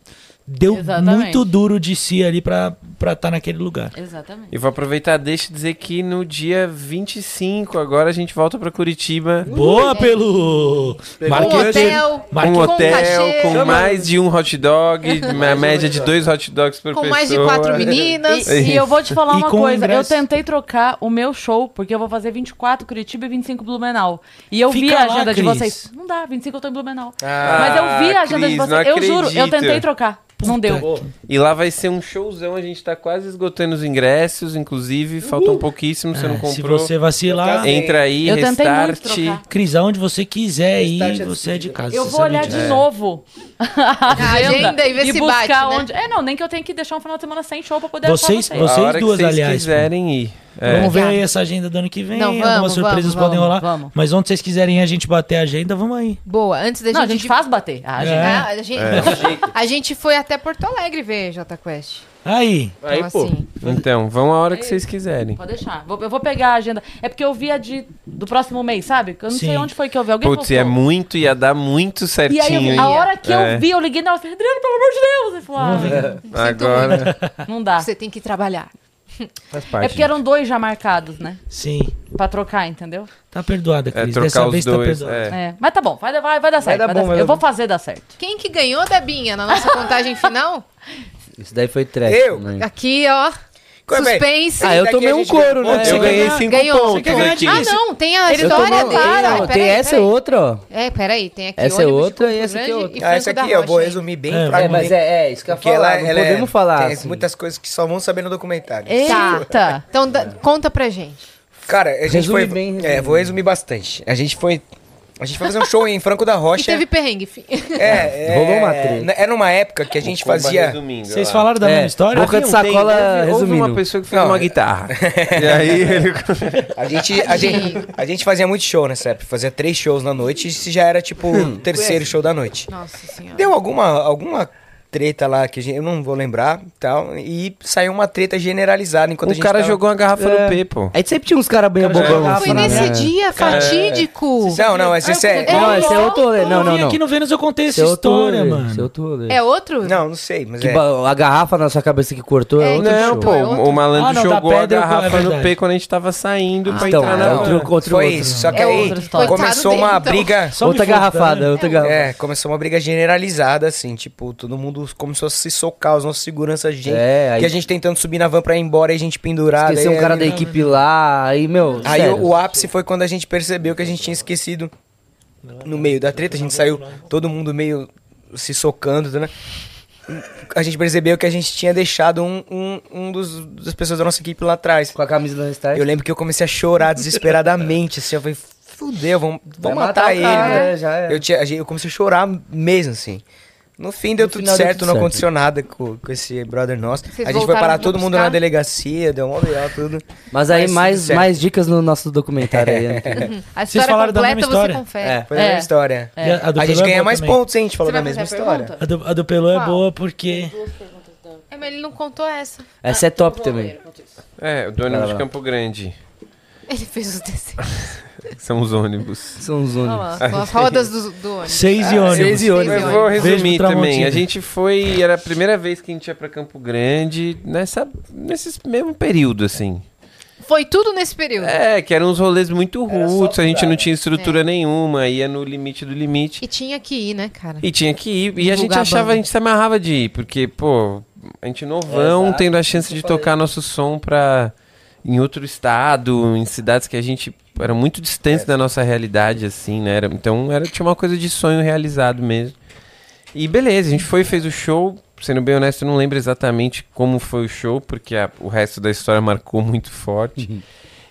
[SPEAKER 4] deu
[SPEAKER 1] Exatamente.
[SPEAKER 4] muito duro de si ali pra estar naquele lugar.
[SPEAKER 1] Exatamente.
[SPEAKER 3] E vou aproveitar, deixa eu dizer que no dia 25, agora a gente volta pra Curitiba.
[SPEAKER 4] Boa, Pelu!
[SPEAKER 2] Um
[SPEAKER 4] É,
[SPEAKER 2] hotel,
[SPEAKER 3] Com um
[SPEAKER 4] Marque...
[SPEAKER 2] com
[SPEAKER 3] hotel,
[SPEAKER 2] cachê.
[SPEAKER 3] com mais de um hot dog, uma média de dois hot dogs por
[SPEAKER 2] com
[SPEAKER 3] pessoa.
[SPEAKER 2] mais de quatro meninas.
[SPEAKER 1] E, e eu vou te
[SPEAKER 4] E
[SPEAKER 1] falar uma
[SPEAKER 4] com o
[SPEAKER 1] coisa, eu
[SPEAKER 4] ingresso.
[SPEAKER 1] tentei trocar o meu show, porque eu vou fazer 24 Curitiba e 25 Blumenau. E eu vi
[SPEAKER 4] Fica
[SPEAKER 1] a
[SPEAKER 4] lá,
[SPEAKER 1] agenda de
[SPEAKER 4] Cris.
[SPEAKER 1] vocês. Não dá, 25 eu tô em Blumenau.
[SPEAKER 5] Ah,
[SPEAKER 1] Mas eu vi a
[SPEAKER 3] Ah,
[SPEAKER 1] agenda de
[SPEAKER 3] Cris,
[SPEAKER 1] vocês.
[SPEAKER 3] não
[SPEAKER 1] Eu juro, eu
[SPEAKER 3] acredito.
[SPEAKER 1] tentei trocar. não deu.
[SPEAKER 3] E lá vai ser um showzão, a gente tá quase esgotando os ingressos, inclusive, faltam pouquíssimos, você não
[SPEAKER 4] Ah, Se
[SPEAKER 3] comprou. Tá
[SPEAKER 4] você vacilar,
[SPEAKER 3] Entra aí,
[SPEAKER 1] Eu tentei muito
[SPEAKER 3] restart.
[SPEAKER 1] trocar.
[SPEAKER 4] Cris, aonde você quiser
[SPEAKER 6] Restart
[SPEAKER 4] ir,
[SPEAKER 6] é
[SPEAKER 4] você é de É. casa.
[SPEAKER 1] Eu
[SPEAKER 4] você
[SPEAKER 1] vou
[SPEAKER 4] sabe
[SPEAKER 1] olhar de
[SPEAKER 4] disso.
[SPEAKER 1] novo a agenda,
[SPEAKER 2] agenda e ver se bate,
[SPEAKER 1] buscar
[SPEAKER 2] né?
[SPEAKER 1] onde. É, não, nem que eu tenha que deixar um final de semana sem show pra poder
[SPEAKER 4] Vocês-
[SPEAKER 1] achar
[SPEAKER 3] A
[SPEAKER 1] vocês.
[SPEAKER 4] Vocês
[SPEAKER 3] hora que
[SPEAKER 4] duas,
[SPEAKER 3] vocês
[SPEAKER 4] aliás,
[SPEAKER 3] quiserem ir. É.
[SPEAKER 4] Vamos ver aí
[SPEAKER 2] Obrigada.
[SPEAKER 4] essa agenda do ano que vem,
[SPEAKER 2] Não, vamos,
[SPEAKER 4] algumas surpresas
[SPEAKER 2] vamos,
[SPEAKER 4] podem
[SPEAKER 2] vamos,
[SPEAKER 4] rolar.
[SPEAKER 1] vamos.
[SPEAKER 4] Mas onde vocês quiserem ir, a gente bater a agenda, vamos aí.
[SPEAKER 2] Boa, antes da
[SPEAKER 1] Não, a
[SPEAKER 2] gente...
[SPEAKER 1] gente faz bater. A agenda.
[SPEAKER 4] né?
[SPEAKER 2] Ah, a gente,
[SPEAKER 3] É.
[SPEAKER 2] a gente foi até Porto Alegre ver Jota Quest.
[SPEAKER 4] Aí,
[SPEAKER 2] Aí, então, assim,
[SPEAKER 3] Então, vão a hora que vocês quiserem.
[SPEAKER 1] É Pode deixar. Vou- eu vou pegar a agenda. É porque eu vi a de, do próximo mês, sabe? Eu não
[SPEAKER 4] Sim.
[SPEAKER 1] sei onde foi que eu vi. Alguém
[SPEAKER 3] Putz,
[SPEAKER 1] postou.
[SPEAKER 3] é muito, ia dar muito
[SPEAKER 1] E aí, eu
[SPEAKER 3] certinho,
[SPEAKER 1] vi-
[SPEAKER 3] hein?
[SPEAKER 1] a hora que
[SPEAKER 3] É.
[SPEAKER 1] eu vi, eu liguei na hora e falei, Adriano, pelo amor de Deus! Ele falou,
[SPEAKER 3] Agora.
[SPEAKER 1] ah, não
[SPEAKER 4] Tá.
[SPEAKER 1] dá.
[SPEAKER 2] você tem que trabalhar.
[SPEAKER 6] Faz
[SPEAKER 1] É
[SPEAKER 6] parte.
[SPEAKER 1] porque eram dois já marcados, né?
[SPEAKER 4] sim.
[SPEAKER 1] Pra trocar, entendeu?
[SPEAKER 4] Tá perdoada,
[SPEAKER 3] É
[SPEAKER 4] Cris. Dessa
[SPEAKER 3] trocar os
[SPEAKER 4] vez tá
[SPEAKER 3] dois.
[SPEAKER 4] perdoada.
[SPEAKER 3] é.
[SPEAKER 1] É. Mas tá bom, vai, vai, vai dar certo.
[SPEAKER 5] dar
[SPEAKER 1] vai
[SPEAKER 5] bom,
[SPEAKER 1] dar
[SPEAKER 5] vai
[SPEAKER 1] certo.
[SPEAKER 5] dar
[SPEAKER 1] Eu vou
[SPEAKER 5] bom.
[SPEAKER 1] fainha. fazer dar certo.
[SPEAKER 2] Quem que ganhou, Debinha, na nossa contagem final?
[SPEAKER 6] Isso daí foi trash.
[SPEAKER 5] Eu?
[SPEAKER 6] também.
[SPEAKER 2] Aqui, ó.
[SPEAKER 5] Como é?
[SPEAKER 2] Suspense.
[SPEAKER 6] Ah, eu tomei um couro, né?
[SPEAKER 3] Eu ganhei cinco
[SPEAKER 2] ganhou.
[SPEAKER 3] pontos
[SPEAKER 2] Ganhou.
[SPEAKER 3] aqui.
[SPEAKER 2] Ah, não, tem a
[SPEAKER 6] Eu tomei
[SPEAKER 2] história
[SPEAKER 6] um
[SPEAKER 2] dele.
[SPEAKER 6] couro.
[SPEAKER 2] Ah,
[SPEAKER 6] Tem
[SPEAKER 2] peraí,
[SPEAKER 6] essa é
[SPEAKER 2] peraí.
[SPEAKER 6] outra, ó.
[SPEAKER 2] É, peraí, tem aqui
[SPEAKER 6] Essa é
[SPEAKER 2] ônibus de
[SPEAKER 6] outra
[SPEAKER 2] Campo
[SPEAKER 6] e essa aqui é
[SPEAKER 2] Grande e
[SPEAKER 6] outra.
[SPEAKER 5] Ah,
[SPEAKER 2] Franco
[SPEAKER 5] essa
[SPEAKER 2] da
[SPEAKER 5] aqui eu vou
[SPEAKER 2] Rocha, hein?
[SPEAKER 5] resumir bem
[SPEAKER 4] É,
[SPEAKER 5] pra
[SPEAKER 6] É, mas é, é isso que eu ia
[SPEAKER 5] Porque
[SPEAKER 6] falar.
[SPEAKER 5] ela,
[SPEAKER 6] não
[SPEAKER 5] ela é-
[SPEAKER 6] podemos falar.
[SPEAKER 5] Tem
[SPEAKER 6] assim.
[SPEAKER 5] muitas coisas que só vão saber no documentário.
[SPEAKER 1] Eita!
[SPEAKER 2] Então, dá- conta pra gente.
[SPEAKER 5] Cara, a gente
[SPEAKER 6] Resume
[SPEAKER 5] foi.
[SPEAKER 6] bem, resume
[SPEAKER 5] é, vou resumir bastante. A gente foi. A gente foi fazer um show em Franco da
[SPEAKER 2] E
[SPEAKER 5] Rocha.
[SPEAKER 2] teve perrengue, fi.
[SPEAKER 5] É, é,
[SPEAKER 6] Rolou uma treta.
[SPEAKER 5] Era numa época que a gente
[SPEAKER 3] Comba
[SPEAKER 5] fazia.
[SPEAKER 3] resumindo,
[SPEAKER 4] Vocês
[SPEAKER 3] lá.
[SPEAKER 4] falaram da
[SPEAKER 6] É.
[SPEAKER 4] mesma história? um
[SPEAKER 6] Boca de sacola
[SPEAKER 3] Houve- Houve
[SPEAKER 6] resumindo.
[SPEAKER 3] uma pessoa que fez
[SPEAKER 5] Não,
[SPEAKER 3] uma
[SPEAKER 5] é-
[SPEAKER 3] guitarra. e aí ele...
[SPEAKER 5] A gente, a, gente, a gente fazia muito show nessa época. Fazia três
[SPEAKER 6] Hum.
[SPEAKER 5] shows na noite. E isso já era tipo o terceiro show da noite.
[SPEAKER 2] Nossa senhora.
[SPEAKER 5] Deu alguma, alguma treta lá que a gente- eu não vou lembrar tal. E saiu uma treta generalizada enquanto a
[SPEAKER 3] o
[SPEAKER 5] gente
[SPEAKER 3] cara
[SPEAKER 5] tava-
[SPEAKER 3] jogou uma garrafa
[SPEAKER 6] É.
[SPEAKER 3] no P, pô.
[SPEAKER 6] Aí sempre tinha uns caras bem
[SPEAKER 4] Cara,
[SPEAKER 6] bobão.
[SPEAKER 4] já-
[SPEAKER 6] assim,
[SPEAKER 2] Foi
[SPEAKER 4] Fala,
[SPEAKER 2] nesse
[SPEAKER 6] né?
[SPEAKER 2] dia
[SPEAKER 6] é
[SPEAKER 2] fatídico.
[SPEAKER 5] Não, não,
[SPEAKER 2] Ah,
[SPEAKER 5] mas esse é.
[SPEAKER 1] É,
[SPEAKER 6] Não, esse é outro rolê. Não,
[SPEAKER 4] Eu
[SPEAKER 6] não,
[SPEAKER 4] vim
[SPEAKER 6] não.
[SPEAKER 4] aqui no Vênus eu contei
[SPEAKER 6] Esse
[SPEAKER 4] essa
[SPEAKER 6] é outro
[SPEAKER 4] história,
[SPEAKER 6] rolê,
[SPEAKER 4] mano.
[SPEAKER 6] Esse é outro rolê.
[SPEAKER 2] É outro?
[SPEAKER 5] Não, não sei, mas
[SPEAKER 6] Que
[SPEAKER 5] é.
[SPEAKER 6] ba- A garrafa na sua cabeça que cortou é,
[SPEAKER 2] É,
[SPEAKER 6] outro
[SPEAKER 3] Não,
[SPEAKER 6] show.
[SPEAKER 3] pô,
[SPEAKER 2] é outro.
[SPEAKER 3] o malandro
[SPEAKER 4] Ah, não, da
[SPEAKER 3] jogou a
[SPEAKER 4] pedra,
[SPEAKER 3] garrafa
[SPEAKER 4] é
[SPEAKER 3] no
[SPEAKER 4] verdade.
[SPEAKER 3] P quando a gente tava saindo pra
[SPEAKER 6] Então,
[SPEAKER 3] entrar na
[SPEAKER 6] é
[SPEAKER 3] van.
[SPEAKER 6] outro, outro,
[SPEAKER 5] Foi
[SPEAKER 6] outro. né?
[SPEAKER 5] isso. Só que
[SPEAKER 1] É
[SPEAKER 5] aí
[SPEAKER 1] outra história.
[SPEAKER 5] começou
[SPEAKER 2] Coitado
[SPEAKER 5] uma
[SPEAKER 2] dele, então.
[SPEAKER 5] briga.
[SPEAKER 4] Só me
[SPEAKER 6] outra
[SPEAKER 4] fudando.
[SPEAKER 6] garrafada, outra garrafada.
[SPEAKER 5] É, começou uma briga generalizada, assim, tipo, todo mundo começou a se socar, os nossos seguranças, gente.
[SPEAKER 6] É, aí-
[SPEAKER 5] que a gente tentando subir na van pra ir embora e a gente pendurado.
[SPEAKER 6] Esqueceu
[SPEAKER 5] aí-
[SPEAKER 6] um cara da equipe lá, aí, meu.
[SPEAKER 5] Aí
[SPEAKER 6] sério.
[SPEAKER 5] o, o ápice foi quando a gente percebeu que a gente tinha esquecido no meio da treta, a gente saiu todo mundo meio se socando, né? A gente percebeu que a gente tinha deixado um, um, um dos, das pessoas da nossa equipe lá atrás.
[SPEAKER 6] Com a camisa do Restart.
[SPEAKER 5] Eu lembro que eu comecei a chorar desesperadamente, assim, eu falei, fudeu, vamos, vamos matar, ele, né?
[SPEAKER 6] É, já é.
[SPEAKER 5] Eu, tinha, a gente- eu comecei a chorar mesmo, assim. No fim deu
[SPEAKER 6] No
[SPEAKER 5] tudo
[SPEAKER 6] final
[SPEAKER 5] certo,
[SPEAKER 6] deu tudo
[SPEAKER 5] não
[SPEAKER 6] certo.
[SPEAKER 5] aconteceu nada com, com esse brother nosso.
[SPEAKER 2] Vocês
[SPEAKER 5] a gente foi
[SPEAKER 2] voltaram
[SPEAKER 5] parar
[SPEAKER 2] pra
[SPEAKER 5] todo mundo
[SPEAKER 2] buscar?
[SPEAKER 5] na delegacia, deu mó legal tudo.
[SPEAKER 6] Mas aí
[SPEAKER 5] Mas tudo
[SPEAKER 6] mais,
[SPEAKER 5] certo.
[SPEAKER 6] mais dicas no nosso documentário aí. ano que vem.
[SPEAKER 2] A história
[SPEAKER 4] falaram da
[SPEAKER 2] completa
[SPEAKER 4] mesma
[SPEAKER 2] você
[SPEAKER 4] história.
[SPEAKER 2] confere.
[SPEAKER 5] Foi a
[SPEAKER 1] É.
[SPEAKER 5] mesma história.
[SPEAKER 4] E A, do
[SPEAKER 5] A gente
[SPEAKER 4] Pelô é
[SPEAKER 5] ganha
[SPEAKER 4] boa
[SPEAKER 5] mais
[SPEAKER 4] também.
[SPEAKER 5] pontos, hein? A gente falou
[SPEAKER 1] Você
[SPEAKER 5] da
[SPEAKER 1] vai
[SPEAKER 5] mesma
[SPEAKER 1] fazer a
[SPEAKER 5] história.
[SPEAKER 4] A do, a do Pelô é
[SPEAKER 2] Qual?
[SPEAKER 4] boa porque.
[SPEAKER 2] É, mas ele não contou essa.
[SPEAKER 6] Essa é top também.
[SPEAKER 3] É, o do ônibus
[SPEAKER 6] Vai lá.
[SPEAKER 3] de Campo Grande.
[SPEAKER 2] Ele fez os desenhos.
[SPEAKER 3] São os ônibus.
[SPEAKER 6] São os
[SPEAKER 2] Olha
[SPEAKER 6] únicos.
[SPEAKER 2] lá, com as rodas do, do ônibus.
[SPEAKER 4] Seis e ônibus.
[SPEAKER 6] Seis e ônibus.
[SPEAKER 3] Eu
[SPEAKER 2] Sim,
[SPEAKER 3] vou
[SPEAKER 2] olha.
[SPEAKER 3] resumir
[SPEAKER 4] Beijo pro
[SPEAKER 3] também.
[SPEAKER 4] Tramontina.
[SPEAKER 3] A gente foi. Era a primeira vez que a gente ia pra Campo Grande nessa, nesse mesmo período, assim.
[SPEAKER 2] Foi tudo nesse período.
[SPEAKER 3] É, que eram uns rolês muito rudes, a gente não tinha estrutura nenhuma, ia no limite do limite.
[SPEAKER 2] E tinha que ir, né, cara?
[SPEAKER 3] E tinha que ir. E a gente
[SPEAKER 2] Divulgar a
[SPEAKER 3] achava,
[SPEAKER 2] banda.
[SPEAKER 3] a gente se amarrava de ir, porque, pô, a gente novão, tendo a chance de tocar nosso som pra. em outro estado, em cidades que a gente. Era muito distante da nossa realidade, assim, né? Era- então era, tinha uma coisa de sonho realizado mesmo. E beleza, a gente foi, fez o show. Sendo bem honesto, eu não lembro exatamente como foi o show, porque a- o resto da história marcou muito forte.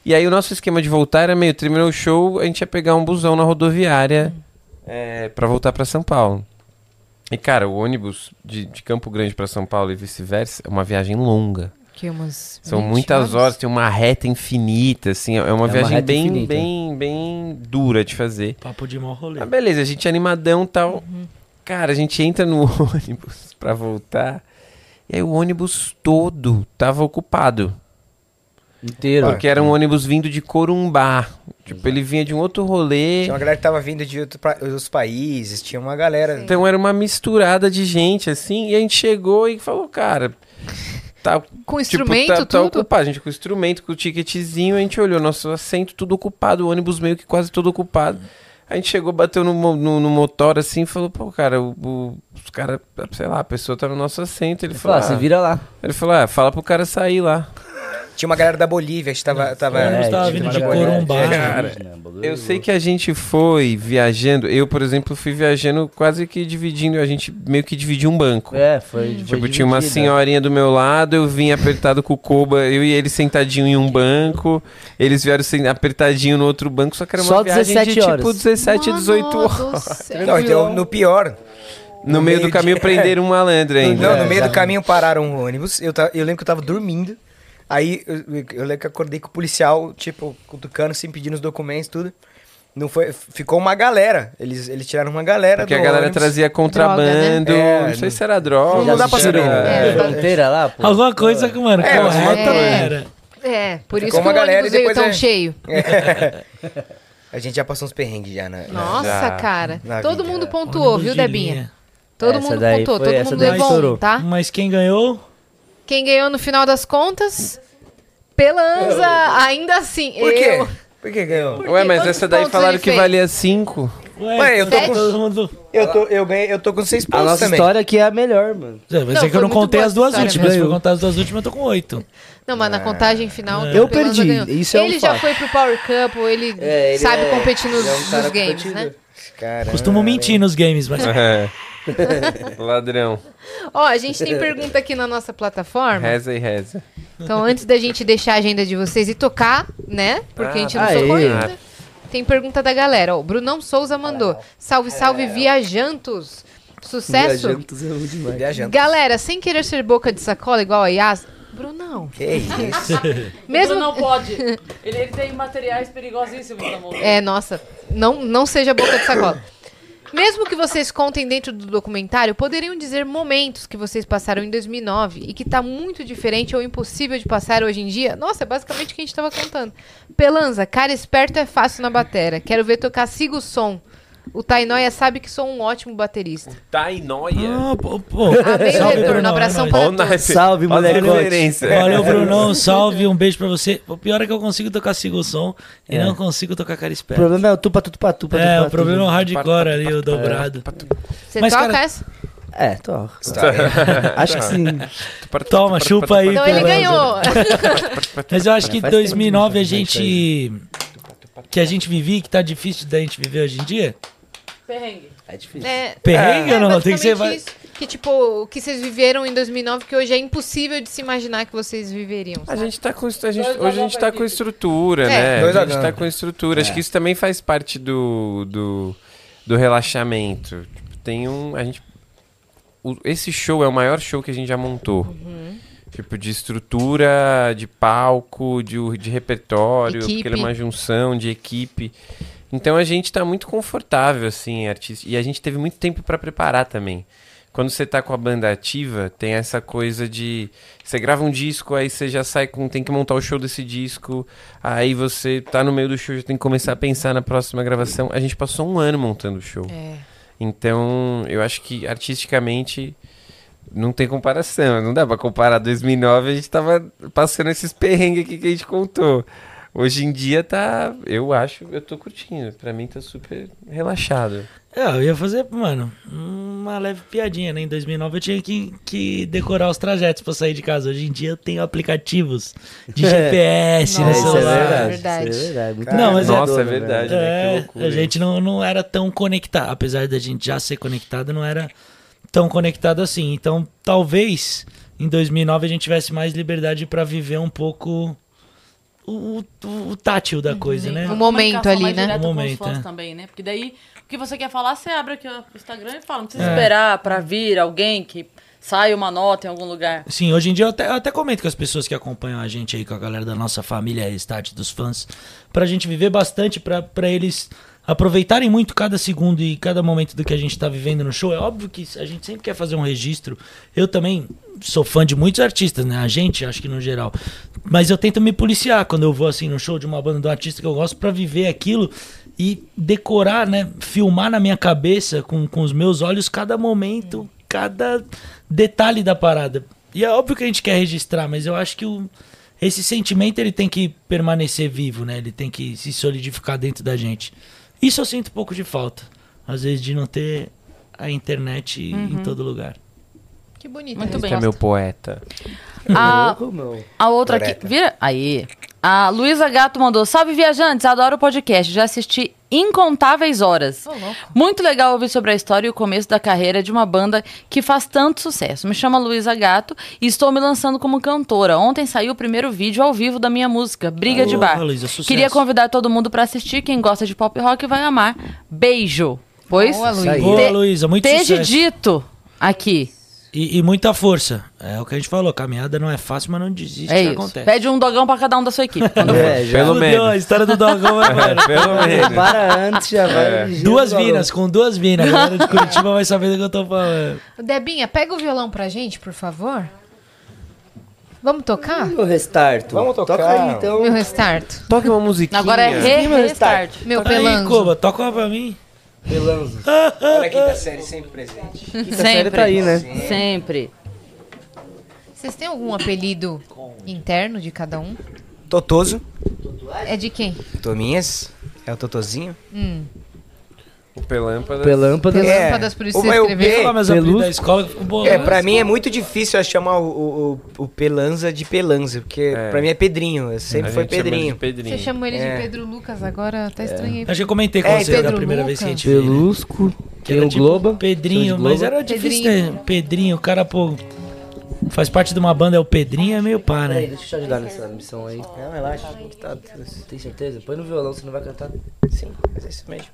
[SPEAKER 3] E aí o nosso esquema de voltar era meio, terminou o show, a gente ia pegar um busão na rodoviária é, para voltar pra São Paulo. E cara, o ônibus de, de Campo Grande pra São Paulo e vice-versa é uma viagem longa.
[SPEAKER 2] Que umas
[SPEAKER 3] São
[SPEAKER 2] 20
[SPEAKER 3] muitas horas, tem uma reta infinita, assim, é uma viagem
[SPEAKER 6] reta
[SPEAKER 3] bem,
[SPEAKER 6] infinita.
[SPEAKER 3] bem, bem dura de fazer.
[SPEAKER 4] Papo de mau rolê.
[SPEAKER 3] Ah, beleza, a gente é animadão e tal. Cara, a gente entra no ônibus pra voltar. E aí o ônibus todo tava ocupado.
[SPEAKER 6] Inteiro.
[SPEAKER 3] Porque era um ônibus vindo de Corumbá. Tipo, ele vinha de um outro rolê.
[SPEAKER 5] Tinha uma galera que tava vindo de outro pra- outros países, tinha uma galera.
[SPEAKER 3] Então era uma misturada de gente, assim. E a gente chegou e falou, cara. Tá,
[SPEAKER 2] Com
[SPEAKER 3] tipo,
[SPEAKER 2] instrumento,
[SPEAKER 3] tá, tá
[SPEAKER 2] tudo.
[SPEAKER 3] ocupado. A gente com o instrumento, com o ticketzinho. A gente olhou nosso assento tudo ocupado, o ônibus meio que quase todo ocupado. A gente chegou, bateu no, mo- no, no motor assim e falou, pô, cara, o, o- os caras, sei lá, a pessoa tá no nosso assento. Ele falou,
[SPEAKER 6] Fala, você
[SPEAKER 3] ah,
[SPEAKER 6] vira lá.
[SPEAKER 3] ele falou, ah, fala pro cara sair lá.
[SPEAKER 5] Tinha uma galera da Bolívia que tava. tava
[SPEAKER 4] O ônibus
[SPEAKER 6] É,
[SPEAKER 4] tava
[SPEAKER 6] tinha
[SPEAKER 4] vindo
[SPEAKER 6] uma
[SPEAKER 4] de
[SPEAKER 6] galera-
[SPEAKER 4] Corumbá.
[SPEAKER 3] Cara,
[SPEAKER 6] um
[SPEAKER 3] eu sei que a gente foi viajando. Eu, por exemplo, fui viajando quase que dividindo. A gente meio que dividiu um banco.
[SPEAKER 6] É, foi. foi
[SPEAKER 3] Tipo, tinha uma
[SPEAKER 6] dividida.
[SPEAKER 3] senhorinha do meu lado, eu vim apertado com o Koba, eu e ele sentadinho em um banco, eles vieram sen- apertadinho no outro banco, só que era uma
[SPEAKER 6] Só
[SPEAKER 3] viagem
[SPEAKER 6] 17
[SPEAKER 3] de tipo
[SPEAKER 6] horas.
[SPEAKER 3] 17, 18 horas.
[SPEAKER 2] Mano do céu.
[SPEAKER 5] Não, então, no pior.
[SPEAKER 3] No meio do
[SPEAKER 5] meio
[SPEAKER 3] caminho
[SPEAKER 5] de-
[SPEAKER 3] prenderam um malandro ainda.
[SPEAKER 5] Não, no meio do
[SPEAKER 6] exatamente.
[SPEAKER 5] caminho pararam o ônibus. Eu, ta- eu lembro que eu tava dormindo. Aí eu, eu lembro que eu acordei com o policial, tipo, cutucando, sem pedindo os documentos, tudo. Não foi, ficou uma galera. Eles, eles tiraram uma galera
[SPEAKER 3] Porque a
[SPEAKER 5] do
[SPEAKER 3] galera
[SPEAKER 5] ônibus.
[SPEAKER 3] trazia
[SPEAKER 6] né?
[SPEAKER 3] contrabando,
[SPEAKER 5] É,
[SPEAKER 3] não sei
[SPEAKER 5] não-
[SPEAKER 3] se era droga.
[SPEAKER 5] Não dá pra
[SPEAKER 3] se era-
[SPEAKER 5] saber, né?
[SPEAKER 2] É.
[SPEAKER 6] É, fronteira lá, pô.
[SPEAKER 4] Alguma coisa que, mano,
[SPEAKER 5] É, mas
[SPEAKER 4] correta não
[SPEAKER 2] é.
[SPEAKER 4] era.
[SPEAKER 2] É, por isso
[SPEAKER 5] Ficou
[SPEAKER 2] que o
[SPEAKER 5] uma galera
[SPEAKER 2] ônibus
[SPEAKER 5] e
[SPEAKER 2] veio
[SPEAKER 5] depois
[SPEAKER 2] tão
[SPEAKER 5] é-
[SPEAKER 2] cheio.
[SPEAKER 5] A gente já passou uns perrengues já, né?
[SPEAKER 2] Nossa,
[SPEAKER 3] Já.
[SPEAKER 2] cara.
[SPEAKER 5] Na vida.
[SPEAKER 2] Todo mundo pontuou,
[SPEAKER 4] Ônibus
[SPEAKER 2] viu,
[SPEAKER 4] de
[SPEAKER 2] Debinha?
[SPEAKER 4] linha.
[SPEAKER 2] Todo
[SPEAKER 6] Essa
[SPEAKER 2] mundo
[SPEAKER 6] daí
[SPEAKER 2] pontuou,
[SPEAKER 6] foi-
[SPEAKER 2] todo
[SPEAKER 6] essa
[SPEAKER 2] mundo
[SPEAKER 6] daí
[SPEAKER 2] levou um,
[SPEAKER 6] estourou.
[SPEAKER 2] tá?
[SPEAKER 4] Mas quem ganhou?
[SPEAKER 2] Quem ganhou no final das contas? Pelanza, ainda assim.
[SPEAKER 5] Por quê?
[SPEAKER 2] eu.
[SPEAKER 5] Por que ganhou?
[SPEAKER 3] Ué, mas
[SPEAKER 2] Quantos
[SPEAKER 3] essa daí
[SPEAKER 2] pontos
[SPEAKER 3] falaram
[SPEAKER 2] ele
[SPEAKER 3] que
[SPEAKER 2] fez?
[SPEAKER 3] valia 5.
[SPEAKER 4] Ué,
[SPEAKER 5] Ué, eu tô
[SPEAKER 4] todo-
[SPEAKER 2] com-
[SPEAKER 4] todo mundo.
[SPEAKER 5] Eu, tô, eu, ganhei, eu tô com seis
[SPEAKER 6] A
[SPEAKER 5] pontos
[SPEAKER 6] nossa
[SPEAKER 5] também.
[SPEAKER 6] história aqui é a melhor, mano.
[SPEAKER 4] É, Vai
[SPEAKER 2] Não,
[SPEAKER 4] ser que
[SPEAKER 2] foi
[SPEAKER 4] eu não
[SPEAKER 2] muito
[SPEAKER 4] contei
[SPEAKER 2] boa
[SPEAKER 4] as duas
[SPEAKER 2] essa história
[SPEAKER 4] últimas. Se eu
[SPEAKER 6] mesmo.
[SPEAKER 4] contar as duas últimas, eu tô com oito.
[SPEAKER 2] Não,
[SPEAKER 6] Ah.
[SPEAKER 2] mas na contagem final.
[SPEAKER 6] Eu
[SPEAKER 2] o Pelanza
[SPEAKER 6] perdi,
[SPEAKER 2] ganhou.
[SPEAKER 6] isso é um
[SPEAKER 2] Ele já
[SPEAKER 6] fato.
[SPEAKER 2] foi pro Power Cup, ou ele,
[SPEAKER 6] É, ele
[SPEAKER 2] sabe
[SPEAKER 6] é-
[SPEAKER 2] competir nos,
[SPEAKER 6] ele é um cara
[SPEAKER 2] nos games,
[SPEAKER 6] competidor.
[SPEAKER 2] né?
[SPEAKER 5] Caramba.
[SPEAKER 4] Costumo mentir nos games, mas.
[SPEAKER 3] É. Ladrão.
[SPEAKER 2] Ó, a gente tem pergunta aqui na nossa plataforma.
[SPEAKER 3] Reza e reza.
[SPEAKER 2] Então, antes da gente deixar a agenda de vocês e tocar, né? Porque a gente não
[SPEAKER 6] Ah,
[SPEAKER 2] tocou
[SPEAKER 6] aí.
[SPEAKER 2] ainda. Tem pergunta da galera. Ó, o Brunão Souza mandou. Salve,
[SPEAKER 5] É.
[SPEAKER 2] salve, viajantos. Sucesso.
[SPEAKER 6] Viajantes é bom demais.
[SPEAKER 5] Viajando.
[SPEAKER 2] Galera, sem querer ser boca de sacola igual a Yas... Brunão,
[SPEAKER 5] Que isso?
[SPEAKER 2] mesmo...
[SPEAKER 1] não pode. Ele, ele tem materiais perigosíssimos na mão.
[SPEAKER 2] É, nossa. Não, não seja boca de sacola. Mesmo que vocês contem dentro do documentário, poderiam dizer momentos que vocês passaram em 2009 e que tá muito diferente ou impossível de passar hoje em dia? Nossa, é basicamente o que a gente tava contando. Pelanza, cara esperto é fácil na batera. Quero ver tocar Siga o Som. O Tainóia sabe que sou um ótimo baterista.
[SPEAKER 3] Tainóia.
[SPEAKER 4] Ah, pô, pô.
[SPEAKER 2] Amei o
[SPEAKER 4] Salve,
[SPEAKER 2] retorno.
[SPEAKER 4] Brunão,
[SPEAKER 2] Abração
[SPEAKER 4] é
[SPEAKER 2] para
[SPEAKER 3] Olha
[SPEAKER 2] todos.
[SPEAKER 3] na-
[SPEAKER 6] Salve,
[SPEAKER 3] olha a
[SPEAKER 6] moleque.
[SPEAKER 3] referência.
[SPEAKER 4] Valeu, Brunão. Salve, um beijo pra você. O pior é que eu consigo tocar single som e
[SPEAKER 6] É.
[SPEAKER 4] não consigo tocar cara
[SPEAKER 6] O
[SPEAKER 4] esperta.
[SPEAKER 6] problema é o tupa, tupa, tupa,
[SPEAKER 4] É,
[SPEAKER 6] tupa,
[SPEAKER 4] o problema é o
[SPEAKER 6] tupa.
[SPEAKER 4] hardcore ali, o dobrado.
[SPEAKER 2] Você
[SPEAKER 4] Mas,
[SPEAKER 2] toca
[SPEAKER 4] cara,
[SPEAKER 2] essa?
[SPEAKER 6] É, tô. Acho que sim.
[SPEAKER 4] Toma, chupa aí.
[SPEAKER 2] Então ele
[SPEAKER 4] Pelanza.
[SPEAKER 2] ganhou.
[SPEAKER 4] Mas eu acho que em
[SPEAKER 6] Faz tempo que
[SPEAKER 4] 2009 a
[SPEAKER 6] a gente faz
[SPEAKER 4] gente. Que a gente vivia e que tá difícil da gente viver hoje em dia.
[SPEAKER 1] Perrengue.
[SPEAKER 6] É difícil.
[SPEAKER 2] É,
[SPEAKER 4] Perrengue ou né? não? Tem que ser.
[SPEAKER 2] basicamente isso. Que tipo, o que vocês viveram em 2009 que hoje é impossível de se imaginar que vocês viveriam.
[SPEAKER 3] A
[SPEAKER 2] sabe?
[SPEAKER 3] gente tá com, a gente,
[SPEAKER 1] Dois
[SPEAKER 3] hoje a gente
[SPEAKER 1] H
[SPEAKER 3] tá
[SPEAKER 1] vai
[SPEAKER 3] com estrutura, né?
[SPEAKER 5] Dois
[SPEAKER 3] a gente
[SPEAKER 5] H.
[SPEAKER 3] tá com estrutura. Acho que isso também faz parte do, do, do relaxamento. Tipo, tem um. A gente, o- esse show é o maior show que a gente já montou. Tipo, de estrutura, de palco, de, o- de repertório, porque ele é
[SPEAKER 2] Equipe.
[SPEAKER 3] uma junção de equipe. Então a gente tá muito confortável, assim, artista. E a gente teve muito tempo pra preparar também. Quando você tá com a banda ativa, tem essa coisa de. Você grava um disco, aí você já sai com. Tem que montar o show desse disco. Aí você tá no meio do show, já tem que começar a pensar na próxima gravação. A gente passou um ano montando o show.
[SPEAKER 2] É.
[SPEAKER 3] Então, eu acho que artisticamente não tem comparação. Não dá pra comparar 2009, a gente tava passando esses perrengues aqui que a gente contou. Hoje em dia tá, eu acho, eu tô curtindo. Pra mim tá super relaxado.
[SPEAKER 4] É, eu ia fazer, mano, uma leve piadinha, né? Em 2009 eu tinha que, que decorar os trajetos pra sair de casa. Hoje em dia eu tenho aplicativos de
[SPEAKER 6] É.
[SPEAKER 4] GPS
[SPEAKER 6] É,
[SPEAKER 4] no
[SPEAKER 2] Nossa,
[SPEAKER 6] isso é
[SPEAKER 4] né, celular.
[SPEAKER 6] verdade.
[SPEAKER 2] verdade.
[SPEAKER 6] Isso é verdade. Muito
[SPEAKER 4] Não, mas é
[SPEAKER 3] Nossa, é
[SPEAKER 6] doido,
[SPEAKER 3] verdade. né?
[SPEAKER 6] velho.
[SPEAKER 3] Que
[SPEAKER 4] É,
[SPEAKER 3] loucura,
[SPEAKER 4] a gente não, não era tão conectado, apesar da gente já ser conectado, não era tão conectado assim. Então, talvez em 2009 a gente tivesse mais liberdade pra viver um pouco o, o- o tátil da coisa, né?
[SPEAKER 2] O momento ali, né?
[SPEAKER 4] O momento,
[SPEAKER 1] Com os fãs
[SPEAKER 4] é.
[SPEAKER 1] também, né? Porque daí, o que você quer falar, você abre aqui o Instagram e fala. Não
[SPEAKER 4] É.
[SPEAKER 1] precisa esperar pra vir alguém que saia uma nota em algum lugar.
[SPEAKER 4] Sim, hoje em dia eu até, eu até comento com as pessoas que acompanham a gente aí, com a galera da nossa família, estádio dos fãs, pra gente viver bastante, pra, pra eles aproveitarem muito cada segundo e cada momento do que a gente tá vivendo no show. É óbvio que a gente sempre quer fazer um registro. Eu também sou fã de muitos artistas, né? A gente, acho que no geral. Mas eu tento me policiar quando eu vou assim no show de uma banda de um artista que eu gosto pra viver aquilo e decorar, né? Filmar na minha cabeça, com, com os meus olhos, cada momento, cada detalhe da parada. E é óbvio que a gente quer registrar, mas eu acho que o, esse sentimento ele tem que permanecer vivo, né? Ele tem que se solidificar dentro da gente. Isso eu sinto um pouco de falta, às vezes, de não ter a internet em todo lugar.
[SPEAKER 2] Que bonito.
[SPEAKER 1] Muito
[SPEAKER 3] Você
[SPEAKER 1] bem.
[SPEAKER 3] é meu poeta.
[SPEAKER 4] Uhum.
[SPEAKER 1] A,
[SPEAKER 6] Louco, meu.
[SPEAKER 1] a outra aqui.
[SPEAKER 5] Loreta.
[SPEAKER 1] Vira. Aí. A Luísa Gato mandou: Salve viajantes, adoro o podcast. Já assisti incontáveis horas. Muito legal ouvir sobre a história e o começo da carreira de uma banda que faz tanto sucesso. Me chamo Luísa Gato e estou me lançando como cantora. Ontem saiu o primeiro vídeo ao vivo da minha música, Briga
[SPEAKER 4] Boa,
[SPEAKER 1] de Bar.
[SPEAKER 4] Luísa, sucesso.
[SPEAKER 1] Queria convidar todo mundo para assistir. Quem gosta de pop rock vai amar. Beijo. Pois.
[SPEAKER 2] Boa, Luísa.
[SPEAKER 6] aí.
[SPEAKER 4] Boa, Luísa, muito
[SPEAKER 1] Esteja
[SPEAKER 4] sucesso.
[SPEAKER 1] dito aqui.
[SPEAKER 4] E, e muita força. É o que a gente falou, caminhada não é fácil, mas não desiste,
[SPEAKER 1] É
[SPEAKER 4] que
[SPEAKER 1] isso.
[SPEAKER 4] acontece.
[SPEAKER 1] Pede um dogão pra cada um da sua equipe. Quando for.
[SPEAKER 6] É, já
[SPEAKER 3] Pelo
[SPEAKER 4] Fudeu,
[SPEAKER 3] menos.
[SPEAKER 4] a história do Dogão é mano.
[SPEAKER 3] Pelo menos.
[SPEAKER 6] para antes, já vai. gira
[SPEAKER 4] Duas
[SPEAKER 6] o balão.
[SPEAKER 4] minas, com duas minas. A galera de Curitiba vai saber do que eu tô falando.
[SPEAKER 2] Debinha, pega o violão pra gente, por favor. Vamos tocar?
[SPEAKER 6] Meu restart.
[SPEAKER 5] Vamos tocar.
[SPEAKER 6] Toca aí, então.
[SPEAKER 2] Meu restart.
[SPEAKER 3] Toque uma musiquinha.
[SPEAKER 1] Agora é re restart.
[SPEAKER 2] Meu
[SPEAKER 4] Aí,
[SPEAKER 2] pelango.
[SPEAKER 4] Cuba, toca uma pra mim.
[SPEAKER 5] Pelanzo. Olha aqui da série sempre presente.
[SPEAKER 1] Sempre.
[SPEAKER 6] tá aí, né?
[SPEAKER 1] Sempre.
[SPEAKER 2] Vocês têm algum apelido interno de cada um?
[SPEAKER 5] Totoso.
[SPEAKER 2] É de quem?
[SPEAKER 5] Tominhas. É o Totozinho.
[SPEAKER 3] O Pelâmpada.
[SPEAKER 6] Pelâmpada.
[SPEAKER 2] É. Lâmpadas por isso
[SPEAKER 5] o
[SPEAKER 2] você
[SPEAKER 5] meu
[SPEAKER 2] escrever.
[SPEAKER 5] P-
[SPEAKER 4] Fala meus apelidos
[SPEAKER 6] Pelúcio.
[SPEAKER 4] da escola que ficou bolado.
[SPEAKER 5] É, pra mim é muito difícil eu chamar o, o, o- o Pelanza de Pelanza, porque
[SPEAKER 3] É.
[SPEAKER 5] pra mim é Pedrinho, eu sempre
[SPEAKER 3] A
[SPEAKER 5] foi
[SPEAKER 3] gente chama ele de
[SPEAKER 5] Pedrinho.
[SPEAKER 3] Pedrinho.
[SPEAKER 2] Você chamou ele
[SPEAKER 5] É.
[SPEAKER 2] de Pedro Lucas agora, tá estranho aí.
[SPEAKER 4] Acho que eu comentei com
[SPEAKER 5] É,
[SPEAKER 4] você
[SPEAKER 5] Pedro
[SPEAKER 4] da primeira vez
[SPEAKER 2] Lucas.
[SPEAKER 4] que a gente veio, né?
[SPEAKER 6] Pelusco.
[SPEAKER 4] Que
[SPEAKER 6] Tem
[SPEAKER 4] era
[SPEAKER 6] o
[SPEAKER 4] tipo
[SPEAKER 6] Globo. Tem
[SPEAKER 4] Pedrinho,
[SPEAKER 6] o
[SPEAKER 4] mas
[SPEAKER 6] Globo.
[SPEAKER 4] era difícil
[SPEAKER 2] Pedrinho.
[SPEAKER 4] ter. Pedrinho, o cara, pô. Faz parte de uma banda, é o Pedrinho, é meio pá,
[SPEAKER 6] Peraí,
[SPEAKER 4] né?
[SPEAKER 6] deixa eu te ajudar nessa missão aí. Não, relaxa. Tá, tem certeza? Põe no violão, você não vai cantar.
[SPEAKER 5] Sim, mas é isso mesmo.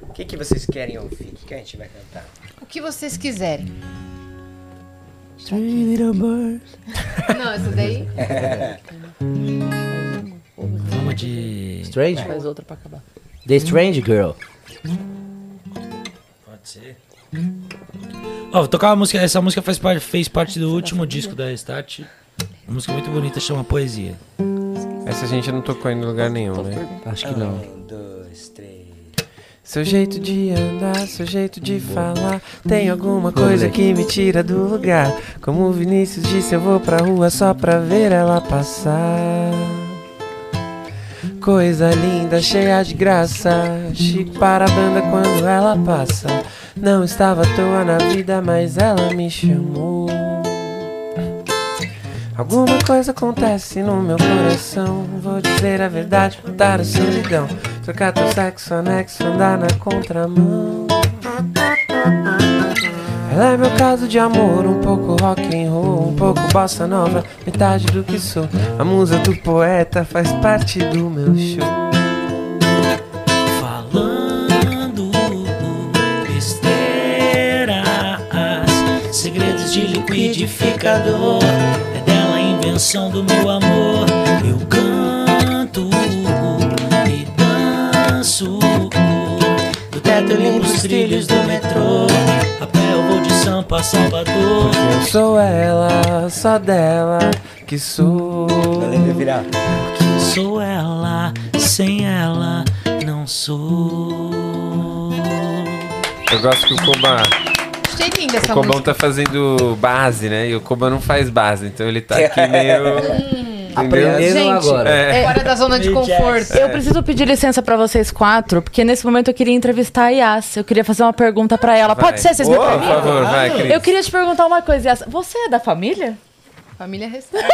[SPEAKER 5] O que, que vocês querem ouvir? O que, que a gente vai cantar?
[SPEAKER 2] O que vocês quiserem.
[SPEAKER 6] Three little birds.
[SPEAKER 2] Não, essa daí.
[SPEAKER 4] Vamos de.
[SPEAKER 6] Strange? É.
[SPEAKER 1] Faz outra pra acabar.
[SPEAKER 6] The Strange Girl.
[SPEAKER 4] ser. Ó, vou tocar uma música. Essa música faz parte, fez parte do último disco da Restart. Uma música muito bonita, chama Poesia.
[SPEAKER 3] Essa gente não tocou em lugar nenhum, né?
[SPEAKER 6] Acho que não.
[SPEAKER 5] Um, dois, três.
[SPEAKER 3] Seu jeito de andar, seu jeito de falar. Tem alguma coisa que me tira do lugar. Como o Vinícius disse, eu vou pra rua só pra ver ela passar. Coisa linda, cheia de graça. Chico para a banda quando ela passa. Não estava à toa na vida, mas ela me chamou. Alguma coisa acontece no meu coração. Vou dizer a verdade, matar a solidão. Trocar teu sexo anexo, andar na contramão. Ela é meu caso de amor, um pouco rock and roll, um pouco bossa nova, metade do que sou. A musa do poeta faz parte do meu show.
[SPEAKER 4] Falando besteiras, segredos de liquidificador. É dela a invenção do meu amor. Eu canto e danço. Do teto eu limpo os trilhos do metrô. A pé eu vou de Sampa a Salvador.
[SPEAKER 3] Eu sou ela, só dela que sou.
[SPEAKER 5] Valeu, virar.
[SPEAKER 4] Sou ela, sem ela não sou.
[SPEAKER 3] Eu gosto que o Koba,
[SPEAKER 2] Achei é linda essa
[SPEAKER 3] o Cobão
[SPEAKER 2] música.
[SPEAKER 3] tá fazendo base, né? E o Koba não faz base, então ele tá aqui meio.
[SPEAKER 6] Aprendendo
[SPEAKER 1] Gente,
[SPEAKER 6] agora.
[SPEAKER 3] É.
[SPEAKER 2] Fora da zona de
[SPEAKER 4] Meio
[SPEAKER 2] conforto.
[SPEAKER 1] Eu preciso pedir licença pra vocês quatro, porque nesse momento eu queria entrevistar a Yas. Eu queria fazer uma pergunta pra ela.
[SPEAKER 3] Vai.
[SPEAKER 1] Pode ser, vocês me
[SPEAKER 6] Ah,
[SPEAKER 3] Por
[SPEAKER 1] permitem?
[SPEAKER 3] favor, vai, Cris.
[SPEAKER 1] Eu queria te perguntar uma coisa, Yas. Você é da família?
[SPEAKER 2] Família restaura.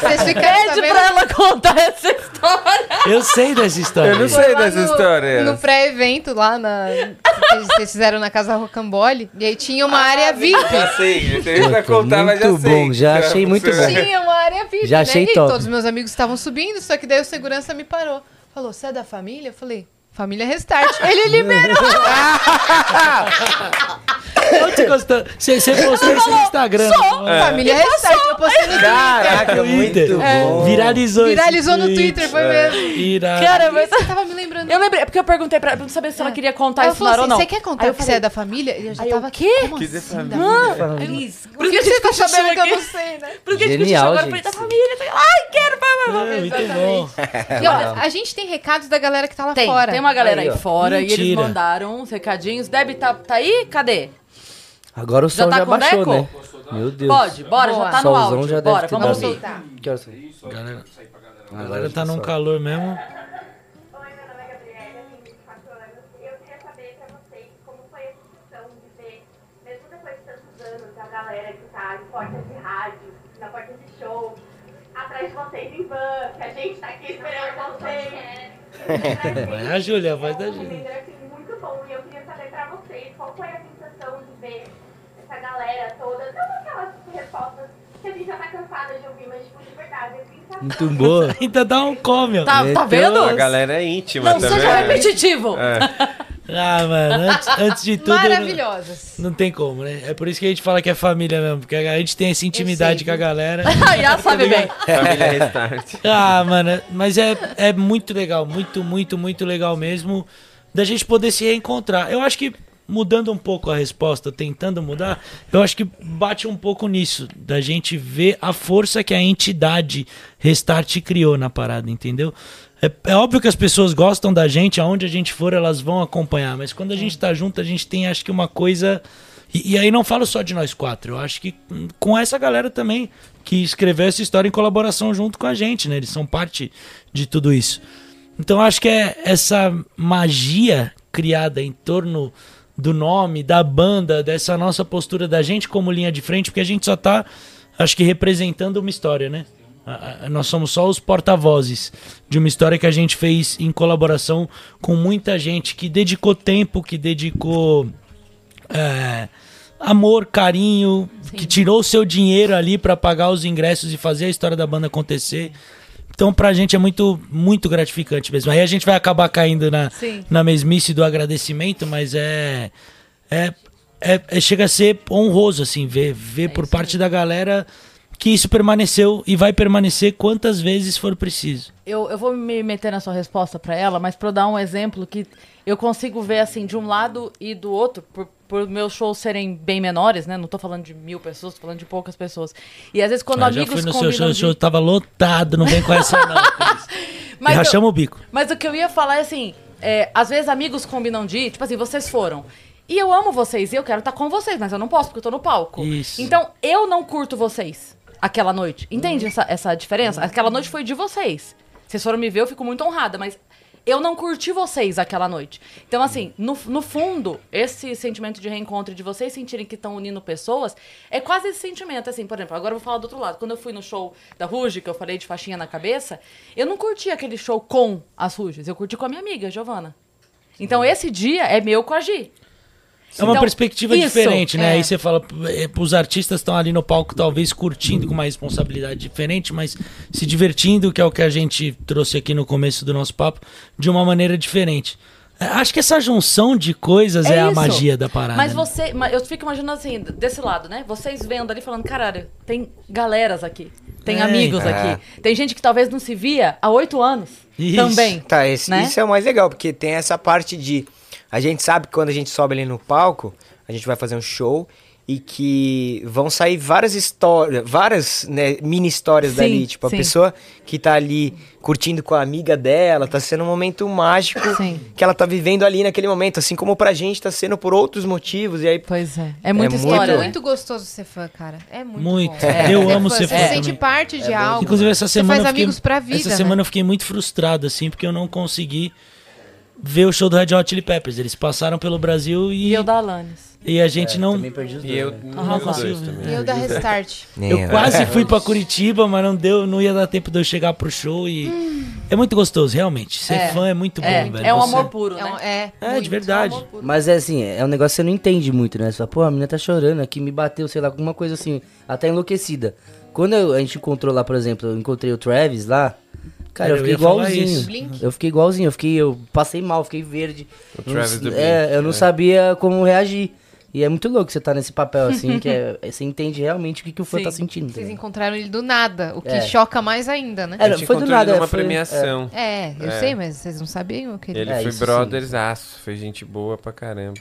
[SPEAKER 2] Vocês ficaram
[SPEAKER 1] Pede pra
[SPEAKER 2] sabendo
[SPEAKER 1] ela contar essa história.
[SPEAKER 4] Eu sei dessa história.
[SPEAKER 3] Eu não sei
[SPEAKER 2] lá
[SPEAKER 3] dessa
[SPEAKER 2] no-
[SPEAKER 3] história. Assim,
[SPEAKER 2] No pré-evento lá na. que Vocês fizeram na casa Rocambole. E aí tinha
[SPEAKER 1] Ah,
[SPEAKER 2] uma área VIP.
[SPEAKER 3] Já sei, Assim, eu tenho pra contar, mas é assim, já
[SPEAKER 6] Muito
[SPEAKER 3] sei.
[SPEAKER 6] bom, já achei muito bom.
[SPEAKER 2] Tinha uma área VIP,
[SPEAKER 6] Já
[SPEAKER 2] né?
[SPEAKER 6] achei
[SPEAKER 2] e
[SPEAKER 6] top.
[SPEAKER 2] todos os meus amigos estavam subindo, só que daí o segurança me parou. Falou, você é da família? Eu falei, família Restart. Ele liberou.
[SPEAKER 4] Você gostou? Você você postou isso no Instagram.
[SPEAKER 2] Sou família Restart. Eu postei no Twitter.
[SPEAKER 1] É
[SPEAKER 5] Caraca, muito
[SPEAKER 4] Twitter.
[SPEAKER 5] bom.
[SPEAKER 4] Viralizou esse
[SPEAKER 2] Viralizou no
[SPEAKER 4] tweet.
[SPEAKER 2] Twitter, foi
[SPEAKER 4] É.
[SPEAKER 2] mesmo.
[SPEAKER 4] Irado.
[SPEAKER 1] Cara,
[SPEAKER 2] Por
[SPEAKER 1] mas...
[SPEAKER 2] isso que eu tava me lembrando.
[SPEAKER 1] Eu lembrei, é porque eu perguntei pra pra saber se É. ela queria contar
[SPEAKER 2] Aí eu
[SPEAKER 1] isso na
[SPEAKER 2] falei
[SPEAKER 1] hora ou
[SPEAKER 2] assim,
[SPEAKER 1] não.
[SPEAKER 2] você quer contar
[SPEAKER 1] Aí eu
[SPEAKER 2] o que você
[SPEAKER 1] falei,
[SPEAKER 2] é da família? E eu já
[SPEAKER 1] Aí eu,
[SPEAKER 2] tava,
[SPEAKER 1] quê?
[SPEAKER 2] como
[SPEAKER 3] Que de
[SPEAKER 2] assim da
[SPEAKER 1] Mã,
[SPEAKER 2] família? Por que você tá sabendo que eu não sei, né?
[SPEAKER 1] Por que
[SPEAKER 6] Genial,
[SPEAKER 1] a gente
[SPEAKER 6] gente.
[SPEAKER 1] da família? tá- Ai, quero... vai, vai, vai.
[SPEAKER 4] É, muito bom.
[SPEAKER 2] E olha, a gente tem recados da galera que tá lá
[SPEAKER 1] Tem,
[SPEAKER 2] fora.
[SPEAKER 1] tem uma galera aí,
[SPEAKER 6] Aí, ó.
[SPEAKER 1] fora e eles
[SPEAKER 4] Mentira.
[SPEAKER 1] mandaram uns recadinhos. Deb, tá, tá aí? Cadê?
[SPEAKER 6] Agora o
[SPEAKER 1] Já
[SPEAKER 6] sol
[SPEAKER 1] tá
[SPEAKER 6] já
[SPEAKER 1] com
[SPEAKER 6] baixou,
[SPEAKER 1] eco?
[SPEAKER 6] né? Meu Deus.
[SPEAKER 1] Pode, bora, já tá no
[SPEAKER 6] Solzão
[SPEAKER 1] áudio.
[SPEAKER 6] já deve
[SPEAKER 1] bora,
[SPEAKER 6] ter
[SPEAKER 1] vamos
[SPEAKER 6] dado.
[SPEAKER 1] ouvir.
[SPEAKER 2] Tá.
[SPEAKER 6] Que horas são?
[SPEAKER 4] Galera, agora tá num calor mesmo.
[SPEAKER 8] Oi, meu nome é Gabriela, eu tenho 24 anos e eu queria saber pra vocês como foi a sensação de ver, mesmo depois de tantos anos, a galera que tá em portas de rádio, na porta de show, atrás de vocês em van, que a gente tá aqui esperando vocês.
[SPEAKER 4] Vai a Júlia, a voz da Júlia.
[SPEAKER 8] Entendeu? Assim, muito bom. E eu queria saber pra vocês qual foi a sensação de ver essa galera toda, não aquelas respostas que a gente já tá cansada de ouvir, mas tipo, de verdade, é sensação.
[SPEAKER 6] Muito boa.
[SPEAKER 4] Ainda dá um come, ó.
[SPEAKER 1] Tá, tá vendo?
[SPEAKER 3] A galera é íntima
[SPEAKER 1] Não
[SPEAKER 3] também.
[SPEAKER 1] seja repetitivo.
[SPEAKER 4] Ah, mano, antes, antes de tudo.
[SPEAKER 2] Maravilhosas.
[SPEAKER 4] Não tem como, né? É por isso que a gente fala que é família mesmo, porque a gente tem essa intimidade
[SPEAKER 2] sei.
[SPEAKER 4] com a galera.
[SPEAKER 1] A Yas sabe bem.
[SPEAKER 3] Família Restart.
[SPEAKER 4] Ah, mano, mas é, é muito legal, muito, muito, muito legal mesmo da gente poder se reencontrar. Eu acho que mudando um pouco a resposta, tentando mudar, eu acho que bate um pouco nisso, da gente ver a força que a entidade Restart criou na parada, entendeu? É, é óbvio que as pessoas gostam da gente, aonde a gente for, elas vão acompanhar, mas quando a gente tá junto, a gente tem, acho que, uma coisa. E, e aí não falo só de nós quatro, eu acho que hum, com essa galera também que escreveu essa história em colaboração junto com a gente, né? Eles são parte de tudo isso. Então eu acho que é essa magia criada em torno do nome, da banda, dessa nossa postura da gente como linha de frente, porque a gente só tá, acho que, representando uma história, né? A- a- Nós somos só os porta-vozes de uma história que a gente fez em colaboração com muita gente que dedicou tempo, que dedicou é, amor, carinho, que tirou o seu dinheiro ali pra pagar os ingressos e fazer a história da banda acontecer. Então, pra gente é muito, muito gratificante mesmo. Aí a gente vai acabar caindo na,
[SPEAKER 1] Sim.
[SPEAKER 4] na mesmice do agradecimento, mas é. É, é, é- chega a ser honroso, assim, ver, ver por parte da galera que isso permaneceu e vai permanecer quantas vezes for preciso.
[SPEAKER 1] Eu, eu vou me meter na sua resposta para ela, mas para dar um exemplo que eu consigo ver assim de um lado e do outro, por, por meus shows serem bem menores, né? Não tô falando de mil pessoas, tô falando de poucas pessoas. E às vezes quando
[SPEAKER 4] Ah, já
[SPEAKER 1] amigos
[SPEAKER 4] fui no seu
[SPEAKER 1] combinam
[SPEAKER 4] show, o
[SPEAKER 1] de-
[SPEAKER 4] show tava lotado, não vem com essa não. e
[SPEAKER 1] Mas eu-
[SPEAKER 4] rachamos o bico.
[SPEAKER 1] Mas o que eu ia falar é assim, é, às vezes amigos combinam de ir, tipo assim, vocês foram. E eu amo vocês e eu quero estar com vocês, mas eu não posso porque eu tô no palco.
[SPEAKER 4] Isso.
[SPEAKER 1] Então eu não curto vocês aquela noite. Entende essa, essa diferença?
[SPEAKER 4] Uhum.
[SPEAKER 1] Aquela noite foi de vocês. Vocês foram me ver, eu fico muito honrada, mas eu não curti vocês aquela noite. Então, assim, no, no fundo, esse sentimento de reencontro de vocês sentirem que estão unindo pessoas é quase esse sentimento. Assim, por exemplo, agora eu vou falar do outro lado. Quando eu fui no show da Ruge, que eu falei de faixinha na cabeça, eu não curti aquele show com as Ruges, eu curti com a minha amiga, Giovana. Então, esse dia é meu com a Gi.
[SPEAKER 4] É uma
[SPEAKER 1] Então,
[SPEAKER 4] perspectiva
[SPEAKER 1] isso,
[SPEAKER 4] diferente, né?
[SPEAKER 1] é.
[SPEAKER 4] Aí você fala, p- é, os artistas estão ali no palco, talvez curtindo com uma responsabilidade diferente, mas se divertindo, que é o que a gente trouxe aqui no começo do nosso papo, de uma maneira diferente. É, Acho que essa junção de coisas é, a
[SPEAKER 1] isso.
[SPEAKER 4] magia da parada.
[SPEAKER 1] Mas
[SPEAKER 4] né?
[SPEAKER 1] você, mas eu fico imaginando assim, desse lado, né? Vocês vendo ali falando, caralho, tem galeras aqui, tem
[SPEAKER 4] Tem.
[SPEAKER 1] amigos
[SPEAKER 4] É.
[SPEAKER 1] aqui, tem gente que talvez não se via há oito anos
[SPEAKER 4] Isso.
[SPEAKER 1] também.
[SPEAKER 5] Tá, esse-
[SPEAKER 1] né?
[SPEAKER 5] isso é o mais legal, porque tem essa parte de. A gente sabe que quando a gente sobe ali no palco, a gente vai fazer um show e que vão sair várias histórias, várias né, mini histórias
[SPEAKER 1] Sim,
[SPEAKER 5] dali. Tipo,
[SPEAKER 1] sim.
[SPEAKER 5] a pessoa que tá ali curtindo com a amiga dela, tá sendo um momento mágico
[SPEAKER 1] Sim.
[SPEAKER 5] que ela tá vivendo ali naquele momento, assim como pra gente tá sendo por outros motivos. E aí,
[SPEAKER 1] Pois é, é muita
[SPEAKER 5] muito-
[SPEAKER 1] história,
[SPEAKER 5] Olha,
[SPEAKER 2] é
[SPEAKER 1] né?
[SPEAKER 2] muito gostoso ser fã, cara. É muito,
[SPEAKER 4] Muito.
[SPEAKER 2] bom.
[SPEAKER 4] É. Eu amo
[SPEAKER 2] fã.
[SPEAKER 4] ser
[SPEAKER 2] Você
[SPEAKER 4] fã
[SPEAKER 2] se sente
[SPEAKER 4] também.
[SPEAKER 2] parte de algo. né?
[SPEAKER 4] Inclusive, essa
[SPEAKER 2] Você
[SPEAKER 4] semana.
[SPEAKER 2] faz
[SPEAKER 4] eu fiquei-
[SPEAKER 2] amigos pra vida,
[SPEAKER 4] Essa
[SPEAKER 2] né?
[SPEAKER 4] semana eu fiquei muito frustrado, assim, porque eu não consegui ver o show do Red Hot Chili Peppers. Eles passaram pelo Brasil e,
[SPEAKER 1] E eu da Alanis.
[SPEAKER 4] e a gente não.
[SPEAKER 6] Também perdi os
[SPEAKER 3] E
[SPEAKER 6] dois.
[SPEAKER 3] eu
[SPEAKER 6] né?
[SPEAKER 3] não vi os dois também.
[SPEAKER 2] E eu da Restart.
[SPEAKER 6] É.
[SPEAKER 5] É.
[SPEAKER 4] Eu quase fui pra Curitiba, mas não deu, não ia dar tempo de eu chegar pro show e é muito gostoso, realmente. Ser
[SPEAKER 1] Hum. É.
[SPEAKER 4] fã é muito bom,
[SPEAKER 1] É,
[SPEAKER 4] velho.
[SPEAKER 1] é um
[SPEAKER 4] Você-
[SPEAKER 1] amor puro,
[SPEAKER 2] É, um-
[SPEAKER 1] né?
[SPEAKER 2] é,
[SPEAKER 4] É,
[SPEAKER 2] muito.
[SPEAKER 4] de verdade.
[SPEAKER 6] Mas é assim, é um negócio que você não entende muito, né? Você fala, pô, a menina tá chorando aqui, me bateu, sei lá, alguma coisa assim, até enlouquecida. Quando eu- a gente encontrou lá, por exemplo, eu encontrei o Travis lá, cara, eu,
[SPEAKER 4] Eu
[SPEAKER 6] fiquei
[SPEAKER 4] ia falar
[SPEAKER 6] igualzinho.
[SPEAKER 4] isso.
[SPEAKER 2] Blink?
[SPEAKER 6] Eu fiquei igualzinho, eu fiquei, eu passei mal, fiquei verde.
[SPEAKER 3] O
[SPEAKER 6] Não
[SPEAKER 3] Travis
[SPEAKER 6] s-
[SPEAKER 3] do Blink,
[SPEAKER 6] É, eu não
[SPEAKER 3] é.
[SPEAKER 6] sabia como reagir. E é muito louco você tá nesse papel assim, que é, você entende realmente o que, que o fã
[SPEAKER 1] Sim.
[SPEAKER 6] tá sentindo.
[SPEAKER 2] Vocês
[SPEAKER 6] entendeu?
[SPEAKER 2] encontraram ele do nada, o que
[SPEAKER 6] É.
[SPEAKER 2] choca mais ainda, né?
[SPEAKER 3] A
[SPEAKER 6] Era,
[SPEAKER 3] gente
[SPEAKER 6] É, foi do
[SPEAKER 3] encontrou ele
[SPEAKER 6] nada,
[SPEAKER 3] numa
[SPEAKER 6] foi-
[SPEAKER 3] premiação.
[SPEAKER 2] É, eu
[SPEAKER 3] É.
[SPEAKER 2] sei, mas vocês não sabiam o que ele...
[SPEAKER 3] Ele
[SPEAKER 6] É,
[SPEAKER 3] foi
[SPEAKER 6] isso sim.
[SPEAKER 3] brothers aço, foi gente boa pra caramba.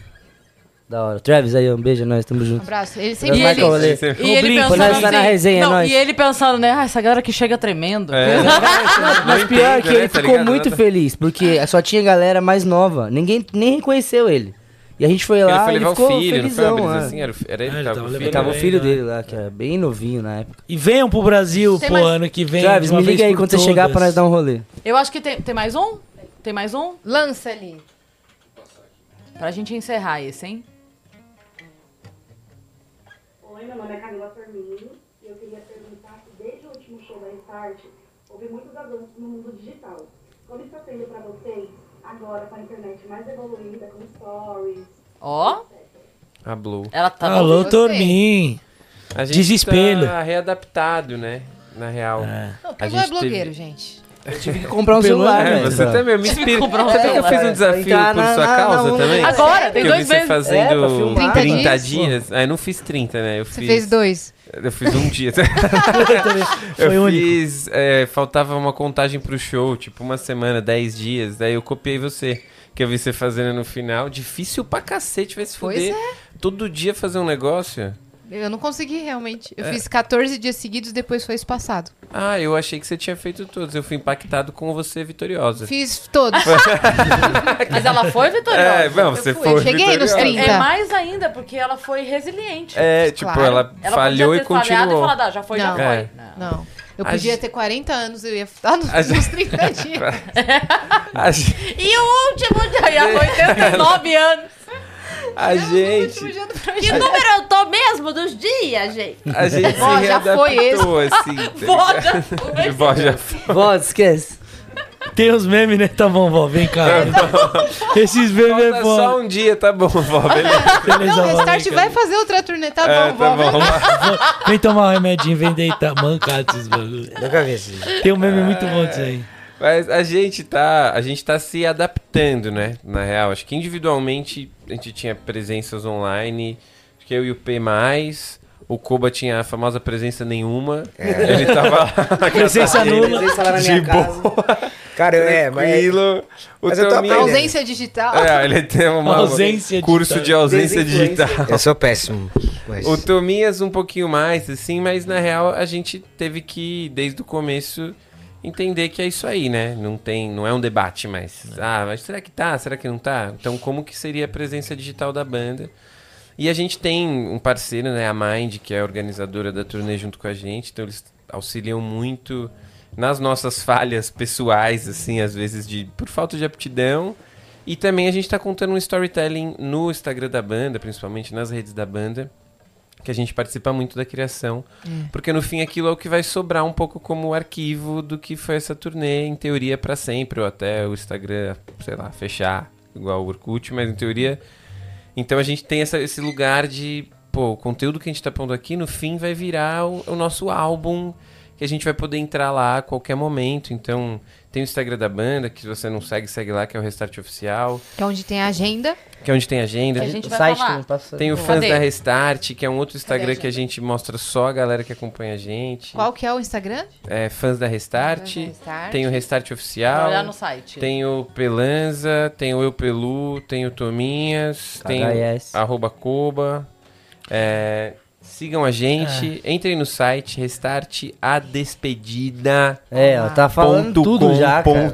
[SPEAKER 6] Da hora. Travis aí, um beijo, nós tamo
[SPEAKER 2] Um
[SPEAKER 6] juntos.
[SPEAKER 2] abraço. Ele sempre...
[SPEAKER 6] Vai que eu rolê.
[SPEAKER 3] Sim,
[SPEAKER 1] E ele
[SPEAKER 4] brinco,
[SPEAKER 1] pensando assim,
[SPEAKER 6] nós tá na resenha,
[SPEAKER 1] não,
[SPEAKER 6] nós.
[SPEAKER 1] e ele pensando, né? Ah, essa galera que chega tremendo.
[SPEAKER 3] É.
[SPEAKER 6] Mas
[SPEAKER 3] Não
[SPEAKER 6] pior
[SPEAKER 3] entendo,
[SPEAKER 6] que ele
[SPEAKER 3] né, tá
[SPEAKER 6] ficou
[SPEAKER 3] ligado? É.
[SPEAKER 6] muito
[SPEAKER 3] Nada-
[SPEAKER 6] feliz, porque só tinha galera mais nova. Ninguém nem reconheceu ele. E a gente foi
[SPEAKER 3] Ele
[SPEAKER 6] lá
[SPEAKER 3] foi
[SPEAKER 6] e ele
[SPEAKER 3] levar o
[SPEAKER 6] ficou
[SPEAKER 3] filho,
[SPEAKER 6] felizão.
[SPEAKER 3] não foi uma brisa
[SPEAKER 6] é.
[SPEAKER 3] assim? Era, o fi- era ele
[SPEAKER 4] Ah,
[SPEAKER 3] que
[SPEAKER 4] ele
[SPEAKER 3] tava com
[SPEAKER 4] tava
[SPEAKER 3] o
[SPEAKER 4] levando
[SPEAKER 3] filho?
[SPEAKER 6] Tava o
[SPEAKER 4] Ele
[SPEAKER 6] filho
[SPEAKER 4] veio, né?
[SPEAKER 6] dele lá, que era bem novinho na época.
[SPEAKER 4] E venham pro Brasil,
[SPEAKER 2] Tem
[SPEAKER 4] pô,
[SPEAKER 2] mais-
[SPEAKER 4] ano que vem.
[SPEAKER 6] Travis,
[SPEAKER 4] de uma
[SPEAKER 6] me liga
[SPEAKER 4] vez
[SPEAKER 6] aí
[SPEAKER 4] por
[SPEAKER 6] quando você chegar
[SPEAKER 4] todas.
[SPEAKER 6] pra nós dar um rolê.
[SPEAKER 1] Eu acho que tem, tem mais um? Tem mais um?
[SPEAKER 2] Lança ali.
[SPEAKER 1] Pra gente encerrar esse, hein?
[SPEAKER 8] Oi, meu nome é Camila Fermini e eu queria perguntar se desde o último show da Restart houve muitos avanços no mundo digital. Como está sendo para vocês agora com a internet mais evoluída, com stories?
[SPEAKER 1] Ó,
[SPEAKER 3] A Blue.
[SPEAKER 1] ela tá
[SPEAKER 4] Alô,
[SPEAKER 2] você.
[SPEAKER 4] Tormin.
[SPEAKER 3] A gente
[SPEAKER 4] Desespero.
[SPEAKER 3] tá readaptado, né? Na real.
[SPEAKER 2] Não,
[SPEAKER 3] A
[SPEAKER 2] porque não é
[SPEAKER 3] gente teve-
[SPEAKER 2] blogueiro, gente.
[SPEAKER 6] Tive que comprar um celular,
[SPEAKER 3] É,
[SPEAKER 6] né?
[SPEAKER 3] você também me inspira. Você nunca fez um desafio
[SPEAKER 6] Entrar
[SPEAKER 3] por
[SPEAKER 6] na-
[SPEAKER 3] sua
[SPEAKER 6] na-
[SPEAKER 3] causa
[SPEAKER 6] na-
[SPEAKER 3] também?
[SPEAKER 1] Agora, tem
[SPEAKER 3] que eu vi
[SPEAKER 1] dois
[SPEAKER 3] você
[SPEAKER 1] meses.
[SPEAKER 6] É, pra
[SPEAKER 3] fazendo
[SPEAKER 6] filmar.
[SPEAKER 3] 30
[SPEAKER 2] dias?
[SPEAKER 3] dias. Ah, eu não fiz 30, né? Eu
[SPEAKER 2] Você
[SPEAKER 3] fiz,
[SPEAKER 2] fez dois.
[SPEAKER 3] Eu fiz um dia.
[SPEAKER 4] Foi
[SPEAKER 3] eu
[SPEAKER 4] único.
[SPEAKER 3] fiz. é, faltava uma contagem pro show, tipo uma semana, 10 dias. Daí eu copiei você. Que eu vi você fazendo no final. Difícil pra cacete, vai se
[SPEAKER 2] Pois
[SPEAKER 3] fuder. Todo dia fazer um negócio.
[SPEAKER 2] Eu não consegui, realmente. Eu fiz 14 dias seguidos, depois foi espaçado.
[SPEAKER 3] Ah, eu achei que você tinha feito todos. Eu fui impactado com você vitoriosa.
[SPEAKER 2] Fiz todos.
[SPEAKER 1] Mas ela foi
[SPEAKER 3] É,
[SPEAKER 1] vitoriosa.
[SPEAKER 3] não, você
[SPEAKER 2] fui.
[SPEAKER 3] foi.
[SPEAKER 2] Cheguei nos
[SPEAKER 3] vitoriosa.
[SPEAKER 2] 30.
[SPEAKER 1] É,
[SPEAKER 2] Tá.
[SPEAKER 1] mais ainda, porque ela foi resiliente.
[SPEAKER 3] É, tipo,
[SPEAKER 2] Claro.
[SPEAKER 3] ela,
[SPEAKER 1] Ela
[SPEAKER 3] falhou
[SPEAKER 1] podia
[SPEAKER 3] e
[SPEAKER 1] ter falhado e
[SPEAKER 3] continuou.
[SPEAKER 1] falado, ah, já foi, já
[SPEAKER 2] Não.
[SPEAKER 1] foi.
[SPEAKER 3] É.
[SPEAKER 2] Não. Eu
[SPEAKER 3] A
[SPEAKER 2] podia
[SPEAKER 3] gente-
[SPEAKER 2] ter 40 anos, eu ia estar nos,
[SPEAKER 3] A gente-
[SPEAKER 2] nos 30 dias.
[SPEAKER 3] A gente,
[SPEAKER 1] E o último dia, já foi 89 anos.
[SPEAKER 3] a
[SPEAKER 2] No último
[SPEAKER 3] gente,
[SPEAKER 2] dia do projeto.
[SPEAKER 1] Que número eu tô mesmo dos dias, gente?
[SPEAKER 3] a gente
[SPEAKER 2] Ó,
[SPEAKER 3] se
[SPEAKER 2] já foi
[SPEAKER 3] readaptou, assim. tá
[SPEAKER 1] Foda.
[SPEAKER 3] ligado? De voz já foi.
[SPEAKER 6] Vó, esquece.
[SPEAKER 4] Tem os memes, né? Tá bom, vó, vem cá. Esses memes é
[SPEAKER 3] Falta só
[SPEAKER 4] bom.
[SPEAKER 3] um dia, tá bom, vó, beleza.
[SPEAKER 4] Beleza,
[SPEAKER 2] Não,
[SPEAKER 4] vó,
[SPEAKER 2] Restart
[SPEAKER 4] vem cá.
[SPEAKER 2] vai fazer outra turnê. Tá
[SPEAKER 3] É,
[SPEAKER 2] bom,
[SPEAKER 3] tá
[SPEAKER 2] vó.
[SPEAKER 3] bom.
[SPEAKER 4] Vem tomar um remedinho, vem deitar. Mancado esses bagulho.
[SPEAKER 5] nunca vi esse
[SPEAKER 4] Tem um meme muito bom disso aí.
[SPEAKER 3] Mas a gente tá, a gente tá se adaptando, né? Na real, acho que individualmente a gente tinha presenças online, acho que eu e o P mais, O Koba tinha a famosa presença nenhuma.
[SPEAKER 5] É.
[SPEAKER 3] Ele tava lá. na casa
[SPEAKER 4] Presença
[SPEAKER 3] dele,
[SPEAKER 4] nula.
[SPEAKER 6] Presença lá na minha
[SPEAKER 3] de
[SPEAKER 6] casa.
[SPEAKER 3] boa.
[SPEAKER 5] Cara, eu- é, mas.
[SPEAKER 3] tranquilo. O
[SPEAKER 5] mas eu tô
[SPEAKER 3] Thelminha-
[SPEAKER 5] aprendendo.
[SPEAKER 2] Ausência digital.
[SPEAKER 3] É, ele tem uma
[SPEAKER 4] Ausência
[SPEAKER 3] curso
[SPEAKER 4] digital.
[SPEAKER 3] de ausência
[SPEAKER 6] Desinfluência.
[SPEAKER 3] digital.
[SPEAKER 5] Eu sou péssimo. Mas...
[SPEAKER 3] O Tomias um pouquinho mais, assim, mas na real a gente teve que, desde o começo, entender que é isso aí, né? Não tem, não é um debate mais. Ah, mas será que tá? Será que não tá? Então como que seria a presença digital da banda? E a gente tem um parceiro, né, a Mind, que é a organizadora da turnê junto com a gente, então eles auxiliam muito nas nossas falhas pessoais, assim, às vezes de por falta de aptidão. E também a gente tá contando um storytelling no Instagram da banda, principalmente nas redes da banda, que a gente participa muito da criação, porque no fim aquilo é o que vai sobrar um pouco como arquivo do que foi essa turnê, em teoria pra sempre, ou até o Instagram, sei lá, fechar, igual o Orkut, mas em teoria então a gente tem essa- esse lugar de, pô, o conteúdo que a gente tá pondo aqui no fim vai virar o, o nosso álbum, que a gente vai poder entrar lá a qualquer momento. Então tem o Instagram da banda, que se você não segue, segue lá, que é o Restart Oficial,
[SPEAKER 2] Que é onde tem a agenda.
[SPEAKER 3] que é onde tem agenda.
[SPEAKER 1] A gente
[SPEAKER 6] O
[SPEAKER 1] vai
[SPEAKER 6] site
[SPEAKER 1] falar.
[SPEAKER 6] também passa.
[SPEAKER 3] Tem o
[SPEAKER 1] Boa.
[SPEAKER 3] Fãs
[SPEAKER 1] Cadê?
[SPEAKER 3] da Restart, que é um outro Instagram
[SPEAKER 1] a
[SPEAKER 3] que a gente mostra só a galera que acompanha a gente.
[SPEAKER 2] Qual que é o Instagram?
[SPEAKER 3] É, Fãs da Restart.
[SPEAKER 2] Fãs da Restart.
[SPEAKER 3] Tem o Restart
[SPEAKER 1] Vai
[SPEAKER 3] Oficial.
[SPEAKER 1] olhar no site.
[SPEAKER 3] Tem o Pelanza, tem o Eu Pelu, tem o Tominhas, tem
[SPEAKER 6] KHS.
[SPEAKER 3] o arroba Coba. É, sigam a gente, entrem no site restartadespedida.com.br.
[SPEAKER 6] É, ó, tá falando tudo já, cara.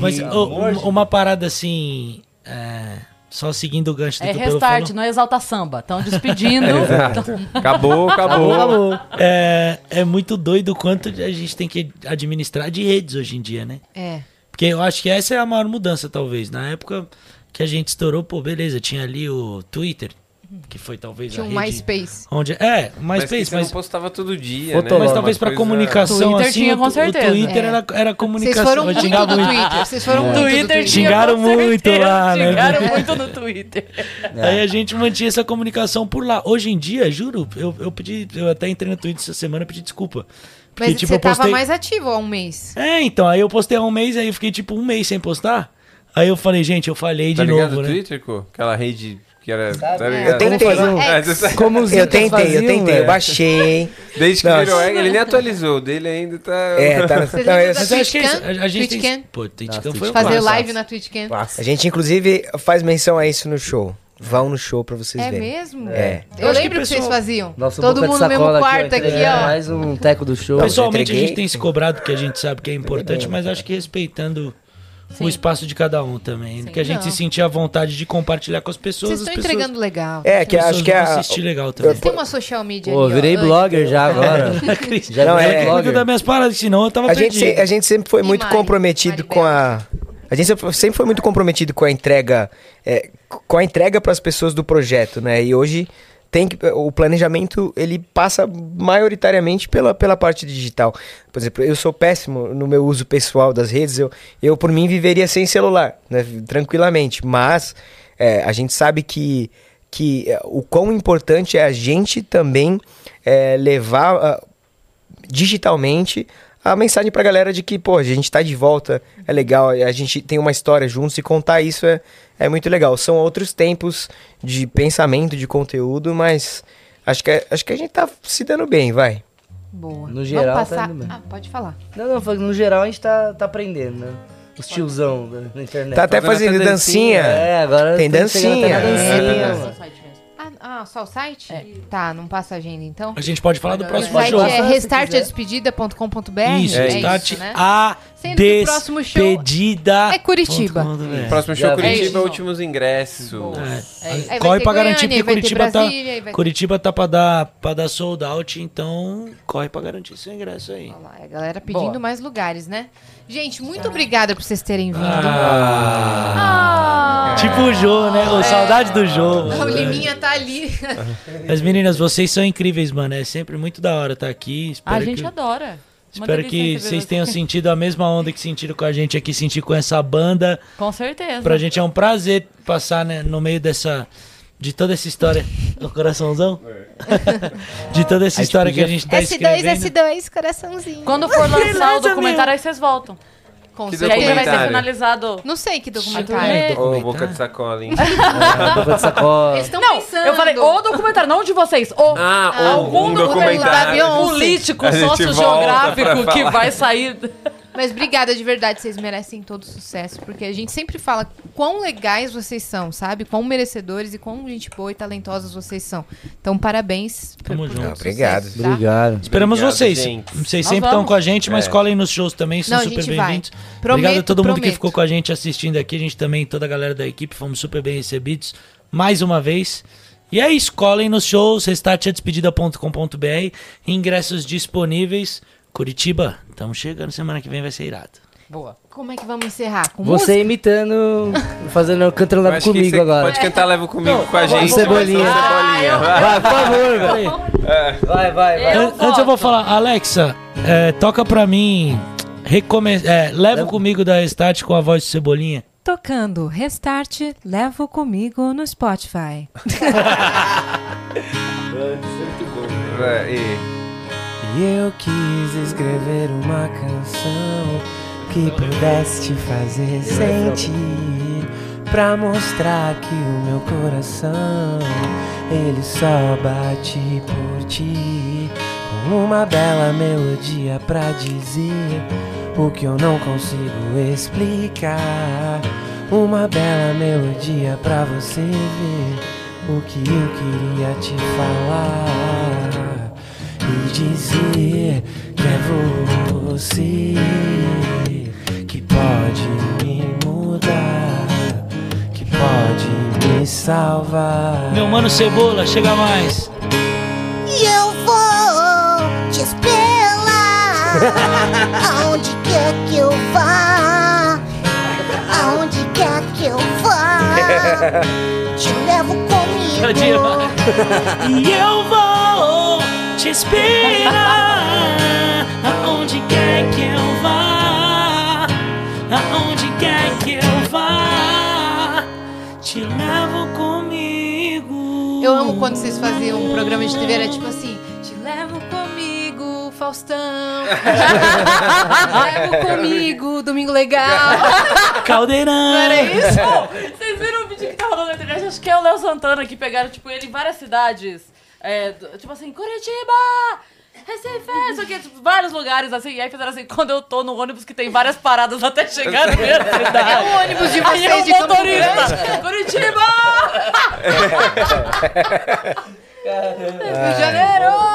[SPEAKER 4] Mas ô, uma- uma parada assim. é, só seguindo o gancho do
[SPEAKER 1] É
[SPEAKER 4] que o Pelo
[SPEAKER 1] restart,
[SPEAKER 4] falou.
[SPEAKER 1] não é exalta samba. Estão despedindo.
[SPEAKER 3] É, Exato. Acabou, acabou.
[SPEAKER 4] É, é muito doido o quanto a gente tem que administrar de redes hoje em dia, né?
[SPEAKER 2] É.
[SPEAKER 4] Porque eu acho que essa é a maior mudança, talvez. Na época que a gente estourou, pô, beleza, tinha ali o Twitter, que foi talvez
[SPEAKER 2] Tinha
[SPEAKER 4] a
[SPEAKER 2] um
[SPEAKER 4] rede...
[SPEAKER 2] MySpace.
[SPEAKER 4] Onde... É, o
[SPEAKER 3] Mas que
[SPEAKER 4] MySpace,
[SPEAKER 3] você não
[SPEAKER 4] mas,
[SPEAKER 3] postava todo dia, né?
[SPEAKER 6] Fotolog.
[SPEAKER 4] mas
[SPEAKER 3] Uma
[SPEAKER 4] talvez pra
[SPEAKER 3] coisa-
[SPEAKER 4] comunicação
[SPEAKER 1] Twitter
[SPEAKER 4] assim,
[SPEAKER 1] tinha,
[SPEAKER 4] o,
[SPEAKER 1] com
[SPEAKER 4] tu-
[SPEAKER 1] certeza.
[SPEAKER 4] o Twitter era,
[SPEAKER 2] É.
[SPEAKER 4] era
[SPEAKER 2] Vocês
[SPEAKER 4] comunicação.
[SPEAKER 2] foram
[SPEAKER 4] eu
[SPEAKER 2] muito
[SPEAKER 4] xingava
[SPEAKER 2] do
[SPEAKER 4] muito. É.
[SPEAKER 2] Twitter. Vocês foram muito do
[SPEAKER 1] Twitter
[SPEAKER 2] Twitter.
[SPEAKER 1] tinha
[SPEAKER 4] Xingaram
[SPEAKER 1] com
[SPEAKER 4] muito
[SPEAKER 1] certeza,
[SPEAKER 4] lá, né?
[SPEAKER 1] Xingaram muito no Twitter.
[SPEAKER 4] Aí a gente mantinha essa comunicação por lá. Hoje em dia, juro, eu, eu pedi, eu até entrei no Twitter essa semana e pedi desculpa.
[SPEAKER 2] Mas
[SPEAKER 4] Porque, tipo,
[SPEAKER 2] você
[SPEAKER 4] eu postei...
[SPEAKER 2] tava mais ativo há um mês.
[SPEAKER 4] É, então, aí eu postei há um mês, aí eu fiquei tipo um mês sem postar. Aí eu falei, gente, eu falei
[SPEAKER 3] Tá
[SPEAKER 4] de
[SPEAKER 3] ligado
[SPEAKER 4] novo,
[SPEAKER 3] o
[SPEAKER 4] né?
[SPEAKER 3] Twitter, Co? Aquela rede que era... Tá
[SPEAKER 6] Eu
[SPEAKER 3] ligado?
[SPEAKER 5] Eu tentei.
[SPEAKER 6] fazer um-
[SPEAKER 3] É, você sabe-
[SPEAKER 6] Como os
[SPEAKER 5] Eu
[SPEAKER 6] incas
[SPEAKER 5] tentei, eu
[SPEAKER 6] faziam,
[SPEAKER 5] tentei. Eu
[SPEAKER 6] velho.
[SPEAKER 5] baixei.
[SPEAKER 3] Desde que
[SPEAKER 5] Não,
[SPEAKER 3] virou Egg, ele nem atualizou. O dele ainda tá...
[SPEAKER 5] É, tá.
[SPEAKER 2] Vocês
[SPEAKER 5] não, eu-
[SPEAKER 2] lembram
[SPEAKER 4] Mas eu acho que é isso.
[SPEAKER 2] Twitch
[SPEAKER 4] A, a gente
[SPEAKER 2] Can?
[SPEAKER 4] tem... Pô, Twitch Can
[SPEAKER 6] Nossa,
[SPEAKER 4] foi um o
[SPEAKER 2] Fazer
[SPEAKER 4] clássico.
[SPEAKER 2] live na Twitch Camp.
[SPEAKER 5] A gente, inclusive, faz menção a isso no show. Vão no show pra vocês
[SPEAKER 2] É
[SPEAKER 5] verem.
[SPEAKER 2] mesmo?
[SPEAKER 5] É.
[SPEAKER 2] Eu,
[SPEAKER 4] Eu acho que
[SPEAKER 2] lembro que, vocês
[SPEAKER 4] pessoal-
[SPEAKER 2] faziam.
[SPEAKER 6] Nosso
[SPEAKER 2] Todo
[SPEAKER 6] boca
[SPEAKER 2] mundo
[SPEAKER 6] de
[SPEAKER 2] no mesmo
[SPEAKER 6] sacola
[SPEAKER 2] quarto aqui,
[SPEAKER 6] entrega
[SPEAKER 4] É,
[SPEAKER 2] ó.
[SPEAKER 6] Mais um teco do show.
[SPEAKER 5] Não,
[SPEAKER 4] Pessoalmente a
[SPEAKER 5] entreguei.
[SPEAKER 4] gente tem se cobrado, porque a gente sabe que é importante, mas acho que respeitando o espaço de cada um também. que a gente
[SPEAKER 2] Não.
[SPEAKER 4] se sentir à vontade de compartilhar com as pessoas.
[SPEAKER 2] Vocês
[SPEAKER 4] as
[SPEAKER 2] estão
[SPEAKER 4] pessoas,
[SPEAKER 2] entregando legal.
[SPEAKER 5] É, que
[SPEAKER 4] as pessoas
[SPEAKER 5] acho que
[SPEAKER 4] vão
[SPEAKER 5] a.
[SPEAKER 4] assistir legal também.
[SPEAKER 2] Tem uma social media
[SPEAKER 6] Pô,
[SPEAKER 2] ali, ó. Ah,
[SPEAKER 6] virei
[SPEAKER 2] Antes.
[SPEAKER 6] blogger já agora. já
[SPEAKER 5] Não,
[SPEAKER 6] virei
[SPEAKER 5] é-
[SPEAKER 4] Cuida das
[SPEAKER 6] blogger.
[SPEAKER 4] minhas paradas, senão eu tava
[SPEAKER 5] A
[SPEAKER 4] perdido.
[SPEAKER 5] gente, se- a gente sempre foi
[SPEAKER 2] E
[SPEAKER 5] muito
[SPEAKER 2] Mari?
[SPEAKER 5] comprometido
[SPEAKER 2] Mari
[SPEAKER 5] com a. A gente sempre- sempre foi muito comprometido com a entrega, é, com a entrega para as pessoas do projeto, né? E hoje tem que, o planejamento ele passa maioritariamente pela, pela parte digital. Por exemplo, eu sou péssimo no meu uso pessoal das redes. Eu, eu por mim viveria sem celular, né? tranquilamente. Mas é, a gente sabe que que é, o quão importante é a gente também é, levar ah, digitalmente a mensagem pra galera de que, pô, a gente tá de volta, é legal, a gente tem uma história juntos e contar isso é, é muito legal. São outros tempos de pensamento, de conteúdo, mas acho que, acho que a gente tá se dando bem, vai.
[SPEAKER 2] Boa.
[SPEAKER 6] No geral, tá
[SPEAKER 2] Vamos passar...
[SPEAKER 6] indo bem.
[SPEAKER 2] ah, pode falar.
[SPEAKER 6] Não, não, foi- no geral a gente tá, tá aprendendo, né? Os tiozão da, na internet.
[SPEAKER 5] tá até
[SPEAKER 3] fazendo
[SPEAKER 5] fazendo
[SPEAKER 3] essa
[SPEAKER 5] dancinha.
[SPEAKER 3] dancinha.
[SPEAKER 6] É, agora
[SPEAKER 5] Tem
[SPEAKER 6] tô chegando até na
[SPEAKER 5] dancinha.
[SPEAKER 6] dancinha,
[SPEAKER 3] É.
[SPEAKER 6] mano.
[SPEAKER 2] Ah, ah, só o site? Tá, não passa a agenda então.
[SPEAKER 4] A gente pode falar do
[SPEAKER 2] O
[SPEAKER 4] próximo
[SPEAKER 2] site
[SPEAKER 4] show.
[SPEAKER 2] é restartadespedida.com.br.
[SPEAKER 4] Isso,
[SPEAKER 3] É
[SPEAKER 4] start
[SPEAKER 2] né?
[SPEAKER 4] a
[SPEAKER 2] Sendo que o próximo show
[SPEAKER 4] despedida.
[SPEAKER 2] é Curitiba.
[SPEAKER 4] ponto com, né?
[SPEAKER 3] Próximo show
[SPEAKER 6] Já vi.
[SPEAKER 3] Curitiba,
[SPEAKER 1] É isso.
[SPEAKER 3] últimos ingressos.
[SPEAKER 2] É Aí vai
[SPEAKER 4] Corre
[SPEAKER 2] ter
[SPEAKER 4] pra
[SPEAKER 2] Goiânia,
[SPEAKER 4] garantir, porque
[SPEAKER 2] vai ter
[SPEAKER 4] Curitiba tá,
[SPEAKER 2] Brasília, aí vai ter-
[SPEAKER 4] Curitiba tá pra dar, pra dar sold out, então corre pra garantir seu ingresso aí.
[SPEAKER 2] Olha lá, é a galera pedindo mais lugares, né? Gente, muito obrigada por vocês terem vindo.
[SPEAKER 6] Ah.
[SPEAKER 2] Ah.
[SPEAKER 4] Tipo o Jô, né? Ô, Saudade do Jô.
[SPEAKER 2] Ah, É. o Liminha tá ali.
[SPEAKER 4] Mas meninas, vocês são incríveis, mano. É sempre muito da hora estar aqui. Espero
[SPEAKER 1] A gente
[SPEAKER 4] que,
[SPEAKER 1] adora. Uma
[SPEAKER 4] espero
[SPEAKER 1] delícia
[SPEAKER 4] que
[SPEAKER 1] receber
[SPEAKER 4] vocês
[SPEAKER 1] você.
[SPEAKER 4] tenham sentido a mesma onda que sentiram com a gente aqui, sentir com essa banda.
[SPEAKER 1] Com certeza.
[SPEAKER 4] Pra gente é um prazer passar né, no meio dessa. De toda essa história. O coraçãozão? De toda essa história que a gente tá
[SPEAKER 2] S2,
[SPEAKER 4] escrevendo.
[SPEAKER 2] S2, coraçãozinho.
[SPEAKER 1] é Quando for lançar o documentário, aí vocês voltam.
[SPEAKER 2] Com
[SPEAKER 3] Que
[SPEAKER 1] E aí já vai ser
[SPEAKER 3] Documentário.
[SPEAKER 1] finalizado.
[SPEAKER 2] Não sei que é.
[SPEAKER 1] Ai,
[SPEAKER 2] documentário.
[SPEAKER 3] Ô,
[SPEAKER 4] Documentário.
[SPEAKER 3] boca de sacola, hein?
[SPEAKER 6] Boca É, de sacola.
[SPEAKER 2] Eles estão
[SPEAKER 1] Não,
[SPEAKER 2] pensando.
[SPEAKER 1] eu falei o documentário, não o de vocês. O
[SPEAKER 3] Ah, ou
[SPEAKER 1] algum
[SPEAKER 3] um
[SPEAKER 1] documentário
[SPEAKER 2] da Beyoncé.
[SPEAKER 1] político,
[SPEAKER 3] A gente volta
[SPEAKER 1] sociogeográfico
[SPEAKER 3] pra
[SPEAKER 1] que
[SPEAKER 3] falar.
[SPEAKER 1] vai sair.
[SPEAKER 2] Mas obrigada de verdade, vocês merecem todo sucesso, porque a gente sempre fala quão legais vocês são, sabe? Quão merecedores e quão gente boa e talentosas vocês são. Então, parabéns.
[SPEAKER 4] Tamo junto.
[SPEAKER 2] todo o
[SPEAKER 9] Obrigado.
[SPEAKER 2] sucesso, tá?
[SPEAKER 6] Obrigado.
[SPEAKER 4] Esperamos
[SPEAKER 3] Obrigado,
[SPEAKER 4] vocês.
[SPEAKER 3] gente.
[SPEAKER 4] Vocês
[SPEAKER 1] Nós
[SPEAKER 4] sempre estão
[SPEAKER 1] vamos.
[SPEAKER 4] com a gente, mas
[SPEAKER 3] É.
[SPEAKER 4] colhem nos shows também, são
[SPEAKER 2] Não, a
[SPEAKER 4] super
[SPEAKER 2] gente vai.
[SPEAKER 4] bem-vindos.
[SPEAKER 2] Prometo,
[SPEAKER 4] Obrigado a todo mundo que
[SPEAKER 2] prometo.
[SPEAKER 4] ficou com a gente assistindo aqui. A gente também, toda a galera da equipe, fomos super bem recebidos mais uma vez. E é isso, colhem nos shows, restartadespedida.com.br, ingressos disponíveis. Curitiba, estamos chegando, semana que vem vai ser irado.
[SPEAKER 2] Boa. Como é que vamos encerrar? Com
[SPEAKER 6] Você
[SPEAKER 2] música?
[SPEAKER 6] imitando, fazendo, cantando
[SPEAKER 3] Eu
[SPEAKER 6] lá
[SPEAKER 3] acho que
[SPEAKER 6] comigo
[SPEAKER 3] você
[SPEAKER 6] agora.
[SPEAKER 3] Pode cantar Leva Comigo com a gente.
[SPEAKER 6] Cebolinha.
[SPEAKER 3] Vai, Cebolinha. Vai.
[SPEAKER 6] Vai, por
[SPEAKER 9] É.
[SPEAKER 6] favor, velho. Vai, vai, vai.
[SPEAKER 4] An- Antes eu vou falar, Alexa, é, toca pra mim, recome- é, leva comigo da Restart com a voz de Cebolinha.
[SPEAKER 10] Tocando Restart, levo comigo no Spotify.
[SPEAKER 3] Vai, e-
[SPEAKER 9] E eu quis escrever uma canção que pudesse te fazer sentir. Pra mostrar que o meu coração ele só bate por ti. Com uma bela melodia pra dizer o que eu não consigo explicar. Uma bela melodia pra você ver o que eu queria te falar e dizer que é você que pode me mudar, que pode me salvar.
[SPEAKER 4] Meu mano Cebola, chega mais.
[SPEAKER 11] E eu vou te esperar Aonde quer que eu vá Aonde quer que eu vá Te levo
[SPEAKER 4] Tá
[SPEAKER 11] comigo
[SPEAKER 4] demais. E eu vou te esperar aonde quer que eu vá, aonde quer que eu vá, te levo comigo.
[SPEAKER 2] Eu amo quando vocês fazem um programa de TV, era tipo assim, te levo comigo, Faustão. te levo comigo, Domingo Legal.
[SPEAKER 4] Caldeirão.
[SPEAKER 2] Não era isso?
[SPEAKER 1] Vocês viram o vídeo que tá rolando na internet? Acho que é o Léo Santana que pegaram, tipo, ele em várias cidades. É, do- tipo assim, Curitiba! Recife, só que tipo, vários lugares assim, e aí fizeram assim, quando eu tô no ônibus que tem várias paradas até chegar na minha cidade. É o ônibus
[SPEAKER 2] de
[SPEAKER 1] aí
[SPEAKER 2] vocês,
[SPEAKER 1] eu,
[SPEAKER 2] de todo
[SPEAKER 1] motorista! Curitiba!
[SPEAKER 2] Rio de Janeiro.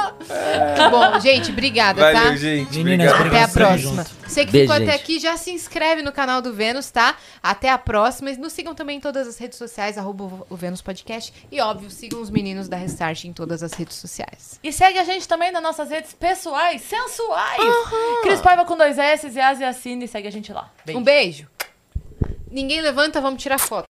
[SPEAKER 2] Bom, gente, obrigada, tá?
[SPEAKER 3] É. Valeu, gente.
[SPEAKER 4] Meninas,
[SPEAKER 3] Obrigado.
[SPEAKER 2] Até a
[SPEAKER 4] obrigado. Tamo
[SPEAKER 2] próxima.
[SPEAKER 4] junto.
[SPEAKER 2] Você que
[SPEAKER 6] Beijo,
[SPEAKER 2] ficou até
[SPEAKER 6] gente.
[SPEAKER 2] aqui, já se inscreve no canal do Vênus, tá? Até a próxima. E nos sigam também em todas as redes sociais, arroba o Vênus Podcast. E, óbvio, sigam os meninos da Restart em todas as redes sociais.
[SPEAKER 1] E segue a gente também nas nossas redes pessoais, sensuais! Cris Paiva com dois S e Asia Cine, segue a gente lá. Um
[SPEAKER 2] Um beijo. Ninguém levanta, vamos tirar foto.